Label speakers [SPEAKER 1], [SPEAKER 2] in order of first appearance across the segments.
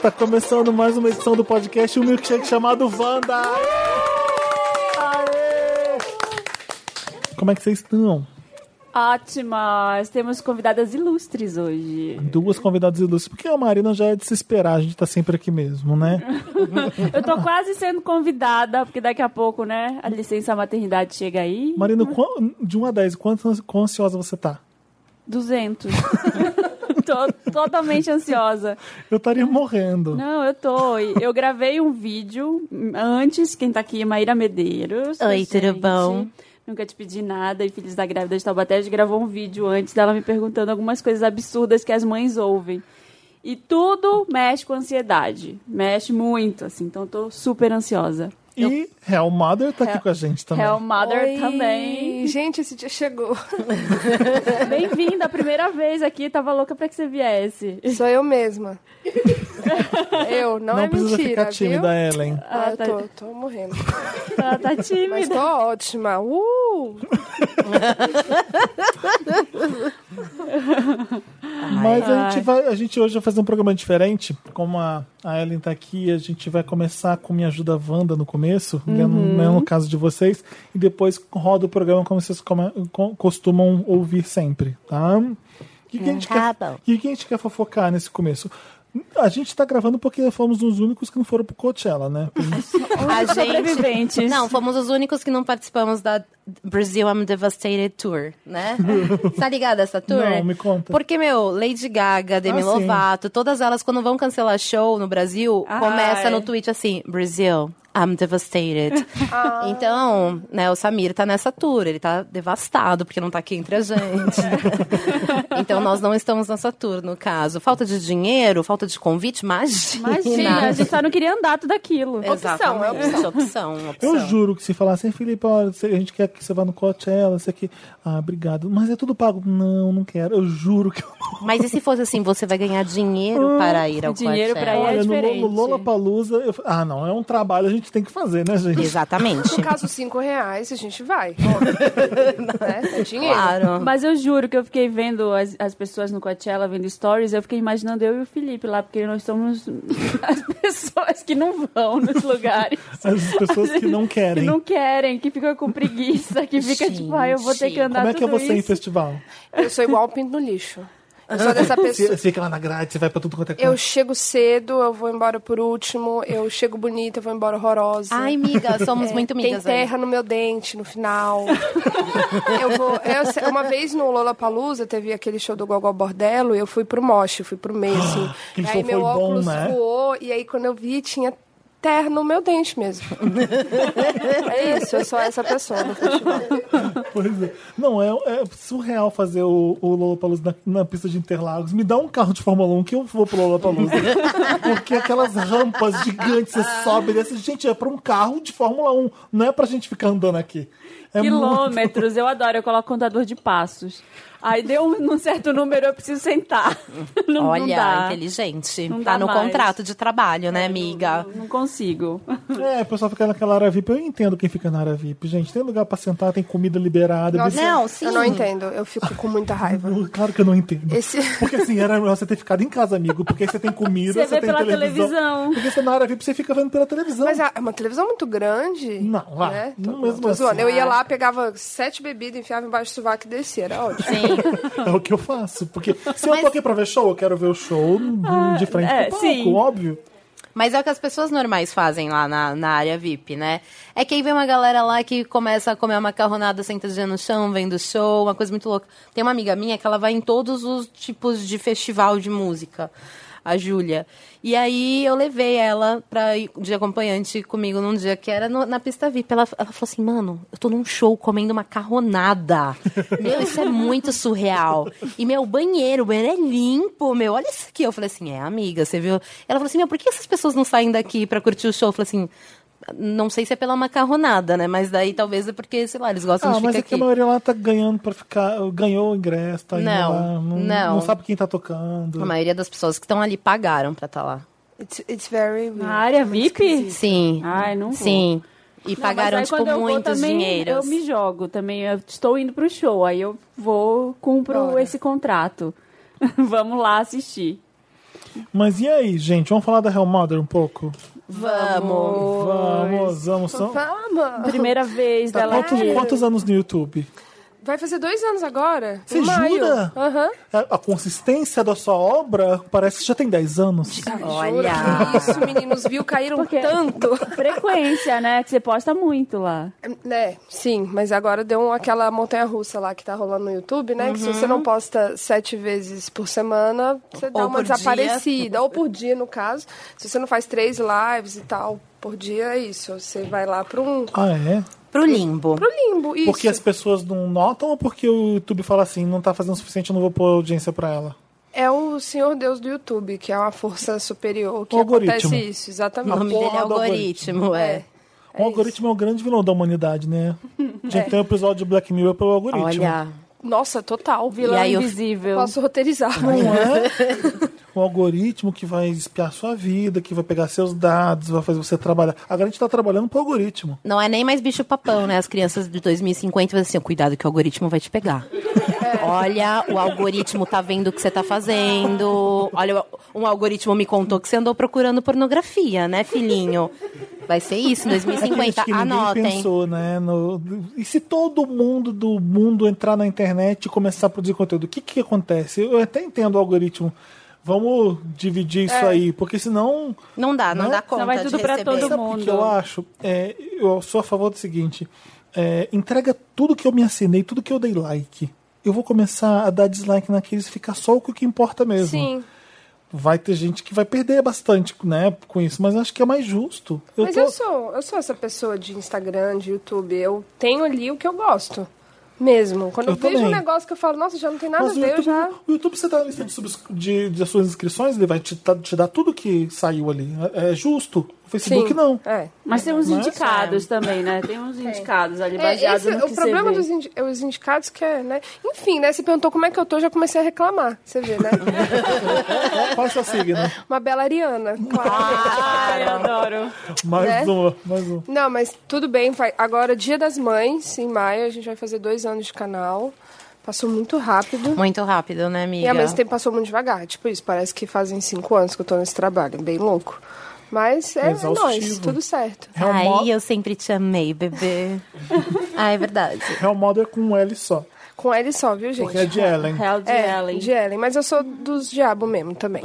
[SPEAKER 1] Tá começando mais uma edição do podcast, o um milkshake chamado Wanda! Aê! Como é que vocês estão?
[SPEAKER 2] Ótimas! Temos convidadas ilustres hoje.
[SPEAKER 1] Duas convidadas ilustres, porque a Marina já é de se esperar, a gente tá sempre aqui mesmo, né?
[SPEAKER 2] Eu tô quase sendo convidada, porque daqui a pouco, né, a licença maternidade chega aí.
[SPEAKER 1] Marina, quan- de 1 a 10, quanto ans- quão ansiosa você tá?
[SPEAKER 2] 200. tô totalmente ansiosa.
[SPEAKER 1] Eu estaria morrendo.
[SPEAKER 2] Não, eu tô. E Eu gravei um vídeo antes, quem tá aqui é Maíra Medeiros.
[SPEAKER 3] Oi,
[SPEAKER 2] Gente,
[SPEAKER 3] tudo bom?
[SPEAKER 2] Nunca te pedi nada e Filhos da Grávida de Taubaté a gente gravou um vídeo antes dela me perguntando algumas coisas absurdas que as mães ouvem. E tudo mexe com ansiedade. Mexe muito, assim. Então eu tô super ansiosa.
[SPEAKER 1] E Hell Mother tá aqui
[SPEAKER 2] Hell-
[SPEAKER 1] com a gente também.
[SPEAKER 2] Hell Mother
[SPEAKER 4] Oi!
[SPEAKER 2] também.
[SPEAKER 4] Gente, esse dia chegou.
[SPEAKER 2] Bem-vinda, a primeira vez aqui. Tava louca pra que você viesse.
[SPEAKER 4] Sou eu mesma. Eu, não,
[SPEAKER 1] Não
[SPEAKER 4] é
[SPEAKER 1] precisa
[SPEAKER 4] mentira,
[SPEAKER 1] ficar tímida, Ellen.
[SPEAKER 4] viu? Ah,
[SPEAKER 2] Ah, tá-
[SPEAKER 4] eu tô, tô morrendo.
[SPEAKER 2] Ela tá
[SPEAKER 4] Mas
[SPEAKER 2] tímida.
[SPEAKER 4] tô ótima. Uh!
[SPEAKER 1] Mas a
[SPEAKER 2] Ai.
[SPEAKER 1] gente, vai, a gente hoje vai fazer um programa diferente. Como a, a Ellen tá aqui, a gente vai começar com Me Ajuda Wanda no começo, né, no, né, no caso de vocês, e depois roda o programa como vocês come- co- costumam ouvir sempre, tá? O que, que a gente
[SPEAKER 3] Tá
[SPEAKER 1] quer,
[SPEAKER 3] bom.
[SPEAKER 1] que que a gente quer fofocar nesse começo? A gente tá gravando porque fomos os únicos que não foram pro Coachella, né?
[SPEAKER 3] A gente...
[SPEAKER 2] Sobreviventes.
[SPEAKER 3] Não, fomos os únicos que não participamos da Brazil I'm Devastated Tour, né? tá ligada essa tour?
[SPEAKER 1] Não, me conta.
[SPEAKER 3] Porque, meu, Lady Gaga, Demi
[SPEAKER 1] Ah, sim.
[SPEAKER 3] Lovato, todas elas, quando vão cancelar show no Brasil,
[SPEAKER 2] Ai.
[SPEAKER 3] começa no tweet assim, Brazil, I'm devastated. Então, né, o Samir tá nessa tour, ele tá devastado, porque não tá aqui entre a gente. então, nós não estamos nessa tour, no caso. Falta de dinheiro, falta de convite, imagina.
[SPEAKER 2] Imagina, a gente só não queria andar tudo aquilo.
[SPEAKER 3] Opção, é opção. opção, opção.
[SPEAKER 1] Eu juro que se falassem, Felipe, olha, se a gente quer que você vá no Coachella, isso aqui. Ah, obrigado. Mas é tudo pago. Não, não quero. Eu juro que eu não
[SPEAKER 3] Mas e se fosse assim, você vai ganhar dinheiro para ir ao
[SPEAKER 2] Dinheiro pra ir.
[SPEAKER 3] Coachella?
[SPEAKER 1] Olha, no Lo-
[SPEAKER 2] é diferente.
[SPEAKER 1] no Lollapalooza... Eu... Ah, não, é um trabalho, a gente tem que fazer, né, gente?
[SPEAKER 3] Exatamente.
[SPEAKER 4] No caso, cinco reais, a gente vai. Óbvio. né? É dinheiro.
[SPEAKER 3] Claro.
[SPEAKER 2] Mas eu juro que eu fiquei vendo as, as pessoas no Coachella, vendo stories, eu fiquei imaginando eu e o Felipe lá, porque nós somos as pessoas que não vão nos lugares.
[SPEAKER 1] As pessoas que não
[SPEAKER 2] Que
[SPEAKER 1] querem.
[SPEAKER 2] não querem, que ficam com preguiça, que fica tipo, ai, eu vou ter que
[SPEAKER 3] Gente.
[SPEAKER 2] andar
[SPEAKER 1] Como é que é
[SPEAKER 2] tudo
[SPEAKER 1] você em
[SPEAKER 2] isso.
[SPEAKER 1] festival?
[SPEAKER 4] Eu sou igual o pinto no lixo. Eu sou dessa
[SPEAKER 1] Você,
[SPEAKER 4] pessoa.
[SPEAKER 1] você fica lá na grade, você vai pra tudo quanto é canto.
[SPEAKER 4] Eu chego cedo, eu vou embora por último. Eu chego bonita, eu vou embora horrorosa.
[SPEAKER 3] Ai, miga, somos
[SPEAKER 4] É,
[SPEAKER 3] muito
[SPEAKER 4] Tem
[SPEAKER 3] migas. aí.
[SPEAKER 4] terra no meu dente no final. eu vou, eu- uma vez no Lollapalooza teve aquele show do Gogol Bordello e eu fui pro Moche, fui pro meio, assim.
[SPEAKER 1] Aquele show
[SPEAKER 4] aí meu
[SPEAKER 1] foi bom,
[SPEAKER 4] óculos
[SPEAKER 1] né?
[SPEAKER 4] voou e aí quando eu vi tinha terra no meu dente mesmo. é isso, eu sou essa pessoa. no festival.
[SPEAKER 1] Pois é. Não, é, é surreal fazer o, o Lollapalooza na, na pista de Interlagos. Me dá um carro de Fórmula 1 que eu vou pro Lollapalooza. Porque aquelas rampas gigantes, você sobe dessa. Gente, é pra um carro de Fórmula 1. Não é pra gente ficar andando aqui. É muito-
[SPEAKER 2] Quilômetros, eu adoro, eu coloco contador de passos. Aí deu um, um certo número, eu preciso sentar. Não, não
[SPEAKER 3] Olha,
[SPEAKER 2] dá.
[SPEAKER 3] inteligente.
[SPEAKER 2] Não dá
[SPEAKER 3] tá no
[SPEAKER 2] mais. É,
[SPEAKER 3] contrato de trabalho, né, amiga?
[SPEAKER 2] Não consigo.
[SPEAKER 1] É, o pessoal fica naquela área VIP. Eu entendo quem fica na área VIP, gente. Tem lugar pra sentar, tem comida liberada.
[SPEAKER 4] Nossa,
[SPEAKER 3] Não, sim.
[SPEAKER 4] Eu não entendo, eu fico com muita raiva.
[SPEAKER 1] Eu- Claro que eu não entendo.
[SPEAKER 4] Esse-
[SPEAKER 1] Porque assim, era melhor você ter ficado em casa, amigo. Porque aí você tem comida,
[SPEAKER 2] Você
[SPEAKER 1] você,
[SPEAKER 2] vê
[SPEAKER 1] tem
[SPEAKER 2] pela
[SPEAKER 1] televisão.
[SPEAKER 2] televisão.
[SPEAKER 1] Porque você na área VIP, você fica vendo pela televisão.
[SPEAKER 4] Mas a- é uma televisão muito grande.
[SPEAKER 1] Não, lá,
[SPEAKER 4] Né?
[SPEAKER 1] não
[SPEAKER 4] Tô-
[SPEAKER 1] mesmo
[SPEAKER 4] tô zoando.
[SPEAKER 1] assim.
[SPEAKER 4] Eu ia lá, pegava sete bebidas, enfiava embaixo do sovaco e descia. Era ótimo.
[SPEAKER 1] É o que eu faço. Porque se eu tô aqui pra ver show, eu quero ver o show de frente
[SPEAKER 2] é,
[SPEAKER 1] pro palco,
[SPEAKER 2] sim.
[SPEAKER 1] óbvio.
[SPEAKER 3] Mas é o que as pessoas normais fazem lá na, na área VIP, né? É que aí vem uma galera lá que começa a comer uma macarronada sentadinha no chão, vendo show, uma coisa muito louca. Tem uma amiga minha que ela vai em todos os tipos de festival de música, a Júlia. E aí eu levei ela pra ir de acompanhante comigo num dia que era no- na pista VIP. Ela, ela falou assim, mano, eu tô num show comendo macarronada. meu, isso é muito surreal. E meu, o banheiro, o banheiro é limpo, meu, olha isso aqui. Eu falei assim, é, amiga, você viu? Ela falou assim, meu, por que essas pessoas não saem daqui pra curtir o show? Eu falei assim... Não sei se é pela macarronada, né? Mas daí talvez é porque, sei lá, eles gostam
[SPEAKER 1] Ah,
[SPEAKER 3] de
[SPEAKER 1] mas
[SPEAKER 3] ficar
[SPEAKER 1] é que a
[SPEAKER 3] aqui.
[SPEAKER 1] maioria lá tá ganhando pra ficar. Ganhou o ingresso, tá indo
[SPEAKER 3] Não,
[SPEAKER 1] lá.
[SPEAKER 3] não.
[SPEAKER 1] não sabe quem tá tocando.
[SPEAKER 3] A maioria das pessoas que estão ali pagaram pra estar lá.
[SPEAKER 4] It's, it's very weird.
[SPEAKER 2] Na
[SPEAKER 1] Ah,
[SPEAKER 2] área VIP?
[SPEAKER 3] Sim.
[SPEAKER 2] Ai, não vou.
[SPEAKER 3] Sim. E
[SPEAKER 2] Ah, é Não,
[SPEAKER 3] pagaram,
[SPEAKER 2] mas aí
[SPEAKER 3] tipo,
[SPEAKER 2] quando eu vou
[SPEAKER 3] muitos
[SPEAKER 2] também,
[SPEAKER 3] dinheiros.
[SPEAKER 2] Eu me jogo também. Eu estou indo pro show, aí eu vou, cumpro
[SPEAKER 4] Bora.
[SPEAKER 2] esse contrato. Vamos lá assistir.
[SPEAKER 1] Mas e aí, gente? Vamos falar da Hell Mother um pouco?
[SPEAKER 3] Vamos.
[SPEAKER 1] Vamos, vamos. São...
[SPEAKER 4] Vamos.
[SPEAKER 2] Primeira vez
[SPEAKER 1] Tá,
[SPEAKER 2] dela
[SPEAKER 1] quantos,
[SPEAKER 2] aqui.
[SPEAKER 1] quantos anos no YouTube?
[SPEAKER 4] Vai fazer dois anos agora.
[SPEAKER 1] Você
[SPEAKER 4] em maio.
[SPEAKER 1] jura?
[SPEAKER 4] Aham.
[SPEAKER 1] É, A, a consistência da sua obra parece que já tem 10 anos.
[SPEAKER 3] Olha.
[SPEAKER 4] Juro que Isso, meninos, viu? Caíram
[SPEAKER 2] Porque-
[SPEAKER 4] tanto.
[SPEAKER 2] Frequência, né? Que você posta muito lá.
[SPEAKER 4] É, sim, mas agora deu um- aquela montanha-russa lá que tá rolando no YouTube, né? Que se você
[SPEAKER 1] Uhum.
[SPEAKER 4] não posta sete vezes por semana, você dá
[SPEAKER 3] Ou
[SPEAKER 4] uma
[SPEAKER 3] por dia.
[SPEAKER 4] desaparecida. Ou por dia, no caso. Se você não faz três lives e tal por dia, é isso. Você vai lá pro, um,
[SPEAKER 1] Ah, é?
[SPEAKER 3] Pro limbo.
[SPEAKER 4] pro limbo. Isso.
[SPEAKER 1] Porque as pessoas não notam ou porque o YouTube fala assim, não tá fazendo o suficiente, eu não vou pôr audiência pra ela?
[SPEAKER 4] É o Senhor Deus do YouTube, que é uma força superior que
[SPEAKER 1] O algoritmo.
[SPEAKER 4] acontece isso,
[SPEAKER 3] O
[SPEAKER 4] exatamente.
[SPEAKER 3] nome
[SPEAKER 1] porra
[SPEAKER 3] dele é
[SPEAKER 1] do algoritmo.
[SPEAKER 3] algoritmo, é. É.
[SPEAKER 4] É.
[SPEAKER 1] o algoritmo é o grande vilão da humanidade, né? Tinha que ter um episódio de Black Mirror pelo algoritmo.
[SPEAKER 3] Olha.
[SPEAKER 4] Nossa, total.
[SPEAKER 2] Vilão
[SPEAKER 3] E aí eu-
[SPEAKER 2] É invisível.
[SPEAKER 4] É, Posso roteirizar.
[SPEAKER 1] Não é? O algoritmo que vai espiar sua vida, que vai pegar seus dados, vai fazer você trabalhar. Agora a gente tá trabalhando pro algoritmo.
[SPEAKER 3] Não é nem mais bicho papão, né? As crianças de 2050 vão assim, cuidado que o algoritmo vai te pegar. Olha, o algoritmo tá vendo o que você tá fazendo. Olha, um algoritmo me contou que você andou procurando pornografia, né, filhinho? Vai ser isso, em
[SPEAKER 1] Acho
[SPEAKER 3] 2050.
[SPEAKER 1] que ninguém
[SPEAKER 3] Anotem.
[SPEAKER 1] pensou, né? no- E se todo mundo do mundo entrar na internet e começar a produzir conteúdo, o que que acontece? Eu até entendo o algoritmo. Vamos dividir isso
[SPEAKER 3] É.
[SPEAKER 1] aí, porque senão
[SPEAKER 3] Não dá, não,
[SPEAKER 1] Não?
[SPEAKER 3] dá conta
[SPEAKER 2] Não, vai tudo
[SPEAKER 3] de
[SPEAKER 2] pra
[SPEAKER 3] receber.
[SPEAKER 2] todo
[SPEAKER 1] Sabe o
[SPEAKER 2] mundo.
[SPEAKER 1] que eu acho? É, eu sou a favor do seguinte: é, entrega tudo que eu me assinei, tudo que eu dei like. Eu vou começar a dar dislike naqueles e ficar só o que importa mesmo.
[SPEAKER 4] Sim.
[SPEAKER 1] Vai ter gente que vai perder bastante, né, com isso, mas eu acho que é mais justo. Eu
[SPEAKER 4] Mas
[SPEAKER 1] tô-
[SPEAKER 4] eu sou, eu sou essa pessoa de Instagram, de YouTube. Eu tenho ali o que eu gosto. Mesmo. Quando eu,
[SPEAKER 1] Eu
[SPEAKER 4] vejo um
[SPEAKER 1] também.
[SPEAKER 4] negócio que eu falo, nossa, já não tem nada
[SPEAKER 1] Mas
[SPEAKER 4] a
[SPEAKER 1] o
[SPEAKER 4] ver,
[SPEAKER 1] YouTube,
[SPEAKER 4] eu já.
[SPEAKER 1] o YouTube, você tá na lista de, subs- de- de suas inscrições, ele vai te, tá- te dar tudo que saiu ali. É, é justo. O Facebook não.
[SPEAKER 4] É.
[SPEAKER 2] Mas tem uns
[SPEAKER 1] Mas-
[SPEAKER 2] indicados também, né? Tem uns indicados ali,
[SPEAKER 4] É,
[SPEAKER 2] baseado
[SPEAKER 4] esse-
[SPEAKER 2] no que
[SPEAKER 4] o problema
[SPEAKER 2] você vê.
[SPEAKER 4] dos indi- é os indicados que é, né? Enfim, né? Você perguntou como é que eu tô, já comecei a reclamar. Você vê, né?
[SPEAKER 1] Qual é o seu signo?
[SPEAKER 4] Uma bela Ariana, claro.
[SPEAKER 2] Ah, eu adoro.
[SPEAKER 1] Mais
[SPEAKER 4] Né?
[SPEAKER 1] uma, mais uma.
[SPEAKER 4] Não, mas tudo bem. vai- Agora, é Dia das Mães, em maio, a gente vai fazer dois anos de canal. Passou muito rápido.
[SPEAKER 3] Muito rápido, né, amiga?
[SPEAKER 4] E ao mesmo tempo passou muito devagar. Tipo isso, parece que fazem cinco anos que eu tô nesse trabalho. Bem louco. Mas é, é
[SPEAKER 1] Exaustivo.
[SPEAKER 4] nóis, tudo certo.
[SPEAKER 1] É uma-
[SPEAKER 3] Ai, eu sempre te amei, bebê. ah, é verdade.
[SPEAKER 1] Real Mother com um L só.
[SPEAKER 4] Com ele só, viu, gente?
[SPEAKER 1] Porque é de Ellen.
[SPEAKER 2] Real de
[SPEAKER 4] É,
[SPEAKER 2] Ellen.
[SPEAKER 4] de Ellen, mas eu sou dos diabo mesmo também.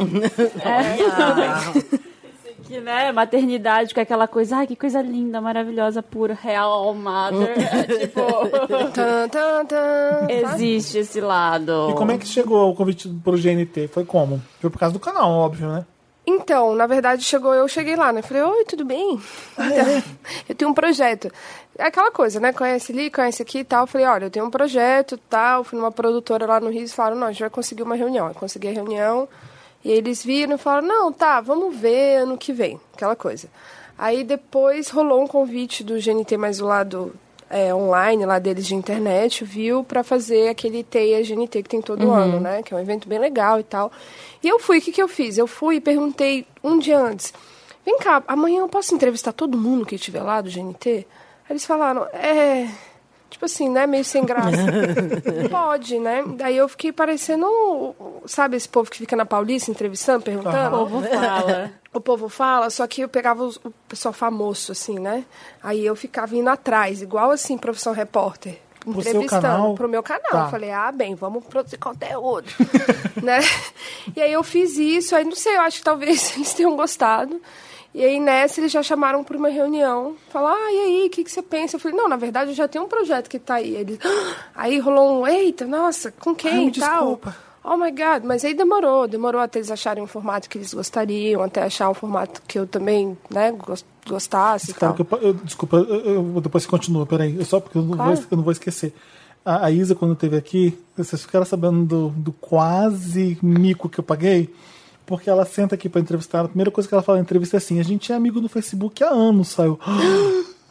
[SPEAKER 2] Que, né, maternidade com aquela coisa, ai, que coisa linda, maravilhosa, pura, real, mother.
[SPEAKER 1] Hum.
[SPEAKER 2] É, tipo,
[SPEAKER 4] tan, tan, tan.
[SPEAKER 2] existe esse lado.
[SPEAKER 1] E como é que chegou o convite pro GNT? Foi como? Foi por causa do canal, óbvio, né?
[SPEAKER 4] Então, na verdade, chegou, eu cheguei lá, né? Falei, oi, tudo bem? Então, eu tenho um projeto. É aquela coisa, né? Conhece ali, conhece aqui e tal. Falei, olha, eu tenho um projeto e tal. Fui numa produtora lá no Rio e falaram, não, a gente vai conseguir uma reunião. Eu consegui a reunião. E eles viram e falaram, não, tá, vamos ver ano que vem. Aquela coisa. Aí depois rolou um convite do GNT, mais o lado é, online lá deles de internet, viu, pra fazer aquele Teia GNT que tem todo ano, né? Que é um evento bem legal e tal. E eu fui, o que, que eu fiz? Eu fui e perguntei um dia antes: vem cá, amanhã eu posso entrevistar todo mundo que estiver lá do GNT? Aí eles falaram: é. Tipo assim, né? Meio sem graça. Pode, né? Daí eu fiquei parecendo, sabe, esse povo que fica na Paulista entrevistando, perguntando?
[SPEAKER 2] O povo fala.
[SPEAKER 4] o povo fala, só que eu pegava os- o pessoal famoso, assim, né? Aí eu ficava indo atrás, igual assim, profissão repórter.
[SPEAKER 1] Pro seu
[SPEAKER 4] Entrevistando
[SPEAKER 1] canal?
[SPEAKER 4] pro meu canal.
[SPEAKER 1] Tá.
[SPEAKER 4] Eu Falei, ah, bem, vamos produzir conteúdo. né? E aí eu fiz isso, aí não sei, eu acho que talvez eles tenham gostado. E aí nessa eles já chamaram para uma reunião. Falaram, ah, e aí, o que, que você pensa? Eu falei, não, na verdade eu já tenho um projeto que tá aí. Eles, "Ah!" aí rolou um, eita, nossa, com quem
[SPEAKER 1] Ai, me
[SPEAKER 4] e tal?
[SPEAKER 1] desculpa.
[SPEAKER 4] Oh my God, mas aí demorou, demorou até eles acharem um formato que eles gostariam, até achar um formato que eu também, né, gos- gostasse e
[SPEAKER 1] Claro
[SPEAKER 4] tal.
[SPEAKER 1] que eu, eu- desculpa, eu, eu- depois você continua, peraí. Eu só porque eu não,
[SPEAKER 4] Claro.
[SPEAKER 1] vou, eu não vou esquecer. A, a Isa, quando teve aqui, vocês ficaram sabendo do, do quase mico que eu paguei? Porque ela senta aqui pra entrevistar. A primeira coisa que ela fala na entrevista é assim: a gente é amigo no Facebook há anos, saiu.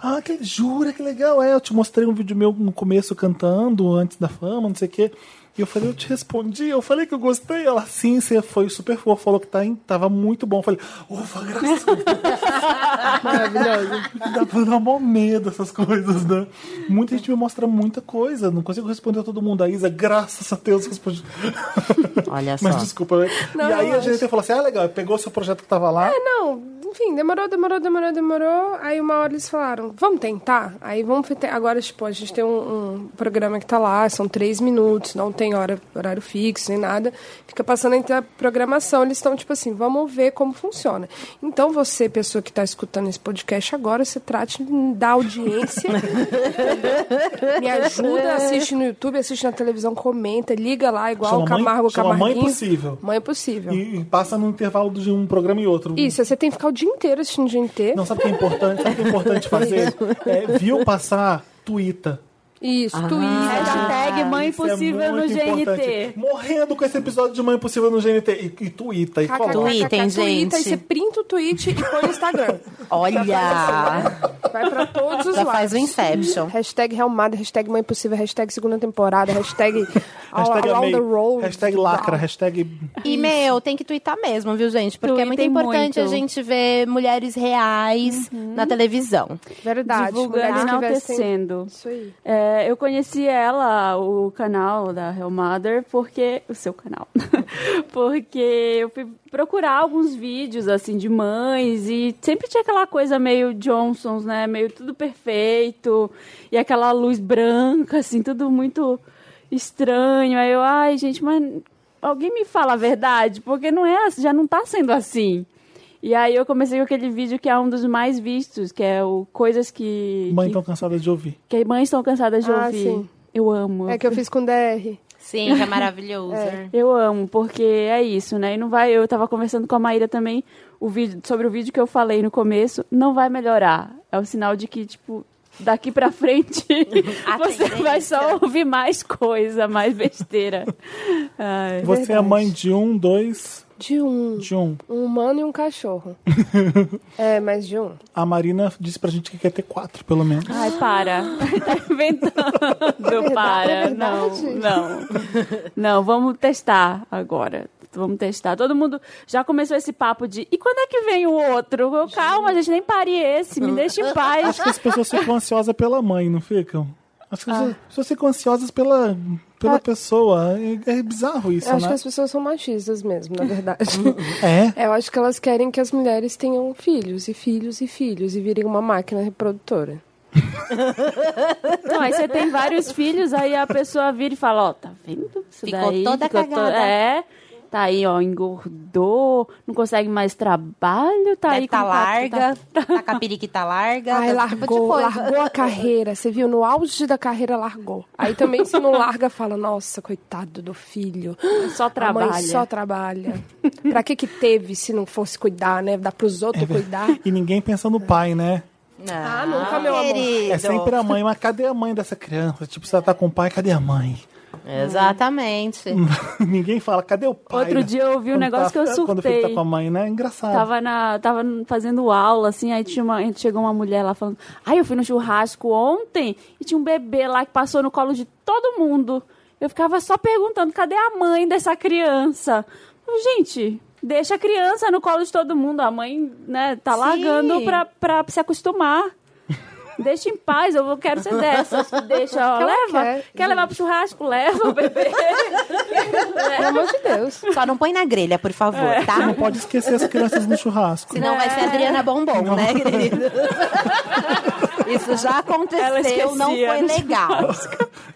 [SPEAKER 1] Ah, que, jura que legal. É, eu te mostrei um vídeo meu no começo cantando, antes da fama, não sei o quê. E eu falei, eu te respondi, eu falei que eu gostei. Ela, sim, você foi super fofo, falou que tá, em- tava muito bom. Eu falei, ufa, graças a Deus. Maravilhoso. Dá pra dar mó medo essas coisas, né? Muita gente me mostra muita coisa, não consigo responder a todo mundo. A Isa, graças a Deus, respondi.
[SPEAKER 3] Olha só.
[SPEAKER 1] Mas desculpa. né? e aí a gente falou assim, ah, legal, pegou seu projeto que tava lá.
[SPEAKER 4] É, não, enfim, demorou, demorou, demorou, demorou. Aí uma hora eles falaram, vamos tentar? Aí vamos fe- Agora, tipo, a gente tem um, um programa que tá lá, são três minutos, não tem hora, horário fixo, nem nada. Fica passando entre a programação, eles estão, tipo assim, vamos ver como funciona. Então, você, pessoa que tá escutando esse podcast agora, se trate da audiência. Me ajuda, assiste no YouTube, assiste na televisão, comenta, liga lá, igual
[SPEAKER 1] Chama
[SPEAKER 4] o Camargo,
[SPEAKER 1] mãe- chama Mãe
[SPEAKER 4] Camarguinho.
[SPEAKER 1] Possível.
[SPEAKER 4] Mãe é possível.
[SPEAKER 1] E, e passa no intervalo de um programa e outro.
[SPEAKER 4] Isso, é você tem que ficar o dia inteiro assistindo o dia inteiro.
[SPEAKER 1] Não, sabe o que é importante? Sabe o que é importante fazer? É, viu passar Twitter.
[SPEAKER 4] Isso, Twitter.
[SPEAKER 2] Hashtag Mãe
[SPEAKER 1] Isso é
[SPEAKER 2] Impossível no
[SPEAKER 1] muito
[SPEAKER 2] GNT.
[SPEAKER 1] importante. Morrendo com esse episódio de Mãe Impossível no GNT. E, e Twitter, e
[SPEAKER 4] KKKK,
[SPEAKER 1] coloca.
[SPEAKER 3] Twitter, gente.
[SPEAKER 4] Aí você printa o tweet e põe no Instagram.
[SPEAKER 3] Olha!
[SPEAKER 4] né? Vai pra todos os
[SPEAKER 3] Já
[SPEAKER 4] lados.
[SPEAKER 3] faz o Inception.
[SPEAKER 4] Hashtag Realmada, hashtag Mãe Possível, hashtag Segunda Temporada, hashtag All
[SPEAKER 1] Hashtag
[SPEAKER 4] Around
[SPEAKER 1] amei.
[SPEAKER 4] the Road.
[SPEAKER 1] Hashtag lacra, hashtag...
[SPEAKER 3] E, meu, tem que twittar mesmo, viu, gente? Porque é muito
[SPEAKER 2] Tweetem
[SPEAKER 3] importante
[SPEAKER 2] muito. Uhum.
[SPEAKER 3] a gente ver mulheres reais na televisão.
[SPEAKER 4] Verdade.
[SPEAKER 2] Divulgando e
[SPEAKER 4] mulheres que vestem-
[SPEAKER 2] enaltecendo.
[SPEAKER 4] Isso aí.
[SPEAKER 2] É, eu conheci ela, o canal da Hell Mother, porque. O seu canal. porque eu fui procurar alguns vídeos, assim, de mães e sempre tinha aquela coisa meio Johnsons, né? Meio tudo perfeito e aquela luz branca, assim, tudo muito estranho. Aí eu, ai, gente, mas alguém me fala a verdade, porque não é, já não tá sendo assim. E aí eu comecei com aquele vídeo que é um dos mais vistos, que é o Coisas que.
[SPEAKER 1] Mãe
[SPEAKER 2] que
[SPEAKER 1] tão cansada de ouvir.
[SPEAKER 2] que as mães estão cansadas de
[SPEAKER 4] Ah,
[SPEAKER 2] ouvir.
[SPEAKER 4] sim.
[SPEAKER 2] Eu amo.
[SPEAKER 4] É que eu fiz com DR.
[SPEAKER 3] Sim, que é maravilhoso.
[SPEAKER 2] Eu amo, porque é isso, né? E não vai. Eu tava conversando com a Maíra também o vídeo, sobre o vídeo que eu falei no começo. Não vai melhorar. É o sinal de que, tipo, daqui pra frente
[SPEAKER 3] A
[SPEAKER 2] você
[SPEAKER 3] tendência.
[SPEAKER 2] vai só ouvir mais coisa, mais besteira. Ai.
[SPEAKER 1] Você é mãe de um, dois,
[SPEAKER 4] De um.
[SPEAKER 1] de um.
[SPEAKER 4] Um humano e um cachorro. é, mas de um.
[SPEAKER 1] A Marina disse pra gente que quer ter quatro, pelo menos.
[SPEAKER 2] Ai, para. Tá inventando. para.
[SPEAKER 4] é
[SPEAKER 2] não,
[SPEAKER 4] verdade.
[SPEAKER 2] não. Não, vamos testar agora. Vamos testar. Todo mundo já começou esse papo de e quando é que vem o outro? Eu, Calma, gente, nem pare esse. Me deixa em paz.
[SPEAKER 1] Acho que as pessoas ficam ansiosas pela mãe, não ficam? Acho
[SPEAKER 2] Ah.
[SPEAKER 1] que as pessoas- as pessoas ficam ansiosas pela, pela pessoa. É, é bizarro isso,
[SPEAKER 4] Eu acho
[SPEAKER 1] né?
[SPEAKER 4] que as pessoas são machistas mesmo, na verdade.
[SPEAKER 1] É.
[SPEAKER 4] Eu acho que elas querem que as mulheres tenham filhos e filhos e filhos e virem uma máquina reprodutora.
[SPEAKER 2] Não, aí você tem vários filhos, aí a pessoa vira e fala, ó, tá vendo? Isso
[SPEAKER 3] Ficou
[SPEAKER 2] daí,
[SPEAKER 3] toda
[SPEAKER 2] to-
[SPEAKER 3] cagada.
[SPEAKER 2] É. Tá aí, ó, engordou, não consegue mais trabalho, tá
[SPEAKER 3] Deve
[SPEAKER 2] aí com
[SPEAKER 3] tá
[SPEAKER 2] quatro-
[SPEAKER 3] larga, tá com a periquita larga.
[SPEAKER 4] Ai,
[SPEAKER 3] tá esse tipo de
[SPEAKER 4] largou,
[SPEAKER 3] coisa.
[SPEAKER 4] largou a carreira. Você viu? No auge da carreira, largou. Aí também, se não larga, fala, nossa, coitado do filho.
[SPEAKER 2] Só trabalha.
[SPEAKER 4] A mãe só trabalha. Pra que que teve se não fosse cuidar, né? Dá pros
[SPEAKER 1] É
[SPEAKER 4] outros cuidar.
[SPEAKER 1] E ninguém pensa no pai, né?
[SPEAKER 4] Ah, nunca, meu amor.
[SPEAKER 3] querido.
[SPEAKER 1] É sempre a mãe, mas cadê a mãe dessa criança? Tipo, se ela tá com o pai, cadê a mãe?
[SPEAKER 3] Exatamente.
[SPEAKER 1] Hum. Ninguém fala, cadê o pai?
[SPEAKER 2] Outro dia eu vi um
[SPEAKER 1] Quando
[SPEAKER 2] negócio
[SPEAKER 1] tá-
[SPEAKER 2] que eu surtei.
[SPEAKER 1] Quando o filho tá com a mãe, né? Engraçado.
[SPEAKER 2] Tava, na, tava fazendo aula, assim, aí tinha uma, chegou uma mulher lá falando, ai, eu fui no churrasco ontem e tinha um bebê lá que passou no colo de todo mundo. Eu ficava só perguntando, cadê a mãe dessa criança? Eu, Gente, deixa a criança no colo de todo mundo. A mãe, né, tá
[SPEAKER 3] Sim.
[SPEAKER 2] largando pra, pra se acostumar. Deixa em paz, eu quero ser dessas. que Deixa, ó,
[SPEAKER 4] Que ela
[SPEAKER 2] leva.
[SPEAKER 4] quer,
[SPEAKER 2] Quer, levar pro churrasco? Leva o bebê.
[SPEAKER 4] Pelo amor de Deus.
[SPEAKER 3] Só não põe na grelha, por favor,
[SPEAKER 2] É.
[SPEAKER 3] tá?
[SPEAKER 1] Não pode esquecer as crianças no churrasco.
[SPEAKER 3] Senão vai ser Adriana Bombom, né, querido? Isso já
[SPEAKER 2] Ela
[SPEAKER 3] aconteceu,
[SPEAKER 2] esquecia,
[SPEAKER 3] não foi
[SPEAKER 2] né?
[SPEAKER 3] legal.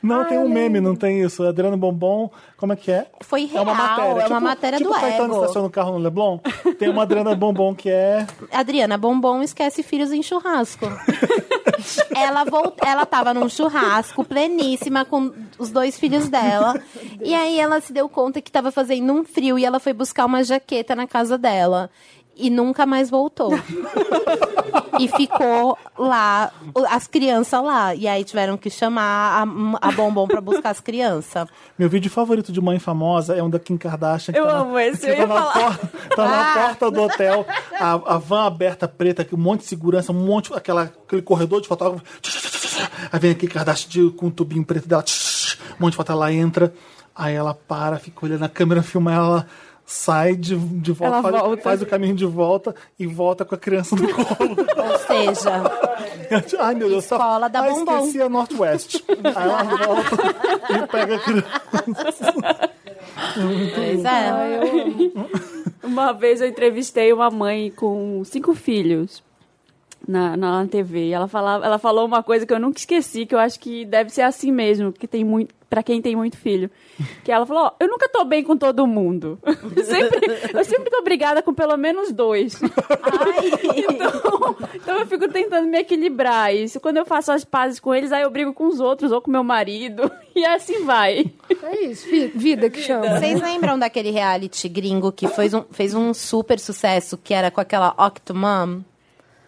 [SPEAKER 1] Não tem um meme, não tem isso. Adriano Bombom, como é que é?
[SPEAKER 3] Foi
[SPEAKER 1] É
[SPEAKER 3] real,
[SPEAKER 1] uma matéria.
[SPEAKER 3] é uma matéria
[SPEAKER 1] tipo
[SPEAKER 3] do
[SPEAKER 1] Caetano
[SPEAKER 3] ego.
[SPEAKER 1] estaciona o carro no Leblon, tem uma Adriana Bombom que é...
[SPEAKER 3] Adriana Bombom esquece filhos em churrasco. ela, volt... ela tava num churrasco pleníssima com os dois filhos dela. e aí ela se deu conta que tava fazendo um frio e ela foi buscar uma jaqueta na casa dela. E nunca mais voltou. e ficou lá, o- as crianças lá. E aí tiveram que chamar a, a Bombom pra buscar as crianças.
[SPEAKER 1] Meu vídeo favorito de mãe famosa é um da Kim Kardashian. que
[SPEAKER 2] Eu
[SPEAKER 1] tá na-
[SPEAKER 2] amo esse,
[SPEAKER 1] que
[SPEAKER 2] eu
[SPEAKER 1] tá
[SPEAKER 2] ia
[SPEAKER 1] na
[SPEAKER 2] falar. Ah!
[SPEAKER 1] porta- tá na porta do hotel, a, a van aberta preta, que um monte de segurança, um monte, aquela, aquele corredor de fotógrafo. Aí vem aqui Kardashian de- com um tubinho preto dela. Um monte de foto, ela entra. Aí ela para, fica olhando a câmera, filma ela, sai de, de volta,
[SPEAKER 2] Ela
[SPEAKER 1] faz,
[SPEAKER 2] volta.
[SPEAKER 1] faz o caminho de volta e volta com a criança no colo.
[SPEAKER 5] Ou seja,
[SPEAKER 1] Ai, meu Deus,
[SPEAKER 5] Escola da
[SPEAKER 1] ah,
[SPEAKER 5] bombom.
[SPEAKER 1] esqueci a Northwest. Aí ela volta e pega a criança.
[SPEAKER 3] Pois é.
[SPEAKER 2] Uma vez eu entrevistei uma mãe com cinco filhos na, na TV. E ela, falava, ela falou uma coisa que eu nunca esqueci, que eu acho que deve ser assim mesmo, que tem muito. Pra quem tem muito filho. Que ela falou, ó, eu nunca tô bem com todo mundo. Eu sempre, eu sempre tô brigada com pelo menos dois. Então, então eu fico tentando me equilibrar. Isso quando eu faço as pazes com eles, aí eu brigo com os outros, ou com meu marido. E assim vai.
[SPEAKER 4] É isso, vi- vida que chama.
[SPEAKER 3] Vocês lembram daquele reality gringo que fez um, fez um super sucesso, que era com aquela Octomom?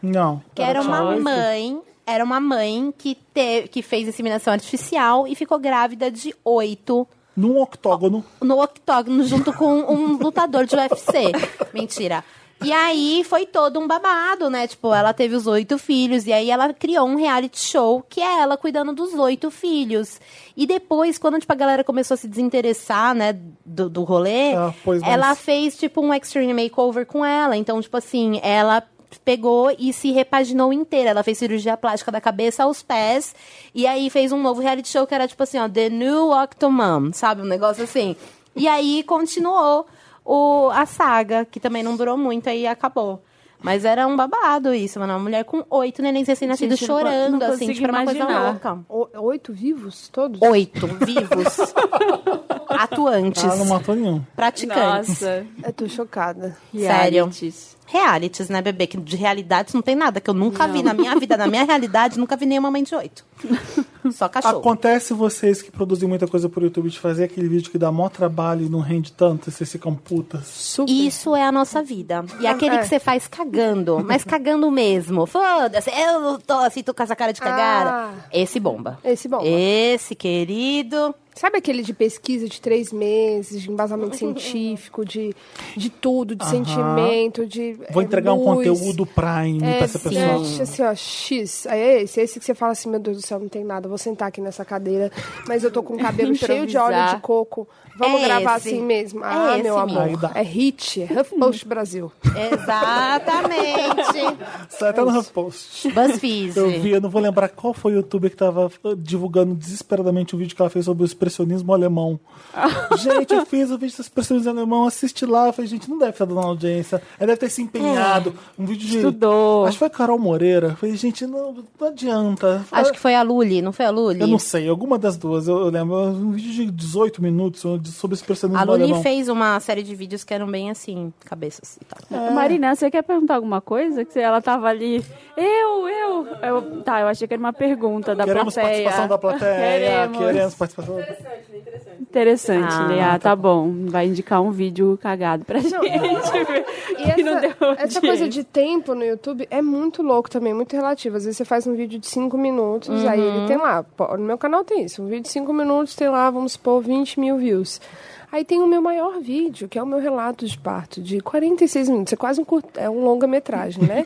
[SPEAKER 1] Não.
[SPEAKER 3] Que era uma
[SPEAKER 1] Choice.
[SPEAKER 3] mãe, era uma mãe que, te, que fez inseminação artificial e ficou grávida de oito
[SPEAKER 1] Num octógono.
[SPEAKER 3] no octógono junto com um lutador de UFC. Mentira. E aí foi todo um babado, né? Tipo, ela teve os oito filhos e aí ela criou um reality show que é ela cuidando dos oito filhos. E depois, quando tipo, a galera começou a se desinteressar, né, do, do rolê,
[SPEAKER 1] Ah, pois não.
[SPEAKER 3] ela fez tipo um extreme makeover com ela. Então, tipo assim, ela pegou e se repaginou inteira. Ela fez cirurgia plástica da cabeça aos pés e aí fez um novo reality show que era tipo assim, ó, The New Octomom, sabe, um negócio assim. E aí continuou o, a saga, que também não durou muito, aí acabou. Mas era um babado isso, mano. Uma mulher com oito nenéns recém-nascidos
[SPEAKER 2] Gente, eu não co-
[SPEAKER 3] chorando,
[SPEAKER 2] não
[SPEAKER 3] assim,
[SPEAKER 2] consigo
[SPEAKER 3] tipo, era uma coisa
[SPEAKER 2] imaginar.
[SPEAKER 3] louca.
[SPEAKER 4] O- Oito vivos todos?
[SPEAKER 3] Oito vivos. atuantes.
[SPEAKER 1] Ah, não matou nenhum.
[SPEAKER 3] Praticantes.
[SPEAKER 2] Nossa.
[SPEAKER 4] Eu tô chocada.
[SPEAKER 3] Sério.
[SPEAKER 2] realities.
[SPEAKER 3] Realities, né, bebê? Que de realidades não tem nada, que eu nunca vi na minha vida. Na minha realidade, nunca vi nenhuma mãe de oito. Só cachorro.
[SPEAKER 1] Acontece vocês que produzem muita coisa por YouTube de fazer aquele vídeo que dá mó trabalho e não rende tanto, e vocês ficam putas.
[SPEAKER 4] Super.
[SPEAKER 3] Isso é a nossa vida. E aquele
[SPEAKER 4] é.
[SPEAKER 3] que você faz cagando, mas cagando mesmo. Foda-se, eu tô assim, tô com essa cara de cagada.
[SPEAKER 4] Ah.
[SPEAKER 3] Esse bomba.
[SPEAKER 4] Esse bom.
[SPEAKER 3] Esse querido.
[SPEAKER 4] Sabe aquele de pesquisa de três meses, de embasamento científico, de, de tudo, de sentimento, de.
[SPEAKER 1] Vou
[SPEAKER 4] é,
[SPEAKER 1] entregar um
[SPEAKER 4] luz.
[SPEAKER 1] conteúdo Prime pra
[SPEAKER 4] É,
[SPEAKER 1] essa pessoa.
[SPEAKER 4] sim, assim, ó, X. Aí é esse, é esse que você fala assim, meu Deus do céu, não tem nada, vou sentar aqui nessa cadeira, mas eu tô com o cabelo cheio de óleo de
[SPEAKER 2] Improvisar.
[SPEAKER 4] coco. Vamos
[SPEAKER 3] É
[SPEAKER 4] gravar
[SPEAKER 3] esse.
[SPEAKER 4] assim mesmo.
[SPEAKER 3] É
[SPEAKER 4] ah,
[SPEAKER 3] esse
[SPEAKER 4] meu
[SPEAKER 3] mesmo.
[SPEAKER 1] Aí dá.
[SPEAKER 4] amor. É hit, é HuffPost Brasil.
[SPEAKER 3] Exatamente.
[SPEAKER 1] Sai Tá até no repost.
[SPEAKER 3] BuzzFeed.
[SPEAKER 1] Eu vi, eu não vou lembrar qual foi o youtuber que tava eh, divulgando desesperadamente o vídeo que ela fez sobre o expressionismo alemão.
[SPEAKER 4] Ah.
[SPEAKER 1] gente, eu fiz o vídeo do expressionismo alemão, assisti lá, eu falei, gente, não deve estar dando audiência. Ela deve ter se empenhado.
[SPEAKER 4] É.
[SPEAKER 1] Um vídeo de.
[SPEAKER 2] Estudou.
[SPEAKER 1] Acho que foi a Carol Moreira. Eu falei, gente, não, não adianta.
[SPEAKER 3] Acho que foi a Luli, não foi a Luli?
[SPEAKER 1] Eu não sei, alguma das duas, eu, eu lembro. Um vídeo de 18 minutos de- sobre expressionismo
[SPEAKER 3] A Luli
[SPEAKER 1] alemão.
[SPEAKER 3] fez uma série de vídeos que eram bem assim, cabeças e tal.
[SPEAKER 2] É. Marina, você quer perguntar alguma coisa? Que ela tava ali. Eu, eu, eu- Tá, eu achei que era uma pergunta da
[SPEAKER 1] Queremos
[SPEAKER 2] plateia.
[SPEAKER 1] participação da plateia.
[SPEAKER 2] Queremos.
[SPEAKER 1] Queremos participação.
[SPEAKER 2] Interessante,
[SPEAKER 3] Ah,
[SPEAKER 2] né? Ah, tá bom. Vai indicar um vídeo cagado pra gente. ver
[SPEAKER 4] E
[SPEAKER 2] que não deu
[SPEAKER 4] essa, essa coisa
[SPEAKER 2] audiência.
[SPEAKER 4] de tempo no YouTube é muito louco também, muito relativo. Às vezes você faz um vídeo de 5 minutos, aí
[SPEAKER 2] Uhum.
[SPEAKER 4] ele tem lá. pô, No meu canal tem isso. Um vídeo de 5 minutos tem lá, vamos supor, 20 mil views. Aí tem o meu maior vídeo, que é o meu relato de parto, de 46 minutos. É quase um, curta, é um longa-metragem, né?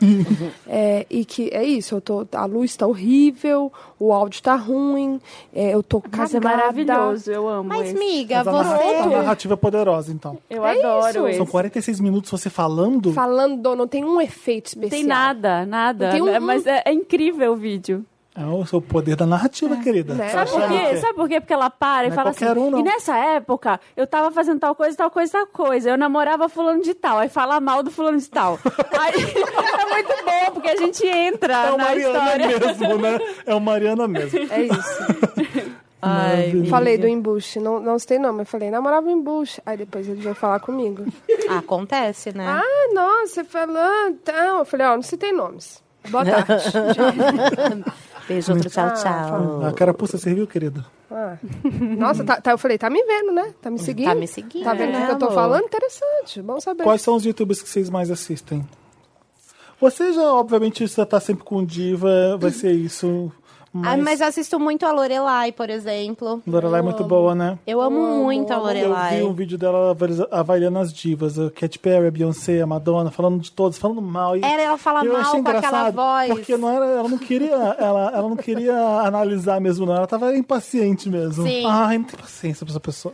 [SPEAKER 4] É, e que é isso, eu tô, a luz tá horrível, o áudio tá ruim, é, eu tô
[SPEAKER 2] Nossa,
[SPEAKER 4] cagada.
[SPEAKER 2] é maravilhoso. Eu amo
[SPEAKER 3] Mas,
[SPEAKER 2] esse.
[SPEAKER 3] miga,
[SPEAKER 1] Mas a narra- a
[SPEAKER 3] você. tá
[SPEAKER 1] narrativa é poderosa, então.
[SPEAKER 2] Eu
[SPEAKER 4] É isso.
[SPEAKER 2] adoro
[SPEAKER 1] São
[SPEAKER 2] esse.
[SPEAKER 1] 46 minutos você falando?
[SPEAKER 4] Falando, não tem um efeito
[SPEAKER 2] Não
[SPEAKER 4] especial.
[SPEAKER 2] tem nada, nada.
[SPEAKER 4] Não tem um-
[SPEAKER 2] É, Mas é, é incrível o vídeo.
[SPEAKER 1] É o seu poder da narrativa, querida.
[SPEAKER 4] Né?
[SPEAKER 1] Tá
[SPEAKER 2] Sabe por
[SPEAKER 1] achando o
[SPEAKER 2] quê?
[SPEAKER 1] quê?
[SPEAKER 2] Sabe por quê? Porque ela para e
[SPEAKER 1] Não é
[SPEAKER 2] fala assim.
[SPEAKER 1] qualquer um, não.
[SPEAKER 2] e nessa época, eu tava fazendo tal coisa, tal coisa, tal coisa. Eu namorava fulano de tal. Aí fala mal do fulano de tal. Aí é muito bom, porque a gente entra
[SPEAKER 1] É o
[SPEAKER 2] na
[SPEAKER 1] Mariana
[SPEAKER 2] história.
[SPEAKER 1] mesmo, né? É o Mariana mesmo.
[SPEAKER 4] É isso.
[SPEAKER 3] Ai, miga.
[SPEAKER 4] Falei do embuste, não, não citei não, mas falei, namorava o embuste. Aí depois ele veio falar comigo.
[SPEAKER 3] Acontece, né?
[SPEAKER 4] ah, nossa, você falou, então. Eu falei, ó, não citei nomes. Boa tarde.
[SPEAKER 3] Beijo, outro tchau, Tá tchau.
[SPEAKER 1] A carapuça serviu, querida?
[SPEAKER 4] Ah. Nossa, tá, tá- eu falei, tá me vendo, né? Tá me seguindo?
[SPEAKER 3] Tá me seguindo,
[SPEAKER 4] Tá vendo o
[SPEAKER 3] né,
[SPEAKER 4] que eu tô
[SPEAKER 3] amor?
[SPEAKER 4] falando? Interessante, bom saber.
[SPEAKER 1] Quais são os youtubers que vocês mais assistem? Você já, obviamente, já tá sempre com diva, vai ser isso.
[SPEAKER 3] Ah,
[SPEAKER 1] Mas,
[SPEAKER 3] mas eu assisto muito a Lorelai, por exemplo.
[SPEAKER 1] Lorelai é muito boa, né?
[SPEAKER 3] Eu amo muito a
[SPEAKER 1] Eu vi um
[SPEAKER 3] Lorelai.
[SPEAKER 1] vídeo dela avaliza- avaliando as divas, a Katy Perry, a Beyoncé, a Madonna, falando de todos, falando mal. E
[SPEAKER 3] Era ela fala
[SPEAKER 1] eu
[SPEAKER 3] mal
[SPEAKER 1] achei
[SPEAKER 3] com aquela
[SPEAKER 1] engraçado,
[SPEAKER 3] voz.
[SPEAKER 1] Porque não era, ela não queria, ela, ela não queria analisar mesmo, Ah, não. Ela tava impaciente mesmo.
[SPEAKER 3] Sim.
[SPEAKER 1] Ai, não tem paciência pra essa pessoa.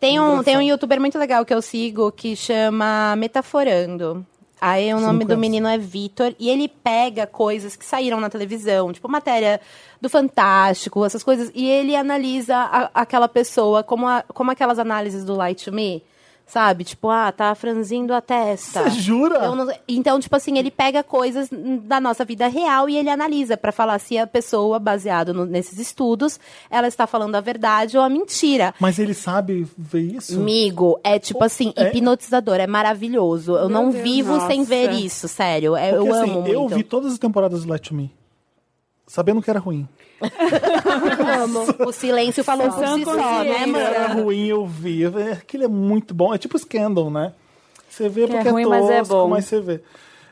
[SPEAKER 3] Tem um,
[SPEAKER 1] Engraçado.
[SPEAKER 3] tem um youtuber muito legal que eu sigo que chama Metaforando. Aí o
[SPEAKER 1] não
[SPEAKER 3] nome do
[SPEAKER 1] conhece.
[SPEAKER 3] menino é Vitor e ele pega coisas que saíram na televisão, tipo matéria do Fantástico, essas coisas, e ele analisa a- aquela pessoa como, a- como aquelas análises do Light to Me, sabe? Tipo, ah, tá franzindo a testa.
[SPEAKER 1] Você jura?
[SPEAKER 3] Eu não- Então, tipo assim, ele pega coisas n- da nossa vida real e ele analisa pra falar se a pessoa, baseado no- nesses estudos, ela está falando a verdade ou a mentira.
[SPEAKER 1] Mas ele sabe ver isso?
[SPEAKER 3] Amigo, é tipo assim,
[SPEAKER 1] É.
[SPEAKER 3] hipnotizador, é maravilhoso. Eu não
[SPEAKER 4] Deus.
[SPEAKER 3] vivo sem
[SPEAKER 2] Nossa.
[SPEAKER 3] ver isso, sério. É-
[SPEAKER 1] Porque,
[SPEAKER 3] eu
[SPEAKER 1] assim,
[SPEAKER 3] amo muito.
[SPEAKER 1] eu vi todas as temporadas do Let Me. Sabendo que era ruim.
[SPEAKER 3] O silêncio falou por
[SPEAKER 2] Sessão
[SPEAKER 3] si só, né,
[SPEAKER 2] consciente.
[SPEAKER 3] mano?
[SPEAKER 1] Era é ruim, eu vi. Eu falei, Aquilo é muito bom. É tipo Scandal, né? Você vê
[SPEAKER 2] Que é
[SPEAKER 1] porque é,
[SPEAKER 2] ruim,
[SPEAKER 1] tosco,
[SPEAKER 2] mas
[SPEAKER 1] mas,
[SPEAKER 2] é bom.
[SPEAKER 1] você vê.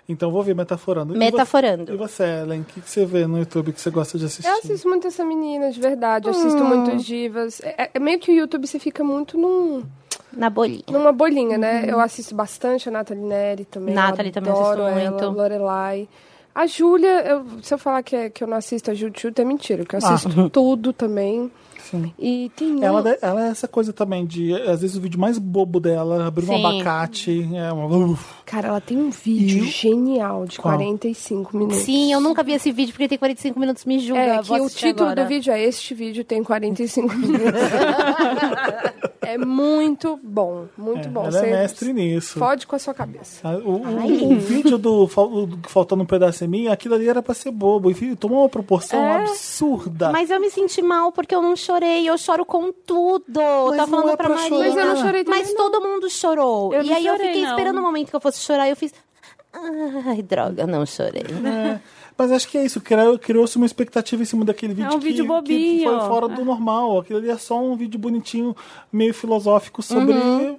[SPEAKER 1] Então eu vou ver Metaforando. E você-
[SPEAKER 3] Metaforando.
[SPEAKER 1] E você, Ellen, o que que você vê no YouTube que você gosta de assistir?
[SPEAKER 4] Eu assisto muito essa menina, de verdade. Eu assisto
[SPEAKER 3] Hum.
[SPEAKER 4] muito divas. É, é meio que o YouTube você fica muito num,
[SPEAKER 3] Na bolinha.
[SPEAKER 4] numa bolinha, né? Eu assisto bastante a Nathalie Neri também.
[SPEAKER 3] Nathalie
[SPEAKER 4] eu
[SPEAKER 3] também assisto
[SPEAKER 4] adoro ela,
[SPEAKER 3] muito.
[SPEAKER 4] Lorelai. A Júlia, eu- se eu falar que, é- que eu não assisto a Júlia, é mentira, porque eu
[SPEAKER 3] Ah.
[SPEAKER 4] assisto tudo também.
[SPEAKER 1] Sim.
[SPEAKER 4] E tem um-
[SPEAKER 1] Ela, de- ela é essa coisa também de, às vezes, o vídeo mais bobo dela, abrir um
[SPEAKER 3] Sim.
[SPEAKER 1] abacate, é uma... uf.
[SPEAKER 4] Cara, ela tem um vídeo
[SPEAKER 1] E-
[SPEAKER 4] genial de
[SPEAKER 1] Qual?
[SPEAKER 4] 45 minutos.
[SPEAKER 3] Sim, eu nunca vi esse vídeo porque tem 45 minutos, me julga.
[SPEAKER 4] É,
[SPEAKER 3] eu vou
[SPEAKER 4] que o
[SPEAKER 3] assistir
[SPEAKER 4] título
[SPEAKER 3] agora.
[SPEAKER 4] do vídeo é Este vídeo tem 45 minutos. é muito bom, muito
[SPEAKER 1] É,
[SPEAKER 4] bom.
[SPEAKER 1] ela é
[SPEAKER 4] Você
[SPEAKER 1] mestre nisso.
[SPEAKER 4] Fode com a sua cabeça.
[SPEAKER 1] Ah, O, o- o vídeo do, fal- do que faltando um pedaço em mim, aquilo ali era pra ser bobo. E tomou uma proporção absurda.
[SPEAKER 3] Mas eu me senti mal porque eu não chorei. Eu choro com tudo.
[SPEAKER 1] Mas
[SPEAKER 3] tá
[SPEAKER 1] não
[SPEAKER 3] falando
[SPEAKER 1] é
[SPEAKER 3] pra
[SPEAKER 1] pra
[SPEAKER 3] Marina.
[SPEAKER 1] chorar.
[SPEAKER 4] Mas eu não chorei também,
[SPEAKER 3] Mas todo mundo chorou.
[SPEAKER 2] Eu
[SPEAKER 3] e
[SPEAKER 2] não
[SPEAKER 3] aí eu
[SPEAKER 2] chorei,
[SPEAKER 3] fiquei
[SPEAKER 2] não.
[SPEAKER 3] esperando o momento que eu fosse chorar e eu fiz. Ai, droga, não chorei.
[SPEAKER 1] É, mas acho que é isso. criou- Criou-se uma expectativa em cima daquele vídeo,
[SPEAKER 2] um
[SPEAKER 1] que,
[SPEAKER 2] vídeo
[SPEAKER 1] que
[SPEAKER 2] bobinho.
[SPEAKER 1] foi fora do normal. Aquilo ali é só um vídeo bonitinho, meio filosófico sobre. né?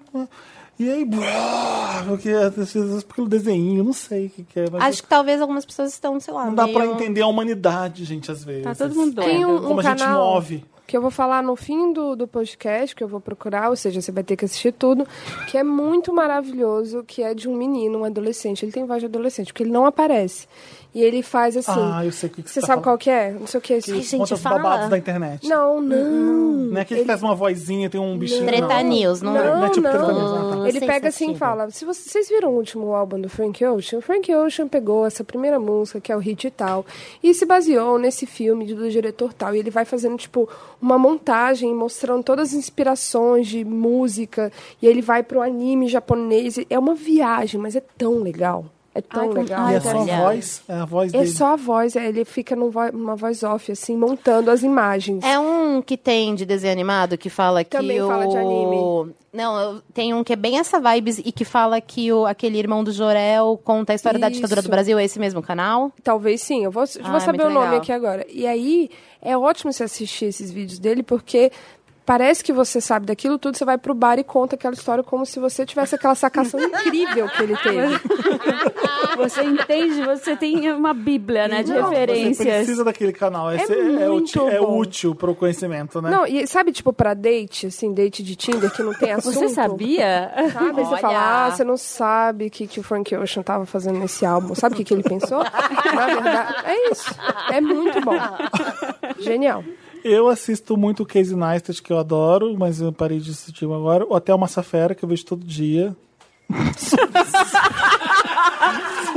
[SPEAKER 1] E aí, brá, porque às vezes pelo desenho, não sei o que, que é. Mas
[SPEAKER 3] Acho que talvez algumas pessoas estão, sei lá.
[SPEAKER 1] não dá
[SPEAKER 3] meio...
[SPEAKER 1] pra entender a humanidade, gente, às vezes.
[SPEAKER 2] Tá todo mundo doido.
[SPEAKER 4] Tem um, um
[SPEAKER 1] Como a gente
[SPEAKER 4] canal
[SPEAKER 1] move.
[SPEAKER 4] que eu vou falar no fim do, do podcast, que eu vou procurar, ou seja, você vai ter que assistir tudo, que é muito maravilhoso, que é de um menino, um adolescente. Ele tem voz de adolescente, porque ele não aparece. E ele faz assim...
[SPEAKER 1] Ah, eu sei o que, que
[SPEAKER 4] você
[SPEAKER 1] tá
[SPEAKER 4] sabe qual
[SPEAKER 1] falando.
[SPEAKER 4] que é? Não sei o que é isso.
[SPEAKER 3] Ai, gente,
[SPEAKER 1] Conta os
[SPEAKER 3] fala.
[SPEAKER 1] babados da internet.
[SPEAKER 4] Não, não.
[SPEAKER 1] Não é aquele que faz uma vozinha, tem um bichinho. não.
[SPEAKER 3] Treta News, não, é?
[SPEAKER 4] Não,
[SPEAKER 1] Não é tipo Treta
[SPEAKER 4] não.
[SPEAKER 1] News, ah, tá.
[SPEAKER 4] Ele
[SPEAKER 3] Sem
[SPEAKER 4] pega assim
[SPEAKER 2] é
[SPEAKER 4] e
[SPEAKER 3] sentido.
[SPEAKER 4] fala: se vocês, vocês viram o último álbum do Frank Ocean? O Frank Ocean pegou essa primeira música, que é o hit e tal, e se baseou nesse filme do diretor tal. E ele vai fazendo, tipo, uma montagem mostrando todas as inspirações de música. E ele vai pro anime japonês. É uma viagem, mas é tão legal. É tão
[SPEAKER 2] Ai, que-
[SPEAKER 4] legal.
[SPEAKER 1] E
[SPEAKER 2] Ai,
[SPEAKER 1] é só a
[SPEAKER 3] olha.
[SPEAKER 1] voz, é a voz
[SPEAKER 4] É
[SPEAKER 1] dele.
[SPEAKER 4] só a voz, é, ele fica num vo- numa voz off, assim, montando as imagens.
[SPEAKER 3] É um que tem de desenho animado que fala que
[SPEAKER 4] Também
[SPEAKER 3] o...
[SPEAKER 4] fala de anime.
[SPEAKER 3] Não, eu- tem um que é bem essa vibes e que fala que o, aquele irmão do Jorel conta a história da ditadura do
[SPEAKER 4] Isso.
[SPEAKER 3] Brasil. É esse mesmo canal?
[SPEAKER 4] Talvez sim, eu vou, eu
[SPEAKER 3] Ah,
[SPEAKER 4] vou
[SPEAKER 3] é
[SPEAKER 4] saber
[SPEAKER 3] muito
[SPEAKER 4] o nome
[SPEAKER 3] legal.
[SPEAKER 4] aqui agora. E aí, é ótimo você assistir esses vídeos dele, porque parece que você sabe daquilo tudo, você vai pro bar e conta aquela história como se você tivesse aquela sacação incrível que ele teve.
[SPEAKER 2] Você entende, você tem uma bíblia, né, de
[SPEAKER 4] Não,
[SPEAKER 1] Você
[SPEAKER 2] referências.
[SPEAKER 1] precisa daquele canal. Esse é, é,
[SPEAKER 4] muito
[SPEAKER 1] útil, é
[SPEAKER 4] bom.
[SPEAKER 1] útil pro conhecimento, né?
[SPEAKER 4] Não, e sabe, tipo, pra date, assim, date de Tinder, que não tem assunto?
[SPEAKER 2] Você sabia?
[SPEAKER 4] Sabe? Aí Você
[SPEAKER 3] Olha.
[SPEAKER 4] fala, ah, você não sabe o que, que o Frank Ocean tava fazendo nesse álbum. Sabe o que, que ele pensou? Na verdade, é isso. É muito bom. Genial.
[SPEAKER 1] Eu assisto muito o Casey Neistat, que eu adoro, mas eu parei de assistir agora. Ou até o Massafera, que eu vejo todo dia.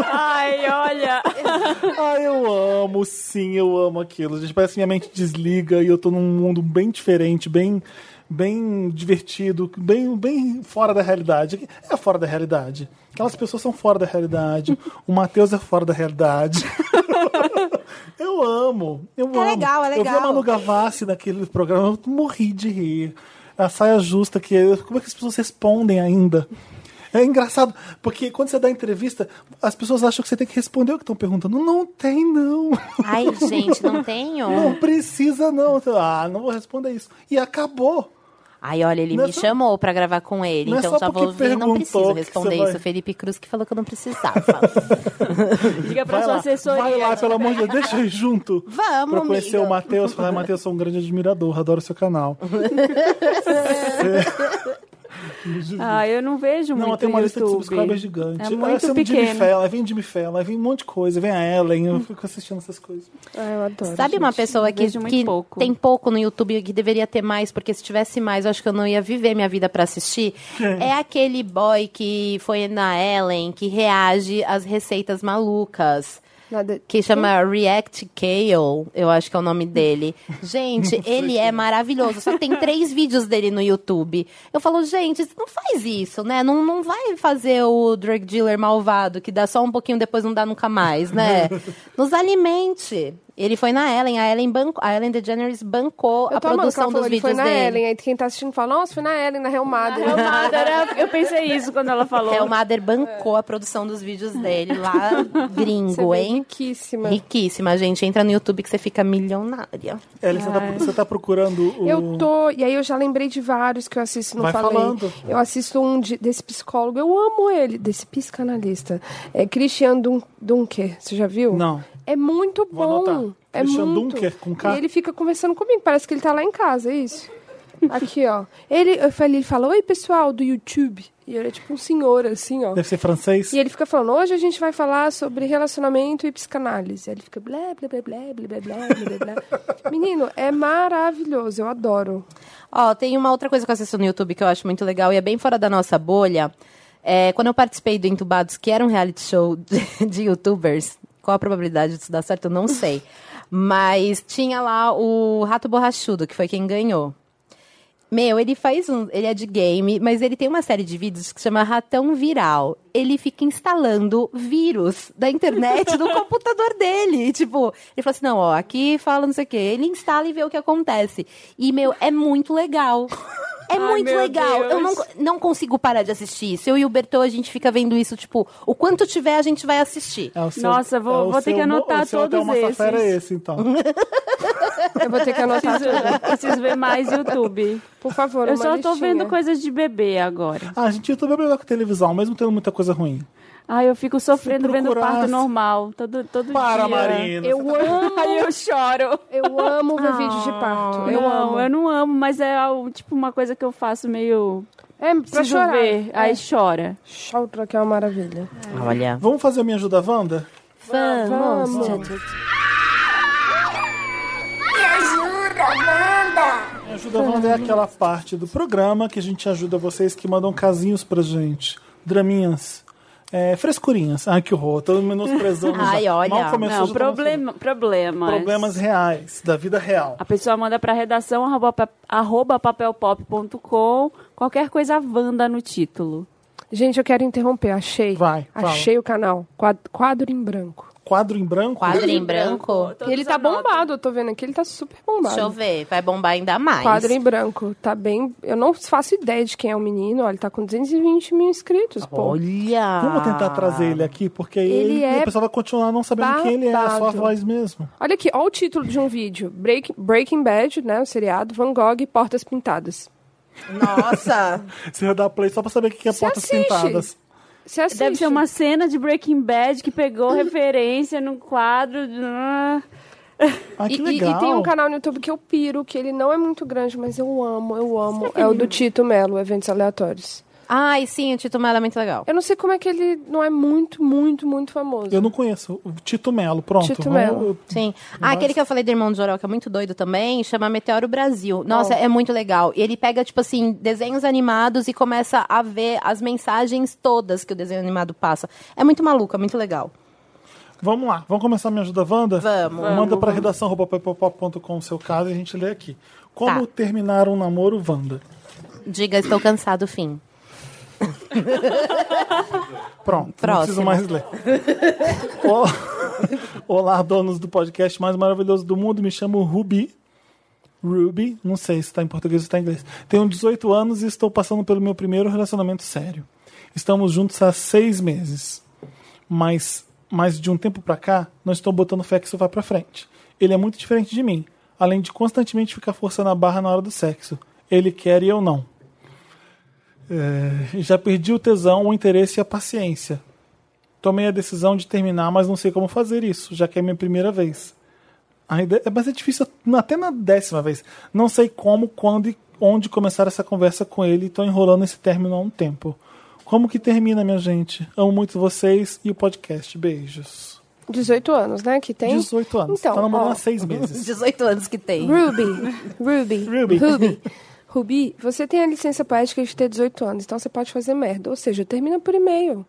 [SPEAKER 2] Ai, olha.
[SPEAKER 1] Ah, eu amo, sim, eu amo aquilo. Gente, parece que minha mente desliga e eu tô num mundo bem diferente, bem bem divertido, bem, bem fora da realidade. É fora da realidade. Aquelas pessoas são fora da realidade. O Matheus é fora da realidade. eu amo. Eu amo.
[SPEAKER 3] legal, é
[SPEAKER 1] Eu vi a Manu
[SPEAKER 3] legal.
[SPEAKER 1] Gavassi naquele programa, eu morri de rir. A saia justa que como é que as pessoas respondem ainda? É engraçado, porque quando você dá entrevista, as pessoas acham que você tem que responder o que estão perguntando. Não tem, não.
[SPEAKER 3] Ai, gente, não tenho.
[SPEAKER 1] Não precisa, não. Ah, não vou responder isso. E acabou.
[SPEAKER 3] Ai, olha, ele
[SPEAKER 1] Não é
[SPEAKER 3] me
[SPEAKER 1] só-
[SPEAKER 3] chamou pra gravar com ele,
[SPEAKER 1] Não é
[SPEAKER 3] então
[SPEAKER 1] só
[SPEAKER 3] já
[SPEAKER 1] porque
[SPEAKER 3] vou vir. Não
[SPEAKER 1] perguntou
[SPEAKER 3] preciso
[SPEAKER 1] que
[SPEAKER 3] responder
[SPEAKER 1] você vai-
[SPEAKER 3] isso. Felipe Cruz que falou que eu não precisava.
[SPEAKER 2] Diga pra
[SPEAKER 1] Vai
[SPEAKER 2] sua
[SPEAKER 1] lá,
[SPEAKER 2] assessoria.
[SPEAKER 1] vai lá, pelo amor de Deus, deixa eu ir junto.
[SPEAKER 3] né? Vamos,
[SPEAKER 1] Pra conhecer
[SPEAKER 3] amiga.
[SPEAKER 1] o Matheus. Falar, Matheus, sou um grande admirador, adoro seu canal. Jesus.
[SPEAKER 2] Ah, eu não vejo
[SPEAKER 1] Não,
[SPEAKER 2] muito
[SPEAKER 1] tem uma lista de
[SPEAKER 2] YouTube.
[SPEAKER 1] subscribers gigante.
[SPEAKER 2] É
[SPEAKER 1] Aí
[SPEAKER 2] muito
[SPEAKER 1] chama Jimmy
[SPEAKER 2] pequeno.
[SPEAKER 1] Fallon, aí vem Jimmy Fallon, aí vem um monte de coisa, vem a Ellen, eu fico assistindo essas coisas.
[SPEAKER 4] Ah, eu adoro.
[SPEAKER 3] Sabe uma pessoa que,
[SPEAKER 2] vejo muito
[SPEAKER 3] que
[SPEAKER 2] pouco.
[SPEAKER 3] tem pouco no YouTube e que deveria ter mais, porque se tivesse mais, eu acho que eu não ia viver minha vida pra assistir? É aquele boy que foi na Ellen, que reage às receitas malucas.
[SPEAKER 4] Nada...
[SPEAKER 3] Que chama
[SPEAKER 4] Hum.
[SPEAKER 3] React Kale, eu acho que é o nome dele. Gente, ele é maravilhoso. Só que tem três vídeos dele no YouTube. Eu falo, gente, não faz isso, né? Não, não vai fazer o drug dealer malvado, que dá só um pouquinho, depois não dá nunca mais, né? Nos alimente. Ele foi na Ellen, a Ellen, banco, a Ellen DeGeneres bancou
[SPEAKER 4] Eu
[SPEAKER 3] a
[SPEAKER 4] tô amando que
[SPEAKER 3] produção
[SPEAKER 4] ela falou,
[SPEAKER 3] dos
[SPEAKER 4] ele foi
[SPEAKER 3] vídeos
[SPEAKER 4] na
[SPEAKER 3] dele.
[SPEAKER 4] Ellen. Aí quem tá assistindo fala, nossa, foi na Ellen, na Relmada.
[SPEAKER 2] Eu, amado, era- né? eu pensei isso quando ela falou.
[SPEAKER 3] Real Mader bancou a produção dos vídeos dele lá,
[SPEAKER 4] É. Você
[SPEAKER 3] gringo,
[SPEAKER 4] vê,
[SPEAKER 3] hein?
[SPEAKER 4] Riquíssima.
[SPEAKER 3] Riquíssima, gente. Entra no YouTube que você fica milionária.
[SPEAKER 1] Ellen, você, tá, você tá procurando o.
[SPEAKER 4] Eu tô, e aí eu já lembrei de vários que eu assisto, não
[SPEAKER 1] Vai
[SPEAKER 4] falei.
[SPEAKER 1] falando.
[SPEAKER 4] Eu assisto um de- desse psicólogo, eu amo ele, desse psicanalista. É Christian Dun Dunker, você já viu?
[SPEAKER 1] Não.
[SPEAKER 4] É muito
[SPEAKER 1] Vou
[SPEAKER 4] bom.
[SPEAKER 1] anotar.
[SPEAKER 4] É
[SPEAKER 1] Christian
[SPEAKER 4] muito.
[SPEAKER 1] Dunker, com K?
[SPEAKER 4] E ele fica conversando comigo, parece que ele tá lá em casa, é isso. Aqui, ó. Ele, eu falei, ele fala, oi pessoal do YouTube. E ele é tipo um senhor, assim, ó.
[SPEAKER 1] Deve ser francês?
[SPEAKER 4] E ele fica falando, hoje a gente vai falar sobre relacionamento e psicanálise. Aí ele fica blé, blé, blé, blé, blé, blé, blé, blé, blé. Menino, é maravilhoso, eu adoro.
[SPEAKER 3] Ó, tem uma outra coisa que eu assisto no YouTube que eu acho muito legal e é bem fora da nossa bolha. É, quando eu participei do Entubados, que era um reality show de, de youtubers, qual a probabilidade disso dar certo? Eu não sei. Mas tinha lá o Rato Borrachudo, que foi quem ganhou. Meu, ele faz um. Ele é de game, mas ele tem uma série de vídeos que chama Ratão Viral. Ele fica instalando vírus da internet no computador dele. Tipo, ele fala assim: não, ó, aqui fala não sei o quê. Ele instala e vê o que acontece. E, meu, é muito legal. É muito
[SPEAKER 2] meu
[SPEAKER 3] legal. Eu não,
[SPEAKER 2] Deus.
[SPEAKER 3] não consigo parar de assistir isso. Eu e o Bertô, a gente fica vendo isso, tipo, o quanto tiver, a gente vai assistir.
[SPEAKER 1] É o seu-
[SPEAKER 2] Nossa, vou-
[SPEAKER 1] o
[SPEAKER 2] vou ter
[SPEAKER 1] seu
[SPEAKER 2] que
[SPEAKER 1] mo-
[SPEAKER 2] anotar
[SPEAKER 1] o seu hotel
[SPEAKER 2] todos
[SPEAKER 1] Massafera
[SPEAKER 2] esses.
[SPEAKER 1] é esse, então.
[SPEAKER 4] Eu vou ter que anotar tudo.
[SPEAKER 2] Preciso, preciso ver mais YouTube.
[SPEAKER 4] Por favor,
[SPEAKER 2] Eu
[SPEAKER 4] uma
[SPEAKER 2] só tô
[SPEAKER 4] listinha.
[SPEAKER 2] vendo coisas de bebê agora.
[SPEAKER 1] Ah, gente, YouTube é melhor que televisão, mesmo tendo muita coisa ruim.
[SPEAKER 2] Ai, eu fico sofrendo vendo
[SPEAKER 1] procurasse-
[SPEAKER 2] parto normal. Todo, todo
[SPEAKER 1] Para,
[SPEAKER 2] dia.
[SPEAKER 1] Marina.
[SPEAKER 4] Eu amo,
[SPEAKER 2] Ai, eu choro.
[SPEAKER 4] eu amo ver vídeo de parto. Eu
[SPEAKER 2] Ah. não, é
[SPEAKER 4] amo.
[SPEAKER 2] eu não amo, mas é algo, tipo uma coisa que eu faço meio.
[SPEAKER 4] É pra
[SPEAKER 2] Preciso
[SPEAKER 4] chorar. É.
[SPEAKER 2] ver. Aí chora.
[SPEAKER 4] Chora que é uma maravilha.
[SPEAKER 3] Ah, Olha.
[SPEAKER 1] Vamos fazer o Me Ajuda Wanda?
[SPEAKER 3] Vamos.
[SPEAKER 4] Vamos.
[SPEAKER 5] Me ajuda, Wanda!
[SPEAKER 1] Me Ajuda Wanda é aquela parte do programa que a gente ajuda vocês que mandam casinhos pra gente. Draminhas. É, frescurinhas. Ai, que horror. Tô menosprezando. já.
[SPEAKER 3] Ai, olha.
[SPEAKER 1] Mal começou,
[SPEAKER 2] Não,
[SPEAKER 1] já tá tô
[SPEAKER 2] problema, problemas.
[SPEAKER 1] menosprezando. Problemas reais, da vida real.
[SPEAKER 2] A pessoa manda pra redação arroba, pa- arroba papelpop.com qualquer coisa Wanda no título.
[SPEAKER 4] Gente, eu quero interromper. Achei.
[SPEAKER 1] Vai, fala.
[SPEAKER 4] Achei o canal. Quad- Quadro em branco.
[SPEAKER 1] Quadro em branco?
[SPEAKER 3] Quadro em branco.
[SPEAKER 2] Todos
[SPEAKER 4] E ele tá
[SPEAKER 2] anotam.
[SPEAKER 4] bombado, eu tô vendo aqui, ele tá super bombado.
[SPEAKER 3] Deixa eu ver, vai bombar ainda mais.
[SPEAKER 4] Quadro em branco. Tá bem. Eu não faço ideia de quem é o menino. Olha, ele tá com 220 mil inscritos,
[SPEAKER 1] Tá
[SPEAKER 4] pô.
[SPEAKER 3] Olha!
[SPEAKER 1] Vamos tentar trazer ele aqui, porque aí
[SPEAKER 4] Ele
[SPEAKER 1] ele
[SPEAKER 4] é
[SPEAKER 1] o pessoal vai continuar não sabendo quem ele é, só a
[SPEAKER 4] babado.
[SPEAKER 1] voz mesmo.
[SPEAKER 4] Olha aqui, olha o título de um vídeo: Break- Breaking Bad, né? O seriado, Van Gogh e Portas Pintadas.
[SPEAKER 3] Nossa!
[SPEAKER 1] Você vai dar play só pra saber o que é
[SPEAKER 4] Você
[SPEAKER 1] Portas
[SPEAKER 4] assiste.
[SPEAKER 1] Pintadas.
[SPEAKER 4] Você assiste. Ah,
[SPEAKER 2] Deve ser uma cena de Breaking Bad que pegou referência num quadro. de- Ah,
[SPEAKER 1] Ai,
[SPEAKER 4] E,
[SPEAKER 1] Ah, que
[SPEAKER 4] e-
[SPEAKER 1] legal.
[SPEAKER 4] e tem um canal no YouTube que eu piro, que ele não é muito grande, mas eu amo, eu amo. É o do Tito Melo, Eventos Aleatórios.
[SPEAKER 3] Ai, sim, o Tito Mello é muito legal.
[SPEAKER 4] Eu não sei como é que ele não é muito, muito, muito famoso.
[SPEAKER 1] Eu não conheço. O Tito Melo, pronto.
[SPEAKER 4] Tito
[SPEAKER 1] Vamos-
[SPEAKER 4] Mello.
[SPEAKER 3] Sim. Ah, aquele que eu falei do Irmão do Joró, que é muito doido também, chama Meteoro Brasil. Nossa, é muito legal. E ele pega, tipo assim, desenhos animados e começa a ver as mensagens todas que o desenho animado passa. É muito maluco, é muito legal.
[SPEAKER 1] Vamos lá, vamos começar Me Ajuda Wanda?
[SPEAKER 3] Vamos.
[SPEAKER 1] Manda pra redação arroba papelpop.com o seu caso e a gente lê aqui. Como
[SPEAKER 3] Tá.
[SPEAKER 1] terminar um namoro, Wanda?
[SPEAKER 3] Diga, estou cansado, fim.
[SPEAKER 1] Pronto, não preciso
[SPEAKER 3] Próximo.
[SPEAKER 1] mais ler. O- Olá, donos do podcast mais maravilhoso do mundo. Me chamo Ruby. Ruby, não sei se está em português ou está em inglês. Tenho 18 anos e estou passando pelo meu primeiro relacionamento sério. Estamos juntos há seis meses. Mas, mas de um tempo pra cá, não estou botando fé que isso vá pra frente. Ele é muito diferente de mim, além de constantemente ficar forçando a barra na hora do sexo. Ele quer e eu não. É, já perdi o tesão, o interesse e a paciência. Tomei a decisão de terminar, mas não sei como fazer isso, já que é minha primeira vez. Ainda, mas é difícil, até na décima vez. Não sei como, quando e onde começar essa conversa com ele. Estou enrolando esse término há um tempo. Como que termina, minha gente? Amo muito vocês e o podcast. Beijos.
[SPEAKER 4] 18 anos, né? Que tem.
[SPEAKER 1] 18 anos.
[SPEAKER 4] Então,
[SPEAKER 1] tá namorando
[SPEAKER 4] ó,
[SPEAKER 1] há seis meses.
[SPEAKER 3] 18 anos que tem.
[SPEAKER 4] Ruby,
[SPEAKER 1] Ruby.
[SPEAKER 4] Ruby, Ruby, Ruby. Ruby, você tem a licença poética de ter 18 anos, então você pode fazer merda. Ou seja, termina por e-mail.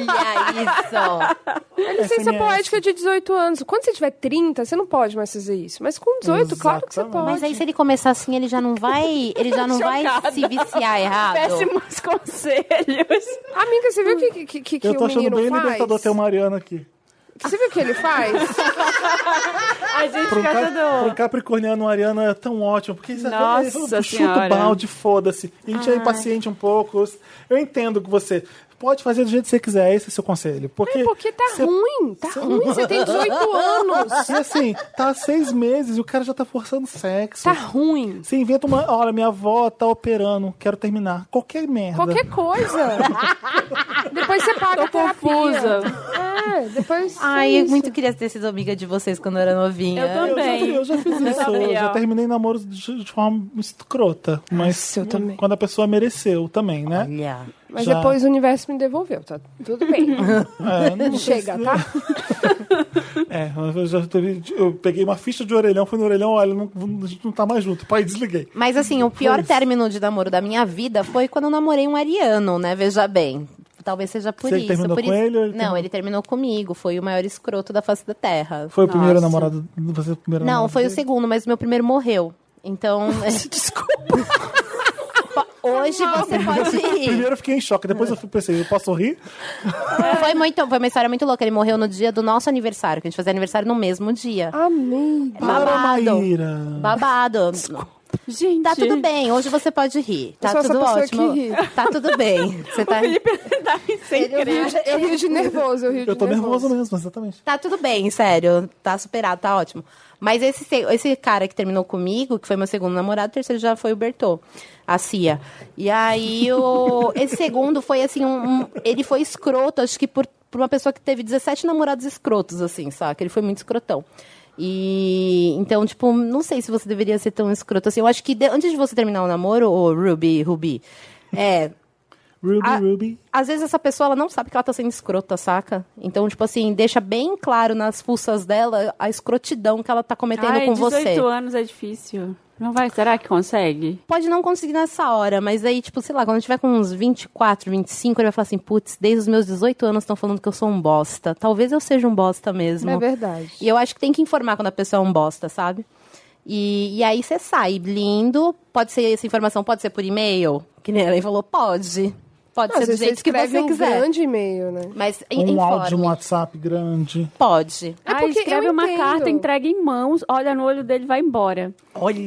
[SPEAKER 3] Olha isso.
[SPEAKER 4] A licença
[SPEAKER 1] SMS.
[SPEAKER 4] poética de 18 anos. Quando você tiver 30, você não pode mais fazer isso. Mas com 18, claro que você
[SPEAKER 1] Exatamente.
[SPEAKER 4] pode.
[SPEAKER 3] Mas aí se ele começar assim, ele já não vai, ele já não vai
[SPEAKER 2] Chocada.
[SPEAKER 3] se viciar errado.
[SPEAKER 2] Péssimos conselhos.
[SPEAKER 4] Amiga, você viu o que, que, que, que
[SPEAKER 1] Eu tô
[SPEAKER 4] o
[SPEAKER 1] achando
[SPEAKER 4] menino
[SPEAKER 1] bem
[SPEAKER 4] faz?
[SPEAKER 1] libertador ter um- o Mariana aqui.
[SPEAKER 4] Você viu o que ele faz?
[SPEAKER 2] A gente
[SPEAKER 1] Pra um,
[SPEAKER 2] fica
[SPEAKER 1] ca... pra um
[SPEAKER 2] todo...
[SPEAKER 1] capricorniano, Mariana é tão ótimo. Porque isso é-
[SPEAKER 2] Nossa
[SPEAKER 1] chuta o
[SPEAKER 2] Senhora.
[SPEAKER 1] balde, foda-se. A gente é impaciente um pouco. Eu entendo que você pode fazer do jeito que você quiser. Esse é o seu conselho. Porque,
[SPEAKER 4] É porque tá
[SPEAKER 1] você-
[SPEAKER 4] ruim, tá ruim. Você tem 18 anos.
[SPEAKER 1] E assim, tá há seis meses e o cara já tá forçando sexo.
[SPEAKER 4] Tá ruim.
[SPEAKER 1] Você inventa uma. Olha, minha avó tá operando, quero terminar. Qualquer merda.
[SPEAKER 4] Qualquer coisa. depois você paga a terapia.
[SPEAKER 2] Confusa.
[SPEAKER 4] É, depois...
[SPEAKER 3] Ai,
[SPEAKER 4] é
[SPEAKER 3] eu
[SPEAKER 4] isso.
[SPEAKER 3] muito queria ter sido amiga de vocês quando eu era novinha.
[SPEAKER 2] Eu
[SPEAKER 1] Eu já,
[SPEAKER 2] também.
[SPEAKER 1] eu já fiz isso. Eu já
[SPEAKER 2] Gabriel.
[SPEAKER 1] terminei namoros de, de forma escrota. Mas
[SPEAKER 4] Nossa, eu também.
[SPEAKER 1] quando a pessoa mereceu também, né?
[SPEAKER 3] Olha.
[SPEAKER 4] Mas
[SPEAKER 1] Já.
[SPEAKER 4] depois o universo me devolveu, tá tudo bem.
[SPEAKER 1] É, não sei
[SPEAKER 4] Chega,
[SPEAKER 1] se-
[SPEAKER 4] tá?
[SPEAKER 1] É, eu já teve- eu peguei uma ficha de orelhão, fui no orelhão, olha, não, a gente não tá mais junto. Pai, desliguei.
[SPEAKER 3] Mas assim, o pior
[SPEAKER 1] Pois.
[SPEAKER 3] término de namoro da minha vida foi quando eu namorei um ariano, né? Veja bem. Talvez seja por
[SPEAKER 1] Você
[SPEAKER 3] isso.
[SPEAKER 1] terminou
[SPEAKER 3] por
[SPEAKER 1] com
[SPEAKER 3] isso-
[SPEAKER 1] ele ou ele
[SPEAKER 3] Não,
[SPEAKER 1] terminou-
[SPEAKER 3] ele terminou comigo. Foi o maior escroto da face da Terra.
[SPEAKER 1] Foi o primeiro
[SPEAKER 2] Nossa.
[SPEAKER 1] namorado. Você é o primeiro
[SPEAKER 3] Não,
[SPEAKER 1] namorado
[SPEAKER 3] foi o
[SPEAKER 1] dele?
[SPEAKER 3] segundo, mas o meu primeiro morreu. Então. Desculpa! Hoje você pode ir.
[SPEAKER 1] Primeiro eu fiquei em choque, depois eu fui- pensei, eu posso rir?
[SPEAKER 3] Foi, muito, foi uma história muito louca. Ele morreu no dia do nosso aniversário, que a gente fazia aniversário no mesmo dia.
[SPEAKER 4] Amém.
[SPEAKER 1] Para,
[SPEAKER 3] Babado.
[SPEAKER 1] Maíra.
[SPEAKER 3] Babado.
[SPEAKER 1] um
[SPEAKER 2] Gente.
[SPEAKER 3] Tá tudo bem, hoje você pode rir. Tá
[SPEAKER 4] sou essa
[SPEAKER 3] tudo
[SPEAKER 4] pessoa
[SPEAKER 3] ótimo.
[SPEAKER 4] que ri.
[SPEAKER 3] Tá tudo bem. Você tá.
[SPEAKER 2] Tá sem crer.
[SPEAKER 4] Eu rio de nervoso, eu rio de
[SPEAKER 1] Eu tô
[SPEAKER 4] nervoso.
[SPEAKER 1] nervoso mesmo, exatamente.
[SPEAKER 3] Tá tudo bem, sério. Tá superado, tá ótimo. Mas esse, se- esse cara que terminou comigo, que foi meu segundo namorado, o terceiro já foi o Bertô, a Cia. E aí, o, esse segundo foi assim, um, um- ele foi escroto, acho que por, por uma pessoa que teve 17 namorados escrotos, assim, saca? Ele foi muito escrotão. E então, tipo, não sei se você deveria ser tão escroto assim. Eu acho que de- antes de você terminar o namoro, ô Ruby, Ruby, é,
[SPEAKER 1] Ruby,
[SPEAKER 3] Ah,
[SPEAKER 1] Ruby.
[SPEAKER 3] às vezes essa pessoa ela não sabe que ela tá sendo escrota, saca? Então, tipo assim, deixa bem claro nas fuças dela a escrotidão que ela tá cometendo
[SPEAKER 2] Ai,
[SPEAKER 3] com
[SPEAKER 2] 18
[SPEAKER 3] você.
[SPEAKER 2] anos é difícil. Não vai, será que consegue?
[SPEAKER 3] Pode não conseguir nessa hora, mas aí, tipo, sei lá, quando tiver com uns 24, 25, ele vai falar assim: putz, desde os meus 18 anos estão falando que eu sou um bosta. Talvez eu seja um bosta mesmo.
[SPEAKER 4] É verdade.
[SPEAKER 3] E eu acho que tem que informar quando a pessoa é um bosta, sabe? E, e aí você sai lindo. Pode ser essa informação, pode ser por e-mail, que nem ela falou, pode. Pode
[SPEAKER 4] Às
[SPEAKER 3] ser do
[SPEAKER 4] vezes você
[SPEAKER 3] jeito que
[SPEAKER 4] escreve
[SPEAKER 3] você
[SPEAKER 4] um
[SPEAKER 3] quiser.
[SPEAKER 4] grande e-mail, né?
[SPEAKER 3] Mas in-
[SPEAKER 1] Um áudio, um
[SPEAKER 3] informe.
[SPEAKER 1] WhatsApp grande.
[SPEAKER 3] Pode.
[SPEAKER 4] É
[SPEAKER 2] Ai,
[SPEAKER 4] porque eu
[SPEAKER 2] Ah, escreve uma
[SPEAKER 4] entendo.
[SPEAKER 2] carta, entrega em mãos, olha no olho dele e vai embora. Ah.
[SPEAKER 3] Olha!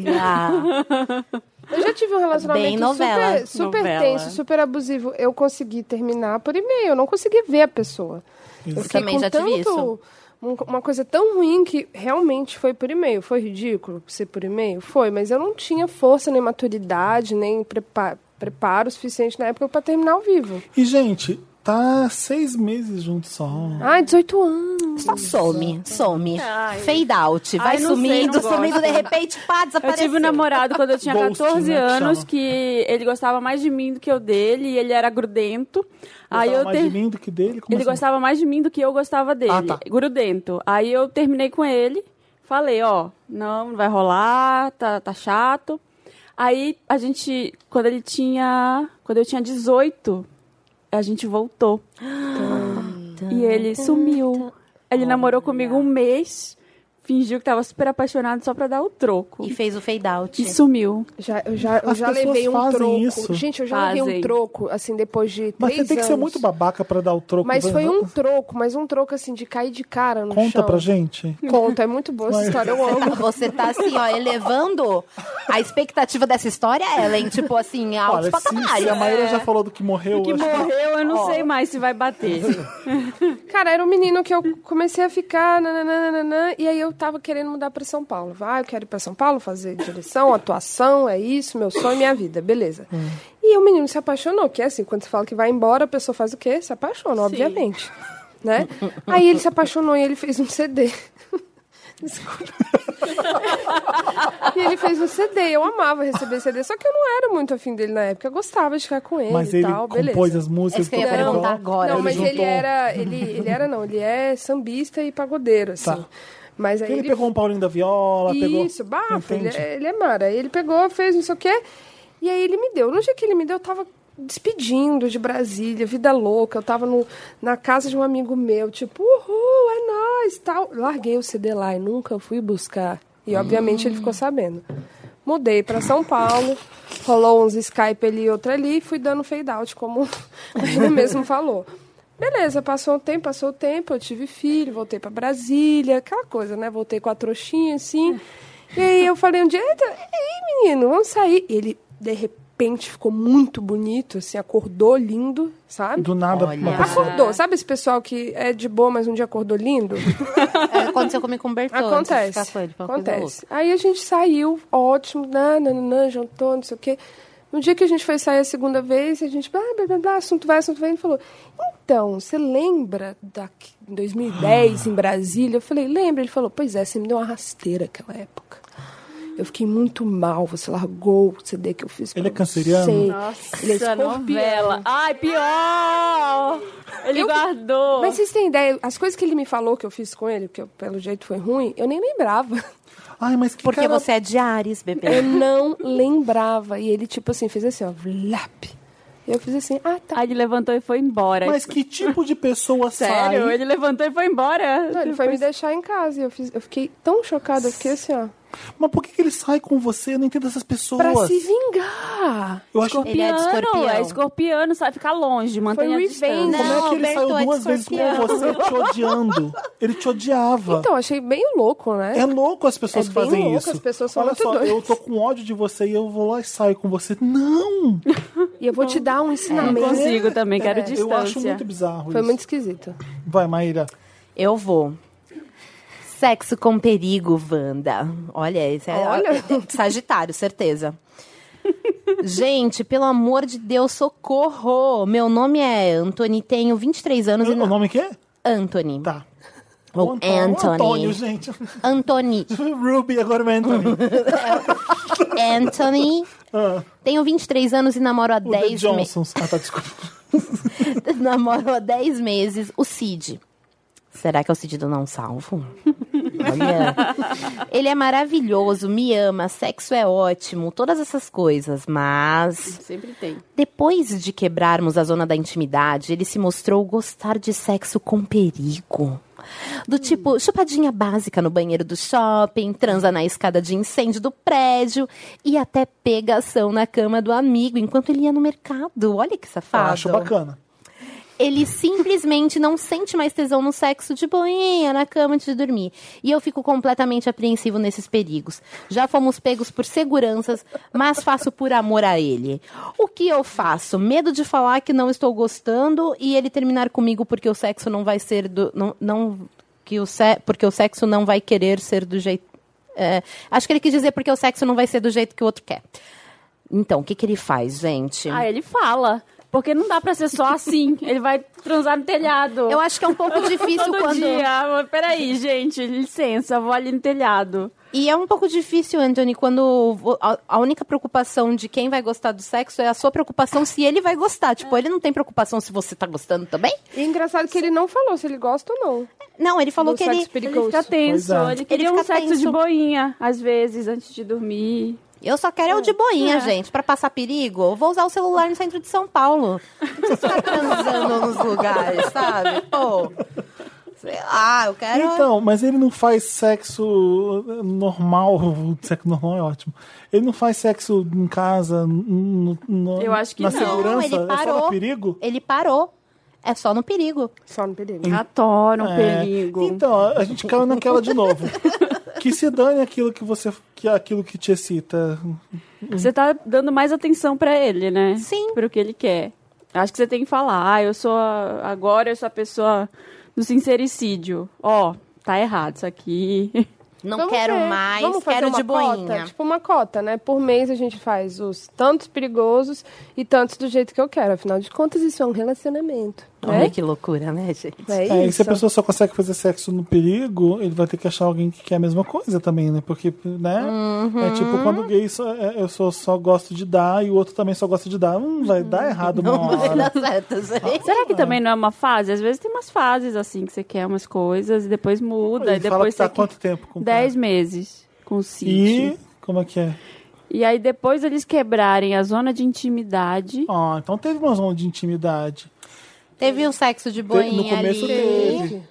[SPEAKER 4] Eu já tive um
[SPEAKER 3] Bem
[SPEAKER 4] relacionamento
[SPEAKER 3] novela.
[SPEAKER 4] super, super
[SPEAKER 2] Novela.
[SPEAKER 4] tenso, super abusivo. Eu consegui terminar por e-mail, eu não consegui ver a pessoa. Eu fiquei
[SPEAKER 3] também
[SPEAKER 4] com
[SPEAKER 3] já
[SPEAKER 4] tanto,
[SPEAKER 3] tive isso.
[SPEAKER 4] um- Uma coisa tão ruim que realmente foi por e-mail. Foi ridículo ser por e-mail? Foi, mas eu não tinha força, nem maturidade, nem prepa- preparo suficiente na época pra terminar ao vivo.
[SPEAKER 1] E, gente, tá seis meses junto só.
[SPEAKER 4] Ai, 18 anos.
[SPEAKER 3] Só some, some. Fade out.
[SPEAKER 2] Ai,
[SPEAKER 3] Vai
[SPEAKER 2] não sei,
[SPEAKER 3] sumindo,
[SPEAKER 2] não gosto.
[SPEAKER 3] sumindo, de repente, pá,
[SPEAKER 2] Eu
[SPEAKER 3] desapareceu.
[SPEAKER 2] tive um namorado quando eu tinha
[SPEAKER 1] Ghost,
[SPEAKER 2] 14
[SPEAKER 1] né, que
[SPEAKER 2] anos
[SPEAKER 1] chama.
[SPEAKER 2] que ele gostava mais de mim do que eu dele e ele era grudento.
[SPEAKER 1] Gostava
[SPEAKER 2] Aí Ah, eu
[SPEAKER 1] Tá mais
[SPEAKER 2] ter-
[SPEAKER 1] de mim do que dele? Como
[SPEAKER 2] Ele
[SPEAKER 1] assim?
[SPEAKER 2] gostava mais de mim do que eu gostava dele.
[SPEAKER 1] Ah, tá.
[SPEAKER 2] Grudento. Aí eu terminei com ele, falei, ó, não, não vai rolar, tá, tá chato. Aí a gente, quando ele tinha. Quando eu tinha 18, a gente voltou.
[SPEAKER 1] Tá.
[SPEAKER 2] e ele sumiu. Ele namorou comigo um mês, fingiu que tava super apaixonado só pra dar o troco.
[SPEAKER 3] E fez o fade out.
[SPEAKER 2] E sumiu.
[SPEAKER 4] Já, eu já, eu
[SPEAKER 1] As
[SPEAKER 4] já
[SPEAKER 1] pessoas
[SPEAKER 4] levei um
[SPEAKER 1] fazem
[SPEAKER 4] troco.
[SPEAKER 1] isso.
[SPEAKER 4] Gente, eu já levei um
[SPEAKER 2] Fazem.
[SPEAKER 4] troco, assim, depois de
[SPEAKER 1] Mas
[SPEAKER 4] três
[SPEAKER 1] você tem que ser
[SPEAKER 4] anos.
[SPEAKER 1] muito babaca pra dar o troco.
[SPEAKER 4] Mas foi um
[SPEAKER 1] Vamos-
[SPEAKER 4] troco, mas um troco, assim, de cair de cara no
[SPEAKER 1] Conta
[SPEAKER 4] chão.
[SPEAKER 1] pra gente.
[SPEAKER 4] Conta, é muito boa essa
[SPEAKER 1] Mas-
[SPEAKER 4] história, eu amo.
[SPEAKER 3] Você tá assim, ó, elevando a expectativa dessa história, Ellen. Tipo assim, a altos
[SPEAKER 1] Olha, se, se a
[SPEAKER 3] patamares.
[SPEAKER 1] Maíra já falou do que morreu,
[SPEAKER 2] Que
[SPEAKER 1] acho que-
[SPEAKER 2] morreu, eu não sei mais se vai bater.
[SPEAKER 4] Cara, era um menino que eu comecei a ficar, nananana, e aí eu tava querendo mudar pra São Paulo. Ah, eu quero ir pra São Paulo fazer direção, atuação, é isso, meu sonho, minha vida, beleza.
[SPEAKER 1] Hum.
[SPEAKER 4] E aí o menino se apaixonou, que é assim, quando você fala que vai embora, a pessoa faz o quê? Se apaixona, obviamente. Né? Aí ele se apaixonou e ele fez um CD. E ele fez um CD, eu amava receber CD, só que eu não era muito afim dele na época, eu gostava de ficar com ele
[SPEAKER 1] Mas
[SPEAKER 4] e
[SPEAKER 1] ele
[SPEAKER 4] tal,
[SPEAKER 1] compôs
[SPEAKER 4] beleza.
[SPEAKER 1] as músicas.
[SPEAKER 3] Essa que eu ia
[SPEAKER 1] tocou.
[SPEAKER 3] perguntar agora.
[SPEAKER 4] Não,
[SPEAKER 1] ele
[SPEAKER 4] mas ele
[SPEAKER 1] juntou-
[SPEAKER 4] era, ele, ele era não, ele é sambista e pagodeiro, assim.
[SPEAKER 1] Tá.
[SPEAKER 4] Mas aí
[SPEAKER 1] Ele, pegou um Paulinho da Viola, pegou...
[SPEAKER 4] Isso, bafo, ele,
[SPEAKER 1] Entende?
[SPEAKER 4] é- ele é mara. Aí Ele pegou, fez não sei o quê, e aí ele me deu. No dia que ele me deu, eu tava despedindo de Brasília, vida louca. Eu tava no, na casa de um amigo meu, tipo, uhul, é nóis, tal. Larguei o CD lá e nunca fui buscar. E, obviamente, ele ficou sabendo. Mudei pra São Paulo, rolou uns Skype ali e outro ali, e fui dando fade out, como ele mesmo falou. Beleza, passou um tempo, passou o tempo, eu tive filho, voltei pra Brasília, aquela coisa, né? Voltei com a trouxinha, assim. E aí eu falei um dia, "Eita, ei, menino, vamos sair. E ele, de repente, ficou muito bonito, assim, acordou lindo, sabe?
[SPEAKER 1] Do nada, uma
[SPEAKER 3] Olha.
[SPEAKER 1] pessoa...
[SPEAKER 4] Acordou, sabe esse pessoal que é de boa, mas um dia acordou lindo?
[SPEAKER 3] É, aconteceu comigo com o Bertone.
[SPEAKER 4] Acontece.
[SPEAKER 3] Ficar com ele, foi uma coisa
[SPEAKER 4] acontece. Aí a gente saiu, ótimo, né, nananã, jantou, não sei o quê. No dia que a gente foi sair a segunda vez, a gente, blá, blá, blá, blá assunto vai, assunto vai, ele falou, então, você lembra da em 2010 em Brasília? Eu falei, lembra? Ele falou, pois é, você me deu uma rasteira naquela época. Eu fiquei muito mal, você largou o CD que eu fiz.
[SPEAKER 1] Ele
[SPEAKER 4] pra
[SPEAKER 1] é canceriano?
[SPEAKER 4] você.
[SPEAKER 2] Nossa,
[SPEAKER 4] ele é escorpião.
[SPEAKER 2] novela. Ai, pior! Ele
[SPEAKER 4] Eu-
[SPEAKER 2] guardou.
[SPEAKER 4] Mas vocês têm ideia, as coisas que ele me falou que eu fiz com ele, que eu, pelo jeito foi ruim, eu nem louca.
[SPEAKER 1] Ai, mas que
[SPEAKER 3] Porque
[SPEAKER 1] cara-
[SPEAKER 3] você é de Ares, bebê.
[SPEAKER 4] Eu não lembrava. E ele, tipo assim, fez assim, ó, vlap. Eu fiz assim, ah, tá.
[SPEAKER 2] Aí ele levantou e foi embora.
[SPEAKER 1] Mas que tipo de pessoa
[SPEAKER 2] Sério?
[SPEAKER 1] sai?
[SPEAKER 2] Ele levantou e foi embora.
[SPEAKER 4] Não, ele foi me deixar em casa. E eu, fiz, eu fiquei tão chocada, eu fiquei assim, ó,
[SPEAKER 1] Mas por que, que ele sai com você? Eu não entendo essas pessoas.
[SPEAKER 4] pra se vingar.
[SPEAKER 1] Eu acho
[SPEAKER 3] Ele é de escorpião.
[SPEAKER 2] É escorpiano, sabe? Ficar longe, mantenha a
[SPEAKER 4] revenge.
[SPEAKER 2] distância.
[SPEAKER 1] Como é
[SPEAKER 3] Não,
[SPEAKER 1] que ele
[SPEAKER 3] Alberto
[SPEAKER 1] saiu
[SPEAKER 3] é
[SPEAKER 1] duas vezes com
[SPEAKER 3] escorpião.
[SPEAKER 1] você te odiando? Ele te odiava.
[SPEAKER 4] Então, achei meio louco, né?
[SPEAKER 1] é louco as pessoas
[SPEAKER 4] É
[SPEAKER 1] que
[SPEAKER 4] bem
[SPEAKER 1] fazem
[SPEAKER 4] louco,
[SPEAKER 1] isso.
[SPEAKER 4] as pessoas são
[SPEAKER 1] Olha
[SPEAKER 4] muito
[SPEAKER 1] só,
[SPEAKER 4] doidas.
[SPEAKER 1] eu tô com ódio de você e eu vou lá e saio com você. Não!
[SPEAKER 4] E eu vou te dar um
[SPEAKER 2] Não
[SPEAKER 4] ensinamento.
[SPEAKER 2] consigo também, quero
[SPEAKER 1] É. Eu acho
[SPEAKER 2] distância.
[SPEAKER 1] muito bizarro
[SPEAKER 4] Foi
[SPEAKER 1] isso.
[SPEAKER 4] muito esquisito.
[SPEAKER 1] Vai, Maíra.
[SPEAKER 3] Eu vou. Sexo com perigo, Wanda. Olha, esse é,
[SPEAKER 4] Olha.
[SPEAKER 3] é Sagitário, certeza. Gente, pelo amor de Deus, socorro! Meu nome é Anthony, tenho 23 anos e
[SPEAKER 1] O
[SPEAKER 3] não...
[SPEAKER 1] nome que é?
[SPEAKER 3] Anthony.
[SPEAKER 1] Tá.
[SPEAKER 3] Ou
[SPEAKER 1] O Antônio,
[SPEAKER 3] Anthony.
[SPEAKER 1] Antônio, gente.
[SPEAKER 3] Anthony.
[SPEAKER 1] Ruby agora vai Anthony.
[SPEAKER 2] Uhum.
[SPEAKER 3] Anthony.
[SPEAKER 1] Ah,
[SPEAKER 3] Tenho 23 anos e namoro há
[SPEAKER 1] o The
[SPEAKER 3] 10 meses.
[SPEAKER 1] Johnsons. Ah, tá, desculpa.
[SPEAKER 3] namoro há 10 meses o Cid. Será que é o Cid do Não Salvo? Olha. Ele é maravilhoso, me ama, sexo é ótimo, todas essas coisas, mas
[SPEAKER 2] Sempre tem.
[SPEAKER 3] depois de quebrarmos a zona da intimidade, ele se mostrou gostar de sexo com perigo. Do tipo, chupadinha básica no banheiro do shopping, transa na escada de incêndio do prédio e até pegação na cama do amigo enquanto ele ia no mercado. Olha que safado.
[SPEAKER 1] Ah, Acho bacana.
[SPEAKER 3] Ele simplesmente não sente mais tesão no sexo de boinha na cama antes de dormir. E eu fico completamente apreensivo nesses perigos. Já fomos pegos por seguranças, mas faço por amor a ele. O que eu faço? Medo de falar que não estou gostando e ele terminar comigo porque o sexo não vai ser do. Não, não- que o se- porque o sexo não vai querer ser do jeito. é, acho que ele quis dizer porque o sexo não vai ser do jeito que o outro quer. Então, o que, que ele faz, gente?
[SPEAKER 2] Ah, ele fala. Porque não dá pra ser só assim. Ele vai transar no telhado.
[SPEAKER 3] Eu acho que é um pouco difícil
[SPEAKER 2] Todo
[SPEAKER 3] quando.
[SPEAKER 2] dia. Mas Peraí, gente, licença, vou ali no telhado.
[SPEAKER 3] E é um pouco difícil, Anthony, quando vo- a- a única preocupação de quem vai gostar do sexo é a sua preocupação se ele vai gostar. Tipo, ele não tem preocupação se você tá gostando também?
[SPEAKER 4] E engraçado que ele não falou se ele gosta ou não.
[SPEAKER 3] Não, ele falou
[SPEAKER 4] Do
[SPEAKER 3] que ele.
[SPEAKER 4] sexo
[SPEAKER 2] Ele
[SPEAKER 4] perigoso.
[SPEAKER 2] fica tenso.
[SPEAKER 1] Pois é.
[SPEAKER 2] Ele queria
[SPEAKER 3] Ele
[SPEAKER 2] um
[SPEAKER 3] fica
[SPEAKER 2] sexo de
[SPEAKER 3] tenso.
[SPEAKER 2] boinha, às vezes, antes de dormir.
[SPEAKER 3] Eu só quero é o de boinha,
[SPEAKER 2] É.
[SPEAKER 3] gente, pra passar perigo. Eu vou usar o celular no centro de São Paulo. Não precisa ficar transando nos lugares, sabe? Pô. Sei lá, eu quero.
[SPEAKER 1] Então, mas ele não faz sexo eh, normal. Sexo normal é ótimo. Ele não faz sexo em casa, no, no-
[SPEAKER 2] Eu acho que
[SPEAKER 1] na
[SPEAKER 2] não.
[SPEAKER 1] segurança,
[SPEAKER 3] ele
[SPEAKER 1] é só
[SPEAKER 3] parou.
[SPEAKER 1] no perigo.
[SPEAKER 3] Ele parou. É só no perigo.
[SPEAKER 4] Só no perigo. Ah,
[SPEAKER 2] Adoro um
[SPEAKER 1] É,
[SPEAKER 2] perigo.
[SPEAKER 1] Então, a gente caiu naquela de novo. que se dane aquilo que você. Que, aquilo que te excita.
[SPEAKER 2] Você tá dando mais atenção pra ele, né?
[SPEAKER 3] Sim.
[SPEAKER 2] Pro que ele quer. Acho que você tem que falar, ah, eu sou a- agora eu sou a pessoa do sincericídio. Ó, tá errado isso aqui.
[SPEAKER 3] Não
[SPEAKER 4] Vamos
[SPEAKER 3] quero
[SPEAKER 4] ver.
[SPEAKER 3] mais,
[SPEAKER 4] Vamos fazer
[SPEAKER 3] quero
[SPEAKER 4] uma
[SPEAKER 3] de boinha.
[SPEAKER 4] Cota, tipo uma cota, né? Por mês a gente faz os tantos perigosos e tantos do jeito que eu quero. Afinal de contas, isso é um relacionamento.
[SPEAKER 3] Olha
[SPEAKER 4] Né?
[SPEAKER 3] que loucura, né, gente?
[SPEAKER 1] É,
[SPEAKER 4] É
[SPEAKER 1] e se
[SPEAKER 4] isso.
[SPEAKER 1] a pessoa só consegue fazer sexo no perigo, ele vai ter que achar alguém que quer a mesma coisa também, né? Porque, né? É
[SPEAKER 3] Uhum.
[SPEAKER 1] tipo, quando gay só- é, eu só, só gosto de dar e o outro também só gosta de dar. Hum, vai dar errado uma
[SPEAKER 3] Uhum. Não vai
[SPEAKER 1] hora.
[SPEAKER 3] dar certo isso aí.
[SPEAKER 2] Será que também não é uma fase? Às vezes tem umas fases assim que você quer umas coisas e depois muda. e
[SPEAKER 1] Ele fala
[SPEAKER 2] depois
[SPEAKER 1] que tá
[SPEAKER 2] você
[SPEAKER 1] há
[SPEAKER 2] quer-
[SPEAKER 1] quanto tempo com o cara?
[SPEAKER 2] 10 meses com o sítio.
[SPEAKER 1] E como é que é?
[SPEAKER 2] E... aí depois eles quebrarem a zona de intimidade.
[SPEAKER 1] Ah, então teve uma zona de intimidade.
[SPEAKER 3] Teve um sexo de
[SPEAKER 1] Te-
[SPEAKER 3] boinha
[SPEAKER 1] no começo
[SPEAKER 3] ali.
[SPEAKER 1] teve.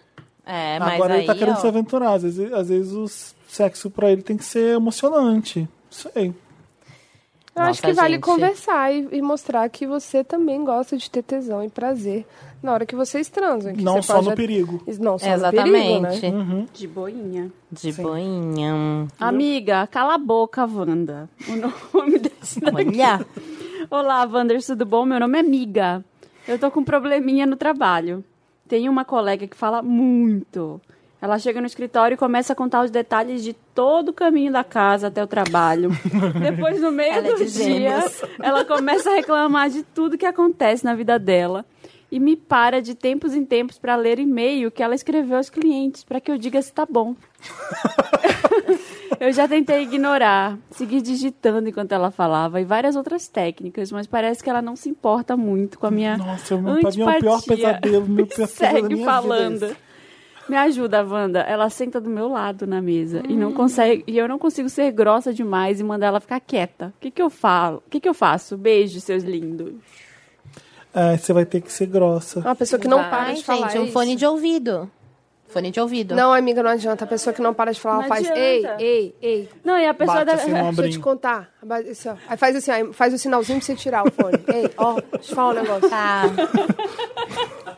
[SPEAKER 3] É, mas
[SPEAKER 1] Agora
[SPEAKER 3] aí,
[SPEAKER 1] ele tá querendo
[SPEAKER 3] ó,
[SPEAKER 1] se aventurar. Às vezes, às vezes o sexo pra ele tem que ser emocionante. Sei.
[SPEAKER 4] Eu
[SPEAKER 3] Nossa,
[SPEAKER 4] acho que vale
[SPEAKER 3] gente.
[SPEAKER 4] conversar e, e mostrar que você também gosta de ter tesão e prazer na hora que vocês transam. que
[SPEAKER 1] Não
[SPEAKER 4] você
[SPEAKER 1] só
[SPEAKER 4] pode-
[SPEAKER 1] no perigo. Uhum.
[SPEAKER 4] Não só no
[SPEAKER 3] Exatamente.
[SPEAKER 4] perigo, né?
[SPEAKER 2] De boinha.
[SPEAKER 3] De boinha.
[SPEAKER 2] Amiga, cala a boca, Wanda. O nome desse daqui.
[SPEAKER 3] Olha.
[SPEAKER 2] Olá, Wanders, tudo bom? Meu nome é Miga. Eu tô com um probleminha no trabalho. Tem uma colega que fala muito. Ela chega no escritório e começa a contar os detalhes de todo o caminho da casa até o trabalho. Depois, no meio
[SPEAKER 3] Ela é
[SPEAKER 2] do
[SPEAKER 3] de
[SPEAKER 2] dia,
[SPEAKER 3] gêmeos.
[SPEAKER 2] ela começa a reclamar de tudo que acontece na vida dela e me para de tempos em tempos para ler e-mail que ela escreveu aos clientes para que eu diga se tá bom. Eu já tentei ignorar, seguir digitando enquanto ela falava e várias outras técnicas, mas parece que ela não se importa muito com a minha
[SPEAKER 1] Nossa, meu- pra mim
[SPEAKER 2] antipatia.
[SPEAKER 1] é o pior pesadelo, meu pior pesadelo da minha
[SPEAKER 2] Segue
[SPEAKER 1] vida é
[SPEAKER 2] falando.
[SPEAKER 1] esse.
[SPEAKER 2] Me ajuda, Wanda. Ela senta do meu lado na mesa e
[SPEAKER 1] Hum.
[SPEAKER 2] não consegue, e eu não consigo ser grossa demais e mandar ela ficar quieta. O que que eu falo? O que que eu faço? Beijo, seus lindos.
[SPEAKER 1] É, você vai ter que ser grossa.
[SPEAKER 4] Uma pessoa que não para
[SPEAKER 3] Ai,
[SPEAKER 4] de falar
[SPEAKER 3] gente, um
[SPEAKER 4] isso.
[SPEAKER 3] fone de ouvido. Fone de ouvido.
[SPEAKER 4] Não, amiga, não adianta. A pessoa que não para de falar,
[SPEAKER 2] Não
[SPEAKER 4] ela faz... Ei,
[SPEAKER 2] adianta.
[SPEAKER 4] ei, ei.
[SPEAKER 2] Não, e a pessoa
[SPEAKER 1] Bate
[SPEAKER 2] da...
[SPEAKER 1] assim no
[SPEAKER 4] Deixa eu te
[SPEAKER 1] ombrinho.
[SPEAKER 4] contar. Abaixa Assim, ó. Aí faz assim, ó, aí faz o sinalzinho pra você tirar o fone. Ei, ó, deixa eu falar um negócio.
[SPEAKER 3] Tá.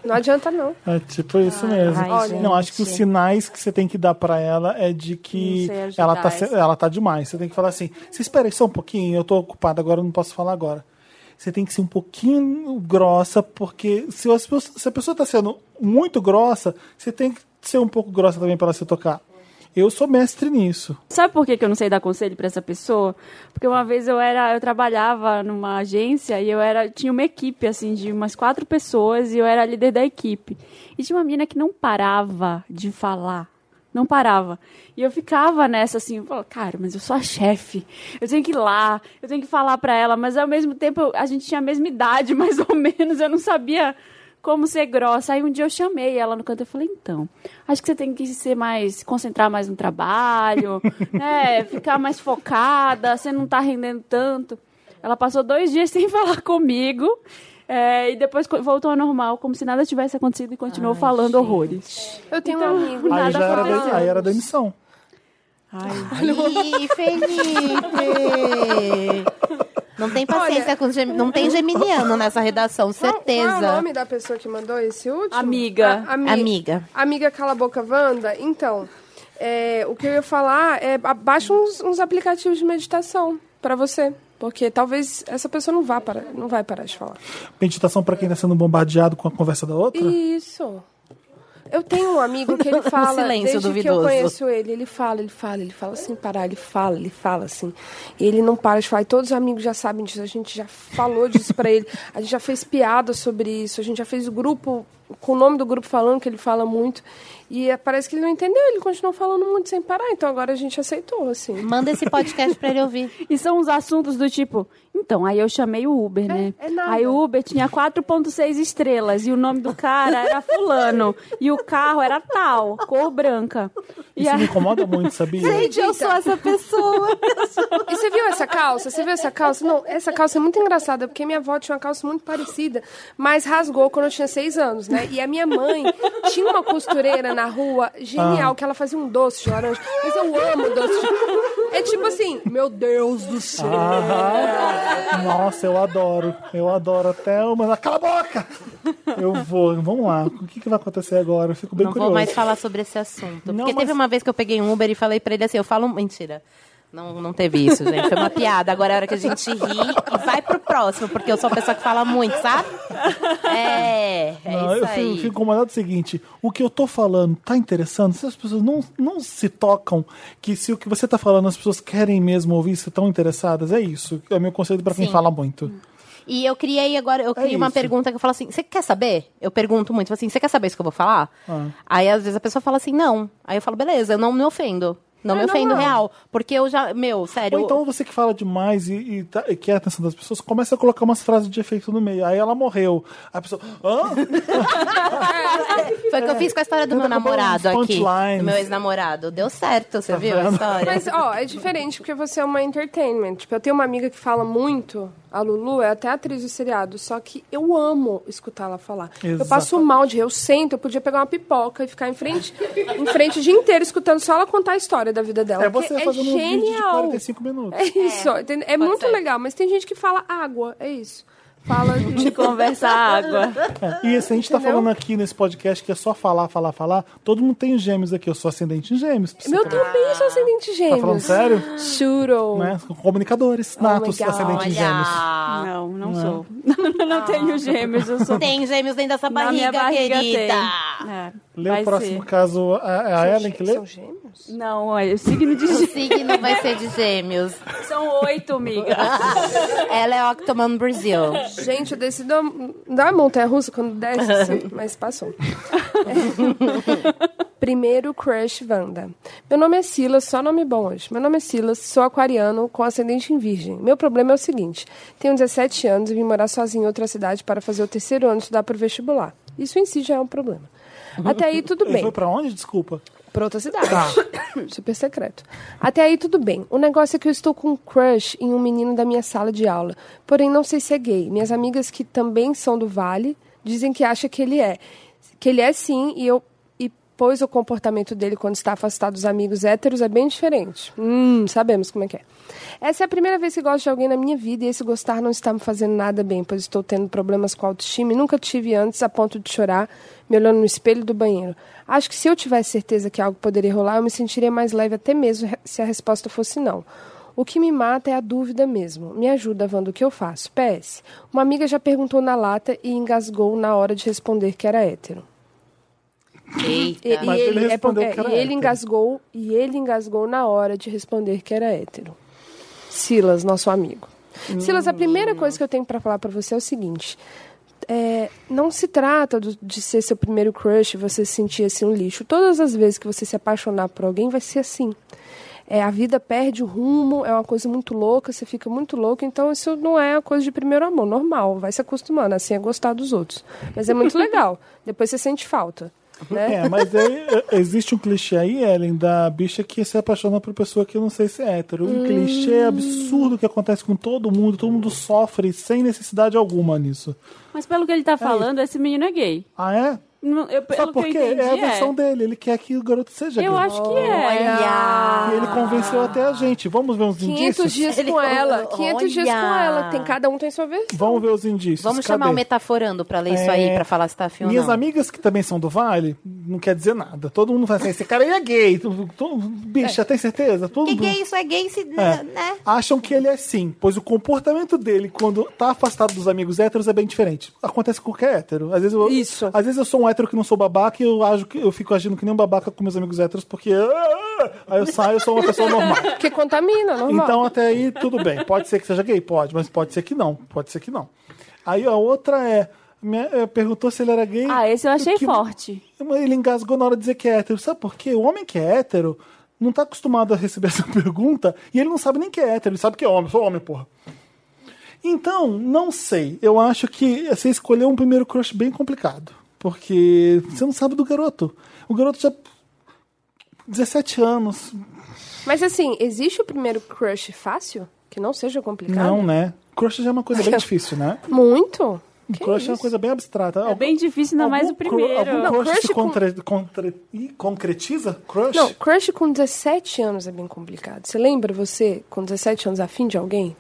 [SPEAKER 4] Não adianta, não.
[SPEAKER 1] É tipo isso mesmo.
[SPEAKER 3] ai,
[SPEAKER 1] não,
[SPEAKER 3] gente.
[SPEAKER 1] acho que os sinais que você tem que dar pra ela é de
[SPEAKER 2] Não
[SPEAKER 1] que
[SPEAKER 2] sei ajudar
[SPEAKER 1] ela tá, se-
[SPEAKER 2] essa.
[SPEAKER 1] ela tá demais. Você tem que falar assim: você espera aí só um pouquinho, eu tô ocupada agora, eu não posso falar agora. Você tem que ser um pouquinho grossa, porque se, as pessoas- se a pessoa tá sendo muito grossa, você tem que ser um pouco grossa também pra ela se tocar. Eu sou mestre nisso.
[SPEAKER 2] Sabe por que, que eu não sei dar conselho pra essa pessoa? Porque uma vez eu era, eu trabalhava numa agência e eu era, tinha uma equipe assim de umas quatro pessoas e eu era a líder da equipe. E tinha uma menina que não parava de falar. Não parava. E eu ficava nessa assim, eu falava, cara, mas eu sou a chefe. Eu tenho que ir lá, eu tenho que falar pra ela, mas ao mesmo tempo eu- a gente tinha a mesma idade, mais ou menos, eu não sabia como ser grossa. Aí um dia eu chamei ela no canto e falei, então, acho que você tem que ser mais, se concentrar mais no trabalho, né? Ficar mais focada, você não tá rendendo tanto. Ela passou dois dias sem falar comigo. é, e depois co- voltou ao normal, como se nada tivesse acontecido e continuou falando horrores.
[SPEAKER 4] Eu tenho
[SPEAKER 2] Então,
[SPEAKER 4] um amigo.
[SPEAKER 2] Nada
[SPEAKER 1] Aí já era,
[SPEAKER 2] aconteceu.
[SPEAKER 1] de- aí era demissão.
[SPEAKER 3] Ih, Felipe! Não tem paciência com gem... Não tem geminiano nessa redação,
[SPEAKER 4] Qual- Qual é o
[SPEAKER 3] certeza.
[SPEAKER 4] nome da pessoa que mandou esse último?
[SPEAKER 2] Amiga.
[SPEAKER 4] A- ami-
[SPEAKER 3] Amiga.
[SPEAKER 4] Amiga Cala a Boca Wanda? Então, é, o que eu ia falar é a- baixa uns, uns aplicativos de meditação pra você. Porque talvez essa pessoa não vá para, não vai parar de falar.
[SPEAKER 1] Meditação pra quem tá sendo bombardeado com a conversa da outra?
[SPEAKER 4] Isso. Eu tenho um amigo que ele fala,
[SPEAKER 3] silêncio
[SPEAKER 4] desde que
[SPEAKER 3] duvidoso.
[SPEAKER 4] eu conheço ele, ele fala, ele fala, ele fala sem parar, ele fala, ele fala assim. E ele não para de falar. E todos os amigos já sabem disso, a gente já falou disso pra ele, a gente já fez piada sobre isso, a gente já fez o grupo, com o nome do grupo falando que ele fala muito. E é, parece que ele não entendeu, ele continuou falando muito sem parar, então agora a gente aceitou, assim.
[SPEAKER 3] Manda esse podcast pra ele ouvir.
[SPEAKER 2] E são uns assuntos do tipo, então, aí eu chamei o Uber, né?
[SPEAKER 4] é nada.
[SPEAKER 2] Aí o Uber tinha 4.6 estrelas e o nome do cara era fulano e o carro era tal, cor branca. E
[SPEAKER 1] Isso me
[SPEAKER 2] aí,
[SPEAKER 1] incomoda muito, sabia?
[SPEAKER 3] Gente, eu sou essa pessoa.
[SPEAKER 4] E você viu essa calça? Você viu essa calça? Não, essa calça é muito engraçada, porque minha avó tinha uma calça muito parecida, mas rasgou quando eu tinha seis anos, né? E a minha mãe tinha uma costureira na rua genial,
[SPEAKER 3] Ah.
[SPEAKER 4] que ela fazia um doce de laranja. Mas eu amo doce de É tipo assim, meu Deus do céu.
[SPEAKER 1] Aham. Nossa, eu adoro. Eu adoro até uma. Cala a boca! Eu vou, vamos lá. O que, que vai acontecer agora? Eu fico bem
[SPEAKER 3] Não
[SPEAKER 1] curioso.
[SPEAKER 3] vou mais falar sobre esse assunto.
[SPEAKER 1] Não,
[SPEAKER 3] porque teve
[SPEAKER 1] mas-
[SPEAKER 3] uma vez que eu peguei um Uber e falei pra ele assim, eu falo... Mentira. Não, não teve isso, gente. Foi uma piada. Agora é a hora que a gente ri e vai pro próximo, porque eu sou uma pessoa que fala muito, sabe? É, é
[SPEAKER 1] Não,
[SPEAKER 3] isso
[SPEAKER 1] eu fico,
[SPEAKER 3] aí.
[SPEAKER 1] fico incomodado é o seguinte: o que eu tô falando tá interessando? Se as pessoas não, não se tocam, que se o que você tá falando as pessoas querem mesmo ouvir, se estão interessadas, é isso. É o meu conselho pra quem
[SPEAKER 3] Sim.
[SPEAKER 1] fala muito.
[SPEAKER 3] E eu criei agora, eu criei uma
[SPEAKER 1] É isso.
[SPEAKER 3] pergunta que eu falo assim, você quer saber? Eu pergunto muito, falo assim, você quer saber isso que eu vou falar?
[SPEAKER 1] Ah.
[SPEAKER 3] Aí às vezes a pessoa fala assim, não. Aí eu falo, beleza, eu não me ofendo. Não me ofendo, real. Porque eu já, meu, sério.
[SPEAKER 1] É Ou então você que fala demais e, e tá- e quer a atenção das pessoas, começa a colocar umas frases de efeito no meio. Aí ela morreu. Aí a pessoa. Hã?
[SPEAKER 3] Foi o que eu fiz com a história do meu
[SPEAKER 1] tenta colocar
[SPEAKER 3] namorado
[SPEAKER 1] uns
[SPEAKER 3] aqui.
[SPEAKER 1] punchlines.
[SPEAKER 3] Do meu ex-namorado. Deu certo, você viu a
[SPEAKER 1] vendo?
[SPEAKER 3] história?
[SPEAKER 4] Mas, ó, é diferente porque você é uma entertainment. Tipo, eu tenho uma amiga que fala muito, a Lulu, é até atriz do seriado, só que eu amo escutar ela falar. Eu
[SPEAKER 1] Exato.
[SPEAKER 4] passo mal de rir, eu sento, eu podia pegar uma pipoca e ficar em frente, em frente o dia inteiro escutando só ela contar a história da vida dela.
[SPEAKER 1] É
[SPEAKER 4] porque
[SPEAKER 1] você
[SPEAKER 4] é
[SPEAKER 1] fazendo um vídeo de
[SPEAKER 4] genial.
[SPEAKER 1] 45 minutos.
[SPEAKER 4] É isso, ó, entende? é, muito
[SPEAKER 3] ser.
[SPEAKER 4] legal, mas tem gente que fala água, é isso. Fala
[SPEAKER 2] De
[SPEAKER 1] Tipo
[SPEAKER 4] de...
[SPEAKER 2] conversar água.
[SPEAKER 1] É, E se a gente tá falando aqui nesse podcast que é só falar, falar, falar, todo mundo tem gêmeos aqui. Eu sou ascendente em gêmeos. pra você
[SPEAKER 4] Meu
[SPEAKER 1] ter-
[SPEAKER 4] também sou ascendente gêmeos.
[SPEAKER 1] Ah. Tá falando sério?
[SPEAKER 4] Juro.
[SPEAKER 1] Né? Comunicadores, natos,
[SPEAKER 4] Oh, legal.
[SPEAKER 1] ascendente em gêmeos.
[SPEAKER 3] Olha.
[SPEAKER 2] Não, não, sou. Não, tenho gêmeos, eu sou.
[SPEAKER 3] Tem gêmeos dentro dessa
[SPEAKER 2] Na minha
[SPEAKER 3] barriga,
[SPEAKER 2] barriga
[SPEAKER 3] querida.
[SPEAKER 2] tem. É,
[SPEAKER 1] Lê
[SPEAKER 2] vai
[SPEAKER 1] o próximo
[SPEAKER 2] ser.
[SPEAKER 1] caso. É é a Ellen que lê?
[SPEAKER 4] São gêmeos?
[SPEAKER 2] Não, é o signo de
[SPEAKER 3] O
[SPEAKER 2] gêmeos.
[SPEAKER 3] signo vai ser de gêmeos.
[SPEAKER 2] São oito, amiga.
[SPEAKER 3] Ela é Octomon Brasil.
[SPEAKER 4] Gente, eu desci da, da montanha russa quando desce, assim, mas passou. É. Primeiro crush Wanda. Meu nome é Silas, só nome bom hoje. Meu nome é Silas, sou aquariano com ascendente em virgem. Meu problema é o seguinte: tenho 17 anos e vim morar sozinho em outra cidade para fazer o terceiro ano e estudar para o vestibular. Isso em si já é um problema. Até aí tudo
[SPEAKER 1] Ele
[SPEAKER 4] bem.
[SPEAKER 1] foi pra onde? Desculpa.
[SPEAKER 4] Pra outra cidade. Super secreto. Até aí, tudo bem. O negócio é que eu estou com um crush em um menino da minha sala de aula. Porém, não sei se é gay. Minhas amigas que também são do Vale dizem que acha que ele é. Que ele é sim, e eu. E pois o comportamento dele quando está afastado dos amigos héteros é bem diferente. Hum, sabemos como é que é. Essa é a primeira vez que gosto de alguém na minha vida e esse gostar não está me fazendo nada bem, pois estou tendo problemas com autoestima e nunca tive antes a ponto de chorar me olhando no espelho do banheiro. Acho que se eu tivesse certeza que algo poderia rolar, eu me sentiria mais leve até mesmo re- se a resposta fosse não. O que me mata é a dúvida mesmo. Me ajuda, Wanda, o que eu faço? PS. Uma amiga já perguntou na lata e engasgou na hora de responder que era hétero.
[SPEAKER 3] Eita.
[SPEAKER 4] E, e
[SPEAKER 1] Mas ele
[SPEAKER 4] é
[SPEAKER 1] respondeu
[SPEAKER 4] porque-
[SPEAKER 1] que era
[SPEAKER 4] e ele
[SPEAKER 1] hétero.
[SPEAKER 4] engasgou e ele engasgou na hora de responder que era hétero. Silas, nosso amigo. Silas, a primeira coisa que eu tenho pra falar pra você é o seguinte. é, não se trata do- de ser seu primeiro crush e você se sentir assim um lixo. Todas as vezes que você se apaixonar por alguém, vai ser assim. É, a vida perde o rumo, é uma coisa muito louca, você fica muito louco. Então, isso não é a coisa de primeiro amor, normal. Vai se acostumando, assim, a gostar dos outros. Mas é muito legal. Depois você sente falta. Né?
[SPEAKER 1] É, mas aí é, existe um clichê aí, Ellen, da bicha que se apaixona por pessoa que eu não sei se é hétero. Um clichê
[SPEAKER 2] Hum.
[SPEAKER 1] absurdo que acontece com todo mundo, todo mundo sofre sem necessidade alguma nisso.
[SPEAKER 2] Mas pelo que ele tá falando, esse menino é gay.
[SPEAKER 1] Ah, é?
[SPEAKER 2] Não, Eu, pelo
[SPEAKER 1] Sabe por
[SPEAKER 2] que
[SPEAKER 1] quê?
[SPEAKER 2] eu entendi,
[SPEAKER 1] É a
[SPEAKER 2] é.
[SPEAKER 1] versão dele, ele quer que o garoto seja
[SPEAKER 2] Eu
[SPEAKER 1] gay.
[SPEAKER 2] acho que é.
[SPEAKER 3] Olha.
[SPEAKER 1] E ele convenceu até a gente. Vamos ver uns
[SPEAKER 4] 500
[SPEAKER 1] indícios?
[SPEAKER 4] dias
[SPEAKER 3] Ele
[SPEAKER 4] com ela.
[SPEAKER 3] falou,
[SPEAKER 4] 500 dias com
[SPEAKER 3] olha.
[SPEAKER 4] ela. Tem, cada um tem sua vez.
[SPEAKER 1] Vamos ver os indícios.
[SPEAKER 3] Vamos chamar o
[SPEAKER 1] Cadê?
[SPEAKER 3] metaforando pra ler isso aí,
[SPEAKER 1] É,
[SPEAKER 3] pra falar se tá afim ou
[SPEAKER 1] Minhas
[SPEAKER 3] não.
[SPEAKER 1] amigas que também são do Vale, não quer dizer nada. Todo mundo fala assim, esse cara aí é gay. Tu- tu- Bicha, tem certeza? Todo
[SPEAKER 3] É. Que
[SPEAKER 1] mundo-
[SPEAKER 3] gay isso é gay se...
[SPEAKER 1] É.
[SPEAKER 3] Né?
[SPEAKER 1] Acham que ele é sim, pois o comportamento dele quando tá afastado dos amigos héteros é bem diferente. Acontece com qualquer hétero. Às vezes eu,
[SPEAKER 4] Isso.
[SPEAKER 1] Às vezes eu sou um hétero que não sou babaca e eu, ajo que, eu fico agindo que nem um babaca com meus amigos héteros, porque. "Ah!" Aí eu saio, eu sou uma pessoa normal.
[SPEAKER 4] Porque contamina, normal.
[SPEAKER 1] Então, até aí, tudo bem. Pode ser que seja gay, pode, mas pode ser que não. Pode ser que não. Aí a outra é. minha- eh, perguntou se ele era gay.
[SPEAKER 2] Ah, esse eu achei
[SPEAKER 1] Que-
[SPEAKER 2] forte.
[SPEAKER 1] Ele engasgou na hora de dizer que é hétero. Sabe por quê? O homem que é hétero não tá acostumado a receber essa pergunta e ele não sabe nem que é hétero. Ele sabe que é homem. Eu sou homem, porra. Então, não sei. Eu acho que você escolheu um primeiro crush bem complicado. Porque você não sabe do garoto. O garoto já. 17 anos.
[SPEAKER 4] Mas assim, existe o primeiro crush fácil? Que não seja complicado?
[SPEAKER 1] Não, né? Crush já é uma coisa bem difícil, né?
[SPEAKER 4] Muito? Que
[SPEAKER 1] crush é uma
[SPEAKER 4] isso?
[SPEAKER 1] coisa bem abstrata.
[SPEAKER 2] É bem difícil, ainda mais o primeiro.
[SPEAKER 1] Algum
[SPEAKER 4] Não,
[SPEAKER 1] crush,
[SPEAKER 4] crush
[SPEAKER 1] se
[SPEAKER 4] com-
[SPEAKER 1] contra, contra, ih, concretiza? Crush?
[SPEAKER 4] Não, crush com 17 anos é bem complicado. Você lembra você, com 17 anos, afim de alguém?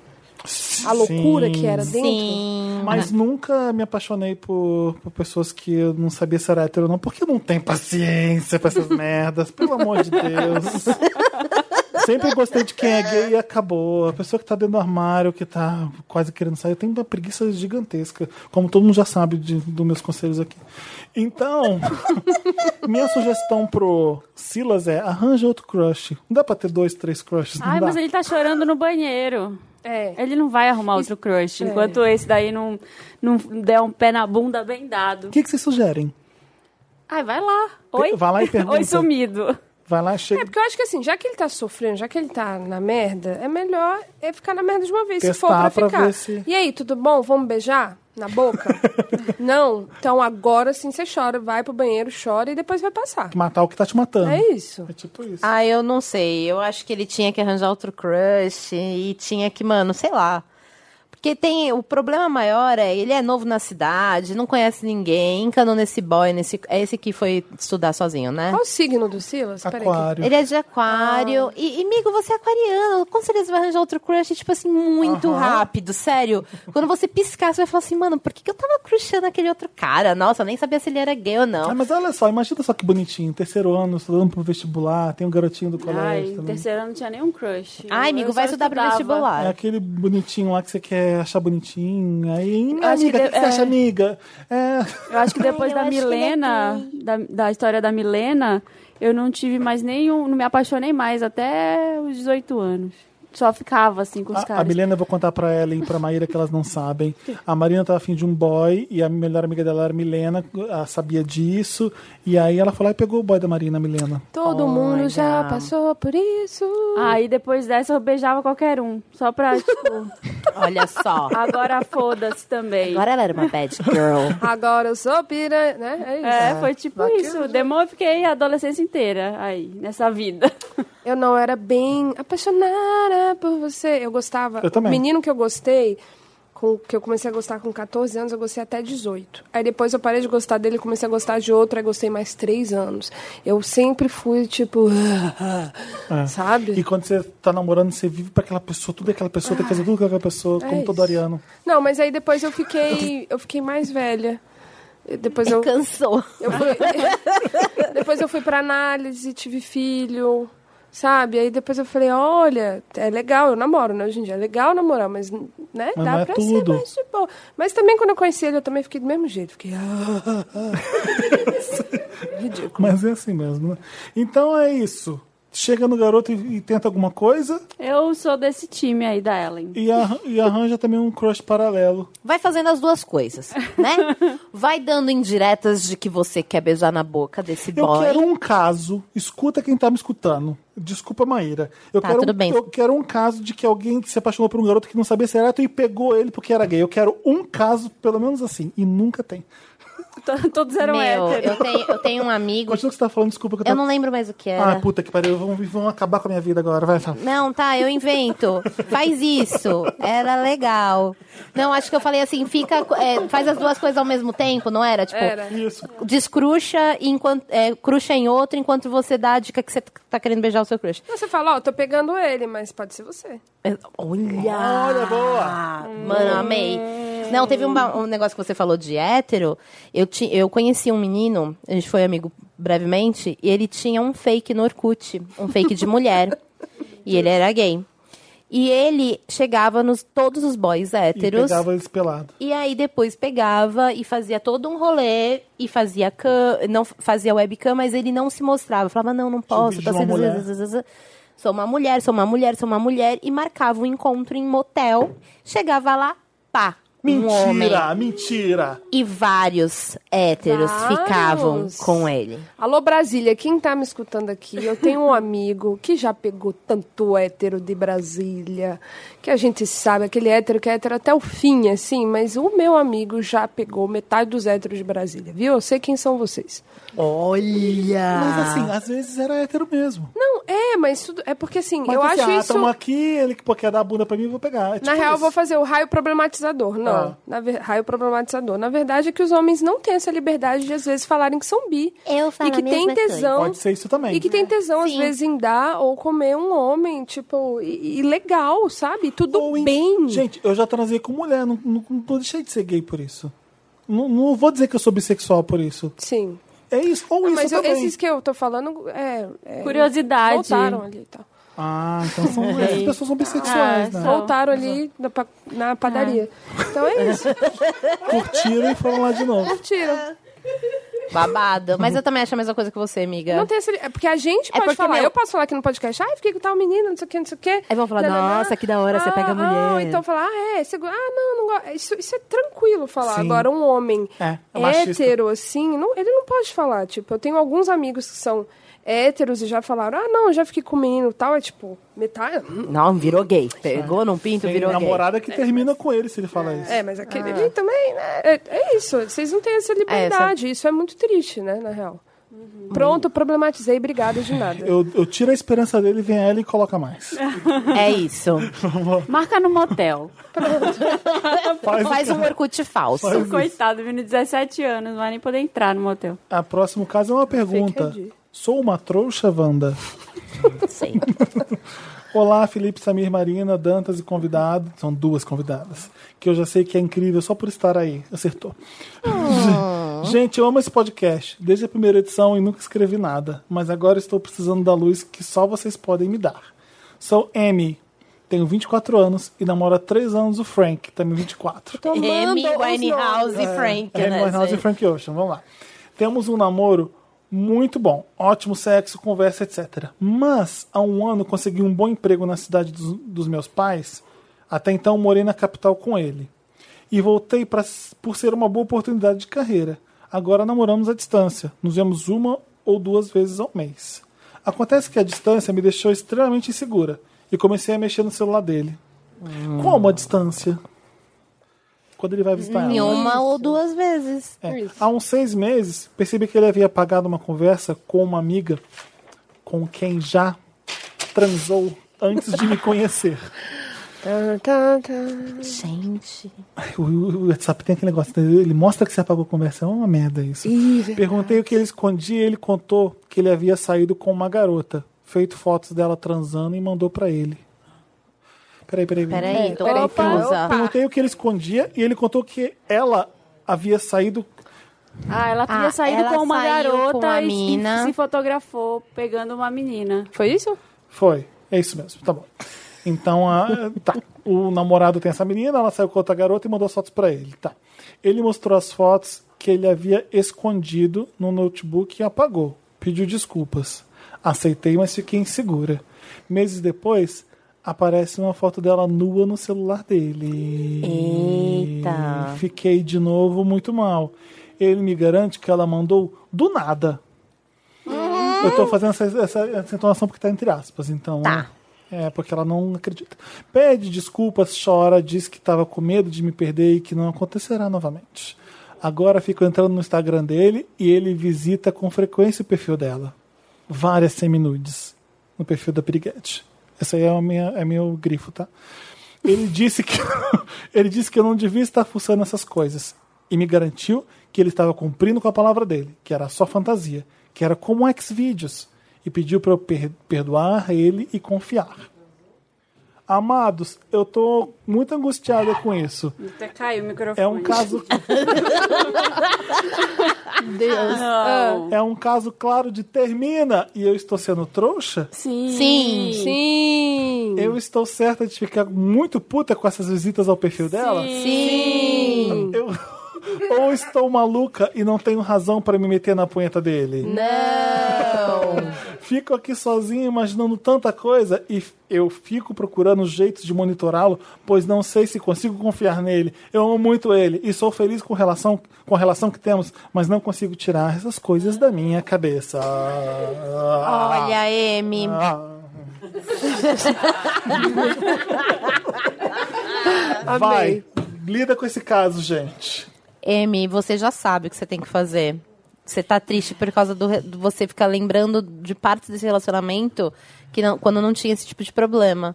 [SPEAKER 4] A loucura
[SPEAKER 1] Sim.
[SPEAKER 4] que era dentro?
[SPEAKER 3] Sim.
[SPEAKER 1] Mas
[SPEAKER 4] É.
[SPEAKER 1] nunca me apaixonei por, por pessoas que eu não sabia se era hétero ou não, porque eu não tenho paciência pra essas merdas, pelo amor de Deus. Sempre gostei de quem é gay e acabou. A pessoa que tá dentro do armário, que tá quase querendo sair, eu tenho uma preguiça gigantesca. Como todo mundo já sabe de- dos meus conselhos aqui. Então, minha sugestão pro Silas é arranja outro crush. Não dá pra ter dois, três crushes, não
[SPEAKER 2] Ai,
[SPEAKER 1] dá.
[SPEAKER 2] mas ele tá chorando no banheiro.
[SPEAKER 4] É.
[SPEAKER 2] Ele não vai arrumar outro crush,
[SPEAKER 1] É.
[SPEAKER 2] enquanto esse daí não, não der um pé na bunda bem dado.
[SPEAKER 1] O que, que vocês sugerem?
[SPEAKER 2] Ai, vai lá. Oi?
[SPEAKER 1] Vai lá e pergunta.
[SPEAKER 2] Oi, sumido.
[SPEAKER 1] Vai lá,
[SPEAKER 4] É
[SPEAKER 1] chega.
[SPEAKER 4] porque eu acho que assim, já que ele tá sofrendo, já que ele tá na merda, é melhor é ficar na merda de uma vez, se for
[SPEAKER 1] Testar
[SPEAKER 4] pra
[SPEAKER 1] pra
[SPEAKER 4] ficar.
[SPEAKER 1] ver se-
[SPEAKER 4] E aí, tudo bom? Vamos beijar? Na boca? Não? Então agora sim você chora, vai pro banheiro, chora e depois vai passar.
[SPEAKER 1] Matar o que tá te matando.
[SPEAKER 4] É isso.
[SPEAKER 1] É tipo isso.
[SPEAKER 3] Ah, eu não sei. Eu acho que ele tinha que arranjar outro crush e tinha que, mano, sei lá. Porque tem. O problema maior é ele é novo na cidade, não conhece ninguém, encanou nesse boy, nesse. É esse que foi estudar sozinho, né?
[SPEAKER 4] Qual o signo do Silas? Peraí. que-
[SPEAKER 1] Aquário.
[SPEAKER 3] Ele é de aquário. E, e, amigo, você é aquariano. Com certeza vai arranjar outro crush, tipo assim, muito rápido, sério. Quando você piscar, você vai falar assim, mano, por que, que eu tava crushando aquele outro cara? Nossa, eu nem sabia se ele era gay ou não.
[SPEAKER 1] Ah, mas olha só, imagina só que bonitinho. Terceiro ano, estudando pro vestibular, tem um garotinho do colégio
[SPEAKER 2] Ai, em
[SPEAKER 1] também.
[SPEAKER 2] terceiro ano não tinha nenhum crush.
[SPEAKER 3] Ai,
[SPEAKER 2] Eu-
[SPEAKER 3] amigo,
[SPEAKER 2] eu
[SPEAKER 3] vai
[SPEAKER 2] só
[SPEAKER 3] estudar pro
[SPEAKER 2] estudava.
[SPEAKER 1] É
[SPEAKER 3] vestibular.
[SPEAKER 1] aquele bonitinho lá que você quer achar bonitinho. Aí, "Ah,
[SPEAKER 2] acho que
[SPEAKER 1] amiga, o que,
[SPEAKER 2] de-
[SPEAKER 1] que você
[SPEAKER 2] é.
[SPEAKER 1] acha, amiga? É.
[SPEAKER 2] Eu acho que depois
[SPEAKER 5] eu
[SPEAKER 2] da
[SPEAKER 5] acho que ele é
[SPEAKER 2] Milena, da, da história da Milena, eu não tive mais nenhum, não me apaixonei mais até os 18 anos. Só ficava assim com os
[SPEAKER 1] A,
[SPEAKER 2] caras.
[SPEAKER 1] a Milena, eu vou contar pra ela e pra Maíra que elas não sabem. A Marina tava afim de um boy e a melhor amiga dela era a Milena, ela sabia disso. E aí ela falou e pegou o boy da Marina, a Milena.
[SPEAKER 4] Todo mundo já
[SPEAKER 3] Olha.
[SPEAKER 4] passou por isso.
[SPEAKER 2] Aí depois dessa eu beijava qualquer um, só pra tipo,
[SPEAKER 3] Olha só.
[SPEAKER 2] agora foda-se também.
[SPEAKER 3] Agora ela era uma bad girl.
[SPEAKER 4] Agora eu sou piranha, né? É isso.
[SPEAKER 2] É, foi tipo
[SPEAKER 1] né?
[SPEAKER 2] isso. Demônio eu fiquei a adolescência inteira aí, nessa vida.
[SPEAKER 4] Eu não era bem apaixonada por você. Eu gostava.
[SPEAKER 1] Eu também.
[SPEAKER 4] O menino que eu gostei, com, que eu comecei a gostar com 14 anos, eu gostei até 18. Aí depois eu parei de gostar dele, comecei a gostar de outro, aí gostei mais 3 anos. Eu sempre fui tipo. Sabe?
[SPEAKER 1] É. E quando você tá namorando, você vive pra aquela pessoa, tudo é aquela pessoa, tem que fazer tudo com aquela pessoa, como
[SPEAKER 2] É
[SPEAKER 1] todo
[SPEAKER 4] isso.
[SPEAKER 1] ariano.
[SPEAKER 4] Não, mas aí depois eu fiquei. Eu fiquei mais velha. E Depois
[SPEAKER 3] É
[SPEAKER 4] eu,
[SPEAKER 3] Cansou.
[SPEAKER 4] eu fui- depois eu fui pra análise, tive filho. Sabe? Aí depois eu falei, olha, é legal, eu namoro, né? Hoje em dia é legal namorar, mas, né?
[SPEAKER 1] Mas
[SPEAKER 4] dá
[SPEAKER 1] não é
[SPEAKER 4] pra
[SPEAKER 1] tudo.
[SPEAKER 4] ser mais de boa. Mas também quando eu conheci ele, eu também fiquei do mesmo jeito. Fiquei, ah,
[SPEAKER 1] Mas é assim mesmo, né? Então é isso. Chega no garoto e, e tenta alguma coisa
[SPEAKER 2] Eu sou desse time aí da Ellen.
[SPEAKER 1] e, ar- e arranja também um crush paralelo.
[SPEAKER 3] Vai fazendo as duas coisas, né? Vai dando indiretas de que você quer beijar na boca desse
[SPEAKER 1] Eu
[SPEAKER 3] boy.
[SPEAKER 1] quero um caso. Escuta quem tá me escutando. Desculpa, Maíra. Eu,
[SPEAKER 3] Tá,
[SPEAKER 1] quero,
[SPEAKER 3] tudo bem.
[SPEAKER 1] eu quero um caso de que alguém que se apaixonou por um garoto que não sabia se era hétero e pegou ele porque era gay. Eu quero um caso, pelo menos assim. E nunca tem.
[SPEAKER 2] To- Todos
[SPEAKER 1] um
[SPEAKER 2] eram
[SPEAKER 3] Meu,
[SPEAKER 2] héteros.
[SPEAKER 3] eu tenho, eu tenho um amigo.
[SPEAKER 1] Continua o que você tá falando, desculpa que eu tô.
[SPEAKER 3] Eu não lembro mais o que era.
[SPEAKER 1] Ah, puta que pariu. Vão, vão acabar com a minha vida agora. Vai, fala.
[SPEAKER 3] Não, tá, eu invento. Faz isso. Era legal. Não, acho que eu falei assim, fica. é, faz as duas coisas ao mesmo tempo, não era? Tipo,
[SPEAKER 4] Era.
[SPEAKER 1] Isso.
[SPEAKER 3] descruxa e enquanto, é, cruxa em outro enquanto você dá a dica que você t- tá querendo beijar o seu crush.
[SPEAKER 4] Você fala, ó, tô pegando ele, mas pode ser você.
[SPEAKER 3] Mas, É, Olha!
[SPEAKER 1] Olha, boa.
[SPEAKER 3] Mano, amei. Não, teve um, ba- um negócio que você falou de hétero. Eu, ti, eu conheci um menino, a gente foi amigo brevemente, e ele tinha um fake no Orkut, um fake de mulher. e ele era gay. E ele chegava nos todos os boys
[SPEAKER 1] E
[SPEAKER 3] héteros.
[SPEAKER 1] pegava eles pelado.
[SPEAKER 3] E aí depois pegava e fazia todo um rolê e fazia cam, não fazia webcam, mas ele não se mostrava. Falava não, não posso,
[SPEAKER 1] vídeo
[SPEAKER 3] tá
[SPEAKER 1] Tipo, de uma mulher.
[SPEAKER 3] sendo sou uma mulher, sou uma mulher, sou uma mulher e marcava um encontro em motel. Chegava lá, pá, um homem
[SPEAKER 1] Mentira, mentira.
[SPEAKER 3] e vários héteros
[SPEAKER 4] Vários.
[SPEAKER 3] ficavam com ele.
[SPEAKER 4] Alô, Brasília, quem tá me escutando aqui? Eu tenho um amigo que já pegou tanto hétero de Brasília, que a gente sabe, aquele hétero que é hétero até o fim, assim, mas o meu amigo já pegou metade dos héteros de Brasília, viu? Eu sei quem são vocês.
[SPEAKER 3] Olha.
[SPEAKER 1] Mas assim, às vezes era hétero mesmo.
[SPEAKER 4] Não, é, mas tudo, é porque assim,
[SPEAKER 1] Mas
[SPEAKER 4] eu
[SPEAKER 1] assim,
[SPEAKER 4] acho
[SPEAKER 1] ah,
[SPEAKER 4] isso...
[SPEAKER 1] tamo aqui, ele que pô, quer dar a bunda pra mim, eu vou pegar. É tipo
[SPEAKER 4] Na real, eu
[SPEAKER 1] isso.
[SPEAKER 4] vou fazer o raio problematizador. Não,
[SPEAKER 1] Ah.
[SPEAKER 4] na ver- raio problematizador. Na verdade, é que os homens não têm essa liberdade de, às vezes, falarem que são bi.
[SPEAKER 3] Eu falo
[SPEAKER 4] E que
[SPEAKER 3] a
[SPEAKER 4] tem
[SPEAKER 3] mesma
[SPEAKER 4] tesão.
[SPEAKER 1] Pode ser isso também.
[SPEAKER 4] um E que tem tesão, às
[SPEAKER 3] Sim.
[SPEAKER 4] vezes, em dar ou comer um homem, tipo, e, e legal, sabe? Tudo
[SPEAKER 1] Ou em-
[SPEAKER 4] bem.
[SPEAKER 1] Gente, eu já transei com mulher, não, não, não deixei de ser gay por isso. Não, não vou dizer que eu sou bissexual por isso.
[SPEAKER 4] Sim.
[SPEAKER 1] É isso, ou
[SPEAKER 4] Não,
[SPEAKER 1] isso
[SPEAKER 4] mas eu-
[SPEAKER 1] também.
[SPEAKER 4] esses que eu tô falando, é... é
[SPEAKER 2] Curiosidade.
[SPEAKER 4] Voltaram ali e tal.
[SPEAKER 1] Ah, então são, essas pessoas são
[SPEAKER 2] Ah,
[SPEAKER 1] bissexuais, né?
[SPEAKER 2] são.
[SPEAKER 4] Voltaram ali na, pa- na padaria. Então é isso,
[SPEAKER 1] Curtiram e foram lá de novo.
[SPEAKER 4] curtiram.
[SPEAKER 3] Babado. Mas eu também acho a mesma coisa que você, amiga.
[SPEAKER 4] Não tem essa... É porque a gente pode
[SPEAKER 3] porque,
[SPEAKER 4] falar.
[SPEAKER 3] meu-
[SPEAKER 4] Eu posso falar aqui no podcast, ai, fiquei com tal menina, não sei o que, não sei o que.
[SPEAKER 3] Aí vão falar, nossa, que da hora, você pega a mulher.
[SPEAKER 4] Ou então falar, ah, é, você... go- ah, não, não gosto. Isso, isso é tranquilo falar.
[SPEAKER 1] Sim.
[SPEAKER 4] Agora, um homem
[SPEAKER 1] É, é machista.
[SPEAKER 4] hétero, assim, não, ele não pode falar. Tipo, eu tenho alguns amigos que são héteros e já falaram, ah, não, eu já fiquei com menino e tal. É tipo, metade...
[SPEAKER 3] Não, virou gay. Pegou num pinto,
[SPEAKER 1] Tem
[SPEAKER 3] virou gay.
[SPEAKER 1] namorada que termina com ele se ele fala isso.
[SPEAKER 4] É, mas aquele
[SPEAKER 3] Ah.
[SPEAKER 4] ali também, né? É, é isso, vocês não têm essa liberdade. Isso é muito triste, né, na real.
[SPEAKER 3] Uhum.
[SPEAKER 4] Pronto, problematizei, obrigada de nada.
[SPEAKER 1] Eu, eu tiro a esperança dele, vem ela e coloca mais.
[SPEAKER 3] É isso.
[SPEAKER 2] Marca no motel.
[SPEAKER 1] Faz,
[SPEAKER 3] Faz um Orkut falso.
[SPEAKER 1] Faz-
[SPEAKER 2] Coitado, menino, 17 anos, não vai nem poder entrar no motel.
[SPEAKER 1] A próximo caso é uma pergunta.
[SPEAKER 4] Fica de-
[SPEAKER 1] Sou uma trouxa, Wanda?
[SPEAKER 3] Sim.
[SPEAKER 1] Olá, Felipe, Samir, Marina, Dantas e convidado. São duas convidadas. Que eu já sei que é incrível só por estar aí. Acertou. Gente, eu amo esse podcast. Desde a primeira edição e nunca escrevi nada. Mas agora estou precisando da luz que só vocês podem me dar. Sou Amy. Tenho 24 anos e namoro há 3 anos o Frank, também 24.
[SPEAKER 3] Amy,
[SPEAKER 4] os
[SPEAKER 3] Winehouse e Frank,
[SPEAKER 1] É,
[SPEAKER 3] né?
[SPEAKER 1] Amy Winehouse e Frank Ocean, vamos lá. Temos um namoro muito bom, ótimo sexo, conversa, etc. Mas, há um ano, consegui um bom emprego na cidade dos, dos meus pais. Até então, morei na capital com ele. E voltei pra, por ser uma boa oportunidade de carreira. Agora namoramos à distância. Nos vemos uma ou duas vezes ao mês. Acontece que a distância me deixou extremamente insegura. E comecei a mexer no celular dele. Como a distância? Quando ele vai visitar
[SPEAKER 3] Em
[SPEAKER 1] ela?
[SPEAKER 3] uma ou duas vezes.
[SPEAKER 1] É. Há uns seis meses, percebi que ele havia apagado uma conversa com uma amiga com quem já transou antes de me conhecer.
[SPEAKER 4] Tá, tá, tá.
[SPEAKER 3] Gente.
[SPEAKER 1] Ai, O, o WhatsApp tem aquele negócio, entendeu? ele mostra que você apagou a conversa, é uma merda isso. Perguntei o que ele escondia e ele contou que ele havia saído com uma garota, feito fotos dela transando e mandou pra ele. Peraí, peraí.
[SPEAKER 3] Peraí,
[SPEAKER 1] É,
[SPEAKER 3] tô
[SPEAKER 4] peraí,
[SPEAKER 3] confusa.
[SPEAKER 1] Perguntei o que ele escondia e ele contou que ela havia saído
[SPEAKER 2] Ah, ela tinha
[SPEAKER 3] Ah,
[SPEAKER 2] saído
[SPEAKER 3] ela
[SPEAKER 2] com uma
[SPEAKER 3] saiu
[SPEAKER 2] garota
[SPEAKER 3] com a
[SPEAKER 2] e-
[SPEAKER 3] mina.
[SPEAKER 2] e se fotografou pegando uma menina.
[SPEAKER 4] Foi isso?
[SPEAKER 1] Foi, é isso mesmo, tá bom. Então, a, tá. O namorado tem essa menina, ela saiu com outra garota e mandou as fotos pra ele, tá. Ele mostrou as fotos que ele havia escondido no notebook e apagou. Pediu desculpas. Aceitei, mas fiquei insegura. Meses depois, aparece uma foto dela nua no celular dele.
[SPEAKER 3] Eita.
[SPEAKER 1] Fiquei de novo muito mal. Ele me garante que ela mandou do nada. Eu tô fazendo essa, essa, essa entonação porque tá entre aspas, então.
[SPEAKER 3] Tá.
[SPEAKER 1] É, porque ela não acredita. Pede desculpas, chora, diz que tava com medo de me perder e que não acontecerá novamente. Agora fico entrando no Instagram dele e ele visita com frequência o perfil dela. Várias seminudes no perfil da Piriguete. Essa aí é, a minha, é meu grifo, tá? Ele disse que ele disse que eu não devia estar fuçando essas coisas e me garantiu que ele estava cumprindo com a palavra dele, que era só fantasia, que era como um Xvideos, e pediu para eu per- perdoar ele e confiar. Amados, eu tô muito angustiada com isso.
[SPEAKER 2] Até caiu o microfone.
[SPEAKER 1] É um caso
[SPEAKER 4] Deus.
[SPEAKER 2] Não.
[SPEAKER 1] é um caso claro de termina e eu estou sendo trouxa?
[SPEAKER 2] Sim.
[SPEAKER 3] Sim,
[SPEAKER 4] Sim.
[SPEAKER 1] Eu estou certa de ficar muito puta com essas visitas ao perfil dela?
[SPEAKER 3] Sim.
[SPEAKER 1] Eu... Ou estou maluca e não tenho razão para me meter na punheta dele?
[SPEAKER 3] Não.
[SPEAKER 1] Fico aqui sozinho imaginando tanta coisa e f- eu fico procurando jeitos de monitorá-lo, pois não sei se consigo confiar nele. Eu amo muito ele e sou feliz com relação com a relação que temos, mas não consigo tirar essas coisas da minha cabeça.
[SPEAKER 4] Ah.
[SPEAKER 3] Olha, Amy.
[SPEAKER 1] Ah. Vai, lida com esse caso, gente.
[SPEAKER 3] Amy, você já sabe o que você tem que fazer. Você tá triste por causa do, re- do você ficar lembrando de partes desse relacionamento que não- quando não tinha esse tipo de problema.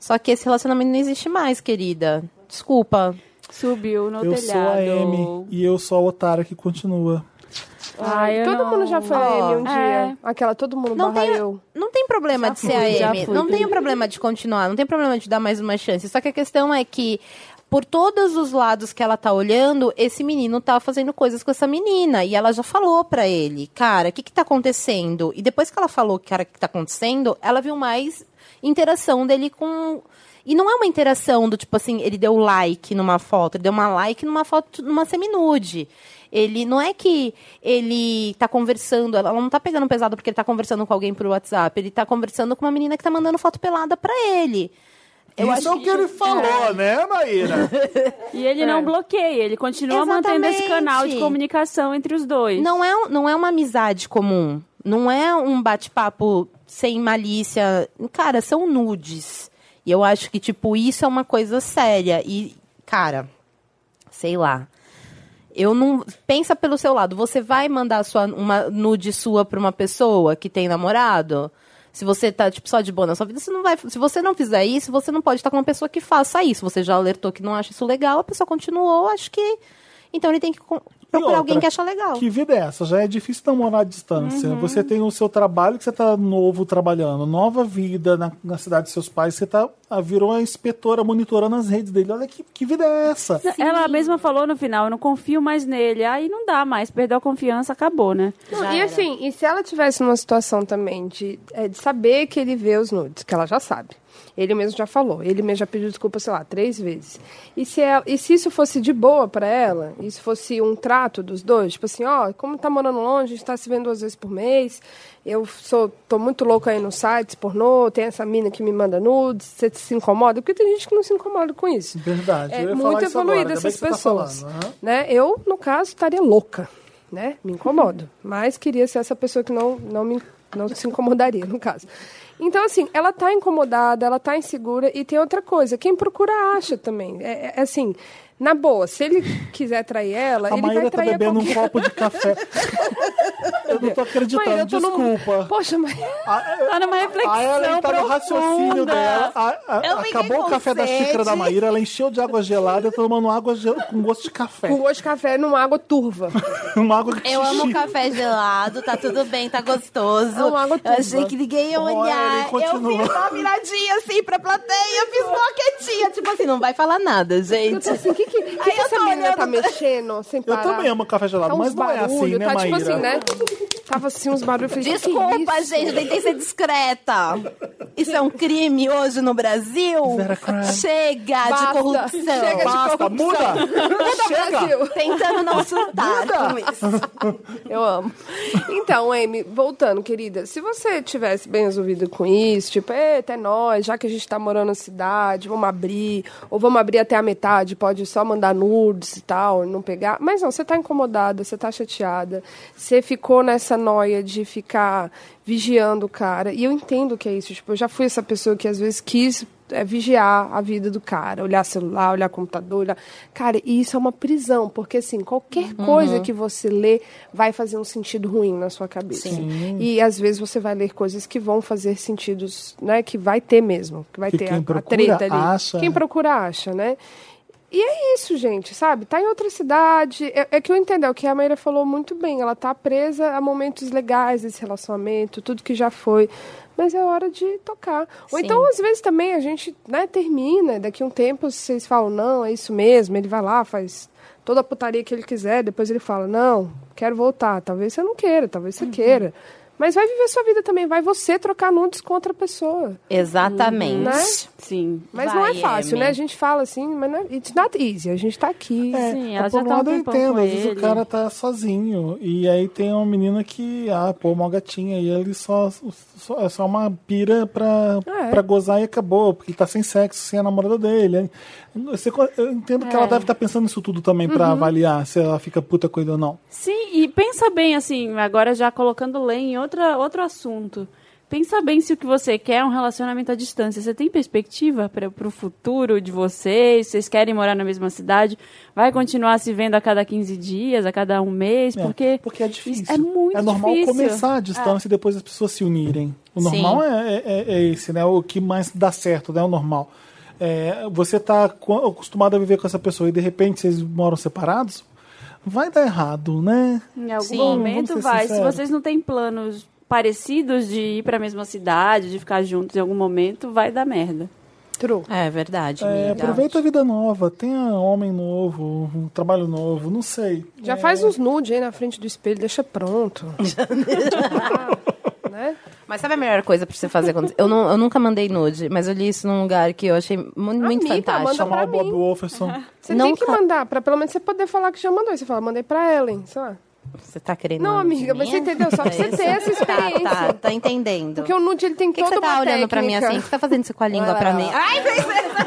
[SPEAKER 3] Só que esse relacionamento não existe mais, querida. Desculpa.
[SPEAKER 2] Subiu no
[SPEAKER 1] Eu sou a
[SPEAKER 2] telhado.
[SPEAKER 1] Amy e eu sou a otária que continua.
[SPEAKER 2] Ai, Ah, eu
[SPEAKER 4] Todo
[SPEAKER 2] não-
[SPEAKER 4] mundo já foi a Amy um
[SPEAKER 2] É.
[SPEAKER 4] dia. Aquela, todo mundo
[SPEAKER 3] Não
[SPEAKER 4] barra
[SPEAKER 3] tem,
[SPEAKER 4] eu.
[SPEAKER 3] não tem problema de ser
[SPEAKER 2] fui, já
[SPEAKER 3] a Amy.
[SPEAKER 2] fui.
[SPEAKER 3] Não tem problema de continuar. Não tem problema de dar mais uma chance. Só que a questão é que, por todos os lados que ela tá olhando, esse menino tá fazendo coisas com essa menina. E ela já falou pra ele, cara, o que que tá acontecendo? E depois que ela falou, cara, o que tá acontecendo, ela viu mais interação dele com. E não é uma interação do tipo assim, ele deu like numa foto, ele deu uma like numa foto, numa seminude. Ele não é que ele tá conversando, ela não tá pegando pesado porque ele tá conversando com alguém por WhatsApp, ele tá conversando com uma menina que tá mandando foto pelada pra ele.
[SPEAKER 1] Isso é o que ele falou, né, Maíra?
[SPEAKER 2] E ele não bloqueia, ele continua mantendo esse canal de
[SPEAKER 3] Exatamente.
[SPEAKER 2] comunicação entre os dois.
[SPEAKER 3] Não é, um- não é uma amizade comum. Não é um bate-papo sem malícia. Cara, são nudes. E eu acho que, tipo, isso é uma coisa séria. E, cara, sei lá. Eu não. Pensa pelo seu lado. Você vai mandar sua, uma nude sua pra uma pessoa que tem namorado? Se você tá, tipo, só de boa na sua vida, você não vai. Se você não fizer isso, você não pode estar com uma pessoa que faça isso. Você já alertou que não acha isso legal, a pessoa continuou, acho que. Então ele tem que con-
[SPEAKER 1] outra,
[SPEAKER 3] procurar alguém que acha legal.
[SPEAKER 1] Que vida é essa? Já é difícil namorar à distância. Você tem o seu trabalho que você tá novo trabalhando, nova vida na, na cidade dos seus pais, você tá, ah, virou a inspetora monitorando as redes dele. Olha que, que vida é essa?
[SPEAKER 2] Ela mesma falou no final, eu não confio mais nele. Aí não dá mais, perdeu a confiança, acabou, né?
[SPEAKER 4] Não,
[SPEAKER 3] Já
[SPEAKER 4] e
[SPEAKER 3] era.
[SPEAKER 4] assim, e se ela tivesse numa situação também de, é, de saber que ele vê os nudes, que ela já sabe. Ele mesmo já falou, ele mesmo já pediu desculpa, sei lá, três vezes. E se, ela- e se isso fosse de boa pra ela, isso fosse um trato dos dois, tipo assim, ó, como tá morando longe, a gente tá se vendo duas vezes por mês, eu sou, tô muito louca aí nos sites pornô, tem essa mina que me manda nudes, você se incomoda? Porque tem gente que não se incomoda com isso.
[SPEAKER 1] Verdade.
[SPEAKER 4] É
[SPEAKER 1] eu ia falar
[SPEAKER 4] muito
[SPEAKER 1] isso agora,
[SPEAKER 4] evoluída
[SPEAKER 1] ainda bem
[SPEAKER 4] essas
[SPEAKER 1] que você tá
[SPEAKER 4] pessoas.
[SPEAKER 1] falando, aham.
[SPEAKER 4] né? Eu, no caso, estaria louca, né? Me incomodo. Mas queria ser essa pessoa que não, não, me, não se incomodaria, no caso. Então, assim, ela está incomodada, ela está insegura e tem outra coisa. Quem procura acha também. É, é, assim, na boa, se ele quiser trair ela,
[SPEAKER 1] A
[SPEAKER 4] ele vai
[SPEAKER 1] Maíra tá
[SPEAKER 4] trair a
[SPEAKER 1] bebendo um
[SPEAKER 4] qualquer-
[SPEAKER 1] copo de café. eu não tô acreditando,
[SPEAKER 4] Maíra, eu tô num-
[SPEAKER 1] desculpa.
[SPEAKER 4] Poxa, Maíra.
[SPEAKER 2] Tá numa reflexão
[SPEAKER 1] A Ellen tá no
[SPEAKER 2] profunda.
[SPEAKER 1] raciocínio dela. A- a-
[SPEAKER 3] Eu fiquei
[SPEAKER 1] acabou o
[SPEAKER 3] com
[SPEAKER 1] café da
[SPEAKER 3] sede.
[SPEAKER 1] xícara da Maíra, ela encheu de água gelada e tá tomando água gel- com gosto de
[SPEAKER 4] Com
[SPEAKER 1] café.
[SPEAKER 4] gosto de café numa água turva.
[SPEAKER 1] Uma água que
[SPEAKER 3] Eu amo
[SPEAKER 1] xixi.
[SPEAKER 3] café gelado, tá tudo bem, tá gostoso.
[SPEAKER 4] Amo água
[SPEAKER 3] eu
[SPEAKER 4] turva.
[SPEAKER 3] achei que ninguém ia
[SPEAKER 1] Olha, ele
[SPEAKER 3] olhar. eu
[SPEAKER 1] continua.
[SPEAKER 3] fiz uma viradinha assim pra plateia, fiz uma quietinha. Tipo assim, não vai falar nada,
[SPEAKER 4] Eu
[SPEAKER 3] gente.
[SPEAKER 4] tô assim, o que, que, que, que
[SPEAKER 3] Aí eu
[SPEAKER 4] essa
[SPEAKER 3] tô
[SPEAKER 4] menina tá
[SPEAKER 3] olhando-
[SPEAKER 4] mexendo sem
[SPEAKER 1] Eu
[SPEAKER 4] parar?
[SPEAKER 1] também amo café gelado,
[SPEAKER 4] Tá uns
[SPEAKER 1] mas não é assim,
[SPEAKER 4] barulho,
[SPEAKER 1] né,
[SPEAKER 4] tá
[SPEAKER 1] Maíra?
[SPEAKER 4] tipo assim, né? Tava assim uns barulhos. eu falei, gente, que
[SPEAKER 3] Desculpa,
[SPEAKER 4] isso?
[SPEAKER 3] gente, eu tentei ser discreta. Isso é um crime hoje no Brasil?
[SPEAKER 1] that a crime?
[SPEAKER 3] Chega de
[SPEAKER 4] Basta.
[SPEAKER 3] corrupção.
[SPEAKER 4] Chega de
[SPEAKER 1] Basta, muda! Chega!
[SPEAKER 4] Brasil.
[SPEAKER 3] Tentando não surtar com isso. Eu amo.
[SPEAKER 4] Então, Amy, voltando, querida, se você tivesse bem resolvido com isso, tipo, eita, é nóis, já que a gente tá morando na cidade, vamos abrir, ou vamos abrir até a metade, pode só mandar nudes e tal, não pegar. Mas não, você tá incomodada, você tá chateada, você ficou nessa noia de ficar vigiando o cara. E eu entendo que é isso, tipo, eu já fui essa pessoa que às vezes quis é vigiar a vida do cara, olhar celular, olhar computador, olhar... cara, e isso é uma prisão, porque assim, qualquer coisa que você lê vai fazer um sentido ruim na sua cabeça. E às vezes você vai ler coisas que vão fazer sentidos, né, que vai ter mesmo, que vai
[SPEAKER 1] Que
[SPEAKER 4] ter
[SPEAKER 1] quem
[SPEAKER 4] a, a
[SPEAKER 1] procura
[SPEAKER 4] treta ali.
[SPEAKER 1] acha,
[SPEAKER 4] Quem
[SPEAKER 1] né?
[SPEAKER 4] procura acha, né? E é isso, gente, sabe? Tá em outra cidade. É, é que eu entendo, é o que a Maíra falou muito bem. Ela tá presa a momentos legais desse relacionamento, tudo que já foi. Mas é hora de tocar. Ou
[SPEAKER 3] Sim.
[SPEAKER 4] então, às vezes, também a gente né, termina, daqui a um tempo vocês falam, não, é isso mesmo, ele vai lá, faz toda a putaria que ele quiser, depois ele fala, não, quero voltar. Talvez você não queira, talvez você queira. Mas vai viver sua vida também, vai você trocar nudes com outra pessoa,
[SPEAKER 3] Exatamente.
[SPEAKER 4] né?
[SPEAKER 2] Sim.
[SPEAKER 4] Mas não é
[SPEAKER 3] Vai,
[SPEAKER 4] fácil,
[SPEAKER 3] Amy.
[SPEAKER 4] né? A gente fala assim, mas não é, it's not easy, a gente tá aqui.
[SPEAKER 1] É,
[SPEAKER 2] Sim, ela
[SPEAKER 1] por
[SPEAKER 2] já
[SPEAKER 1] um
[SPEAKER 2] tá um
[SPEAKER 1] lado eu
[SPEAKER 2] tempão
[SPEAKER 1] entendo,
[SPEAKER 2] com
[SPEAKER 1] às vezes
[SPEAKER 2] ele.
[SPEAKER 1] o cara tá sozinho e aí tem uma menina que, ah, pô, mó gatinha e ele só, só- é só uma pira pra,
[SPEAKER 4] É.
[SPEAKER 1] pra gozar e acabou, porque ele tá sem sexo, sem a namorada dele. Você- eu entendo
[SPEAKER 2] É.
[SPEAKER 1] que ela deve estar pensando isso tudo também pra
[SPEAKER 2] Uhum.
[SPEAKER 1] avaliar se ela fica puta com ele ou não.
[SPEAKER 2] Sim, e pensa bem, assim, agora já colocando lei em outra, outro assunto. Pensa bem se o que você quer é um relacionamento à distância. Você tem perspectiva para o futuro de vocês? Vocês querem morar na mesma cidade? Vai continuar se vendo a cada 15 dias, a cada um mês?
[SPEAKER 1] É,
[SPEAKER 2] Porque,
[SPEAKER 1] porque é difícil.
[SPEAKER 2] isso é muito
[SPEAKER 1] normal
[SPEAKER 2] difícil. É.
[SPEAKER 1] começar a distância e depois as pessoas se unirem. O
[SPEAKER 3] Sim.
[SPEAKER 1] normal é, é- é esse, né? O que mais dá certo, né? O normal. É, você tá co- acostumado a viver com essa pessoa e de repente vocês moram separados, vai dar errado, né?
[SPEAKER 2] em algum
[SPEAKER 3] Sim,
[SPEAKER 2] momento
[SPEAKER 1] vamos ser
[SPEAKER 2] vai. Se
[SPEAKER 1] sinceros.
[SPEAKER 2] vocês não têm planos parecidos de ir para a mesma cidade, de ficar juntos em algum momento, vai dar merda.
[SPEAKER 4] True.
[SPEAKER 3] É verdade,
[SPEAKER 1] É,
[SPEAKER 3] amiga.
[SPEAKER 1] aproveita a vida nova, tenha homem novo, um trabalho novo, não sei.
[SPEAKER 3] É.
[SPEAKER 4] Já faz uns nude aí na frente do espelho, deixa pronto. Ah, né? É?
[SPEAKER 3] Mas sabe a melhor coisa pra você fazer quando. Eu, não, eu nunca mandei nude, mas eu li isso num lugar que eu achei mu- muito
[SPEAKER 4] Amiga,
[SPEAKER 3] fantástico.
[SPEAKER 4] manda
[SPEAKER 1] Chamar
[SPEAKER 4] pra
[SPEAKER 1] o Bob
[SPEAKER 4] mim.
[SPEAKER 1] Wolferson.
[SPEAKER 4] Você
[SPEAKER 3] Não
[SPEAKER 4] tem que
[SPEAKER 3] ca-
[SPEAKER 4] mandar, pra pelo menos você poder falar que já mandou. Aí Você fala, mandei pra Ellen, sei lá.
[SPEAKER 3] Você tá querendo.
[SPEAKER 4] Não,
[SPEAKER 3] nude de
[SPEAKER 4] amiga, mas
[SPEAKER 3] mim?
[SPEAKER 4] você entendeu? Só que
[SPEAKER 3] É
[SPEAKER 4] você
[SPEAKER 3] isso?
[SPEAKER 4] tem essa experiência.
[SPEAKER 3] Tá, tá, tá entendendo.
[SPEAKER 4] Porque o nude, ele tem
[SPEAKER 3] Por que, que
[SPEAKER 4] toda
[SPEAKER 3] você tá
[SPEAKER 4] uma
[SPEAKER 3] olhando pra mim
[SPEAKER 4] técnica. Ah.
[SPEAKER 3] assim? O que você tá fazendo isso com a língua lá, pra lá, mim? lá. Ai, princesa!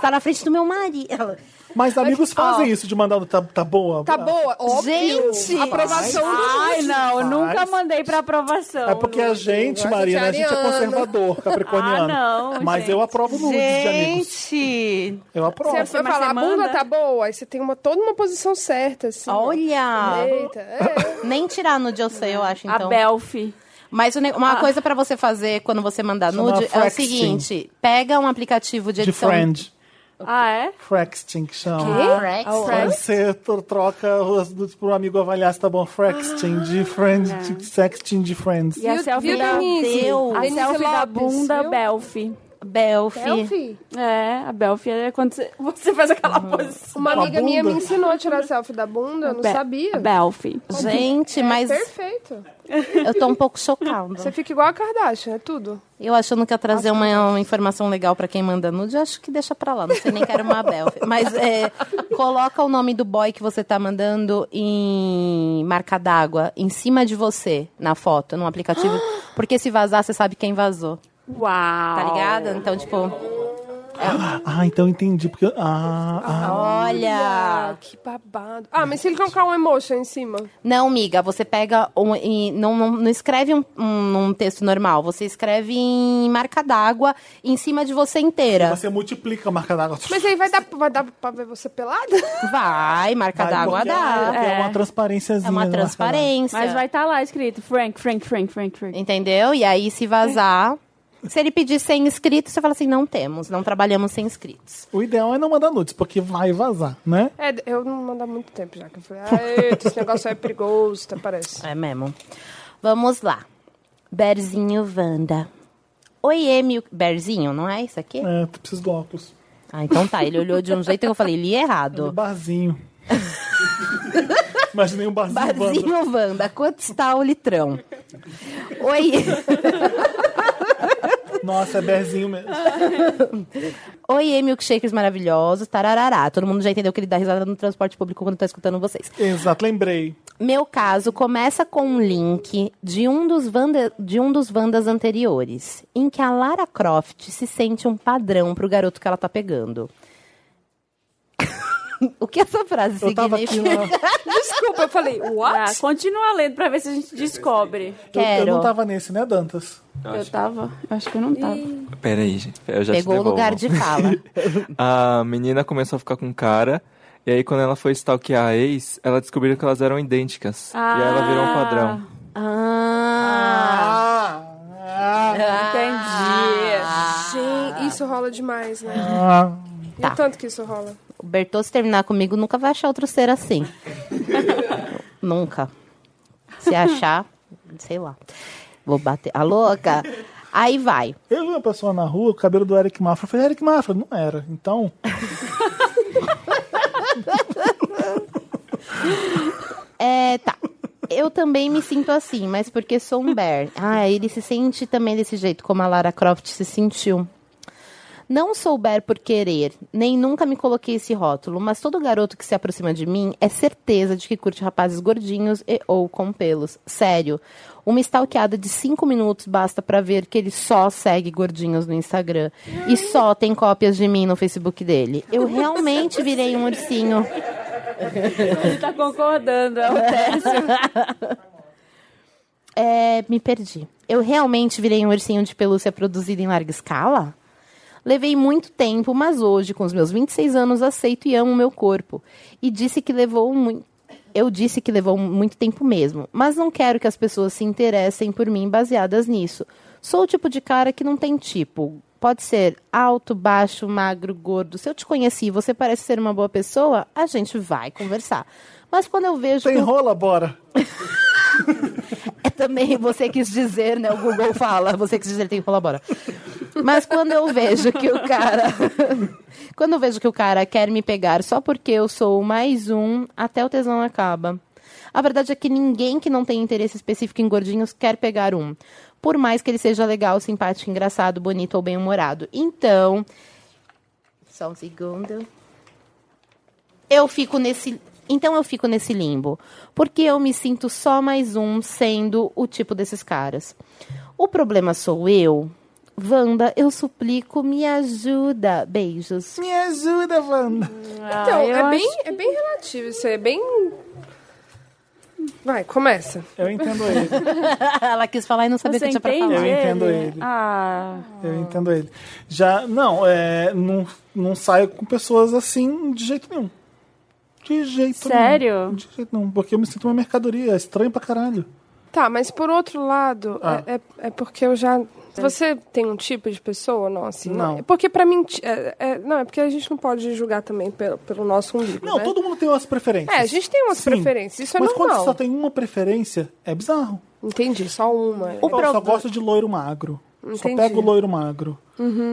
[SPEAKER 3] tá na frente do meu marido.
[SPEAKER 1] Mas amigos fazem isso de mandar no tá, tá boa.
[SPEAKER 4] Tá boa? Óbvio.
[SPEAKER 3] Gente!
[SPEAKER 4] Aprovação do
[SPEAKER 2] Ai, não, nunca
[SPEAKER 1] Faz.
[SPEAKER 2] mandei pra aprovação.
[SPEAKER 1] É porque a
[SPEAKER 2] Lu.
[SPEAKER 1] gente,
[SPEAKER 4] gosta
[SPEAKER 1] Marina,
[SPEAKER 4] de
[SPEAKER 1] a gente é
[SPEAKER 4] ariano.
[SPEAKER 1] conservador, capricorniano.
[SPEAKER 2] Ah, não,
[SPEAKER 1] mas
[SPEAKER 2] gente.
[SPEAKER 1] eu aprovo nudes de amigos.
[SPEAKER 3] Gente!
[SPEAKER 1] Eu aprovo.
[SPEAKER 4] Você vai
[SPEAKER 2] mas
[SPEAKER 4] falar,
[SPEAKER 2] você
[SPEAKER 4] a bunda
[SPEAKER 2] manda?
[SPEAKER 4] tá boa, aí você tem uma, toda uma posição certa, assim.
[SPEAKER 3] Olha!
[SPEAKER 4] Eita, é.
[SPEAKER 3] Nem tirar nude eu sei, eu acho,
[SPEAKER 2] A
[SPEAKER 3] então.
[SPEAKER 2] Belfi.
[SPEAKER 3] Mas o ne- uma
[SPEAKER 4] Ah.
[SPEAKER 3] coisa pra você fazer quando você mandar
[SPEAKER 1] Chama
[SPEAKER 3] nude é o
[SPEAKER 1] Frexting.
[SPEAKER 3] seguinte: pega um aplicativo de
[SPEAKER 1] De
[SPEAKER 3] edição.
[SPEAKER 1] friend.
[SPEAKER 2] Ah, é?
[SPEAKER 1] Frexting que chama.
[SPEAKER 3] Frex.
[SPEAKER 4] Oh,
[SPEAKER 1] Quando você tro- troca os nudes pro amigo avaliar se tá bom. Frexting de friend, de sexting de friends.
[SPEAKER 2] E a
[SPEAKER 4] Viu-
[SPEAKER 2] selfie
[SPEAKER 4] viu,
[SPEAKER 2] da,
[SPEAKER 4] Denise?
[SPEAKER 3] Deus.
[SPEAKER 2] a
[SPEAKER 4] Denise
[SPEAKER 2] selfie da
[SPEAKER 4] Lopes,
[SPEAKER 2] bunda
[SPEAKER 4] viu?
[SPEAKER 2] Belfi.
[SPEAKER 4] oh.
[SPEAKER 3] Belfi.
[SPEAKER 4] Selfie.
[SPEAKER 2] É, a Belfi é quando você, você faz aquela posição.
[SPEAKER 4] Uma
[SPEAKER 1] Com a
[SPEAKER 4] amiga minha me
[SPEAKER 1] bunda.
[SPEAKER 4] ensinou a tirar selfie da bunda, eu não
[SPEAKER 2] Be-
[SPEAKER 4] sabia.
[SPEAKER 2] Belfi.
[SPEAKER 3] Tá Gente, mas
[SPEAKER 4] É, Perfeito.
[SPEAKER 3] eu tô um pouco chocada.
[SPEAKER 4] Você fica igual a Kardashian, é tudo.
[SPEAKER 3] Eu achando que ia trazer uma, uma informação legal pra quem manda nude, eu acho que deixa pra lá. Não sei nem que era uma Belfi. Mas é, coloca o nome do boy que você tá mandando em marca d'água, em cima de você, na foto, num aplicativo. Porque se vazar, você sabe quem vazou.
[SPEAKER 2] Uau.
[SPEAKER 3] Tá ligada? Então, tipo,
[SPEAKER 1] Ah, então entendi. Porque. Ah, ah.
[SPEAKER 3] olha.
[SPEAKER 4] Ah, que babado. Ah, mas se ele colocar um emotion em cima?
[SPEAKER 3] Não, miga, você pega um, e não, não, não escreve um, um- um texto normal, você escreve em marca d'água em cima de você inteira.
[SPEAKER 1] Você multiplica a marca d'água.
[SPEAKER 4] Mas aí vai dar, vai dar pra ver você pelada?
[SPEAKER 3] Vai, marca
[SPEAKER 1] Vai,
[SPEAKER 3] d'água
[SPEAKER 1] porque
[SPEAKER 3] dá.
[SPEAKER 1] É, é
[SPEAKER 2] É.
[SPEAKER 1] uma transparênciazinha. né?
[SPEAKER 3] É uma
[SPEAKER 1] na marca d'água.
[SPEAKER 3] transparência.
[SPEAKER 2] Mas vai estar tá lá escrito Frank, Frank, Frank, Frank, Frank.
[SPEAKER 3] Entendeu? E aí, se vazar. Se ele pedir 100 inscritos, você fala assim: não temos, não trabalhamos sem inscritos.
[SPEAKER 1] O ideal é não mandar nudes, porque vai vazar, né?
[SPEAKER 4] É, eu não mando há muito tempo já, que eu falei, ah, eita, esse negócio aí é perigoso, até parece.
[SPEAKER 3] É mesmo. Vamos lá. Berzinho Wanda. Oi, meu. Berzinho, não é isso aqui?
[SPEAKER 1] É, tu precisa do óculos.
[SPEAKER 3] Ah, então tá. Ele olhou de um jeito que eu falei: li
[SPEAKER 1] Do
[SPEAKER 3] errado.
[SPEAKER 1] barzinho. Imaginei um barzinho. Wanda.
[SPEAKER 3] Barzinho Wanda, quanto está o litrão? Oi,
[SPEAKER 1] Nossa, é barzinho mesmo.
[SPEAKER 3] oi, milkshakers maravilhosos, tararará. Todo mundo já entendeu que ele dá risada no transporte público quando tá escutando vocês.
[SPEAKER 1] Exato, lembrei.
[SPEAKER 3] Meu caso começa com um link de um dos Wanda, de um dos Wandas anteriores, em que a Lara Croft se sente um padrão pro garoto que ela tá pegando. o que essa frase
[SPEAKER 1] Eu tava aqui
[SPEAKER 3] significa?
[SPEAKER 1] na...
[SPEAKER 4] Desculpa, eu falei, what?
[SPEAKER 2] Ah, continua lendo pra ver se a gente descobre.
[SPEAKER 1] eu, eu
[SPEAKER 3] Quero.
[SPEAKER 1] não tava nesse, né, Dantas?
[SPEAKER 2] Eu tava. eu Acho que eu não tava.
[SPEAKER 6] Pera aí, gente. Eu já te
[SPEAKER 3] Pegou o
[SPEAKER 6] devolvo.
[SPEAKER 3] lugar de fala.
[SPEAKER 6] A menina começou a ficar com o cara. E aí, quando ela foi stalkear a ex, ela descobriu que elas eram idênticas. E aí ela virou um padrão.
[SPEAKER 3] ah,
[SPEAKER 2] Ah.
[SPEAKER 4] Ah.
[SPEAKER 2] Entendi.
[SPEAKER 4] Gente, isso rola demais, né?
[SPEAKER 1] Ah,
[SPEAKER 4] E
[SPEAKER 2] Tá.
[SPEAKER 4] o tanto que isso rola?
[SPEAKER 3] O Bertô, se terminar comigo, nunca vai achar outro ser assim. nunca. Se achar, sei lá. Vou bater. A louca? Aí vai.
[SPEAKER 1] eu vi uma pessoa na rua, o cabelo do Eric Mafra. Eu falei, Eric Mafra, não era. Então,
[SPEAKER 3] É, tá. Eu também me sinto assim, mas porque sou um bear. Ah, ele se sente também desse jeito, como a Lara Croft se sentiu. Não sou bear por querer, nem nunca me coloquei esse rótulo, mas todo garoto que se aproxima de mim é certeza de que curte rapazes gordinhos e ou com pelos. Sério, uma stalkeada de 5 minutos basta pra ver que ele só segue gordinhos no Instagram e só tem cópias de mim no Facebook dele. Eu realmente virei um ursinho.
[SPEAKER 2] Ele tá concordando. É o
[SPEAKER 4] Então,
[SPEAKER 3] É, me perdi. Eu realmente virei um ursinho de pelúcia produzido em larga escala? Levei muito tempo, mas hoje, com os meus 26 anos, aceito e amo o meu corpo. E disse que levou muito. Eu disse que levou muito tempo mesmo, mas não quero que as pessoas se interessem por mim baseadas nisso. Sou o tipo de cara que não tem tipo. Pode ser alto, baixo, magro, gordo. Se eu te conheci e você parece ser uma boa pessoa, a gente vai conversar. Mas quando eu vejo.
[SPEAKER 1] tem
[SPEAKER 3] que o
[SPEAKER 1] rola, bora.
[SPEAKER 3] é também você quis dizer, né? O Google fala, você quis dizer, tem que colabora. Mas quando eu vejo que o cara. quando eu vejo que o cara quer me pegar só porque eu sou o mais um, até o tesão acaba. A verdade é que ninguém que não tem interesse específico em gordinhos quer pegar um. Por mais que ele seja legal, simpático, engraçado, bonito ou bem-humorado. Então. Só um segundo. Eu fico nesse. Então eu fico nesse limbo. Porque eu me sinto só mais um sendo o tipo desses caras. O problema sou eu. Wanda, eu suplico, me ajuda. Beijos.
[SPEAKER 1] Me ajuda, Wanda.
[SPEAKER 4] Então,
[SPEAKER 2] Ah, eu
[SPEAKER 4] é, bem,
[SPEAKER 2] acho-
[SPEAKER 4] é bem relativo isso aí, é bem... Vai, começa.
[SPEAKER 1] Eu entendo ele.
[SPEAKER 3] Ela quis falar e não sabia o
[SPEAKER 2] Você
[SPEAKER 3] que tinha pra
[SPEAKER 2] entende
[SPEAKER 3] falar.
[SPEAKER 1] Eu entendo ele.
[SPEAKER 2] Ah,
[SPEAKER 1] Eu entendo ele. Já, não, é, não, não saio com pessoas assim de jeito nenhum. De jeito
[SPEAKER 2] Sério?
[SPEAKER 1] nenhum. De jeito nenhum. Porque eu me sinto uma mercadoria. É estranho pra caralho.
[SPEAKER 4] Tá, mas por outro lado,
[SPEAKER 1] Ah.
[SPEAKER 4] é, é- é porque eu já. Você tem um tipo de pessoa, não, assim?
[SPEAKER 1] Não.
[SPEAKER 4] É porque pra mim. ti- É, é- não, é porque a gente não pode julgar também pelo, pelo nosso umbigo.
[SPEAKER 1] Não,
[SPEAKER 4] né?
[SPEAKER 1] todo mundo tem umas preferências.
[SPEAKER 4] É, a gente tem umas
[SPEAKER 1] Sim.
[SPEAKER 4] preferências, isso é
[SPEAKER 1] Mas quando
[SPEAKER 4] normal.
[SPEAKER 1] você só tem uma preferência, é bizarro.
[SPEAKER 4] Entendi, só uma.
[SPEAKER 1] Eu só
[SPEAKER 3] proble-
[SPEAKER 1] gosto de loiro magro. Só
[SPEAKER 4] Entendi. Uhum.
[SPEAKER 1] pego loiro magro.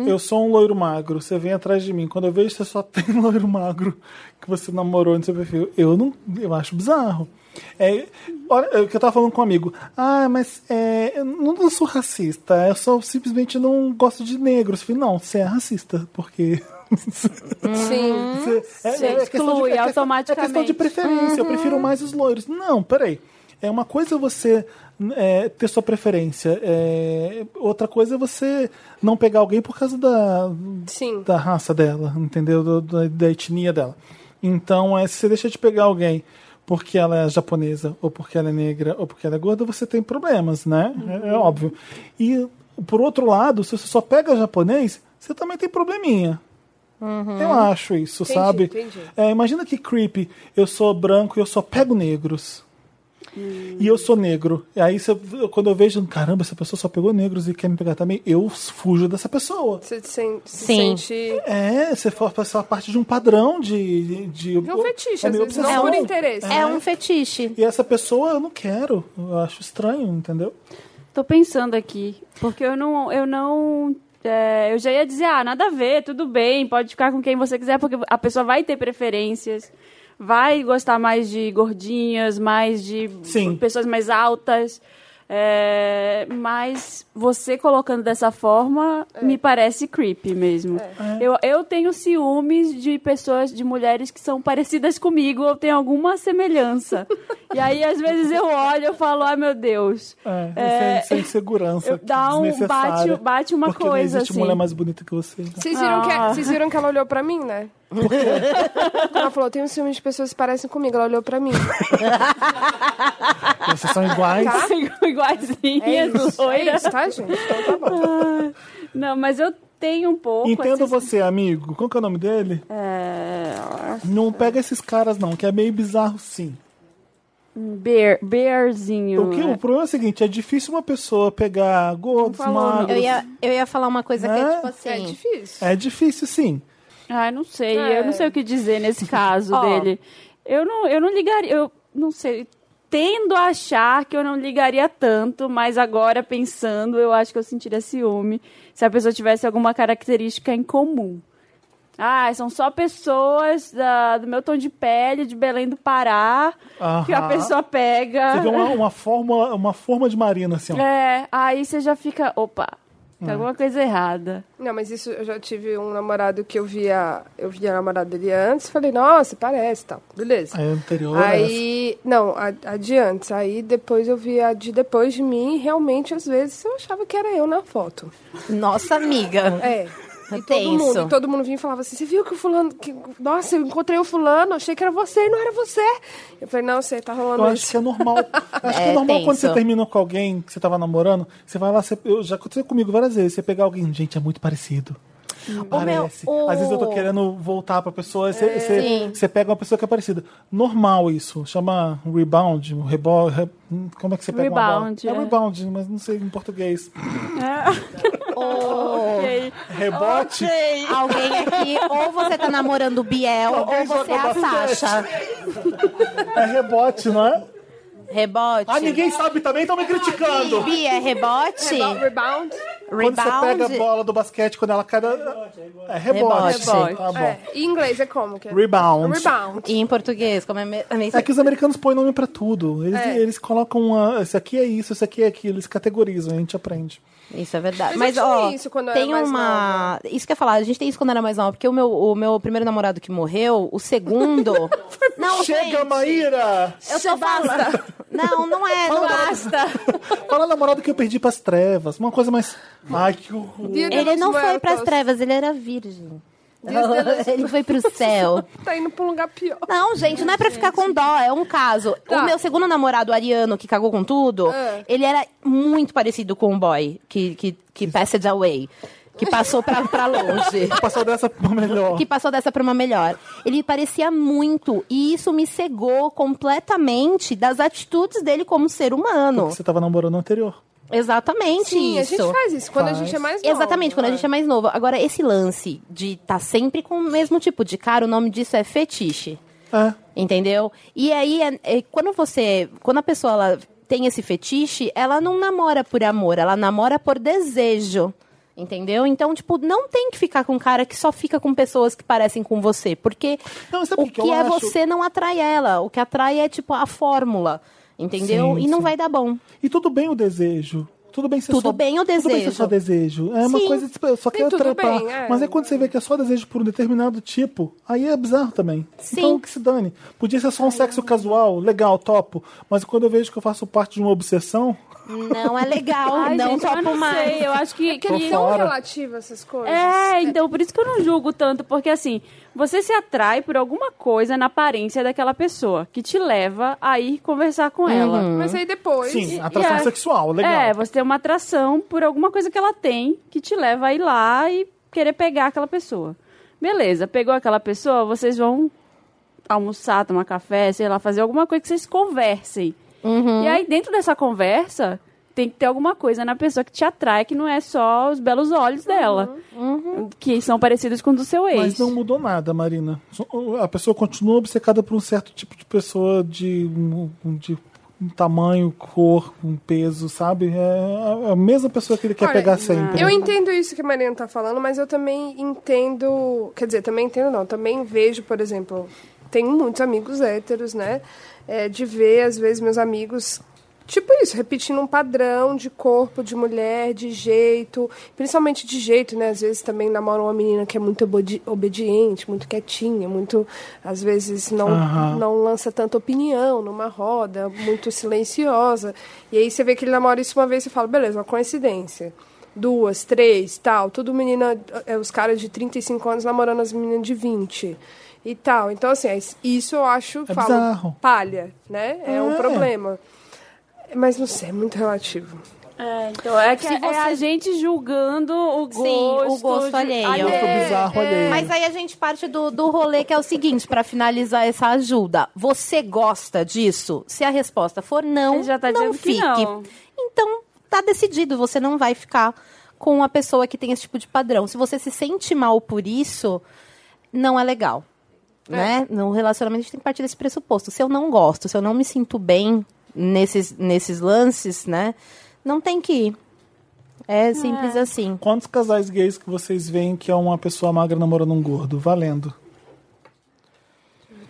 [SPEAKER 1] Eu sou um loiro magro. Você vem atrás de mim. Quando eu vejo que você só tem loiro magro que você namorou no seu perfil, eu não, eu acho bizarro. É, olha, é o que eu tava falando com um amigo. Ah, mas é, eu não, não sou racista. Eu só simplesmente não gosto de negros. Eu falei, não, você é racista, porque
[SPEAKER 4] Sim.
[SPEAKER 1] você- é,
[SPEAKER 2] Você
[SPEAKER 1] é questão de-
[SPEAKER 2] exclui
[SPEAKER 1] é questão-
[SPEAKER 2] automaticamente. Uhum.
[SPEAKER 1] É questão de preferência, eu prefiro mais os loiros. Não, peraí. É uma coisa você é, ter sua preferência, é, outra coisa é você não pegar alguém por causa da,
[SPEAKER 4] Sim.
[SPEAKER 1] da raça dela, entendeu? Do- da, da etnia dela. Então, é, se você deixa de pegar alguém porque ela é japonesa, ou porque ela é negra, ou porque ela é gorda, você tem problemas, né? É, é
[SPEAKER 4] Uhum.
[SPEAKER 1] óbvio. E, por outro lado, se você só pega japonês, você também tem probleminha. Eu acho isso,
[SPEAKER 4] Uhum. Entendi,
[SPEAKER 1] sabe?
[SPEAKER 4] entendi.
[SPEAKER 1] É, imagina que creepy. Eu sou branco e eu só pego negros.
[SPEAKER 4] Hum.
[SPEAKER 1] E eu sou negro. E aí, se eu- quando eu vejo, caramba, essa pessoa só pegou negros e quer me pegar também, eu fujo dessa pessoa.
[SPEAKER 4] Você se, sen- se
[SPEAKER 3] Sim.
[SPEAKER 4] sente.
[SPEAKER 1] É, você for passar parte de um padrão de. de,
[SPEAKER 4] É um fetiche,
[SPEAKER 1] é
[SPEAKER 4] às
[SPEAKER 1] meio
[SPEAKER 4] vezes, não
[SPEAKER 1] obsessão.
[SPEAKER 4] por interesse.
[SPEAKER 3] É um fetiche.
[SPEAKER 1] E essa pessoa eu não quero. Eu acho estranho, entendeu?
[SPEAKER 2] tô pensando aqui, porque eu não, eu não, é, eu já ia dizer, ah, nada a ver, tudo bem, pode ficar com quem você quiser, porque a pessoa vai ter preferências, vai gostar mais de gordinhas, mais de
[SPEAKER 1] Sim.
[SPEAKER 2] pessoas mais altas. é, mas você colocando dessa forma me parece creepy mesmo. Eu, eu tenho ciúmes de pessoas, de mulheres que são parecidas comigo ou têm alguma semelhança. e aí, às vezes, eu olho e falo, ai meu Deus.
[SPEAKER 1] É,
[SPEAKER 2] É,
[SPEAKER 1] sem, segurança.
[SPEAKER 2] eu- dá um-
[SPEAKER 1] desnecessária,
[SPEAKER 2] bate- bate uma
[SPEAKER 1] porque
[SPEAKER 2] coisa,
[SPEAKER 1] Não existe
[SPEAKER 2] assim.
[SPEAKER 1] mulher mais bonita que você. então,
[SPEAKER 4] Vocês viram, que, é,
[SPEAKER 2] Ah.
[SPEAKER 4] vocês viram que ela olhou pra mim, né? Quando ela falou, tenho ciúmes de pessoas que parecem comigo, ela olhou pra mim.
[SPEAKER 1] Vocês são iguais.
[SPEAKER 4] Tá?
[SPEAKER 2] assim. Iguaizinhas,
[SPEAKER 4] É
[SPEAKER 2] loiras.
[SPEAKER 4] isso, tá, gente? Então tá bom.
[SPEAKER 2] Não, mas eu tenho um pouco.
[SPEAKER 1] Entendo
[SPEAKER 2] assim,
[SPEAKER 1] você, amigo. Qual que é o nome dele?
[SPEAKER 2] É...
[SPEAKER 1] Não pega esses caras, não, que é meio bizarro, sim.
[SPEAKER 2] um Bear, bearzinho. né?
[SPEAKER 1] O, que, o problema é o seguinte: é difícil uma pessoa pegar gordos,
[SPEAKER 4] falou, não.
[SPEAKER 1] magros.
[SPEAKER 3] Eu ia, eu ia falar uma coisa que é
[SPEAKER 1] Né?
[SPEAKER 3] tipo assim.
[SPEAKER 4] É difícil.
[SPEAKER 1] É difícil, sim.
[SPEAKER 2] Ai, não sei.
[SPEAKER 4] É.
[SPEAKER 2] Eu não sei o que dizer nesse caso
[SPEAKER 3] Ó.
[SPEAKER 2] dele. Eu não, eu não ligaria. Eu não sei. Tendo a achar que eu não ligaria tanto, mas agora pensando, eu acho que eu sentiria ciúme se a pessoa tivesse alguma característica em comum. Ah, são só pessoas da- do meu tom de pele, de Belém do Pará, que a
[SPEAKER 1] Aham.
[SPEAKER 2] pessoa pega.
[SPEAKER 1] Você um vê uma, uma, fórmula, uma forma de marina, assim, ó.
[SPEAKER 2] É, aí você já fica, opa,
[SPEAKER 1] É.
[SPEAKER 2] tem alguma coisa errada.
[SPEAKER 4] Não, mas isso eu já tive um namorado que eu via, eu via a namorada dele antes, falei, nossa, parece e tal. Beleza.
[SPEAKER 1] Aí a anterior. é essa.
[SPEAKER 4] Aí, não, a, a de antes. Aí depois eu vi a de depois de mim e realmente, às vezes, eu achava que era eu na foto.
[SPEAKER 3] Nossa amiga.
[SPEAKER 4] É. E todo
[SPEAKER 3] Tenso.
[SPEAKER 4] mundo, e todo mundo vinha e falava assim: você viu que o fulano. que- nossa, eu encontrei o fulano, achei que era você e não era você. Eu falei, não, você tá rolando
[SPEAKER 1] Eu
[SPEAKER 4] isso.
[SPEAKER 1] acho que é normal. Acho que
[SPEAKER 3] É
[SPEAKER 1] é normal quando
[SPEAKER 3] tenso.
[SPEAKER 1] você termina com alguém que você tava namorando, você vai lá, você- eu, já aconteceu comigo várias vezes, você pegar alguém, gente, é muito parecido. Parece.
[SPEAKER 3] Uhum. meu, o-
[SPEAKER 1] Às vezes eu tô querendo voltar pra pessoa, você, você-
[SPEAKER 3] Sim.
[SPEAKER 1] você pega uma pessoa que é parecida. Normal isso, chama rebound, rebol, re- como é que você pega
[SPEAKER 2] Rebound,
[SPEAKER 1] uma bola?
[SPEAKER 2] é.
[SPEAKER 1] É rebound, mas não sei em português.
[SPEAKER 2] Ok.
[SPEAKER 1] Rebote?
[SPEAKER 3] Alguém aqui, ou você tá namorando o Biel, ou você é a Sasha.
[SPEAKER 1] É rebote, não é?
[SPEAKER 3] Rebote.
[SPEAKER 1] Ah, ninguém sabe também, estão me criticando.
[SPEAKER 3] Bi, é rebote?
[SPEAKER 4] Rebound.
[SPEAKER 1] Quando você pega a
[SPEAKER 3] Rebound.
[SPEAKER 1] bola do basquete, quando ela cai. ela- É rebote.
[SPEAKER 3] Rebote.
[SPEAKER 1] Tá bom.
[SPEAKER 4] É, em inglês é como? Que é?
[SPEAKER 1] Rebound.
[SPEAKER 4] Rebound.
[SPEAKER 3] E em português, como é mesmo.
[SPEAKER 1] É que os americanos põem nome pra tudo. Eles,
[SPEAKER 4] É.
[SPEAKER 1] eles colocam uma, esse aqui é isso, esse aqui é aquilo, eles categorizam, a gente aprende.
[SPEAKER 3] Isso é verdade. Mas,
[SPEAKER 4] Mas eu
[SPEAKER 3] ó,
[SPEAKER 4] tinha isso quando eu
[SPEAKER 3] tem
[SPEAKER 4] era mais
[SPEAKER 3] uma. Isso que eu ia falar, a gente tem isso quando eu era mais nova, porque o meu, o meu primeiro namorado que morreu, o segundo. não,
[SPEAKER 1] Chega,
[SPEAKER 3] gente,
[SPEAKER 1] Maíra!
[SPEAKER 3] Eu tô falando. Não, não é. Não é. basta.
[SPEAKER 1] Fala namorado que eu perdi pras trevas. Uma coisa mais. Ai, que horror.
[SPEAKER 4] Dia de
[SPEAKER 3] Ele
[SPEAKER 4] los
[SPEAKER 3] não foi
[SPEAKER 4] Muertos.
[SPEAKER 3] pras trevas, ele era virgem.
[SPEAKER 4] Dias de los-
[SPEAKER 3] Ele foi pro céu.
[SPEAKER 4] Tá indo pra um lugar pior.
[SPEAKER 3] Não, gente, não é pra ficar com dó, é um caso.
[SPEAKER 4] Tá.
[SPEAKER 3] O meu segundo namorado, o Ariano, que cagou com tudo,
[SPEAKER 4] Ah.
[SPEAKER 3] ele era muito parecido com um boy que, que, que passed away, que passou pra, pra longe.
[SPEAKER 1] Passou dessa pra melhor.
[SPEAKER 3] que passou dessa pra uma melhor. Ele parecia muito, e isso me cegou completamente das atitudes dele como ser humano.
[SPEAKER 1] Porque você tava namorando no anterior.
[SPEAKER 3] Exatamente
[SPEAKER 4] Sim, a
[SPEAKER 3] isso.
[SPEAKER 4] gente faz isso quando a gente é mais novo.
[SPEAKER 3] Exatamente, quando a gente é mais novo. Agora, esse lance de estar sempre com o mesmo tipo de cara, o nome disso é fetiche.
[SPEAKER 1] É.
[SPEAKER 3] Entendeu? E aí, é- é quando você. Quando a pessoa ela tem esse fetiche, ela não namora por amor, ela namora por desejo. Entendeu? Então, tipo, não tem que ficar com um cara que só fica com pessoas que parecem com você. Porque
[SPEAKER 1] Não, sabe
[SPEAKER 3] o
[SPEAKER 1] o que
[SPEAKER 3] que,
[SPEAKER 1] eu
[SPEAKER 3] é
[SPEAKER 1] acho?
[SPEAKER 3] você não atrai ela. O que atrai é, tipo, a fórmula. Entendeu?
[SPEAKER 1] Sim,
[SPEAKER 3] e não
[SPEAKER 1] sim.
[SPEAKER 3] vai dar bom.
[SPEAKER 1] E tudo bem o desejo. Tudo bem ser
[SPEAKER 3] Tudo
[SPEAKER 1] só,
[SPEAKER 3] bem o
[SPEAKER 1] Tudo bem ser
[SPEAKER 3] desejo.
[SPEAKER 1] só desejo. É uma
[SPEAKER 3] Sim.
[SPEAKER 1] coisa, tipo, eu só quero
[SPEAKER 4] tudo
[SPEAKER 1] trampar.
[SPEAKER 4] bem, é.
[SPEAKER 1] Mas é quando você vê que é só desejo por um determinado tipo, aí é bizarro também.
[SPEAKER 3] Sim.
[SPEAKER 1] Então que se dane. Podia ser só um sexo casual, legal, topo. Mas quando eu vejo que eu faço parte de uma obsessão,
[SPEAKER 3] Não é legal.
[SPEAKER 2] Ai,
[SPEAKER 3] não
[SPEAKER 2] gente,
[SPEAKER 3] topo
[SPEAKER 2] eu não
[SPEAKER 3] mais.
[SPEAKER 2] sei. Eu acho que.
[SPEAKER 4] Porque
[SPEAKER 1] Tô
[SPEAKER 4] é tão
[SPEAKER 1] fora.
[SPEAKER 4] relativo essas coisas.
[SPEAKER 2] É, então por isso que eu não julgo tanto, porque assim, você se atrai por alguma coisa na aparência daquela pessoa que te leva a ir conversar com ela.
[SPEAKER 4] Mas aí depois...
[SPEAKER 1] sim, atração
[SPEAKER 2] é.
[SPEAKER 1] sexual, legal.
[SPEAKER 2] É, você tem uma atração por alguma coisa que ela tem que te leva a ir lá e querer pegar aquela pessoa. Beleza, pegou aquela pessoa, vocês vão almoçar, tomar café, sei lá, fazer alguma coisa que vocês conversem.
[SPEAKER 3] Uhum.
[SPEAKER 2] E aí, dentro dessa conversa, tem que ter alguma coisa na pessoa que te atrai, que não é só os belos olhos
[SPEAKER 3] Uhum.
[SPEAKER 2] dela, que são parecidos com o do seu ex.
[SPEAKER 1] Mas não mudou nada, Marina. A pessoa continua obcecada por um certo tipo de pessoa de, um, de tamanho, cor, um peso, sabe? É a mesma pessoa que ele quer
[SPEAKER 4] Olha,
[SPEAKER 1] pegar sempre.
[SPEAKER 4] Eu entendo isso que a Mariana tá falando, mas eu também entendo. Quer dizer, também entendo não. Também vejo, por exemplo, tenho muitos amigos héteros, né? É, de ver, às vezes, meus amigos. Tipo isso, repetindo um padrão de corpo, de mulher, de jeito, principalmente de jeito, né? Às vezes também namora uma menina que é muito obedi- obediente, muito quietinha, muito, às vezes não,
[SPEAKER 1] Aham.
[SPEAKER 4] não lança tanta opinião numa roda, muito silenciosa. E aí você vê que ele namora isso uma vez e fala, beleza, uma coincidência. Duas, três, tal. Tudo menina, é, os caras de 35 anos namorando as meninas de 20 e tal. Então, assim, é isso- isso eu acho,
[SPEAKER 1] É
[SPEAKER 4] falo,
[SPEAKER 1] bizarro.
[SPEAKER 4] palha, né? É, um
[SPEAKER 1] É.
[SPEAKER 4] problema. Mas não sei, é muito relativo.
[SPEAKER 2] É, então é que
[SPEAKER 3] Se
[SPEAKER 2] é a
[SPEAKER 3] você-
[SPEAKER 2] gente julgando o gosto.
[SPEAKER 3] o gosto
[SPEAKER 2] de-
[SPEAKER 3] alheio.
[SPEAKER 1] Eu
[SPEAKER 3] É,
[SPEAKER 1] sou um bizarro alheio.
[SPEAKER 3] Mas aí a gente parte do, do rolê que é o seguinte, pra finalizar essa ajuda. Você gosta disso? Se a resposta for não,
[SPEAKER 2] Ele já tá
[SPEAKER 3] não
[SPEAKER 2] dizendo que
[SPEAKER 3] fique.
[SPEAKER 2] não.
[SPEAKER 3] Então, tá decidido, você não vai ficar com uma pessoa que tem esse tipo de padrão. Se você se sente mal por isso, não é legal.
[SPEAKER 2] É.
[SPEAKER 3] Né? No relacionamento a gente tem que partir desse pressuposto. Se eu não gosto, se eu não me sinto bem nesses, nesses lances, né? Não tem que ir. É simples assim.
[SPEAKER 1] Quantos casais gays que vocês veem que é uma pessoa magra namorando um gordo? Valendo.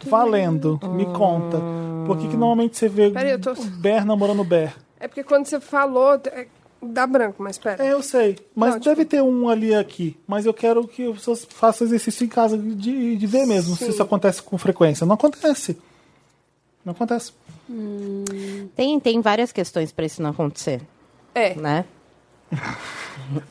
[SPEAKER 1] Valendo. Me conta. Por que, que normalmente você vê
[SPEAKER 4] Peraí, eu tô-
[SPEAKER 1] o Ber namorando o Ber?
[SPEAKER 4] É porque quando você falou, é, dá branco, mas pera.
[SPEAKER 1] É, eu sei. Mas
[SPEAKER 4] Não,
[SPEAKER 1] deve ter um ali aqui. Mas eu quero que as pessoas façam exercício em casa de, de ver mesmo se isso acontece com frequência. Não acontece. Não acontece.
[SPEAKER 3] Tem, tem várias questões pra isso não acontecer,
[SPEAKER 4] É.
[SPEAKER 3] né?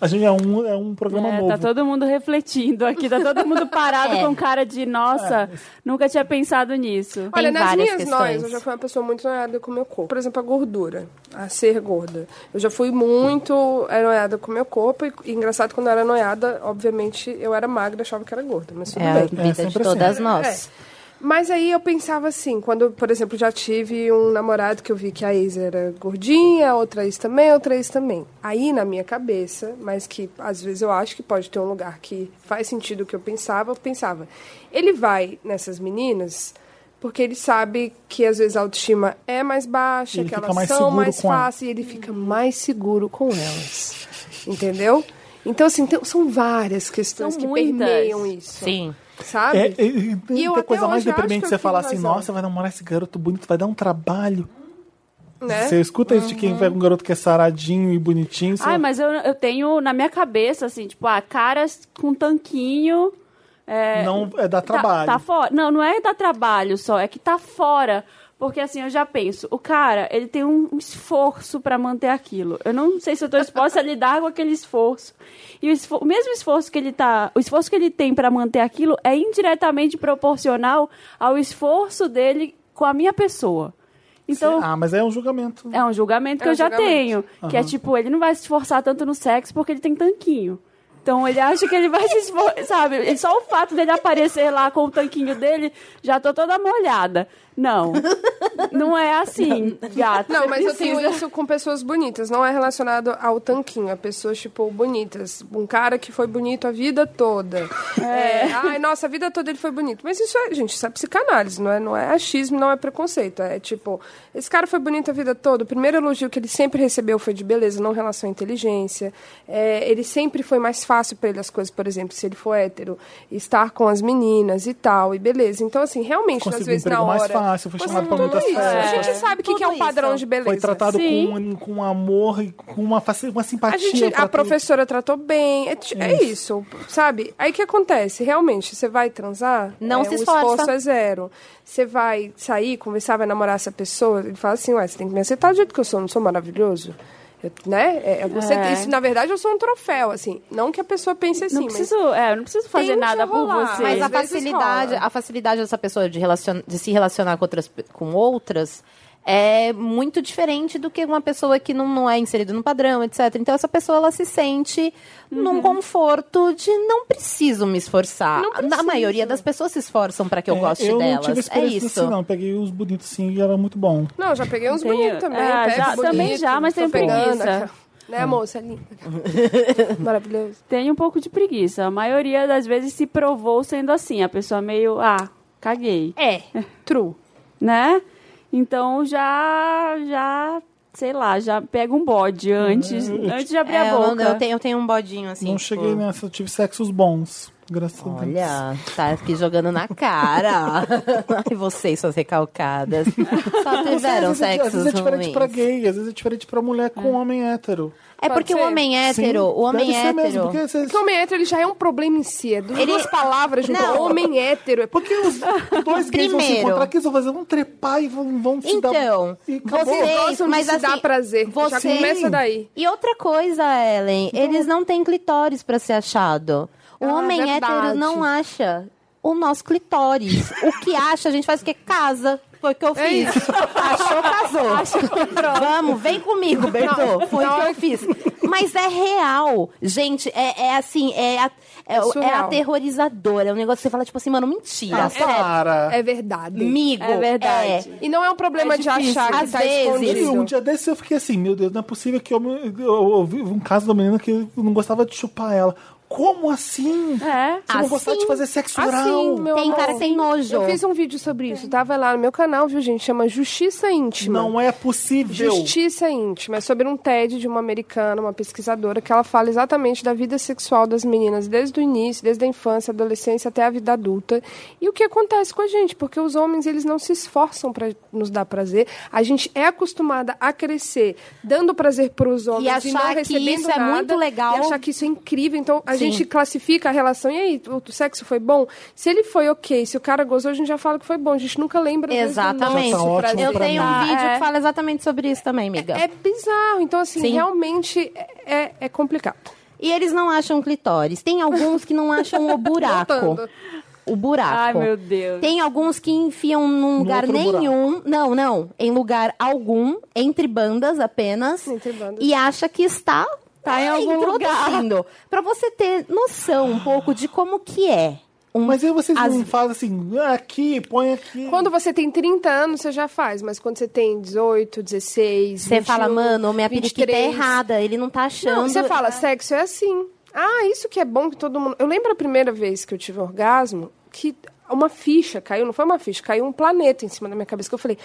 [SPEAKER 1] A gente é um, é um programa
[SPEAKER 2] É,
[SPEAKER 1] novo.
[SPEAKER 2] tá todo mundo refletindo aqui, tá todo mundo parado
[SPEAKER 3] É.
[SPEAKER 2] com cara de nossa,
[SPEAKER 1] É.
[SPEAKER 2] nunca tinha pensado nisso.
[SPEAKER 4] Olha, nas
[SPEAKER 3] várias
[SPEAKER 4] minhas
[SPEAKER 3] questões.
[SPEAKER 4] noias, eu já fui uma pessoa muito noiada com o meu corpo. Por exemplo, a gordura, a ser gorda. Eu já fui muito é, noiada com o meu corpo. E, e engraçado, quando eu era noiada, obviamente, eu era magra, achava que era gorda. Mas tudo
[SPEAKER 3] É a
[SPEAKER 4] bem.
[SPEAKER 1] É,
[SPEAKER 3] vida de
[SPEAKER 1] sempre
[SPEAKER 3] todas
[SPEAKER 1] assim.
[SPEAKER 3] nós.
[SPEAKER 4] É. Mas aí eu pensava assim, quando, por exemplo, já tive um namorado que eu vi que a ex era gordinha, outra ex também, outra ex também. Aí na minha cabeça, mas que às vezes eu acho que pode ter um lugar que faz sentido o que eu pensava, eu pensava, ele vai nessas meninas porque ele sabe que às vezes a autoestima é mais baixa,
[SPEAKER 1] Ele
[SPEAKER 4] que
[SPEAKER 1] fica
[SPEAKER 4] elas
[SPEAKER 1] mais
[SPEAKER 4] são
[SPEAKER 1] seguro
[SPEAKER 4] mais
[SPEAKER 1] com ela.
[SPEAKER 4] fáceis e ele fica mais seguro com elas. Entendeu? Então, assim, tem- são várias questões
[SPEAKER 2] São
[SPEAKER 4] que
[SPEAKER 2] muitas.
[SPEAKER 4] permeiam isso.
[SPEAKER 3] Sim.
[SPEAKER 4] Sabe?
[SPEAKER 1] É, é, é,
[SPEAKER 4] E eu
[SPEAKER 1] tem
[SPEAKER 4] até
[SPEAKER 1] coisa mais
[SPEAKER 4] hoje acho
[SPEAKER 1] deprimente
[SPEAKER 4] que
[SPEAKER 1] que você
[SPEAKER 4] eu
[SPEAKER 1] falar
[SPEAKER 4] tenho
[SPEAKER 1] assim,
[SPEAKER 4] razão.
[SPEAKER 1] nossa, vai namorar esse garoto bonito, vai dar um trabalho.
[SPEAKER 4] Né?
[SPEAKER 1] Você escuta isso de
[SPEAKER 3] Uhum.
[SPEAKER 1] quem pega um garoto que é saradinho e bonitinho. Você...
[SPEAKER 2] Ai, mas eu, eu tenho na minha cabeça, assim, tipo, ah, caras com tanquinho. é,
[SPEAKER 1] Não é dar
[SPEAKER 2] tá-
[SPEAKER 1] trabalho.
[SPEAKER 2] Tá, fora. Não, não é dar trabalho só, é que tá fora. Porque assim, eu já penso, o cara, ele tem um um esforço pra manter aquilo. Eu não sei se eu tô disposta a lidar com aquele esforço. E o, esfor- o mesmo esforço que ele tá, o esforço que ele tem pra manter aquilo é indiretamente proporcional ao esforço dele com a minha pessoa. Então,
[SPEAKER 1] Ah, mas é um julgamento.
[SPEAKER 2] é um julgamento que
[SPEAKER 4] É um
[SPEAKER 2] eu já
[SPEAKER 4] julgamento.
[SPEAKER 2] tenho. Que é tipo, ele não vai se esforçar tanto no sexo porque ele tem tanquinho. Então ele acha que ele vai se esforçar, sabe? E Só o fato dele aparecer lá com o tanquinho dele, já tô toda molhada. Não. Não é assim, gato.
[SPEAKER 4] Não,
[SPEAKER 2] Você
[SPEAKER 4] mas eu tenho
[SPEAKER 2] precisa-
[SPEAKER 4] isso com pessoas bonitas, não é relacionado ao tanquinho, é pessoas, tipo, bonitas. Um cara que foi bonito a vida toda. É. Ai, nossa, a vida toda ele foi bonito. Mas isso é, gente, isso é psicanálise, não é, não é achismo, não é preconceito. É tipo, esse cara foi bonito a vida toda, o primeiro elogio que ele sempre recebeu foi de beleza, não em relação à inteligência. É, ele sempre foi mais fácil pra ele as coisas, por exemplo, se ele for hétero, estar com as meninas e tal, e beleza. Então, assim, realmente,
[SPEAKER 1] Conseguiu
[SPEAKER 4] às vezes
[SPEAKER 1] um
[SPEAKER 4] na
[SPEAKER 1] emprego mais
[SPEAKER 4] hora.
[SPEAKER 1] fácil, foi chamado pra
[SPEAKER 4] Tudo
[SPEAKER 1] muitas
[SPEAKER 4] isso. A
[SPEAKER 1] festas.
[SPEAKER 4] gente sabe o que, que é
[SPEAKER 3] Tudo
[SPEAKER 4] um padrão
[SPEAKER 3] isso.
[SPEAKER 4] de beleza.
[SPEAKER 1] Foi tratado
[SPEAKER 2] Sim.
[SPEAKER 1] com, um, com amor e com uma, faci- uma simpatia.
[SPEAKER 4] A, gente, a
[SPEAKER 1] pra tudo.
[SPEAKER 4] professora tratou bem, é, ti- é isso, sabe? Aí o que acontece? Realmente, você vai transar,
[SPEAKER 3] Não
[SPEAKER 4] é,
[SPEAKER 3] se
[SPEAKER 4] o
[SPEAKER 3] esforça.
[SPEAKER 4] esforço é zero. Você vai sair, conversar, vai namorar essa pessoa, ele fala assim, ué, você tem que me aceitar do jeito que eu sou, não sou maravilhoso? Eu- né? É, é, você-
[SPEAKER 2] É.
[SPEAKER 4] Isso, na verdade, eu sou um troféu, assim. Não que a pessoa pense assim,
[SPEAKER 2] Não
[SPEAKER 4] mas...
[SPEAKER 2] preciso, é, eu não preciso fazer
[SPEAKER 4] Tem um que
[SPEAKER 2] nada por
[SPEAKER 4] rolar.
[SPEAKER 2] você.
[SPEAKER 4] Sim.
[SPEAKER 3] Mas a
[SPEAKER 4] Às vezes
[SPEAKER 3] facilidade,
[SPEAKER 4] rola.
[SPEAKER 3] a facilidade dessa pessoa de, relacion- de se relacionar com outras, pe- com outras é muito diferente do que uma pessoa que não, não é inserida no padrão, etc. Então essa pessoa ela se sente
[SPEAKER 1] Uhum.
[SPEAKER 3] num conforto de não preciso me esforçar.
[SPEAKER 4] Não
[SPEAKER 3] Na
[SPEAKER 4] preciso.
[SPEAKER 3] maioria das pessoas se esforçam pra que eu
[SPEAKER 1] É,
[SPEAKER 3] goste
[SPEAKER 1] eu
[SPEAKER 3] delas.
[SPEAKER 1] Não tive
[SPEAKER 3] é
[SPEAKER 1] experiência
[SPEAKER 3] isso.
[SPEAKER 1] Assim, não, peguei os bonitos sim e era muito bom.
[SPEAKER 4] Não, já peguei uns
[SPEAKER 2] Tenho-
[SPEAKER 4] bonitos também.
[SPEAKER 2] é,
[SPEAKER 4] pego
[SPEAKER 2] já-
[SPEAKER 4] bonito,
[SPEAKER 2] também já, mas
[SPEAKER 4] tô
[SPEAKER 2] tenho
[SPEAKER 4] pegando,
[SPEAKER 2] preguiça.
[SPEAKER 4] aquela- Né, moça? Linda. Maravilhoso.
[SPEAKER 2] Tem um pouco de preguiça. A maioria das vezes se provou sendo assim. A pessoa meio, ah, caguei.
[SPEAKER 4] É. True.
[SPEAKER 2] né? Então já, já, sei lá, já pega um bode antes, antes de abrir
[SPEAKER 3] É,
[SPEAKER 2] a
[SPEAKER 3] eu,
[SPEAKER 2] boca.
[SPEAKER 3] não- eu tenho, eu tenho um bodinho assim.
[SPEAKER 1] não
[SPEAKER 3] tipo,
[SPEAKER 1] cheguei nessa, eu tive sexos bons. Graças a Deus.
[SPEAKER 3] Olha, tá aqui jogando na cara. Ai, vocês, suas recalcadas. Só
[SPEAKER 1] Não sei,
[SPEAKER 3] tiveram
[SPEAKER 1] às vezes, é- às
[SPEAKER 3] sexos
[SPEAKER 1] vezes é diferente
[SPEAKER 3] ruins.
[SPEAKER 1] pra gay, às vezes é diferente pra mulher com homem hétero.
[SPEAKER 3] É porque o
[SPEAKER 4] ser.
[SPEAKER 3] homem hétero,
[SPEAKER 1] Sim,
[SPEAKER 3] o homem
[SPEAKER 1] deve ser
[SPEAKER 3] hétero.
[SPEAKER 1] Mesmo, porque, vocês-
[SPEAKER 4] Porque o homem hétero ele já é um problema em si. É duas
[SPEAKER 3] Ele-
[SPEAKER 4] palavras, junto.
[SPEAKER 3] Não.
[SPEAKER 4] Homem hétero. É
[SPEAKER 1] porque um os dois gays vão se
[SPEAKER 3] Primeiro.
[SPEAKER 1] encontrar, o que eles vão fazer? Vão trepar e vão, vão se dar...
[SPEAKER 3] Então,
[SPEAKER 1] e acabou.
[SPEAKER 4] Vocês
[SPEAKER 3] vocês,
[SPEAKER 4] gostam de
[SPEAKER 3] mas
[SPEAKER 4] se
[SPEAKER 3] assim,
[SPEAKER 4] dar prazer. Já
[SPEAKER 3] vocês-
[SPEAKER 4] começa daí. Então-
[SPEAKER 3] E outra coisa, Ellen, eles não têm clitóris pra ser achado. O
[SPEAKER 4] Ah,
[SPEAKER 3] homem
[SPEAKER 4] verdade.
[SPEAKER 3] hétero não acha o nosso clitóris. o que acha, a gente faz o quê? Casa. Foi o que eu
[SPEAKER 4] É
[SPEAKER 3] fiz. Achou, casou. Vamos, vem comigo, Bertô. Foi o que eu fiz. Mas é real. Gente, é, é assim, é, a- é, é,
[SPEAKER 4] surreal.
[SPEAKER 3] aterrorizador. É um negócio que você fala, tipo assim, mano, mentira.
[SPEAKER 1] Ah, para.
[SPEAKER 4] É verdade.
[SPEAKER 3] Amigo,
[SPEAKER 2] É verdade.
[SPEAKER 4] E não é um problema
[SPEAKER 2] É
[SPEAKER 4] de
[SPEAKER 2] difícil.
[SPEAKER 4] achar que
[SPEAKER 3] Às
[SPEAKER 4] tá
[SPEAKER 3] vezes.
[SPEAKER 1] Teve um
[SPEAKER 4] escondido.
[SPEAKER 1] dia desse eu fiquei assim, meu Deus, não é possível que eu, eu, eu ouvi um caso da menina que não gostava de chupar ela. Como assim?
[SPEAKER 2] É.
[SPEAKER 1] Você não gostava
[SPEAKER 3] Assim?
[SPEAKER 1] de fazer sexo
[SPEAKER 4] Assim,
[SPEAKER 1] oral?
[SPEAKER 4] meu
[SPEAKER 3] Tem
[SPEAKER 4] amor.
[SPEAKER 3] cara que tem nojo.
[SPEAKER 4] Eu fiz um vídeo sobre isso. Tava lá no meu canal, viu, gente? Chama Justiça Íntima.
[SPEAKER 1] Não é possível.
[SPEAKER 4] Justiça Íntima. É sobre um TED de uma americana, uma pesquisadora, que ela fala exatamente da vida sexual das meninas desde o início, desde a infância, adolescência até a vida adulta. E o que acontece com a gente? Porque os homens, eles não se esforçam para nos dar prazer. A gente é acostumada a crescer dando prazer para os homens
[SPEAKER 3] E
[SPEAKER 4] e,
[SPEAKER 3] achar
[SPEAKER 4] não
[SPEAKER 3] que
[SPEAKER 4] recebendo
[SPEAKER 3] isso é
[SPEAKER 4] nada,
[SPEAKER 3] muito legal.
[SPEAKER 4] E achar que isso é incrível. Então, a
[SPEAKER 3] Sim.
[SPEAKER 4] gente classifica a relação. E aí, o sexo foi bom? Se ele foi ok, se o cara gozou, a gente já fala que foi bom. A gente nunca lembra. desde o
[SPEAKER 3] Exatamente.
[SPEAKER 1] Já tá
[SPEAKER 4] início,
[SPEAKER 1] ótimo
[SPEAKER 4] prazer.
[SPEAKER 3] Eu
[SPEAKER 1] pra
[SPEAKER 3] tenho um
[SPEAKER 2] mim.
[SPEAKER 3] vídeo
[SPEAKER 2] Ah, é.
[SPEAKER 3] que fala exatamente sobre isso também, amiga.
[SPEAKER 4] É bizarro. Então, assim,
[SPEAKER 3] Sim.
[SPEAKER 4] realmente é, é- é complicado.
[SPEAKER 3] E eles não acham clitóris. Tem alguns que não acham o buraco.
[SPEAKER 4] Voltando.
[SPEAKER 3] o buraco.
[SPEAKER 2] Ai, meu Deus.
[SPEAKER 3] Tem alguns que enfiam num lugar
[SPEAKER 1] outro buraco.
[SPEAKER 3] nenhum. Não, não. Em lugar algum, entre bandas apenas.
[SPEAKER 4] Entre bandas.
[SPEAKER 3] E acha que está
[SPEAKER 2] Tá em algum
[SPEAKER 3] introduzindo. Pra você ter noção um pouco de como que é. Um,
[SPEAKER 1] Mas aí vocês
[SPEAKER 3] as-
[SPEAKER 1] não fazem assim, "Ah, aqui, põe aqui.
[SPEAKER 4] Quando você tem 30 anos, você já faz, mas quando você tem 18, 16,
[SPEAKER 3] Você
[SPEAKER 4] 21,
[SPEAKER 3] fala, mano, minha periquita é
[SPEAKER 4] 23.
[SPEAKER 3] errada. Ele não tá achando.
[SPEAKER 4] Não, você fala, sexo é assim. Ah, isso que é bom que todo mundo. Eu lembro a primeira vez que eu tive orgasmo, que uma ficha caiu, não foi uma ficha, caiu um planeta em cima da minha cabeça que eu falei: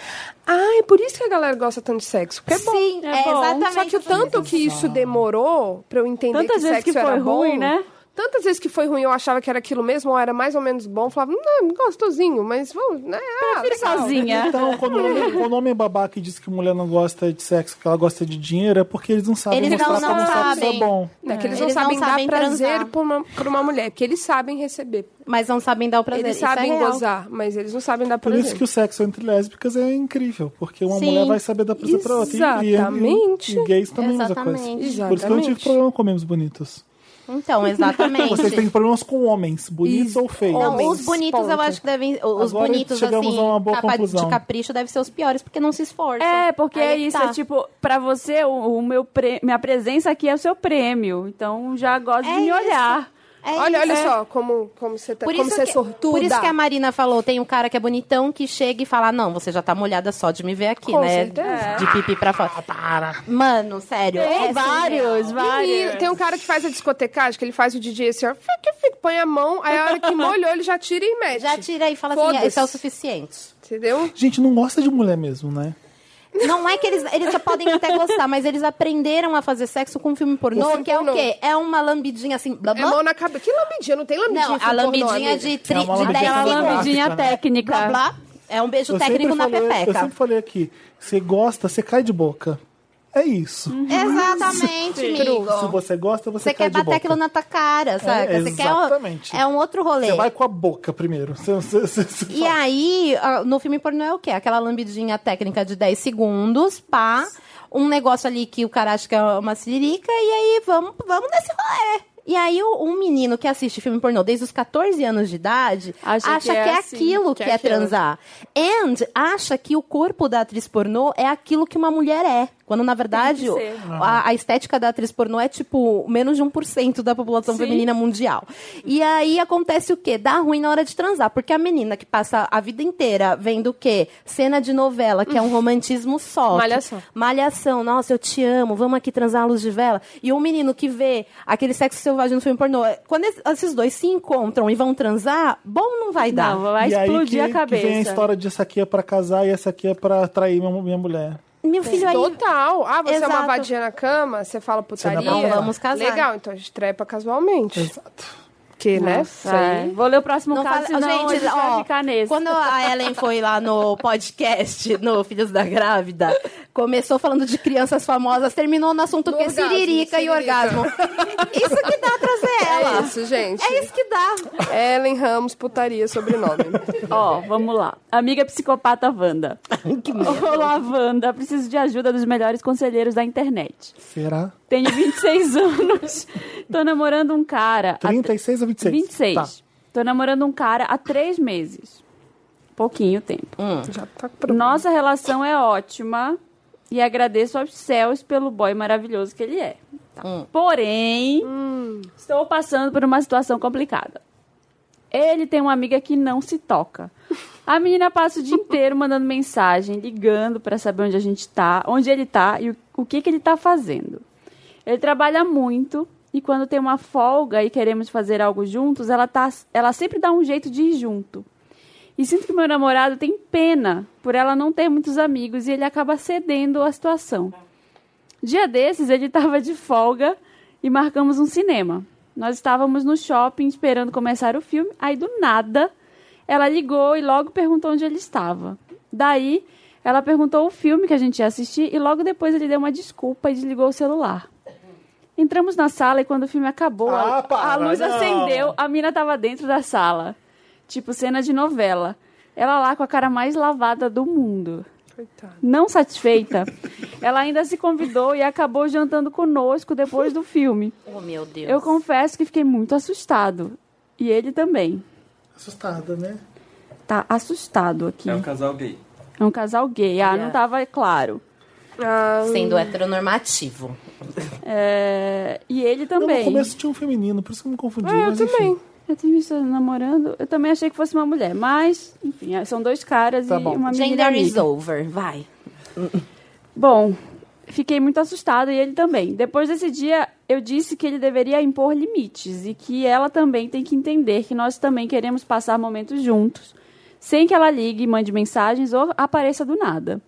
[SPEAKER 4] "Ah, é por isso que a galera gosta tanto de sexo, porque é bom".
[SPEAKER 3] Sim,
[SPEAKER 2] É
[SPEAKER 3] é,
[SPEAKER 2] bom.
[SPEAKER 3] exatamente.
[SPEAKER 4] Só que o tanto que isso demorou pra eu entender
[SPEAKER 2] Tantas
[SPEAKER 4] que
[SPEAKER 2] vezes
[SPEAKER 4] sexo
[SPEAKER 2] que foi
[SPEAKER 4] era bom,
[SPEAKER 2] ruim, né?
[SPEAKER 4] Tantas vezes que foi ruim, eu achava que era aquilo mesmo, ou era mais ou menos bom, eu falava, não, gostosinho, mas vamos, né? ah,
[SPEAKER 2] Prefiro
[SPEAKER 4] legal."
[SPEAKER 2] sozinha.
[SPEAKER 1] Então, quando o homem, quando o homem babaca e diz que mulher não gosta de sexo, que ela gosta de dinheiro, é porque eles não sabem
[SPEAKER 3] Eles
[SPEAKER 1] mostrar
[SPEAKER 3] não-
[SPEAKER 1] como
[SPEAKER 3] não
[SPEAKER 1] sexo é
[SPEAKER 3] sabem.
[SPEAKER 1] bom.
[SPEAKER 4] Não, é que
[SPEAKER 3] Eles
[SPEAKER 4] eles, não
[SPEAKER 3] não
[SPEAKER 4] sabem,
[SPEAKER 3] sabem
[SPEAKER 4] dar prazer
[SPEAKER 3] transar.
[SPEAKER 4] pra uma, pra uma mulher, porque eles sabem receber.
[SPEAKER 3] Mas não sabem dar o prazer.
[SPEAKER 4] eles
[SPEAKER 3] Isso é
[SPEAKER 4] sabem
[SPEAKER 3] real.
[SPEAKER 4] gozar, mas eles não sabem dar
[SPEAKER 1] Por
[SPEAKER 4] prazer.
[SPEAKER 1] isso que o sexo entre lésbicas é incrível, porque uma
[SPEAKER 3] Sim.
[SPEAKER 1] mulher vai saber dar prazer pra outra. E- e-
[SPEAKER 4] Exatamente.
[SPEAKER 1] E, e gays também é a mesma coisa.
[SPEAKER 3] Exatamente.
[SPEAKER 1] Por isso que eu não tive
[SPEAKER 4] Exatamente.
[SPEAKER 1] problema com homens bonitos.
[SPEAKER 3] Então, exatamente.
[SPEAKER 1] Vocês têm problemas com homens, bonitos
[SPEAKER 4] Isso.
[SPEAKER 1] ou feios.
[SPEAKER 3] Não,
[SPEAKER 4] Homens,
[SPEAKER 3] os bonitos eu
[SPEAKER 4] ponto.
[SPEAKER 3] acho que devem. Os
[SPEAKER 1] Agora
[SPEAKER 3] bonitos,
[SPEAKER 1] chegamos
[SPEAKER 3] assim,
[SPEAKER 1] a uma boa
[SPEAKER 3] capa
[SPEAKER 1] conclusão.
[SPEAKER 3] de capricho devem ser os piores, porque não se esforçam.
[SPEAKER 2] É, porque
[SPEAKER 3] Aí
[SPEAKER 2] é
[SPEAKER 3] que
[SPEAKER 2] isso.
[SPEAKER 3] tá.
[SPEAKER 2] É tipo, pra você, o, o meu pre- minha presença aqui é o seu prêmio. Então já gosto
[SPEAKER 3] É
[SPEAKER 2] de me
[SPEAKER 3] isso.
[SPEAKER 2] olhar.
[SPEAKER 3] É
[SPEAKER 4] olha, olha
[SPEAKER 3] isso.
[SPEAKER 4] só como, como você tá,
[SPEAKER 3] Por
[SPEAKER 4] como
[SPEAKER 3] isso,
[SPEAKER 4] você é
[SPEAKER 3] que,
[SPEAKER 4] sortuda.
[SPEAKER 3] por isso que a Marina falou, tem um cara que é bonitão que chega e fala, não, você já tá molhada só de me ver aqui,
[SPEAKER 4] Com
[SPEAKER 3] né?
[SPEAKER 4] certeza.
[SPEAKER 3] De pipi pra fora.
[SPEAKER 1] Ah,
[SPEAKER 3] Mano, sério.
[SPEAKER 2] Tem
[SPEAKER 3] é
[SPEAKER 2] vários, vários.
[SPEAKER 4] Menino, tem um cara que faz a discotecagem, que ele faz o DJ assim, ó, fica, fica, põe a mão, aí a hora que molhou, ele já tira e mete.
[SPEAKER 3] Já tira e fala assim,
[SPEAKER 4] Foda-se.
[SPEAKER 3] isso é o suficiente.
[SPEAKER 4] Entendeu?
[SPEAKER 1] Gente, não gosta de mulher mesmo, né?
[SPEAKER 3] Não é que eles, eles só podem até gostar, mas eles aprenderam a fazer sexo com filme pornô,
[SPEAKER 4] Com filme
[SPEAKER 3] que é
[SPEAKER 4] pornô.
[SPEAKER 3] o quê? É uma lambidinha assim, blá,
[SPEAKER 4] É
[SPEAKER 3] blá.
[SPEAKER 4] mão na cabeça. Que lambidinha? Não tem lambidinha.
[SPEAKER 3] não,
[SPEAKER 4] em
[SPEAKER 3] a
[SPEAKER 4] filme pornô,
[SPEAKER 3] lambidinha
[SPEAKER 4] amiga.
[SPEAKER 3] de, tri,
[SPEAKER 1] É uma
[SPEAKER 3] de
[SPEAKER 1] lambidinha
[SPEAKER 2] Aquela
[SPEAKER 3] 10
[SPEAKER 1] Essa é
[SPEAKER 3] segundos.
[SPEAKER 2] lambidinha
[SPEAKER 1] clássica, né?
[SPEAKER 2] técnica.
[SPEAKER 3] Blá, blá. É um beijo
[SPEAKER 1] Eu
[SPEAKER 3] técnico
[SPEAKER 1] sempre,
[SPEAKER 3] na
[SPEAKER 1] falei, eu
[SPEAKER 3] pepeca.
[SPEAKER 1] sempre falei aqui, você gosta, você cai de boca. É isso.
[SPEAKER 3] Exatamente, amigo.
[SPEAKER 1] Se você gosta, você,
[SPEAKER 3] Uhum. Você
[SPEAKER 1] cai
[SPEAKER 3] quer
[SPEAKER 1] de boca.
[SPEAKER 3] bater aquilo na tua cara, sabe? você quer
[SPEAKER 1] exatamente.
[SPEAKER 3] É um outro rolê.
[SPEAKER 1] Você vai com a boca primeiro. Você, você, você- você
[SPEAKER 3] E
[SPEAKER 1] fala,
[SPEAKER 3] aí, ah, no filme pornô é o quê? Aquela lambidinha técnica de 10 segundos, pá. Um negócio ali que o cara acha que é uma siririca, e aí vamos, vamos nesse rolê. E aí, o- um menino que assiste filme pornô desde os 14 anos de idade
[SPEAKER 2] Acha
[SPEAKER 3] acha,
[SPEAKER 2] que
[SPEAKER 3] que,
[SPEAKER 2] é
[SPEAKER 3] é
[SPEAKER 2] assim,
[SPEAKER 3] aquilo
[SPEAKER 2] que
[SPEAKER 3] que,
[SPEAKER 2] é
[SPEAKER 3] é,
[SPEAKER 2] aquilo.
[SPEAKER 3] transar. And acha que o corpo da atriz pornô é aquilo que uma mulher é. Quando, na verdade,
[SPEAKER 2] Tem que ser.
[SPEAKER 3] a, a estética da atriz pornô é, tipo, menos de 1% da população
[SPEAKER 2] Sim.
[SPEAKER 3] feminina mundial. E aí acontece o quê? Dá ruim na hora de transar, porque a menina que passa a vida inteira vendo o quê? Cena de novela, que é um romantismo só.
[SPEAKER 4] Malhação.
[SPEAKER 3] Que- Malhação, nossa, eu te amo, vamos aqui transar à luz de vela. E o menino que vê aquele sexo selvagem no filme pornô, quando es- esses dois se encontram e vão transar, bom não vai dar.
[SPEAKER 2] Não, vai
[SPEAKER 1] e aí
[SPEAKER 2] explodir
[SPEAKER 1] que-
[SPEAKER 2] a cabeça.
[SPEAKER 1] Que vem a história de essa aqui é pra casar e essa aqui é pra atrair minha, minha mulher.
[SPEAKER 3] Meu filho aí...
[SPEAKER 4] Total. Ah, você é uma
[SPEAKER 3] Exato.
[SPEAKER 4] vadia na cama, você fala putaria.
[SPEAKER 1] Você dá pra-
[SPEAKER 3] Vamos casar.
[SPEAKER 4] Legal, então a gente trepa casualmente.
[SPEAKER 1] Exato.
[SPEAKER 4] Que, né? Isso
[SPEAKER 2] Nossa, é.
[SPEAKER 4] aí.
[SPEAKER 2] Vou ler o próximo
[SPEAKER 3] Não
[SPEAKER 2] caso,
[SPEAKER 3] fala-
[SPEAKER 2] senão a gente vai
[SPEAKER 3] ó,
[SPEAKER 2] ficar nesse.
[SPEAKER 3] Quando a Ellen foi lá no podcast, no Filhos da Grávida, começou falando de crianças famosas, terminou no assunto
[SPEAKER 4] No
[SPEAKER 3] que é
[SPEAKER 4] orgasmo,
[SPEAKER 3] siririca e
[SPEAKER 4] siririca.
[SPEAKER 3] orgasmo. Isso que dá trazer ela.
[SPEAKER 4] É isso, gente.
[SPEAKER 3] É isso que dá.
[SPEAKER 4] Ellen Ramos, putaria, sobrenome.
[SPEAKER 2] Ó, vamos lá. Amiga psicopata Wanda. Olá, Wanda. Preciso de ajuda dos melhores conselheiros da internet.
[SPEAKER 1] Será?
[SPEAKER 2] Tenho 26 anos. Tô namorando um cara. há
[SPEAKER 1] 36 ou 26?
[SPEAKER 2] 26.
[SPEAKER 1] Tá.
[SPEAKER 2] Tô namorando um cara há três meses. Pouquinho tempo.
[SPEAKER 4] Já tá pronto.
[SPEAKER 2] Nossa relação é ótima e agradeço aos céus pelo boy maravilhoso que ele é. Tá. Porém, estou passando por uma situação complicada. Ele tem uma amiga que não se toca. A menina passa o dia inteiro mandando mensagem, ligando pra saber onde a gente tá, onde ele tá e o, o que, que ele tá fazendo. Ele trabalha muito e quando tem uma folga e queremos fazer algo juntos, ela, tá, ela sempre dá um jeito de ir junto. E sinto que meu namorado tem pena por ela não ter muitos amigos e ele acaba cedendo à situação. Dia desses, ele estava de folga e marcamos um cinema. Nós estávamos no shopping esperando começar o filme, aí do nada ela ligou e logo perguntou onde ele estava. Daí, ela perguntou o filme que a gente ia assistir e logo depois ele deu uma desculpa e desligou o celular. Entramos na sala e quando o filme acabou, a-
[SPEAKER 1] Ah, para,
[SPEAKER 2] a luz
[SPEAKER 1] não.
[SPEAKER 2] acendeu, a mina estava dentro da sala. Tipo cena de novela. Ela lá com a cara mais lavada do mundo.
[SPEAKER 4] Coitada.
[SPEAKER 2] Não satisfeita, ela ainda se convidou e acabou jantando conosco depois do filme.
[SPEAKER 3] Oh, meu Deus.
[SPEAKER 2] Eu confesso que fiquei muito assustado. E ele também.
[SPEAKER 1] Assustada, né?
[SPEAKER 2] Tá assustado aqui.
[SPEAKER 6] É um casal gay.
[SPEAKER 2] É um casal gay. Ah, não tava claro.
[SPEAKER 4] Ah,
[SPEAKER 3] Sendo heteronormativo.
[SPEAKER 2] É, E ele
[SPEAKER 1] Eu, no
[SPEAKER 2] também.
[SPEAKER 1] começo tinha um feminino, por isso que eu me confundi.
[SPEAKER 4] ah, eu
[SPEAKER 1] mas, enfim.
[SPEAKER 4] também.
[SPEAKER 2] Eu tenho visto namorando. Eu também achei que fosse uma mulher. Mas, enfim, é, são dois caras
[SPEAKER 1] Tá
[SPEAKER 2] e
[SPEAKER 1] bom.
[SPEAKER 2] uma menina.
[SPEAKER 3] Gender is
[SPEAKER 2] amiga.
[SPEAKER 3] over. Vai.
[SPEAKER 2] Bom, Fiquei muito assustado e ele também. Depois desse dia, eu disse que ele deveria impor limites e que ela também tem que entender que nós também queremos passar momentos juntos, sem que ela ligue, mande mensagens ou apareça do nada.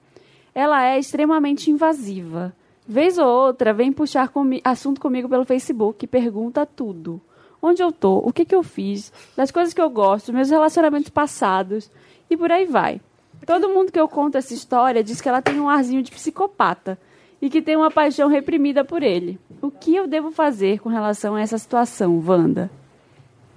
[SPEAKER 2] Ela é extremamente invasiva. Vez ou outra, vem puxar comi- assunto comigo pelo Facebook e pergunta tudo. Onde eu tô, o que, que eu fiz, das coisas que eu gosto, meus relacionamentos passados e por aí vai. Todo mundo que eu conto essa história diz que ela tem um arzinho de psicopata e que tem uma paixão reprimida por ele. O que eu devo fazer com relação a essa situação, Wanda?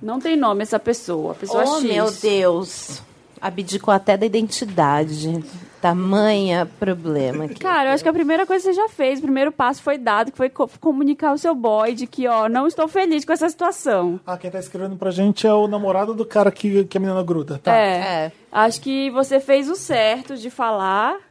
[SPEAKER 2] Não tem nome essa pessoa, a pessoa é
[SPEAKER 3] oh,
[SPEAKER 2] X.
[SPEAKER 3] meu Deus. Abdicou até da identidade. Tamanha problema. aqui.
[SPEAKER 2] Cara, eu acho que a primeira coisa que você já fez, o primeiro passo foi dado, que foi co- comunicar ao seu boy de que, ó, não estou feliz com essa situação.
[SPEAKER 1] Ah, quem tá escrevendo pra gente é o namorado do cara que, que a menina gruda, tá?
[SPEAKER 2] É.
[SPEAKER 3] É.
[SPEAKER 2] Acho que você fez o certo de falar.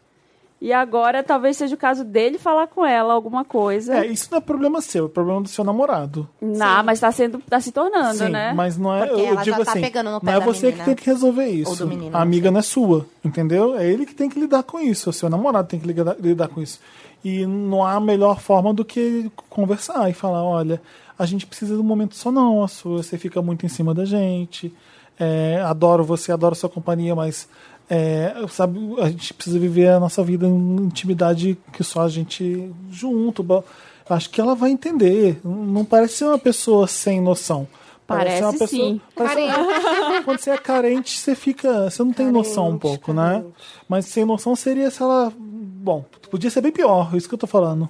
[SPEAKER 2] E agora talvez seja o caso dele falar com ela alguma coisa.
[SPEAKER 1] É, isso não é problema seu, é problema do seu namorado.
[SPEAKER 2] Não, mas tá sendo. tá se tornando,
[SPEAKER 1] Sim,
[SPEAKER 2] né?
[SPEAKER 1] mas não é.
[SPEAKER 3] Porque
[SPEAKER 1] eu
[SPEAKER 3] ela já
[SPEAKER 1] digo
[SPEAKER 3] tá
[SPEAKER 1] assim,
[SPEAKER 3] pegando no pé
[SPEAKER 1] não é
[SPEAKER 3] da
[SPEAKER 1] você
[SPEAKER 3] menina.
[SPEAKER 1] que tem que resolver isso.
[SPEAKER 3] do menino, não
[SPEAKER 1] a amiga não é sua, entendeu? É ele que tem que lidar com isso, o seu namorado tem que ligar- lidar com isso. E não há melhor forma do que conversar e falar, olha, a gente precisa de um momento só nosso, você fica muito em cima da gente, é, adoro você, adoro sua companhia, mas é, sabe, a gente precisa viver a nossa vida em intimidade que só a gente junto. Bo- Acho que ela vai entender. Não parece ser uma pessoa sem noção. Parece, uma
[SPEAKER 2] Parece
[SPEAKER 1] pessoa.
[SPEAKER 2] sim.
[SPEAKER 1] parece- quando você é carente, você fica. Você não tem noção um pouco, né? Mas sem noção seria se ela. Bom, podia ser bem pior, isso que eu tô falando.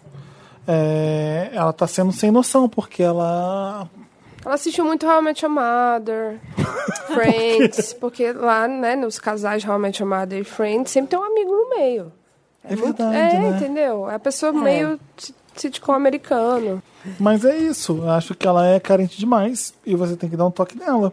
[SPEAKER 1] É, ela tá sendo sem noção, porque ela.
[SPEAKER 4] Ela assistiu muito How I Met Your Mother, Friends, porque lá, né, nos casais How I Met Your Mother e Friends, sempre tem um amigo no meio.
[SPEAKER 1] É, verdade,
[SPEAKER 4] é,
[SPEAKER 1] né?
[SPEAKER 4] entendeu? É a pessoa meio si- sitcom americano.
[SPEAKER 1] Mas é isso. Eu acho que ela é carente demais e você tem que dar um toque nela.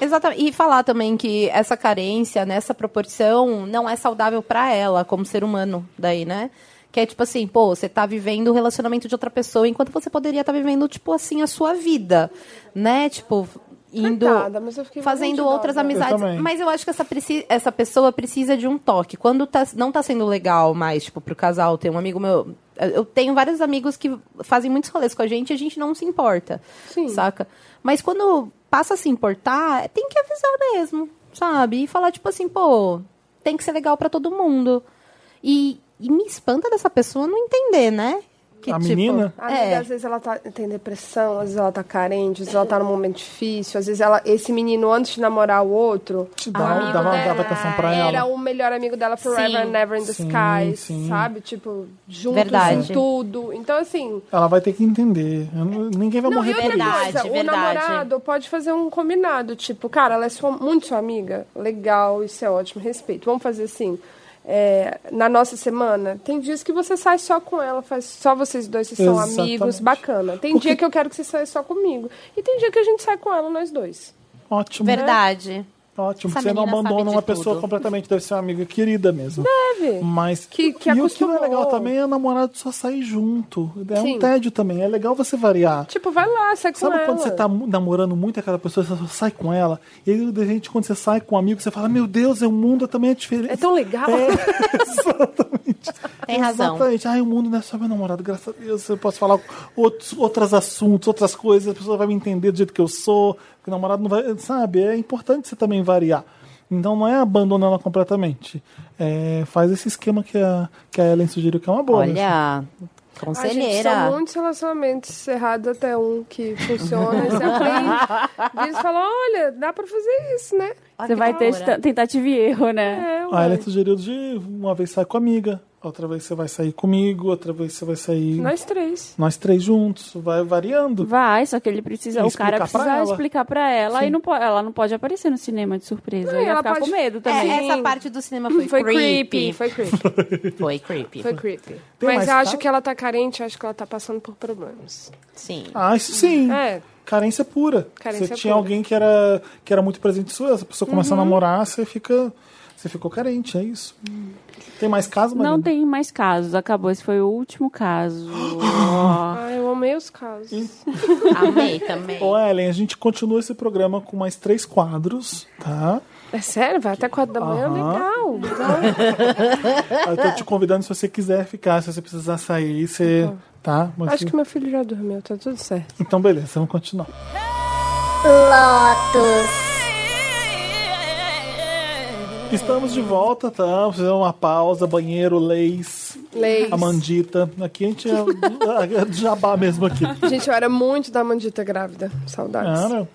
[SPEAKER 3] Exatamente. E falar também que essa carência, nessa proporção, não é saudável pra ela, como ser humano, daí, né? Que é tipo assim, pô, você tá vivendo o relacionamento de outra pessoa, enquanto você poderia estar vivendo, tipo assim, a sua vida, né? Tipo, indo.
[SPEAKER 4] Coitada, mas eu fiquei morrendo de
[SPEAKER 3] fazendo
[SPEAKER 4] dó
[SPEAKER 3] outras
[SPEAKER 4] dela.
[SPEAKER 3] amizades.
[SPEAKER 1] também.
[SPEAKER 3] mas eu acho que essa, preci- essa pessoa precisa de um toque. Quando tá, não tá sendo legal mais, tipo, pro casal, tem um amigo meu. Eu tenho vários amigos que fazem muitos rolês com a gente e a gente não se importa.
[SPEAKER 4] Sim.
[SPEAKER 3] Saca? Mas quando passa a se importar, tem que avisar mesmo, sabe? E falar, tipo assim, pô, tem que ser legal pra todo mundo. E, e me espanta dessa pessoa não entender, né? é,
[SPEAKER 1] A menina?
[SPEAKER 4] A amiga, às vezes ela tá, tem depressão, às vezes ela tá carente, às vezes ela tá num momento difícil, às vezes ela, esse menino, antes de namorar o outro,
[SPEAKER 1] Te dá,
[SPEAKER 3] Ah,
[SPEAKER 1] dá, Ah,
[SPEAKER 3] é
[SPEAKER 1] uma- dá uma atenção pra
[SPEAKER 4] era
[SPEAKER 1] ela.
[SPEAKER 4] o melhor amigo dela forever
[SPEAKER 3] Sim.
[SPEAKER 4] and never in the
[SPEAKER 1] Sim,
[SPEAKER 4] sky,
[SPEAKER 1] sim.
[SPEAKER 4] sabe? Tipo, juntos
[SPEAKER 3] Verdade.
[SPEAKER 4] em tudo. Então, assim...
[SPEAKER 1] Ela vai ter que entender. Eu não- Ninguém vai
[SPEAKER 4] Não, e
[SPEAKER 1] morrer
[SPEAKER 4] outra
[SPEAKER 1] por isso.
[SPEAKER 3] Verdade,
[SPEAKER 4] coisa, o
[SPEAKER 3] verdade.
[SPEAKER 4] namorado pode fazer um combinado, tipo, cara, ela é sua- muito sua amiga, legal, isso é ótimo, respeito. Vamos fazer assim, é, na nossa semana, tem dias que você sai só com ela, faz só vocês dois, vocês são
[SPEAKER 1] Exatamente.
[SPEAKER 4] amigos, bacana. Tem dia que eu quero que você saia só comigo, e tem dia que a gente sai com ela, nós dois.
[SPEAKER 1] Ótimo.
[SPEAKER 3] Verdade.
[SPEAKER 1] Ótimo.
[SPEAKER 3] Essa
[SPEAKER 1] Você não
[SPEAKER 3] menina sabe
[SPEAKER 1] abandona
[SPEAKER 3] de
[SPEAKER 1] uma pessoa
[SPEAKER 3] tudo.
[SPEAKER 1] completamente, deve ser uma amiga querida mesmo.
[SPEAKER 4] Deve.
[SPEAKER 1] Mas e
[SPEAKER 4] Que- que
[SPEAKER 1] o que não é
[SPEAKER 4] acostumou.
[SPEAKER 1] legal também é o namorado só sair junto. É um
[SPEAKER 4] Sim.
[SPEAKER 1] tédio também. É legal você variar.
[SPEAKER 4] Tipo, vai lá, sai com
[SPEAKER 1] Sabe
[SPEAKER 4] ela.
[SPEAKER 1] quando você tá mu- namorando muito aquela pessoa, você só sai com ela, e aí, de repente, quando você sai com um amigo, você fala, meu Deus, é, o mundo também é diferente. é
[SPEAKER 4] É tão legal.
[SPEAKER 3] Tem razão.
[SPEAKER 1] Exatamente. Ai, o mundo não é só meu namorado, graças a Deus. Eu posso falar outros, outros assuntos, outras coisas, a pessoa vai me entender do jeito que eu sou, que o namorado não vai. Sabe? É importante você também variar. Então não é abandonar ela completamente. É, faz esse esquema que a, que a Ellen sugeriu, que é uma boa. né?
[SPEAKER 3] Olha,
[SPEAKER 4] Ai, gente,
[SPEAKER 2] um-
[SPEAKER 4] são
[SPEAKER 3] conselheira.
[SPEAKER 4] muitos relacionamentos errados até um que funciona. é e Você aprende. Diz e fala, olha, dá pra fazer isso, né?
[SPEAKER 2] Você vai ter esta- tentativa e erro, né?
[SPEAKER 4] É, ué.
[SPEAKER 1] A Ellen sugeriu de uma vez sai com a amiga, outra vez você vai sair comigo, outra vez você vai sair nós,
[SPEAKER 4] Nós três.
[SPEAKER 1] três juntos, vai variando.
[SPEAKER 2] Vai, só que ele precisa,
[SPEAKER 1] E
[SPEAKER 2] o
[SPEAKER 1] explicar
[SPEAKER 2] cara
[SPEAKER 1] pra
[SPEAKER 2] precisa
[SPEAKER 1] ela.
[SPEAKER 2] explicar pra ela e não po- ela não pode aparecer no cinema de surpresa.
[SPEAKER 4] Não,
[SPEAKER 2] ela
[SPEAKER 4] ela
[SPEAKER 2] ficar
[SPEAKER 4] pode-
[SPEAKER 2] com medo
[SPEAKER 3] É,
[SPEAKER 2] também.
[SPEAKER 3] essa parte do cinema foi,
[SPEAKER 4] Foi
[SPEAKER 3] creepy.
[SPEAKER 4] creepy, foi creepy,
[SPEAKER 3] Foi creepy.
[SPEAKER 4] foi creepy.
[SPEAKER 1] Tem mais
[SPEAKER 4] Mas eu acho
[SPEAKER 1] caso?
[SPEAKER 4] que ela tá carente, eu acho que ela tá passando por problemas.
[SPEAKER 3] Sim.
[SPEAKER 1] Ah, isso sim.
[SPEAKER 4] É.
[SPEAKER 1] Carência pura.
[SPEAKER 4] Carência
[SPEAKER 1] você tinha
[SPEAKER 4] pura. Uhum.
[SPEAKER 1] alguém que era, que era muito presente sua, essa pessoa começa a namorar, você fica. Você ficou carente, é isso. Tem mais casos,
[SPEAKER 2] Não
[SPEAKER 1] Marina?
[SPEAKER 2] tem mais casos, acabou. Esse foi o último caso.
[SPEAKER 4] Ah, eu amei os casos.
[SPEAKER 3] Amei também.
[SPEAKER 1] Ô, Ellen, a gente continua esse programa com mais três quadros, tá?
[SPEAKER 4] É sério? Vai até 4 da manhã?
[SPEAKER 1] Aham.
[SPEAKER 4] Legal. legal.
[SPEAKER 1] Eu tô te convidando se você quiser ficar, se você precisar sair, você. Tá? Mas-
[SPEAKER 4] Acho que meu filho já dormiu, tá tudo certo.
[SPEAKER 1] Então, beleza, vamos continuar.
[SPEAKER 5] Lotus,
[SPEAKER 1] Estamos de volta, tá? Fizemos uma pausa, banheiro, leis,
[SPEAKER 4] Leis.
[SPEAKER 1] a mandita. Aqui a gente é, é de jabá mesmo aqui.
[SPEAKER 4] Gente, eu era muito da Mandita grávida. Saudades.
[SPEAKER 1] Cara,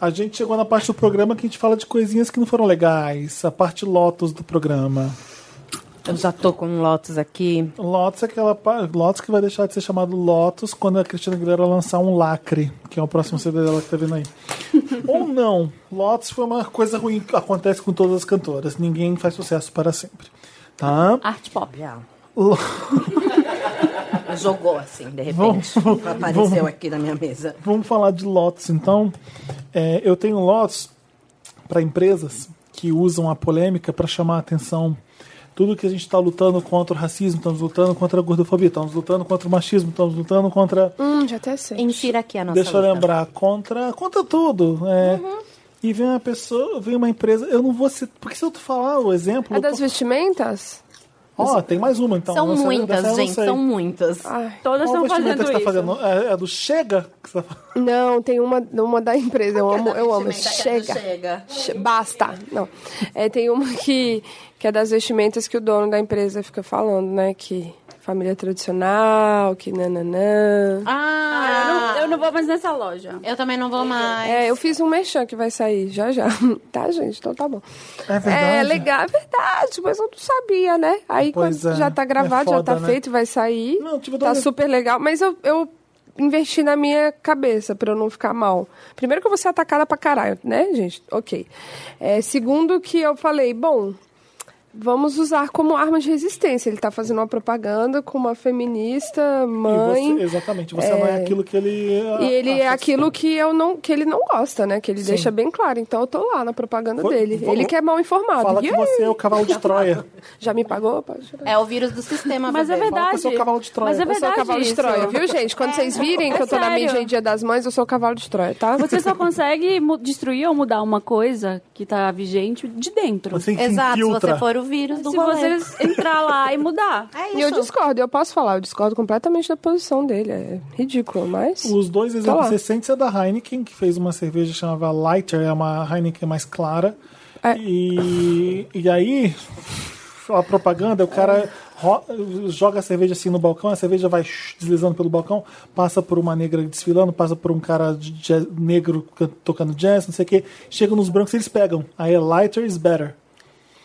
[SPEAKER 1] a gente chegou na parte do programa que a gente fala de coisinhas que não foram legais. A parte Lotus do programa.
[SPEAKER 3] Eu já tô com um Lotus aqui.
[SPEAKER 1] Lotus é aquela pa- Lotus que vai deixar de ser chamado Lotus quando a Cristina Aguilera lançar um lacre, que é o próximo CD dela que tá vindo aí. Ou não. Lotus foi uma coisa ruim que acontece com todas as cantoras. Ninguém faz sucesso para sempre. Tá?
[SPEAKER 2] Arte pop.
[SPEAKER 7] Jogou assim, de
[SPEAKER 1] Vamos-
[SPEAKER 7] repente. Apareceu aqui na minha mesa.
[SPEAKER 1] Vamos falar de lotes, então. É, eu tenho lotes para empresas que usam a polêmica para chamar a atenção. Tudo que a gente está lutando contra o racismo, estamos lutando contra a gordofobia, estamos lutando contra o machismo, estamos lutando contra.
[SPEAKER 4] Hum, já até sei.
[SPEAKER 7] Enfira aqui
[SPEAKER 3] é
[SPEAKER 7] a nossa
[SPEAKER 1] Deixa eu
[SPEAKER 7] luta.
[SPEAKER 1] lembrar, contra, contra tudo. é. E vem uma pessoa, vem uma empresa. Eu não vou citar. Porque se eu te falar o exemplo.
[SPEAKER 4] É
[SPEAKER 1] eu
[SPEAKER 4] das
[SPEAKER 1] tô-
[SPEAKER 4] vestimentas?
[SPEAKER 1] Ó, tem mais uma então.
[SPEAKER 3] São
[SPEAKER 1] eu sei- dessa eu
[SPEAKER 3] muitas,
[SPEAKER 1] não
[SPEAKER 3] gente,
[SPEAKER 1] sei.
[SPEAKER 3] são muitas.
[SPEAKER 4] Ai.
[SPEAKER 2] Todas
[SPEAKER 1] Qual
[SPEAKER 2] estão
[SPEAKER 1] vestimenta
[SPEAKER 2] fazendo
[SPEAKER 1] que você
[SPEAKER 2] isso.
[SPEAKER 1] tá fazendo? É, é do Chega? Que você tá falando?
[SPEAKER 4] Não, tem uma, uma da empresa. Eu amo, eu amo.
[SPEAKER 7] Chega.
[SPEAKER 4] Chega.
[SPEAKER 7] Chega.
[SPEAKER 4] Che- Basta. Não. É, tem uma que, que é das vestimentas que o dono da empresa fica falando, né? Que família tradicional, que nananã.
[SPEAKER 2] Ah, eu,
[SPEAKER 3] Ah,
[SPEAKER 2] não, eu não vou mais nessa loja.
[SPEAKER 3] eu também não vou mais.
[SPEAKER 4] É, eu fiz um merchan que vai sair já já. Tá, gente? Então tá bom.
[SPEAKER 1] É verdade.
[SPEAKER 4] É legal, é verdade, mas eu não sabia, né? Aí
[SPEAKER 1] Pois
[SPEAKER 4] quando
[SPEAKER 1] é,
[SPEAKER 4] já tá
[SPEAKER 1] é
[SPEAKER 4] gravado, já
[SPEAKER 1] foda,
[SPEAKER 4] tá
[SPEAKER 1] né?
[SPEAKER 4] feito, vai sair.
[SPEAKER 1] Não, tipo, eu tô
[SPEAKER 4] tá
[SPEAKER 1] vendo-
[SPEAKER 4] super legal, mas eu, eu investi na minha cabeça pra eu não ficar mal. Primeiro que eu vou ser atacada pra caralho, né, gente? Ok. É, segundo que eu falei, bom, vamos usar como arma de resistência. Ele tá fazendo uma propaganda com uma feminista, mãe.
[SPEAKER 1] E você- exatamente, você
[SPEAKER 4] é,
[SPEAKER 1] não é aquilo que ele.
[SPEAKER 4] E ele é
[SPEAKER 1] acha-
[SPEAKER 4] aquilo que, eu não, que ele não gosta, né? Que ele deixa bem claro. Então eu tô lá na propaganda
[SPEAKER 1] Foi-
[SPEAKER 4] dele.
[SPEAKER 1] vamos-
[SPEAKER 4] Ele que é mal informado.
[SPEAKER 1] Fala que
[SPEAKER 4] Yeah.
[SPEAKER 1] você é o cavalo de Troia.
[SPEAKER 4] Já me pagou? Pode tirar.
[SPEAKER 3] É o vírus do sistema,
[SPEAKER 2] Mas é
[SPEAKER 3] bebê.
[SPEAKER 1] Fala que
[SPEAKER 2] verdade.
[SPEAKER 1] eu sou o cavalo de Troia.
[SPEAKER 2] Mas é
[SPEAKER 1] Eu sou
[SPEAKER 4] Eu sou o
[SPEAKER 2] verdade.
[SPEAKER 4] cavalo de Troia,
[SPEAKER 2] isso. É.
[SPEAKER 4] viu, gente? Quando vocês virem que eu tô na
[SPEAKER 2] sério.
[SPEAKER 4] mídia em Dia das Mães, eu sou o cavalo de Troia, tá?
[SPEAKER 2] Você só consegue mu- destruir ou mudar uma coisa que tá vigente de dentro.
[SPEAKER 1] Você se
[SPEAKER 3] Exato, se
[SPEAKER 1] infiltra.
[SPEAKER 3] você for o vírus do
[SPEAKER 2] Se
[SPEAKER 3] rolê.
[SPEAKER 2] você entrar lá e mudar.
[SPEAKER 7] É
[SPEAKER 4] E eu
[SPEAKER 7] isso.
[SPEAKER 4] discordo, eu posso falar, eu discordo completamente da posição dele. É ridículo, mas.
[SPEAKER 1] Os dois exemplos
[SPEAKER 4] Tá lá.
[SPEAKER 1] recentes é da Heineken, que fez uma cerveja que chamava Lighter, é uma Heineken mais clara.
[SPEAKER 4] É.
[SPEAKER 1] E, e aí, a propaganda, o cara ro- joga a cerveja assim no balcão, a cerveja vai shh, deslizando pelo balcão, passa por uma negra desfilando, passa por um cara de jazz- negro can- tocando jazz, não sei o quê. Chegam nos brancos e eles pegam. Aí é Lighter is better.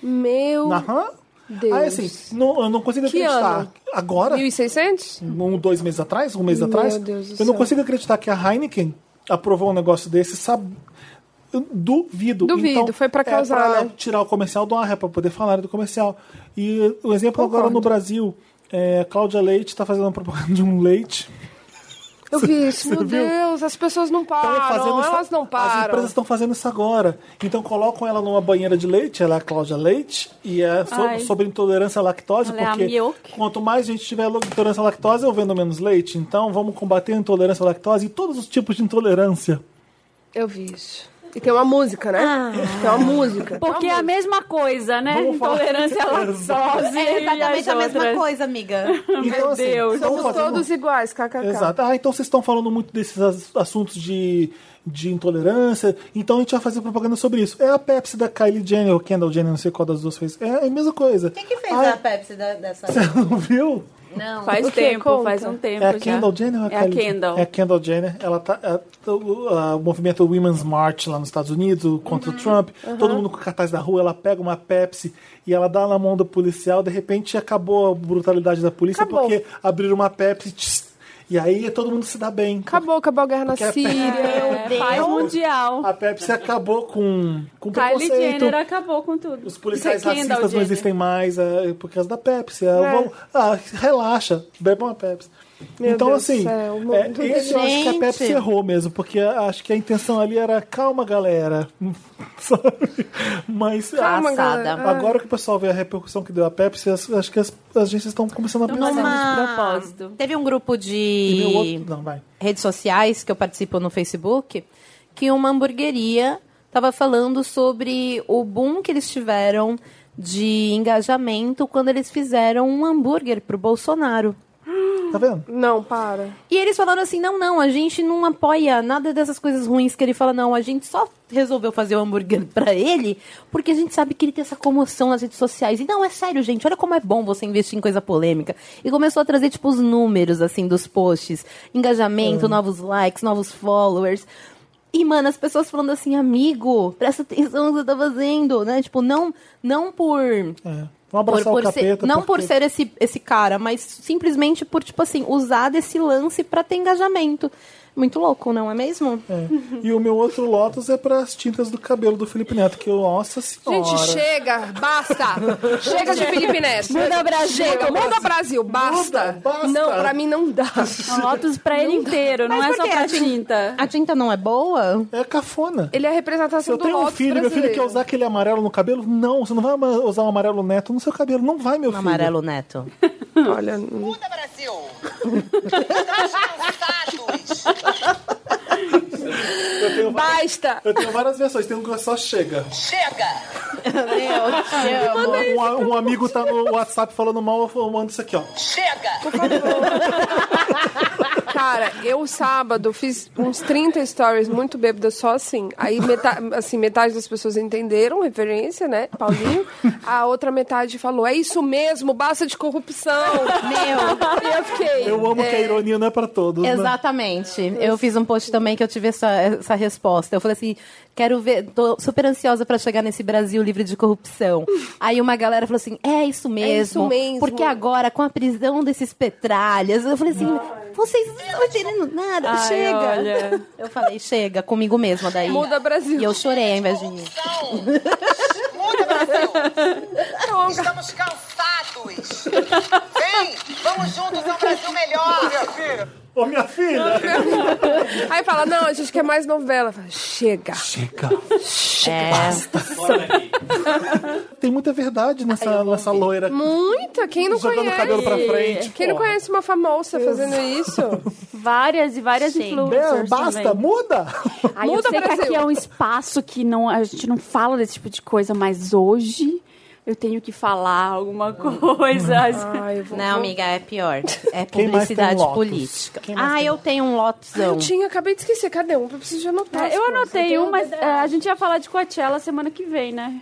[SPEAKER 4] Meu
[SPEAKER 1] Aham.
[SPEAKER 4] Uh, Deus.
[SPEAKER 1] Aí assim, não, eu não consigo
[SPEAKER 4] Que
[SPEAKER 1] acreditar.
[SPEAKER 4] ano?
[SPEAKER 1] Agora?
[SPEAKER 4] 1.600?
[SPEAKER 1] um, dois meses atrás, um mês
[SPEAKER 4] Meu
[SPEAKER 1] atrás.
[SPEAKER 4] Deus do
[SPEAKER 1] eu não
[SPEAKER 4] céu.
[SPEAKER 1] consigo acreditar que a Heineken aprovou um negócio desse, sabe? Eu Duvido.
[SPEAKER 4] Duvido,
[SPEAKER 1] Então,
[SPEAKER 4] foi pra causar,
[SPEAKER 1] É pra
[SPEAKER 4] né?
[SPEAKER 1] tirar o comercial do ar, é pra poder falar do comercial. E o exemplo agora
[SPEAKER 4] Concordo.
[SPEAKER 1] no Brasil, é, Cláudia Leite tá fazendo uma propaganda de um leite.
[SPEAKER 4] Eu vi isso, meu
[SPEAKER 1] viu?
[SPEAKER 4] Deus, as pessoas não
[SPEAKER 1] Tão
[SPEAKER 4] param,
[SPEAKER 1] isso-
[SPEAKER 4] elas não
[SPEAKER 1] As
[SPEAKER 4] param.
[SPEAKER 1] empresas estão fazendo isso agora. Então colocam ela numa banheira de leite, ela é a Cláudia Leite, e é so-
[SPEAKER 2] Ai.
[SPEAKER 1] sobre intolerância à lactose,
[SPEAKER 2] Ela é a
[SPEAKER 1] porque
[SPEAKER 2] Milk.
[SPEAKER 1] quanto mais gente tiver lo- intolerância à lactose, eu vendo menos leite. Então vamos combater a intolerância à lactose e todos os tipos de intolerância.
[SPEAKER 4] Eu vi isso. E tem uma música, né?
[SPEAKER 2] Ah.
[SPEAKER 4] Tem uma música.
[SPEAKER 2] Porque é a mesma coisa, né?
[SPEAKER 1] Vamos falar-
[SPEAKER 2] Intolerância à lactose.
[SPEAKER 3] É
[SPEAKER 2] e as
[SPEAKER 3] exatamente a mesma
[SPEAKER 2] outras.
[SPEAKER 3] coisa, amiga.
[SPEAKER 1] Então, assim,
[SPEAKER 2] Deus.
[SPEAKER 1] estão
[SPEAKER 4] Somos
[SPEAKER 1] fazendo-
[SPEAKER 4] todos iguais, kkk.
[SPEAKER 1] Exato. Ah, então vocês estão falando muito desses as- assuntos de, de intolerância, então a gente vai fazer propaganda sobre isso. É a Pepsi da Kylie Jenner, ou Kendall Jenner, não sei qual das duas fez. É a mesma coisa.
[SPEAKER 7] Quem que fez
[SPEAKER 1] Ah,
[SPEAKER 7] a Pepsi da- dessa?
[SPEAKER 1] Você não viu?
[SPEAKER 7] Não.
[SPEAKER 2] Faz
[SPEAKER 4] O quê?
[SPEAKER 2] tempo,
[SPEAKER 4] Conta.
[SPEAKER 2] faz um tempo
[SPEAKER 1] É a
[SPEAKER 2] já.
[SPEAKER 1] Kendall Jenner ou
[SPEAKER 2] É a Kendall.
[SPEAKER 1] É a Kendall Jenner. Ela tá. é, o, a- o movimento Women's March lá nos Estados Unidos o- contra
[SPEAKER 2] Uhum.
[SPEAKER 1] o Trump. Todo mundo com cartaz da rua. Ela pega uma Pepsi e ela dá na mão do policial. De repente acabou a brutalidade da polícia
[SPEAKER 4] Acabou.
[SPEAKER 1] porque abriram uma Pepsi. tss, e aí todo mundo se dá bem.
[SPEAKER 4] Acabou, acabou a guerra na
[SPEAKER 1] é-
[SPEAKER 4] Síria.
[SPEAKER 2] É, paz mundial.
[SPEAKER 1] A Pepsi acabou com, com
[SPEAKER 2] Kylie
[SPEAKER 1] preconceito.
[SPEAKER 2] Jenner acabou com tudo.
[SPEAKER 1] Os policiais
[SPEAKER 2] Isso é Kendall
[SPEAKER 1] racistas não
[SPEAKER 2] Jenner.
[SPEAKER 1] existem mais é, por causa da Pepsi. É, vão- ah, relaxa, bebe uma Pepsi.
[SPEAKER 4] Meu
[SPEAKER 1] então,
[SPEAKER 4] Deus do
[SPEAKER 1] assim,
[SPEAKER 4] céu, o mundo
[SPEAKER 1] é,
[SPEAKER 4] do-
[SPEAKER 1] esse eu acho que a
[SPEAKER 3] Gente.
[SPEAKER 1] Pepsi errou mesmo, porque acho que a intenção ali era calma, galera. Sabe? Mas a-
[SPEAKER 4] Calma,
[SPEAKER 3] Assada.
[SPEAKER 4] galera.
[SPEAKER 1] agora que o pessoal vê a repercussão que deu a Pepsi, as- acho que as, as agências estão começando a pensar.
[SPEAKER 3] Numa-
[SPEAKER 2] de propósito.
[SPEAKER 3] Teve um grupo de.
[SPEAKER 1] E meu outro- Não, vai.
[SPEAKER 3] redes sociais que eu participo no Facebook que uma hamburgueria estava estava falando sobre o boom que eles tiveram de engajamento quando eles fizeram um hambúrguer pro Bolsonaro.
[SPEAKER 1] Tá vendo?
[SPEAKER 4] Não, para.
[SPEAKER 3] E eles falaram assim: não, não, a gente não apoia nada dessas coisas ruins que ele fala, não. A gente só resolveu fazer o hambúrguer pra ele porque a gente sabe que ele tem essa comoção nas redes sociais. E não, é sério, gente, olha como é bom você investir em coisa polêmica. E começou a trazer, tipo, os números, assim, dos posts: engajamento, novos likes, novos followers. E, mano, as pessoas falando assim, amigo, presta atenção no que você tá fazendo, né? Tipo, não, não por
[SPEAKER 1] É. Vamos abraçar
[SPEAKER 3] por-
[SPEAKER 1] o
[SPEAKER 3] por ser-
[SPEAKER 1] capeta.
[SPEAKER 3] não por
[SPEAKER 1] porque-
[SPEAKER 3] ser esse, esse cara, mas simplesmente por, tipo assim, usar desse lance pra ter engajamento. Muito louco, não é mesmo?
[SPEAKER 1] É. E o meu outro Lotus é para as tintas do cabelo do Felipe Neto, que eu, nossa senhora.
[SPEAKER 4] Gente, chega, basta. chega de Felipe Neto.
[SPEAKER 3] Muda o Brasil.
[SPEAKER 4] Chega, muda Brasil, basta.
[SPEAKER 1] Muda, basta.
[SPEAKER 4] Não, pra mim não dá.
[SPEAKER 2] Um Lotus pra ele inteiro, não é
[SPEAKER 3] Mas por
[SPEAKER 2] só
[SPEAKER 3] quê?
[SPEAKER 2] pra
[SPEAKER 3] A tin-
[SPEAKER 2] tinta.
[SPEAKER 3] A tinta não é boa?
[SPEAKER 1] É cafona.
[SPEAKER 4] Ele é a
[SPEAKER 1] Se
[SPEAKER 4] representação
[SPEAKER 1] eu
[SPEAKER 4] do
[SPEAKER 1] tenho um
[SPEAKER 4] Lotus
[SPEAKER 1] filho, meu filho quer
[SPEAKER 4] brasileiro.
[SPEAKER 1] usar aquele amarelo no cabelo? Não, você não vai ama- usar um amarelo neto no seu cabelo. Não vai, meu
[SPEAKER 4] Um
[SPEAKER 3] No
[SPEAKER 1] filho.
[SPEAKER 3] amarelo neto.
[SPEAKER 4] Olha, não-
[SPEAKER 8] Muda, Brasil! Estamos cansados!
[SPEAKER 1] Eu tenho, va-
[SPEAKER 4] basta.
[SPEAKER 1] eu tenho várias versões. Tem um que só chega.
[SPEAKER 8] Chega!
[SPEAKER 1] Um, a- um amigo tá no WhatsApp falando mal, eu mando isso aqui, ó.
[SPEAKER 8] Chega!
[SPEAKER 4] Cara, eu sábado fiz uns 30 stories muito bêbada, só assim. Aí meta- assim, metade das pessoas entenderam referência, né, Paulinho? A outra metade falou, é isso mesmo, basta de corrupção.
[SPEAKER 3] Meu,
[SPEAKER 4] E eu fiquei...
[SPEAKER 1] Eu amo que a
[SPEAKER 4] é,
[SPEAKER 1] ironia não é pra todos, né?
[SPEAKER 3] exatamente. Eu fiz um post também que eu tive essa, essa resposta. Eu falei assim, quero ver, tô super ansiosa pra chegar nesse Brasil livre de corrupção. Aí uma galera falou assim, é isso mesmo.
[SPEAKER 4] mesmo.
[SPEAKER 3] Porque agora, com a prisão desses petralhas, eu falei assim, vocês não estão entendendo nada,
[SPEAKER 2] Ai,
[SPEAKER 3] chega.
[SPEAKER 2] olha.
[SPEAKER 3] Eu falei, chega, comigo mesma daí.
[SPEAKER 4] Muda Brasil.
[SPEAKER 3] E eu chorei ao invés de mim.
[SPEAKER 8] Corrupção! Então, Muda, Brasil! Estamos cansados! Vem! Vamos juntos a um Brasil melhor! Minha filha!
[SPEAKER 1] Ô, minha filha!
[SPEAKER 4] Aí fala, não, a gente quer mais novela. Fala, Chega.
[SPEAKER 1] Chega.
[SPEAKER 3] É,
[SPEAKER 1] Tem muita verdade nessa, nessa loira. tá
[SPEAKER 4] Muita, quem não
[SPEAKER 1] jogando o
[SPEAKER 4] conhece?
[SPEAKER 1] cabelo pra frente.
[SPEAKER 4] Quem não
[SPEAKER 1] porra.
[SPEAKER 4] conhece uma famosa fazendo isso?
[SPEAKER 2] Várias e várias
[SPEAKER 1] Bela,
[SPEAKER 2] influencers
[SPEAKER 1] basta,
[SPEAKER 2] também.
[SPEAKER 1] muda!
[SPEAKER 2] Ai, eu
[SPEAKER 4] Muda,
[SPEAKER 2] sei que
[SPEAKER 4] Brasil.
[SPEAKER 2] aqui é um espaço que não, a gente não fala desse tipo de coisa, mas hoje eu tenho que falar alguma coisa.
[SPEAKER 4] Ai, eu vou...
[SPEAKER 3] não, amiga, é pior. É
[SPEAKER 1] Quem mais tem
[SPEAKER 3] publicidade
[SPEAKER 1] Lotus?
[SPEAKER 3] política.
[SPEAKER 1] Quem mais
[SPEAKER 3] Ah,
[SPEAKER 1] tem
[SPEAKER 3] eu tenho um lotusão.
[SPEAKER 4] Eu tinha, acabei de esquecer. Cadê um? Eu preciso de anotar. as
[SPEAKER 2] É, eu
[SPEAKER 4] coisas.
[SPEAKER 2] anotei
[SPEAKER 4] tenho
[SPEAKER 2] um, mas é, a gente ia falar de Coachella semana que vem, né?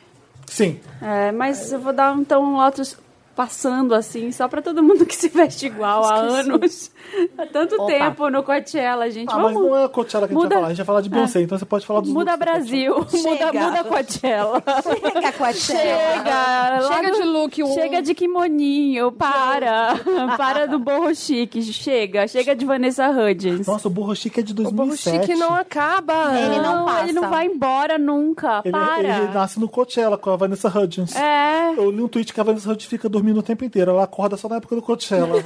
[SPEAKER 1] Sim.
[SPEAKER 2] É, mas eu vou dar então um Lotus passando assim, só pra todo mundo que se veste igual há anos. Há tanto
[SPEAKER 3] Opa.
[SPEAKER 2] tempo no Coachella, gente.
[SPEAKER 1] Ah, mas
[SPEAKER 2] Vamos.
[SPEAKER 1] não é a Coachella que a gente
[SPEAKER 2] Muda-
[SPEAKER 1] vai falar, a gente vai falar de
[SPEAKER 4] É.
[SPEAKER 1] Beyoncé, então você pode falar dos
[SPEAKER 2] Muda
[SPEAKER 1] looks da
[SPEAKER 2] Brasil, muda,
[SPEAKER 3] Chega.
[SPEAKER 2] muda Coachella.
[SPEAKER 3] Chega com a Chega.
[SPEAKER 2] Chega, lá
[SPEAKER 4] Chega
[SPEAKER 2] no-
[SPEAKER 4] de look um.
[SPEAKER 2] Chega de kimoninho, para. para do borro chique, chega. Chega de Vanessa Hudgens.
[SPEAKER 1] Nossa, o Burro Chique é de
[SPEAKER 4] O bolo
[SPEAKER 1] 2007.
[SPEAKER 4] chique não é acaba.
[SPEAKER 3] Ele não passa.
[SPEAKER 2] ele não vai embora nunca,
[SPEAKER 1] Ele,
[SPEAKER 2] para.
[SPEAKER 1] ele nasce no Coachella com a Vanessa Hudgens.
[SPEAKER 2] É,
[SPEAKER 1] Eu li um tweet que a Vanessa Hudgens fica dormindo o tempo inteiro. Ela acorda só na época do Coachella. A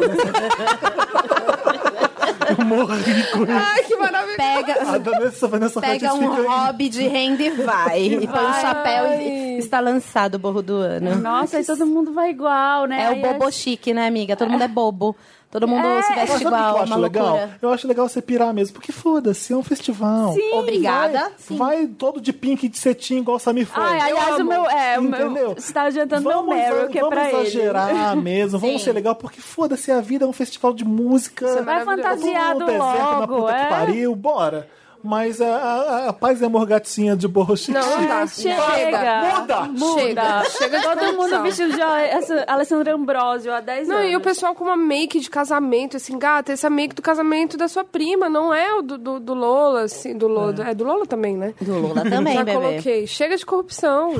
[SPEAKER 1] Vanessa- Eu morri com isso.
[SPEAKER 4] Ai, que maravilha.
[SPEAKER 3] Pega,
[SPEAKER 1] A Vanessa, a Vanessa
[SPEAKER 3] pega
[SPEAKER 1] Hudgens
[SPEAKER 3] um
[SPEAKER 1] fica...
[SPEAKER 3] hobby de renda e vai. E põe um chapéu e está lançado o borro do ano.
[SPEAKER 2] nossa, aí todo mundo vai igual, né?
[SPEAKER 3] É o
[SPEAKER 2] Aí
[SPEAKER 3] bobo
[SPEAKER 2] as-
[SPEAKER 3] chique, né, amiga? Todo mundo é bobo. Todo mundo se
[SPEAKER 1] Mas
[SPEAKER 3] veste
[SPEAKER 1] sabe o que
[SPEAKER 3] igual,
[SPEAKER 1] eu
[SPEAKER 3] uma
[SPEAKER 1] acho
[SPEAKER 3] loucura.
[SPEAKER 1] legal? Eu acho legal você pirar mesmo, porque foda-se, é um festival.
[SPEAKER 2] Sim,
[SPEAKER 3] Obrigada.
[SPEAKER 1] Vai, vai todo de pink e de cetim, igual o Samir foi.
[SPEAKER 2] Ai, aliás, o meu. É, o meu.
[SPEAKER 1] Entendeu?
[SPEAKER 2] Você tá adiantando meu Meryl, que é
[SPEAKER 1] vamos
[SPEAKER 2] pra ele.
[SPEAKER 1] exagerar mesmo, vamos ser legal, porque foda-se, a vida é um festival de música.
[SPEAKER 4] Você vai
[SPEAKER 2] Vai fantasiado
[SPEAKER 1] Tá todo mundo deserto na
[SPEAKER 2] logo,
[SPEAKER 1] puta que
[SPEAKER 2] é.
[SPEAKER 1] pariu, bora. Mas a, a, a paz e amor gatinha de borrochim.
[SPEAKER 4] Não, não dá.
[SPEAKER 2] Chega.
[SPEAKER 1] Muda.
[SPEAKER 2] Muda.
[SPEAKER 4] Chega. Chega de
[SPEAKER 2] Todo mundo
[SPEAKER 4] corrupção.
[SPEAKER 2] vestido de essa- Alessandra Ambrosio há 10
[SPEAKER 4] Não,
[SPEAKER 2] anos.
[SPEAKER 4] e o pessoal com uma make de casamento, assim, gata, esse é make do casamento da sua prima, não é o do, do, do Lola, assim, do Lola. É. do Lola também, né?
[SPEAKER 3] Do Lula também,
[SPEAKER 4] Já
[SPEAKER 3] bebê.
[SPEAKER 4] coloquei. Chega de corrupção.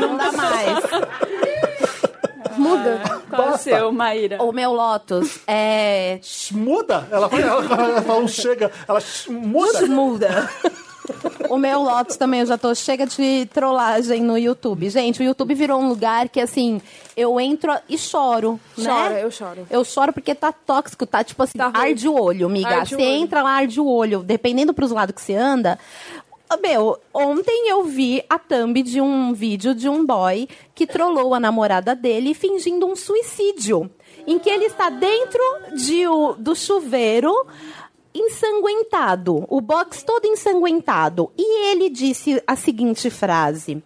[SPEAKER 3] Não dá mais.
[SPEAKER 4] Muda.
[SPEAKER 2] Qual é o seu, Maíra?
[SPEAKER 3] O meu Lotus é.
[SPEAKER 1] Muda. Ela, ela, ela fala, um chega. Ela "Shh, muda.
[SPEAKER 3] Muda. O meu Lotus também, eu já tô chega de trollagem no YouTube. Gente, o YouTube virou um lugar que, assim, eu entro e choro,
[SPEAKER 4] Chora,
[SPEAKER 3] né?
[SPEAKER 4] eu choro.
[SPEAKER 3] Eu choro porque tá tóxico, tá tipo assim,
[SPEAKER 4] Tá ruim.
[SPEAKER 3] arde o olho, amiga.
[SPEAKER 4] Arde
[SPEAKER 3] Você
[SPEAKER 4] o olho.
[SPEAKER 3] entra lá, arde o olho, dependendo pros lados que você anda. Meu, ontem eu vi a thumb de um vídeo de um boy que trollou a namorada dele fingindo um suicídio. Em que ele está dentro de o- do chuveiro ensanguentado, o box todo ensanguentado. E ele disse a seguinte frase: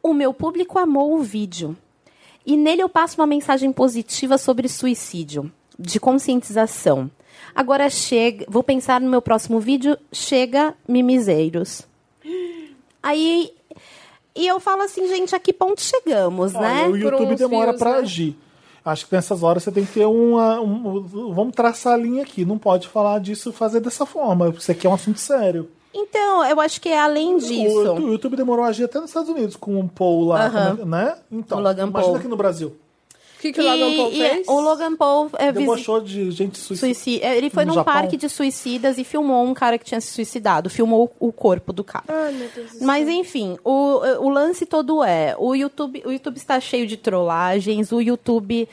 [SPEAKER 3] O meu público amou o vídeo. E nele eu passo uma mensagem positiva sobre suicídio, de conscientização. Agora chega, vou pensar no meu próximo vídeo, chega mimizeiros. Aí e eu falo assim, gente, a que ponto chegamos, né?
[SPEAKER 1] Olha, o YouTube
[SPEAKER 4] uns
[SPEAKER 1] demora
[SPEAKER 4] fios,
[SPEAKER 1] pra
[SPEAKER 4] né?
[SPEAKER 1] agir. Acho que nessas horas você tem que ter uma. um- vamos traçar a linha aqui. Não pode falar disso fazer dessa forma. Isso aqui é um assunto sério.
[SPEAKER 3] Então, eu acho que é além
[SPEAKER 1] O,
[SPEAKER 3] disso.
[SPEAKER 1] o YouTube demorou a agir até nos Estados Unidos com o Paul lá,
[SPEAKER 3] Aham.
[SPEAKER 1] como é- né? Então,
[SPEAKER 3] O Logan
[SPEAKER 1] imagina
[SPEAKER 3] Paul.
[SPEAKER 1] aqui no Brasil.
[SPEAKER 4] O que, que o Logan
[SPEAKER 3] E-
[SPEAKER 4] Paul
[SPEAKER 3] e
[SPEAKER 4] fez?
[SPEAKER 3] o Logan Paul é, visi-
[SPEAKER 1] Debochou de gente suicida.
[SPEAKER 3] suicídio. é, Ele foi
[SPEAKER 1] No
[SPEAKER 3] num
[SPEAKER 1] Japão?
[SPEAKER 3] parque de suicidas e filmou um cara que tinha se suicidado. Filmou o o corpo do cara.
[SPEAKER 4] Ai, meu Deus do céu.
[SPEAKER 3] Mas enfim, o, o lance todo é, o YouTube, o YouTube está cheio de trollagens, o YouTube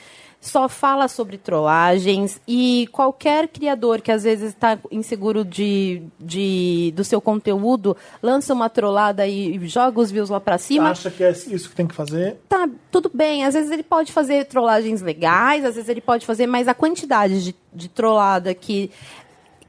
[SPEAKER 3] só fala sobre trollagens e qualquer criador que às vezes está inseguro de, de, do seu conteúdo lança uma trollada e, e joga os views lá pra cima,
[SPEAKER 1] Acha que é isso que tem que fazer?
[SPEAKER 3] tá tudo bem. Às vezes ele pode fazer trollagens legais, às vezes ele pode fazer, mas a quantidade de, de trollada que,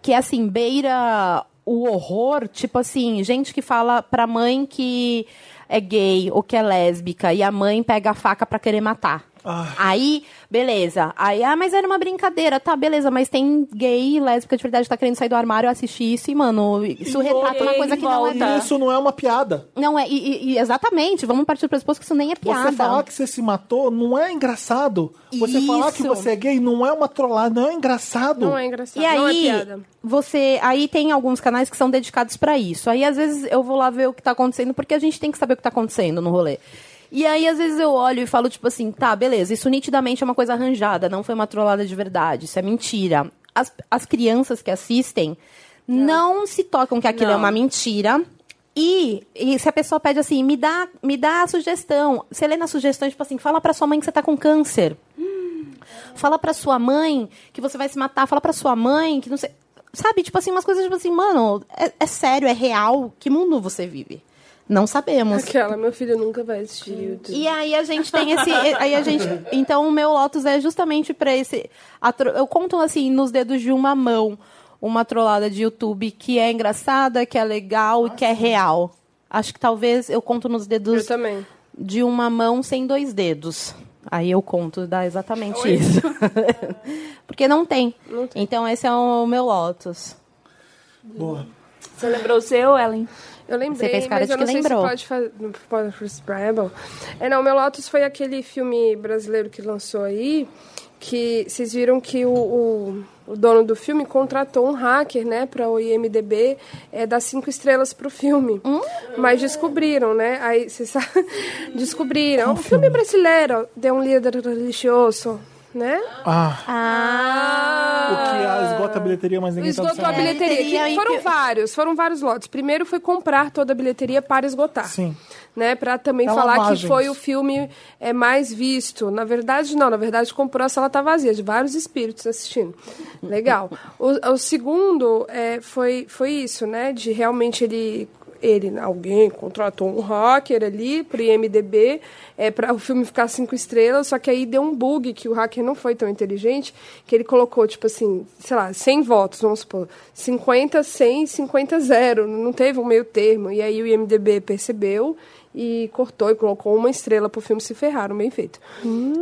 [SPEAKER 3] que assim, beira o horror, tipo assim, gente que fala pra mãe que é gay ou que é lésbica e a mãe pega a faca pra querer matar.
[SPEAKER 1] Ah.
[SPEAKER 3] Aí, beleza. Aí, ah, mas era uma brincadeira. Tá, beleza, mas tem gay e lésbica de verdade que tá querendo sair do armário, eu assisti isso e, mano, isso retrata uma coisa que não é.
[SPEAKER 1] E Isso não é uma piada.
[SPEAKER 3] Não é, e- e- e exatamente, vamos partir do pressuposto que isso nem é piada.
[SPEAKER 1] Você falar que você se matou não é engraçado. Você falar que
[SPEAKER 3] Isso.
[SPEAKER 1] você é gay não é uma trollada, não é engraçado.
[SPEAKER 4] Não é engraçado.
[SPEAKER 3] E
[SPEAKER 4] não
[SPEAKER 3] aí,
[SPEAKER 4] é piada.
[SPEAKER 3] você, aí tem alguns canais que são dedicados pra isso. Aí às vezes eu vou lá ver o que tá acontecendo, porque a gente tem que saber o que tá acontecendo no rolê. E aí às vezes eu olho e falo tipo assim, tá, beleza, isso nitidamente é uma coisa arranjada, não foi uma trollada de verdade, isso é mentira. As, as crianças que assistem não, se tocam que aquilo é uma mentira. E, e se a pessoa pede assim, me dá, me dá a sugestão. Você lê na sugestão, tipo assim, fala pra sua mãe que você tá com câncer. Fala pra sua mãe que você vai se matar. Fala pra sua mãe que não sei. Sabe, tipo assim, umas coisas tipo assim, mano, é, é sério, é real. Que mundo você vive? Não sabemos.
[SPEAKER 4] Aquela, meu filho nunca vai assistir YouTube.
[SPEAKER 3] E aí a gente tem esse. Aí a gente, então o meu Lotus é justamente pra esse. a tro- Eu conto assim, nos dedos de uma mão, uma trollada de YouTube que é engraçada, que é legal e que é real. Acho que talvez eu conto nos
[SPEAKER 4] Eu
[SPEAKER 3] dedos
[SPEAKER 4] também.
[SPEAKER 3] de uma mão sem dois dedos. Aí eu conto, dá exatamente isso. Porque não tem. Então esse é o meu Lotus.
[SPEAKER 1] Boa.
[SPEAKER 2] Você lembrou o seu, Ellen?
[SPEAKER 4] Eu lembrei,
[SPEAKER 3] fez cara
[SPEAKER 4] mas
[SPEAKER 3] de
[SPEAKER 4] eu não
[SPEAKER 3] que
[SPEAKER 4] sei
[SPEAKER 3] lembrou.
[SPEAKER 4] se pode fazer. Não pode fazer é bom. É, não, meu Lotus foi aquele filme brasileiro que lançou aí, que vocês viram que o, o- o dono do filme contratou um hacker, né, para o IMDb é, dar cinco estrelas pro filme.
[SPEAKER 3] Hum?
[SPEAKER 4] Mas descobriram, né? Aí vocês sa- descobriram. o filme brasileiro de um líder religioso, né?
[SPEAKER 1] Ah,
[SPEAKER 3] Ah!
[SPEAKER 1] o que ah, esgota a bilheteria, mas ninguém tá
[SPEAKER 4] Esgotou a
[SPEAKER 1] sabendo.
[SPEAKER 4] bilheteria.
[SPEAKER 3] Bilheteria
[SPEAKER 4] que
[SPEAKER 3] e-
[SPEAKER 4] Foram vários, foram vários lotes. Primeiro foi comprar toda a bilheteria para esgotar.
[SPEAKER 1] Sim.
[SPEAKER 4] Né, para também
[SPEAKER 1] É
[SPEAKER 4] falar
[SPEAKER 1] lavagem.
[SPEAKER 4] que foi o filme é, mais visto. Na verdade, não. Na verdade, comprou a sala tá vazia, de vários espíritos assistindo. Legal. O, o segundo é, foi, foi isso, né? De realmente ele... Ele, alguém contratou um hacker ali pro IMDB é, para o filme ficar cinco estrelas, só que aí deu um bug que o hacker não foi tão inteligente, que ele colocou, tipo assim, sei lá, 100 votos, vamos supor, 50, 100, 50, zero. Não teve um meio termo. E aí o IMDB percebeu e cortou e colocou uma estrela pro filme se ferraram, bem feito.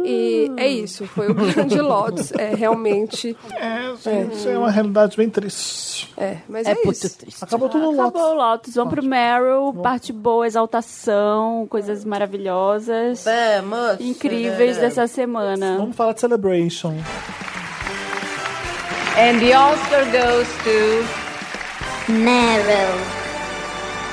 [SPEAKER 4] E é isso, foi o grande Lotus, é realmente.
[SPEAKER 1] É, gente, é. uma realidade bem triste.
[SPEAKER 4] É, mas é,
[SPEAKER 9] É muito
[SPEAKER 3] tá?
[SPEAKER 4] isso.
[SPEAKER 9] triste.
[SPEAKER 1] Acabou tudo no
[SPEAKER 2] Acabou o
[SPEAKER 1] Lotus.
[SPEAKER 2] Lotus. Vamos pro Meryl. Parte boa, exaltação, coisas maravilhosas,
[SPEAKER 10] Vamos.
[SPEAKER 2] incríveis dessa semana.
[SPEAKER 1] Vamos falar de Celebration.
[SPEAKER 5] Meryl.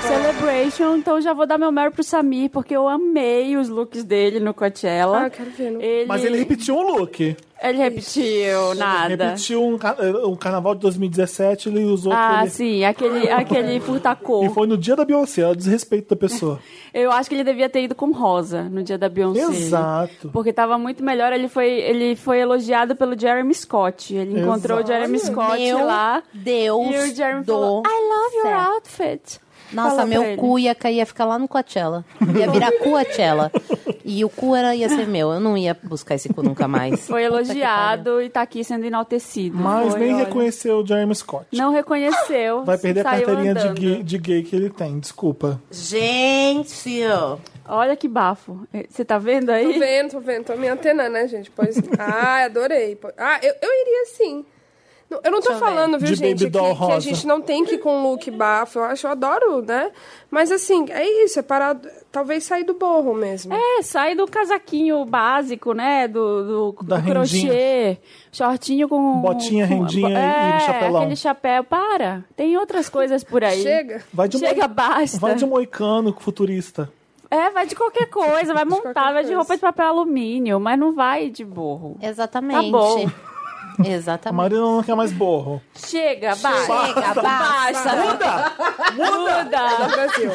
[SPEAKER 2] Celebration, então já vou dar meu Meryl pro Samir, porque eu amei os looks dele no Coachella.
[SPEAKER 4] Ah, eu quero ver, não-
[SPEAKER 2] Ele,
[SPEAKER 1] Mas ele repetiu um look.
[SPEAKER 2] ele repetiu, nada.
[SPEAKER 1] Repetiu um, ca- eh, um carnaval de 2017, ele usou
[SPEAKER 2] Ah,
[SPEAKER 1] aquele...
[SPEAKER 2] sim, aquele, aquele
[SPEAKER 1] E
[SPEAKER 2] furtacor.
[SPEAKER 1] foi no dia da Beyoncé, é o desrespeito da pessoa.
[SPEAKER 2] Eu acho que ele devia ter ido com rosa no dia da Beyoncé.
[SPEAKER 1] Exato.
[SPEAKER 2] Porque tava muito melhor, ele foi, ele foi elogiado pelo Jeremy Scott. Ele encontrou o Jeremy Scott
[SPEAKER 3] Meu
[SPEAKER 2] lá.
[SPEAKER 3] Deus
[SPEAKER 2] E o Jeremy
[SPEAKER 3] do
[SPEAKER 2] falou, I love your
[SPEAKER 3] céu."
[SPEAKER 2] outfit.
[SPEAKER 3] Nossa,
[SPEAKER 2] Fala pra
[SPEAKER 3] meu
[SPEAKER 2] ele.
[SPEAKER 3] cu ia cair, ia ficar lá no Coachella. Ia virar Coachella. E o cu era, ia ser meu. Eu não ia buscar esse cu nunca mais.
[SPEAKER 2] Foi elogiado e tá aqui sendo enaltecido.
[SPEAKER 1] Mas
[SPEAKER 2] Foi,
[SPEAKER 1] nem
[SPEAKER 2] olha.
[SPEAKER 1] reconheceu o Jeremy Scott.
[SPEAKER 2] Não reconheceu.
[SPEAKER 1] Vai perder a
[SPEAKER 2] Assim, saiu
[SPEAKER 1] carteirinha de
[SPEAKER 2] andando.
[SPEAKER 1] gay, de gay que ele tem, desculpa.
[SPEAKER 7] Gente!
[SPEAKER 2] Olha que bafo. Você tá vendo aí?
[SPEAKER 4] Tô vendo, tô vendo, tô me antenando, né, gente? Pois. Ah, adorei. Po- Ah, eu, eu iria sim. Não, Eu não tô falando, viu,
[SPEAKER 1] De
[SPEAKER 4] gente,
[SPEAKER 1] baby
[SPEAKER 4] que,
[SPEAKER 1] doll
[SPEAKER 4] que
[SPEAKER 1] rosa.
[SPEAKER 4] a gente não tem que ir com um look bafo. Eu acho, eu adoro, né? Mas assim, é isso, é parar. Talvez sair do borro mesmo.
[SPEAKER 2] É, sai do casaquinho básico, né? Do, do,
[SPEAKER 1] Da
[SPEAKER 2] do crochê, shortinho com.
[SPEAKER 1] Botinha,
[SPEAKER 2] com-
[SPEAKER 1] rendinha e-
[SPEAKER 2] é,
[SPEAKER 1] e chapelão.
[SPEAKER 2] Aquele chapéu. Para! Tem outras coisas por aí.
[SPEAKER 4] Chega.
[SPEAKER 1] Vai de, moi-
[SPEAKER 2] Chega, basta.
[SPEAKER 1] vai de um- moicano futurista.
[SPEAKER 2] É, vai de qualquer coisa, vai montar,
[SPEAKER 4] qualquer
[SPEAKER 2] vai de
[SPEAKER 4] coisa.
[SPEAKER 2] roupa de papel alumínio, mas não vai de borro.
[SPEAKER 3] Exatamente.
[SPEAKER 2] Tá bom.
[SPEAKER 1] A
[SPEAKER 3] Exatamente.
[SPEAKER 1] Marina não quer mais borro.
[SPEAKER 2] Chega, basta.
[SPEAKER 3] Chega, basta.
[SPEAKER 2] Muda! Muda!
[SPEAKER 4] Brasil.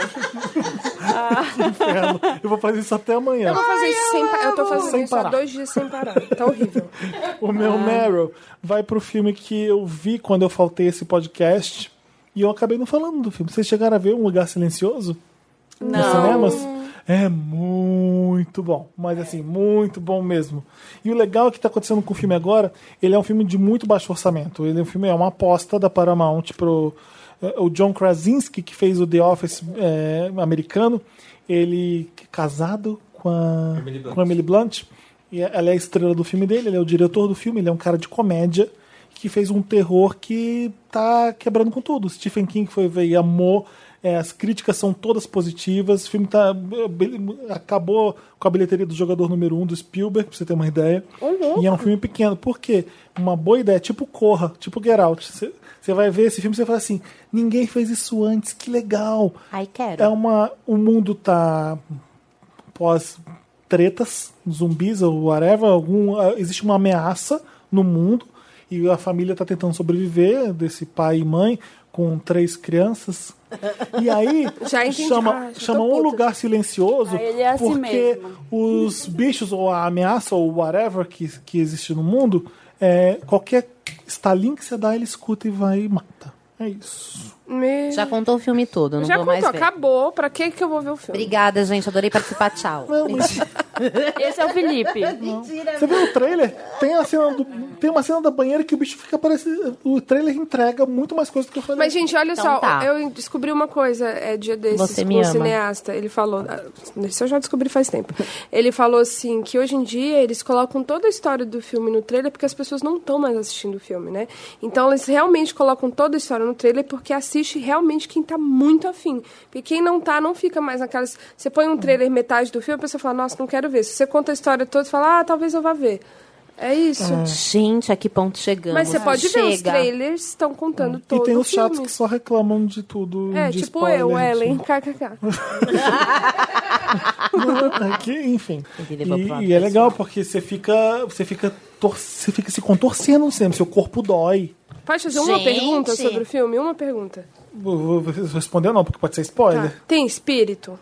[SPEAKER 1] Inferno. É, Eu vou fazer isso até amanhã.
[SPEAKER 4] Eu vou fazer isso sem parar. Eu tô fazendo
[SPEAKER 1] Sem
[SPEAKER 4] isso
[SPEAKER 1] parar.
[SPEAKER 4] há dois dias sem parar. Tá horrível.
[SPEAKER 1] O
[SPEAKER 2] Ah.
[SPEAKER 1] meu Meryl vai pro filme que eu vi quando eu faltei esse podcast. E eu acabei não falando do filme. Vocês chegaram a ver Um Lugar Silencioso? Nos cinemas? É muito bom. Mas assim, muito bom mesmo. E o legal é que tá acontecendo com o filme agora, ele é um filme de muito baixo orçamento. Ele é um filme, é uma aposta da Paramount pro. eh, O John Krasinski, que fez o The Office eh, americano, ele casado com a
[SPEAKER 6] Emily Blunt.
[SPEAKER 1] com a Emily Blunt. E ela é a estrela do filme dele, ele é o diretor do filme, ele é um cara de comédia que fez um terror que tá quebrando com tudo. Stephen King foi ver e amou. é, as críticas são todas positivas. O filme tá, acabou com a bilheteria do jogador número um do Spielberg, pra você ter uma ideia. E é um filme pequeno. Por quê? Uma boa ideia, tipo Corra, tipo Get Out. Você você vai ver esse filme e você fala assim: ninguém fez isso antes, que legal.
[SPEAKER 3] Ai,
[SPEAKER 1] É
[SPEAKER 3] quero.
[SPEAKER 1] uma. O mundo tá pós tretas, zumbis ou whatever, algum, ah, existe uma ameaça no mundo e a família está tentando sobreviver desse pai e mãe com três crianças. E aí
[SPEAKER 4] Já entendi.
[SPEAKER 1] chama,
[SPEAKER 4] Ah, já tô
[SPEAKER 1] chama um
[SPEAKER 4] puta. Ah,
[SPEAKER 1] lugar silencioso
[SPEAKER 2] Aí ele é assim
[SPEAKER 1] porque
[SPEAKER 2] mesmo.
[SPEAKER 1] os bichos ou a ameaça ou whatever que, que existe no mundo, é, qualquer estalinho que você dá, ele escuta e vai e mata. É isso.
[SPEAKER 4] Me-
[SPEAKER 3] Já contou o filme todo, não
[SPEAKER 4] Já
[SPEAKER 3] vou
[SPEAKER 4] contou,
[SPEAKER 3] mais ver.
[SPEAKER 4] acabou. Pra que que eu vou ver o filme?
[SPEAKER 3] Obrigada, gente. Adorei participar. Tchau.
[SPEAKER 1] Não, mas-
[SPEAKER 2] Esse é o Felipe.
[SPEAKER 1] Você viu o trailer? Tem, a cena do- tem uma cena da banheira que o bicho fica parecendo. O trailer entrega muito mais coisa do que eu falei.
[SPEAKER 4] Mas, gente, olha
[SPEAKER 3] Então
[SPEAKER 4] só,
[SPEAKER 3] tá.
[SPEAKER 4] eu descobri uma coisa é, dia desses
[SPEAKER 3] Você me
[SPEAKER 4] com o
[SPEAKER 3] ama.
[SPEAKER 4] cineasta. Ele falou. ah, Isso eu já descobri faz tempo. Ele falou assim que hoje em dia eles colocam toda a história do filme no trailer porque as pessoas não estão mais assistindo o filme, né? Então eles realmente colocam toda a história no trailer porque assiste realmente quem tá muito afim. Porque quem não tá, não fica mais naquelas. Você põe um trailer metade do filme, a pessoa fala, nossa, não quero ver. Se você conta a história toda, você fala, ah, talvez eu vá ver. É isso.
[SPEAKER 3] Gente, a que ponto chegamos?
[SPEAKER 4] Mas você pode
[SPEAKER 3] Chega.
[SPEAKER 4] ver, os trailers estão contando
[SPEAKER 1] e
[SPEAKER 4] todo
[SPEAKER 1] tem os
[SPEAKER 4] o filme.
[SPEAKER 1] chatos que só reclamam de tudo.
[SPEAKER 4] É,
[SPEAKER 1] de
[SPEAKER 4] tipo
[SPEAKER 1] spoiler, né?
[SPEAKER 4] eu,
[SPEAKER 1] de-
[SPEAKER 4] Ellen, kkk.
[SPEAKER 1] É que, enfim.
[SPEAKER 3] Ele levou pra uma
[SPEAKER 1] E, e é
[SPEAKER 3] pessoa.
[SPEAKER 1] legal porque você fica. Você fica, tor- você fica se contorcendo sempre, seu corpo dói.
[SPEAKER 4] Pode fazer uma
[SPEAKER 3] Gente.
[SPEAKER 4] pergunta sobre o filme? Uma pergunta.
[SPEAKER 1] Vou, vou responder não, porque pode ser
[SPEAKER 4] Tá.
[SPEAKER 1] spoiler.
[SPEAKER 4] Tem espírito?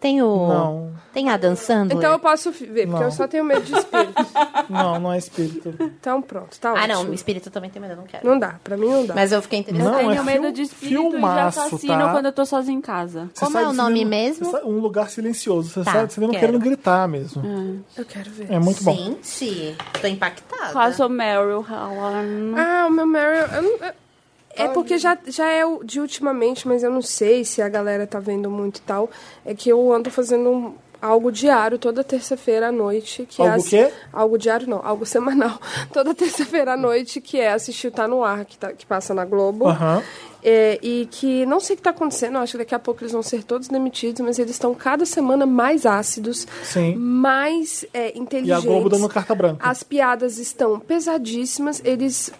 [SPEAKER 3] Tem o.
[SPEAKER 4] Tá
[SPEAKER 1] Não.
[SPEAKER 3] Tem a dançando?
[SPEAKER 4] Então eu posso fi- ver, porque
[SPEAKER 1] Não.
[SPEAKER 4] eu só tenho medo de espírito.
[SPEAKER 1] Não, não é espírito.
[SPEAKER 4] então pronto, tá
[SPEAKER 3] Ah,
[SPEAKER 4] ótimo.
[SPEAKER 3] não. O espírito também tem medo, eu não quero.
[SPEAKER 4] Não dá, pra mim não dá.
[SPEAKER 3] Mas eu fiquei
[SPEAKER 2] Eu
[SPEAKER 3] interessada.
[SPEAKER 1] Não,
[SPEAKER 2] tenho
[SPEAKER 1] é
[SPEAKER 2] medo
[SPEAKER 1] fil-
[SPEAKER 2] de espírito
[SPEAKER 1] filmaço,
[SPEAKER 2] e já assassino
[SPEAKER 1] tá?
[SPEAKER 2] quando eu tô sozinha em casa.
[SPEAKER 1] Você
[SPEAKER 3] Como
[SPEAKER 1] sai
[SPEAKER 3] é o
[SPEAKER 1] do
[SPEAKER 3] nome
[SPEAKER 1] cinema-
[SPEAKER 3] mesmo?
[SPEAKER 1] você sai- um lugar silencioso. Você
[SPEAKER 3] Tá,
[SPEAKER 1] sai do cinema
[SPEAKER 3] quero. Hum.
[SPEAKER 1] querendo gritar mesmo.
[SPEAKER 4] Eu quero ver.
[SPEAKER 1] É muito bom.
[SPEAKER 3] Gente, tô impactada.
[SPEAKER 2] Qual é o seu Meryl? Helen?
[SPEAKER 4] Ah, o meu Meryl... eu não- eu- É porque já, já é o de ultimamente, mas eu não sei se a galera tá vendo muito e tal. É que eu ando fazendo um- algo diário, toda terça-feira à noite. Que é
[SPEAKER 1] Algo
[SPEAKER 4] as-
[SPEAKER 1] quê?
[SPEAKER 4] Algo diário não, algo semanal. Toda terça-feira à noite, que é assistir o Tá No Ar, que, tá- que passa na Globo.
[SPEAKER 1] Aham.
[SPEAKER 4] É, e que não sei o que está acontecendo, eu acho que daqui a pouco eles vão ser todos demitidos, mas eles estão cada semana mais ácidos,
[SPEAKER 1] Sim.
[SPEAKER 4] mais é,
[SPEAKER 1] E a
[SPEAKER 4] inteligentes.
[SPEAKER 1] Globo dando carta branca.
[SPEAKER 4] As piadas estão pesadíssimas, eles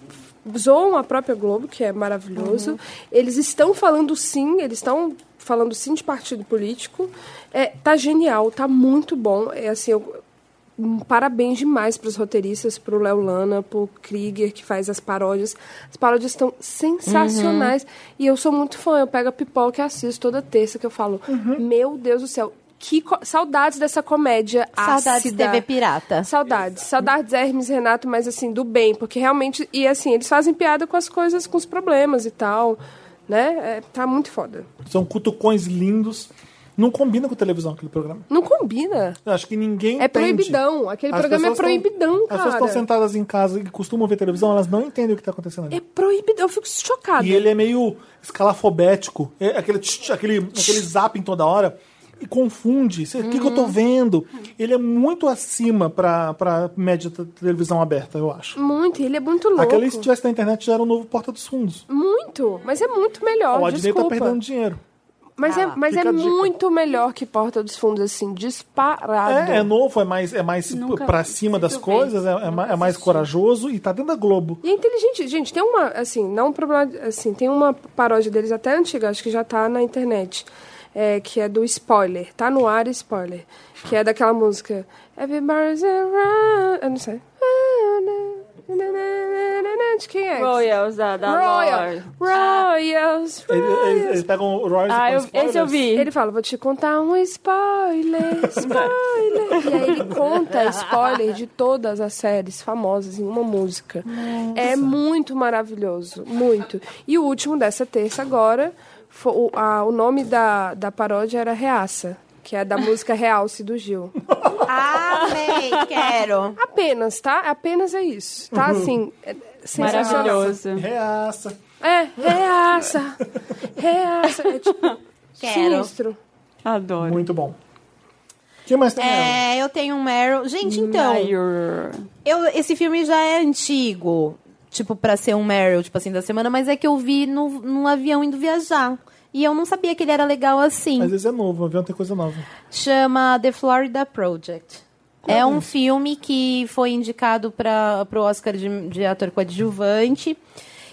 [SPEAKER 4] zoam a própria Globo, que é maravilhoso.
[SPEAKER 1] Uhum.
[SPEAKER 4] Eles estão falando sim, eles estão falando sim de partido político. É, tá genial, tá muito bom. É assim, eu- um parabéns demais para os roteiristas, para o Léo Lana, para o Krieger, que faz as paródias. As paródias estão sensacionais.
[SPEAKER 1] Uhum.
[SPEAKER 4] E eu sou muito fã. Eu pego a pipoca e assisto toda terça, que eu falo,
[SPEAKER 1] Uhum.
[SPEAKER 4] meu Deus do céu, que co- saudades dessa comédia
[SPEAKER 3] Saudades de
[SPEAKER 4] ácida.
[SPEAKER 3] TV pirata.
[SPEAKER 4] Saudades. Saudades Hermes e Renato, mas assim, do bem, porque realmente. E assim, eles fazem piada com as coisas, com os problemas e tal. né? É, tá muito foda.
[SPEAKER 1] São cutucões lindos. Não combina com televisão aquele programa.
[SPEAKER 4] Não combina.
[SPEAKER 1] Eu acho que ninguém.
[SPEAKER 4] É
[SPEAKER 1] entende.
[SPEAKER 4] proibidão. Aquele programa é
[SPEAKER 1] pessoas tão-
[SPEAKER 4] proibidão,
[SPEAKER 1] As pessoas
[SPEAKER 4] cara.
[SPEAKER 1] estão sentadas em casa e costumam ver televisão, elas não entendem o que está acontecendo ali.
[SPEAKER 4] É proibidão. Eu fico chocada.
[SPEAKER 1] E ele é meio escalafobético, é aquele, tch, tch, aquele, aquele zapping toda hora. E confunde. Cê, O que, que eu tô
[SPEAKER 4] Uhum.
[SPEAKER 1] vendo? Ele é muito acima pra, pra média da televisão aberta, eu acho.
[SPEAKER 4] Muito, ele é muito louco.
[SPEAKER 1] Aquele, se tivesse na internet, já era o novo Porta dos Fundos.
[SPEAKER 4] Muito, mas é muito melhor,
[SPEAKER 1] Ó, a Disney tá
[SPEAKER 4] desculpa.
[SPEAKER 1] perdendo dinheiro.
[SPEAKER 4] mas é, mas
[SPEAKER 1] Fica
[SPEAKER 4] é
[SPEAKER 1] a dica.
[SPEAKER 4] muito melhor que Porta dos Fundos, assim, disparado.
[SPEAKER 1] É, é novo, é mais, é mais
[SPEAKER 2] Nunca
[SPEAKER 1] pra cima das
[SPEAKER 2] vi.
[SPEAKER 1] coisas, é, é ma- é mais corajoso e tá dentro da Globo.
[SPEAKER 4] E é inteligente. Gente, tem uma, assim, não um problema, assim, tem uma paródia deles até antiga, acho que já tá na internet, é, que é do spoiler, tá no ar spoiler, que é daquela música Everybody's around, eu não sei. De quem é?
[SPEAKER 2] Royals da, da
[SPEAKER 4] Royal.
[SPEAKER 2] Lore.
[SPEAKER 4] Royals,
[SPEAKER 1] Ele- um Eles,
[SPEAKER 4] Royals.
[SPEAKER 1] eles pegam o Royce
[SPEAKER 2] É. Ah,
[SPEAKER 1] e
[SPEAKER 2] eu-
[SPEAKER 1] põem spoilers.
[SPEAKER 2] esse eu vi.
[SPEAKER 4] Ele fala, vou te contar um spoiler, spoiler. e aí ele conta spoiler de todas as séries famosas em uma música. É muito maravilhoso, muito. E o último dessa terça agora, fo- o, a- o nome da, da paródia era Reaça, que é da música Realce do Gil.
[SPEAKER 3] Amém, quero.
[SPEAKER 4] Apenas, tá? Apenas é isso, tá? Assim, é sensacional.
[SPEAKER 2] Uhum. Maravilhoso.
[SPEAKER 1] Reaça.
[SPEAKER 4] É, Reaça, Reaça. É tipo,
[SPEAKER 3] Quero.
[SPEAKER 4] sinistro.
[SPEAKER 2] Adoro.
[SPEAKER 1] Muito bom. O que mais tem? Aaron?
[SPEAKER 3] É, eu tenho um Meryl. Gente, então,
[SPEAKER 2] Maior.
[SPEAKER 3] eu, esse filme já é antigo. Tipo, pra ser um Meryl, tipo assim, da semana, mas é que eu vi no, num avião indo viajar. E eu não sabia que ele era legal assim.
[SPEAKER 1] Mas esse é novo, o avião tem coisa nova.
[SPEAKER 3] chama The Florida Project. É um filme que foi indicado para o Oscar de, de ator coadjuvante.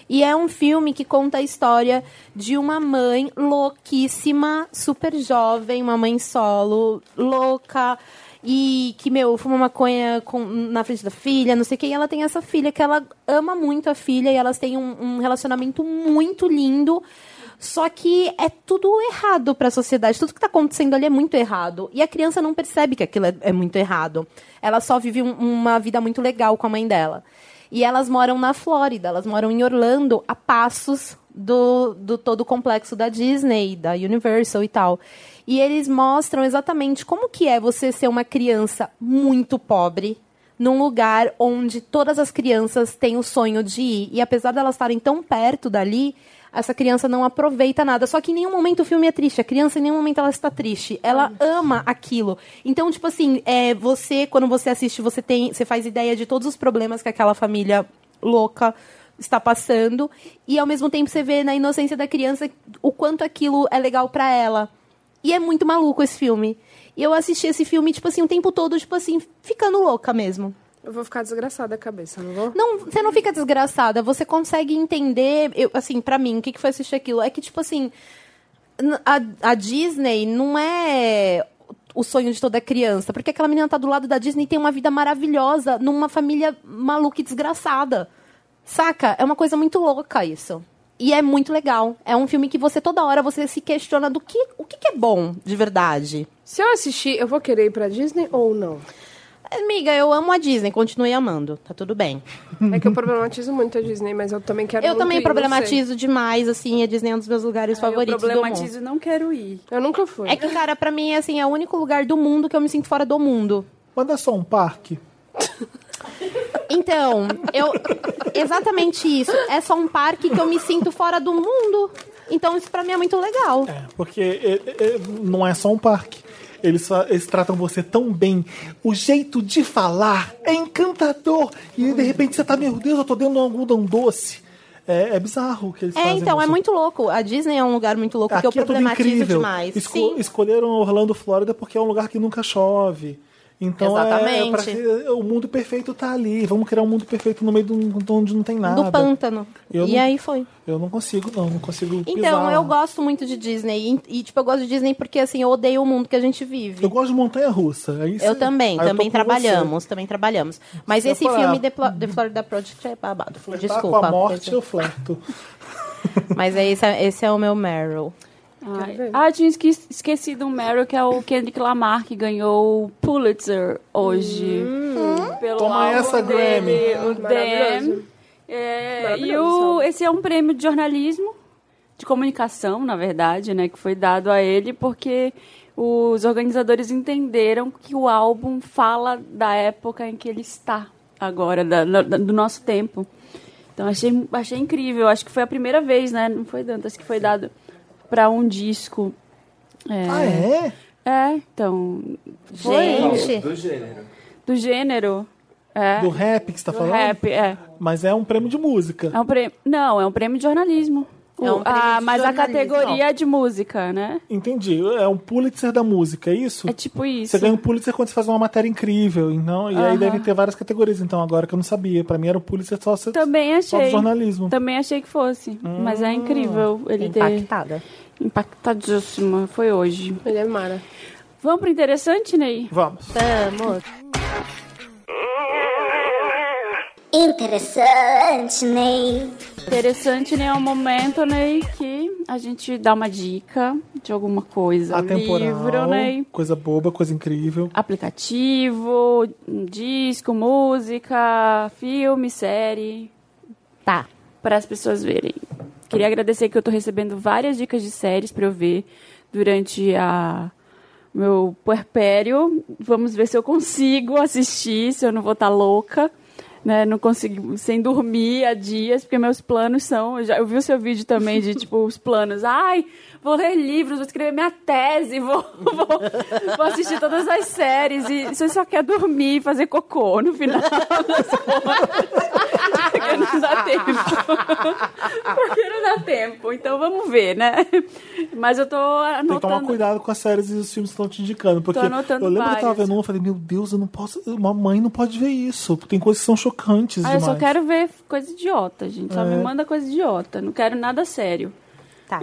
[SPEAKER 3] E é um filme que conta a história de uma mãe louquíssima, super jovem, uma mãe solo, louca. E que, meu, fuma maconha com- na frente da filha, não sei o que. E ela tem essa filha que ela ama muito a filha e elas têm um- um relacionamento muito lindo. Só que é tudo errado para a sociedade. Tudo que está acontecendo ali é muito errado. E a criança não percebe que aquilo é, é muito errado. Ela só vive um- uma vida muito legal com a mãe dela. E elas moram na Flórida, elas moram em Orlando, a passos do, do todo o complexo da Disney, da Universal e tal. E eles mostram exatamente como que é você ser uma criança muito pobre, num lugar onde todas as crianças têm o sonho de ir. E apesar delas estarem tão perto dali, essa criança não aproveita nada. Só que em nenhum momento o filme é triste. A criança, em nenhum momento, ela está triste. Ela ama aquilo. Então, tipo assim, é, você, quando você assiste, você tem. Você faz ideia de todos os problemas que aquela família louca está passando. E ao mesmo tempo você vê na inocência da criança o quanto aquilo é legal para ela. E é muito maluco esse filme. E eu assisti esse filme, tipo assim, o tempo todo, tipo assim, ficando louca mesmo.
[SPEAKER 4] Eu vou ficar desgraçada a cabeça, não vou?
[SPEAKER 3] Não, você não fica desgraçada, você consegue entender, eu, assim, pra mim, o que, que foi assistir aquilo? É que, tipo assim, n- a, a Disney não é o sonho de toda criança, porque aquela menina tá do lado da Disney e tem uma vida maravilhosa numa família maluca e desgraçada. Saca? É uma coisa muito louca isso. E é muito legal. É um filme que você toda hora você se questiona do que o que, que é bom de verdade.
[SPEAKER 4] Se eu assistir, eu vou querer ir pra Disney ou não?
[SPEAKER 3] Amiga, eu amo a Disney, continue amando, tá tudo bem.
[SPEAKER 4] É que eu problematizo muito a Disney, mas eu também quero
[SPEAKER 3] Eu
[SPEAKER 4] muito
[SPEAKER 3] também
[SPEAKER 4] ir, não sei.
[SPEAKER 3] problematizo demais, assim, a Disney é um dos meus lugares
[SPEAKER 2] Eu
[SPEAKER 3] favoritos do mundo.
[SPEAKER 2] problematizo, não quero ir.
[SPEAKER 4] Eu nunca fui.
[SPEAKER 3] É que, cara, pra mim, assim, é o único lugar do mundo que eu me sinto fora do mundo.
[SPEAKER 1] Mas não é só um parque.
[SPEAKER 3] Então, eu... Exatamente isso. É só um parque que eu me sinto fora do mundo. Então, isso pra mim é muito legal.
[SPEAKER 1] É, porque é, é, não é só um parque. Eles, fa- eles tratam você tão bem. O jeito de falar é encantador. E de repente você tá, meu Deus, eu tô dentro de um algodão doce. É, é bizarro o que eles
[SPEAKER 3] É,
[SPEAKER 1] fazem.
[SPEAKER 3] então, é
[SPEAKER 1] isso.
[SPEAKER 3] muito louco. A Disney é um lugar muito louco que eu
[SPEAKER 1] Aqui é tudo
[SPEAKER 3] problematizo
[SPEAKER 1] incrível.
[SPEAKER 3] demais.
[SPEAKER 1] Esco-
[SPEAKER 3] Sim.
[SPEAKER 1] Escolheram Orlando, Flórida, porque é um lugar que nunca chove. Então é,
[SPEAKER 3] Exatamente.
[SPEAKER 1] é pra que- o mundo perfeito tá ali. Vamos criar um mundo perfeito no meio de um- de onde não tem nada.
[SPEAKER 3] Do pântano.
[SPEAKER 1] Eu
[SPEAKER 3] e
[SPEAKER 1] não-
[SPEAKER 3] aí foi.
[SPEAKER 1] Eu não consigo, não, não consigo pisar.
[SPEAKER 3] Então,
[SPEAKER 1] lá.
[SPEAKER 3] eu gosto muito de Disney. E, e, tipo, eu gosto de Disney porque, assim, eu odeio o mundo que a gente vive.
[SPEAKER 1] Eu gosto de montanha russa. É Aí cê-
[SPEAKER 3] Eu também,
[SPEAKER 1] aí Ah, eu tô
[SPEAKER 3] também
[SPEAKER 1] com você. Tá
[SPEAKER 3] trabalhamos, também trabalhamos. Mas
[SPEAKER 1] Se eu
[SPEAKER 3] esse
[SPEAKER 1] falar-
[SPEAKER 3] filme The, Plo- The Florida Project é babado.
[SPEAKER 1] Flertar
[SPEAKER 3] Desculpa. é.
[SPEAKER 1] com a morte, eu flerto.
[SPEAKER 3] Mas é esse, é- esse é o meu Meryl.
[SPEAKER 2] Ai. Ah, tinha esque esquecido um Meryl, que é o Kendrick Lamar, que ganhou o Pulitzer hoje. Pelo
[SPEAKER 1] Toma
[SPEAKER 2] álbum
[SPEAKER 1] essa,
[SPEAKER 2] dele,
[SPEAKER 1] Grammy.
[SPEAKER 2] O Damn.
[SPEAKER 4] Maravilhoso.
[SPEAKER 2] É, e
[SPEAKER 4] Maravilhoso,
[SPEAKER 2] o,
[SPEAKER 4] sabe?
[SPEAKER 2] esse é um prêmio de jornalismo. de comunicação, na verdade, né, que foi dado a ele, porque os organizadores entenderam que o álbum fala da época em que ele está agora, da- da- do nosso tempo. Então achei, achei incrível. Acho que foi a primeira vez, né? Não foi Dantas que foi dado para um disco. É,
[SPEAKER 1] Ah, é?
[SPEAKER 2] é, então. Foi
[SPEAKER 6] Do gênero.
[SPEAKER 2] do gênero. É.
[SPEAKER 1] Do rap que você tá
[SPEAKER 2] Do
[SPEAKER 1] falando?
[SPEAKER 2] rap, é.
[SPEAKER 1] Mas é um prêmio de música.
[SPEAKER 2] É um prêmio. Não, é um prêmio de jornalismo.
[SPEAKER 3] É um
[SPEAKER 2] O-
[SPEAKER 3] prêmio
[SPEAKER 2] ah,
[SPEAKER 3] de
[SPEAKER 2] mas a
[SPEAKER 3] jornalismo.
[SPEAKER 2] categoria é de música, né?
[SPEAKER 1] Entendi. É um Pulitzer da música, é isso?
[SPEAKER 2] É tipo isso.
[SPEAKER 1] Você ganha um Pulitzer quando você faz uma matéria incrível, então, e aí deve ter várias categorias, então, agora que eu não sabia. Pra mim era o Pulitzer só, só
[SPEAKER 2] Também
[SPEAKER 1] do
[SPEAKER 2] achei.
[SPEAKER 1] jornalismo. Hum,
[SPEAKER 2] Também achei que fosse. Mas é incrível ele ter.
[SPEAKER 11] Impactada.
[SPEAKER 2] Impactadíssima. Foi hoje.
[SPEAKER 4] Ele é mara.
[SPEAKER 2] Vamos pro interessante, Ney?
[SPEAKER 1] Vamos.
[SPEAKER 11] Vamos.
[SPEAKER 5] Interessante, Ney.
[SPEAKER 2] Interessante, Ney, é um momento, Ney, que a gente dá uma dica de alguma coisa. Um
[SPEAKER 1] Atemporal,
[SPEAKER 2] livro, Ney.
[SPEAKER 1] coisa boba, coisa incrível.
[SPEAKER 2] aplicativo, disco, música, filme, série,
[SPEAKER 11] Tá.
[SPEAKER 2] para as pessoas verem. Queria agradecer que eu tô recebendo várias dicas de séries para eu ver durante a meu puerpério. Vamos ver se eu consigo assistir, se eu não vou estar louca. Né, não consigo, sem dormir há dias, porque meus planos são. Eu, já, eu vi o seu vídeo também de tipo os planos. Ai, vou ler livros, vou escrever minha tese, vou, vou, vou assistir todas as séries. E você só quer dormir e fazer cocô no final das contas.
[SPEAKER 3] Ah,
[SPEAKER 2] Porque não dá tempo. Porque não dá tempo. Então vamos ver, né? Mas eu tô anotando.
[SPEAKER 1] Tem que tomar cuidado com as séries e os filmes que estão te indicando. Porque eu
[SPEAKER 2] anotando
[SPEAKER 1] lembro que eu tava
[SPEAKER 2] várias.
[SPEAKER 1] vendo um e falei, meu Deus, eu não posso. Uma mãe não pode ver isso. Tem coisas que são chocantes
[SPEAKER 2] Ah, eu
[SPEAKER 1] demais.
[SPEAKER 2] só quero ver coisa idiota, gente.
[SPEAKER 1] É.
[SPEAKER 2] Só me manda coisa idiota. Não quero nada sério.
[SPEAKER 3] Tá.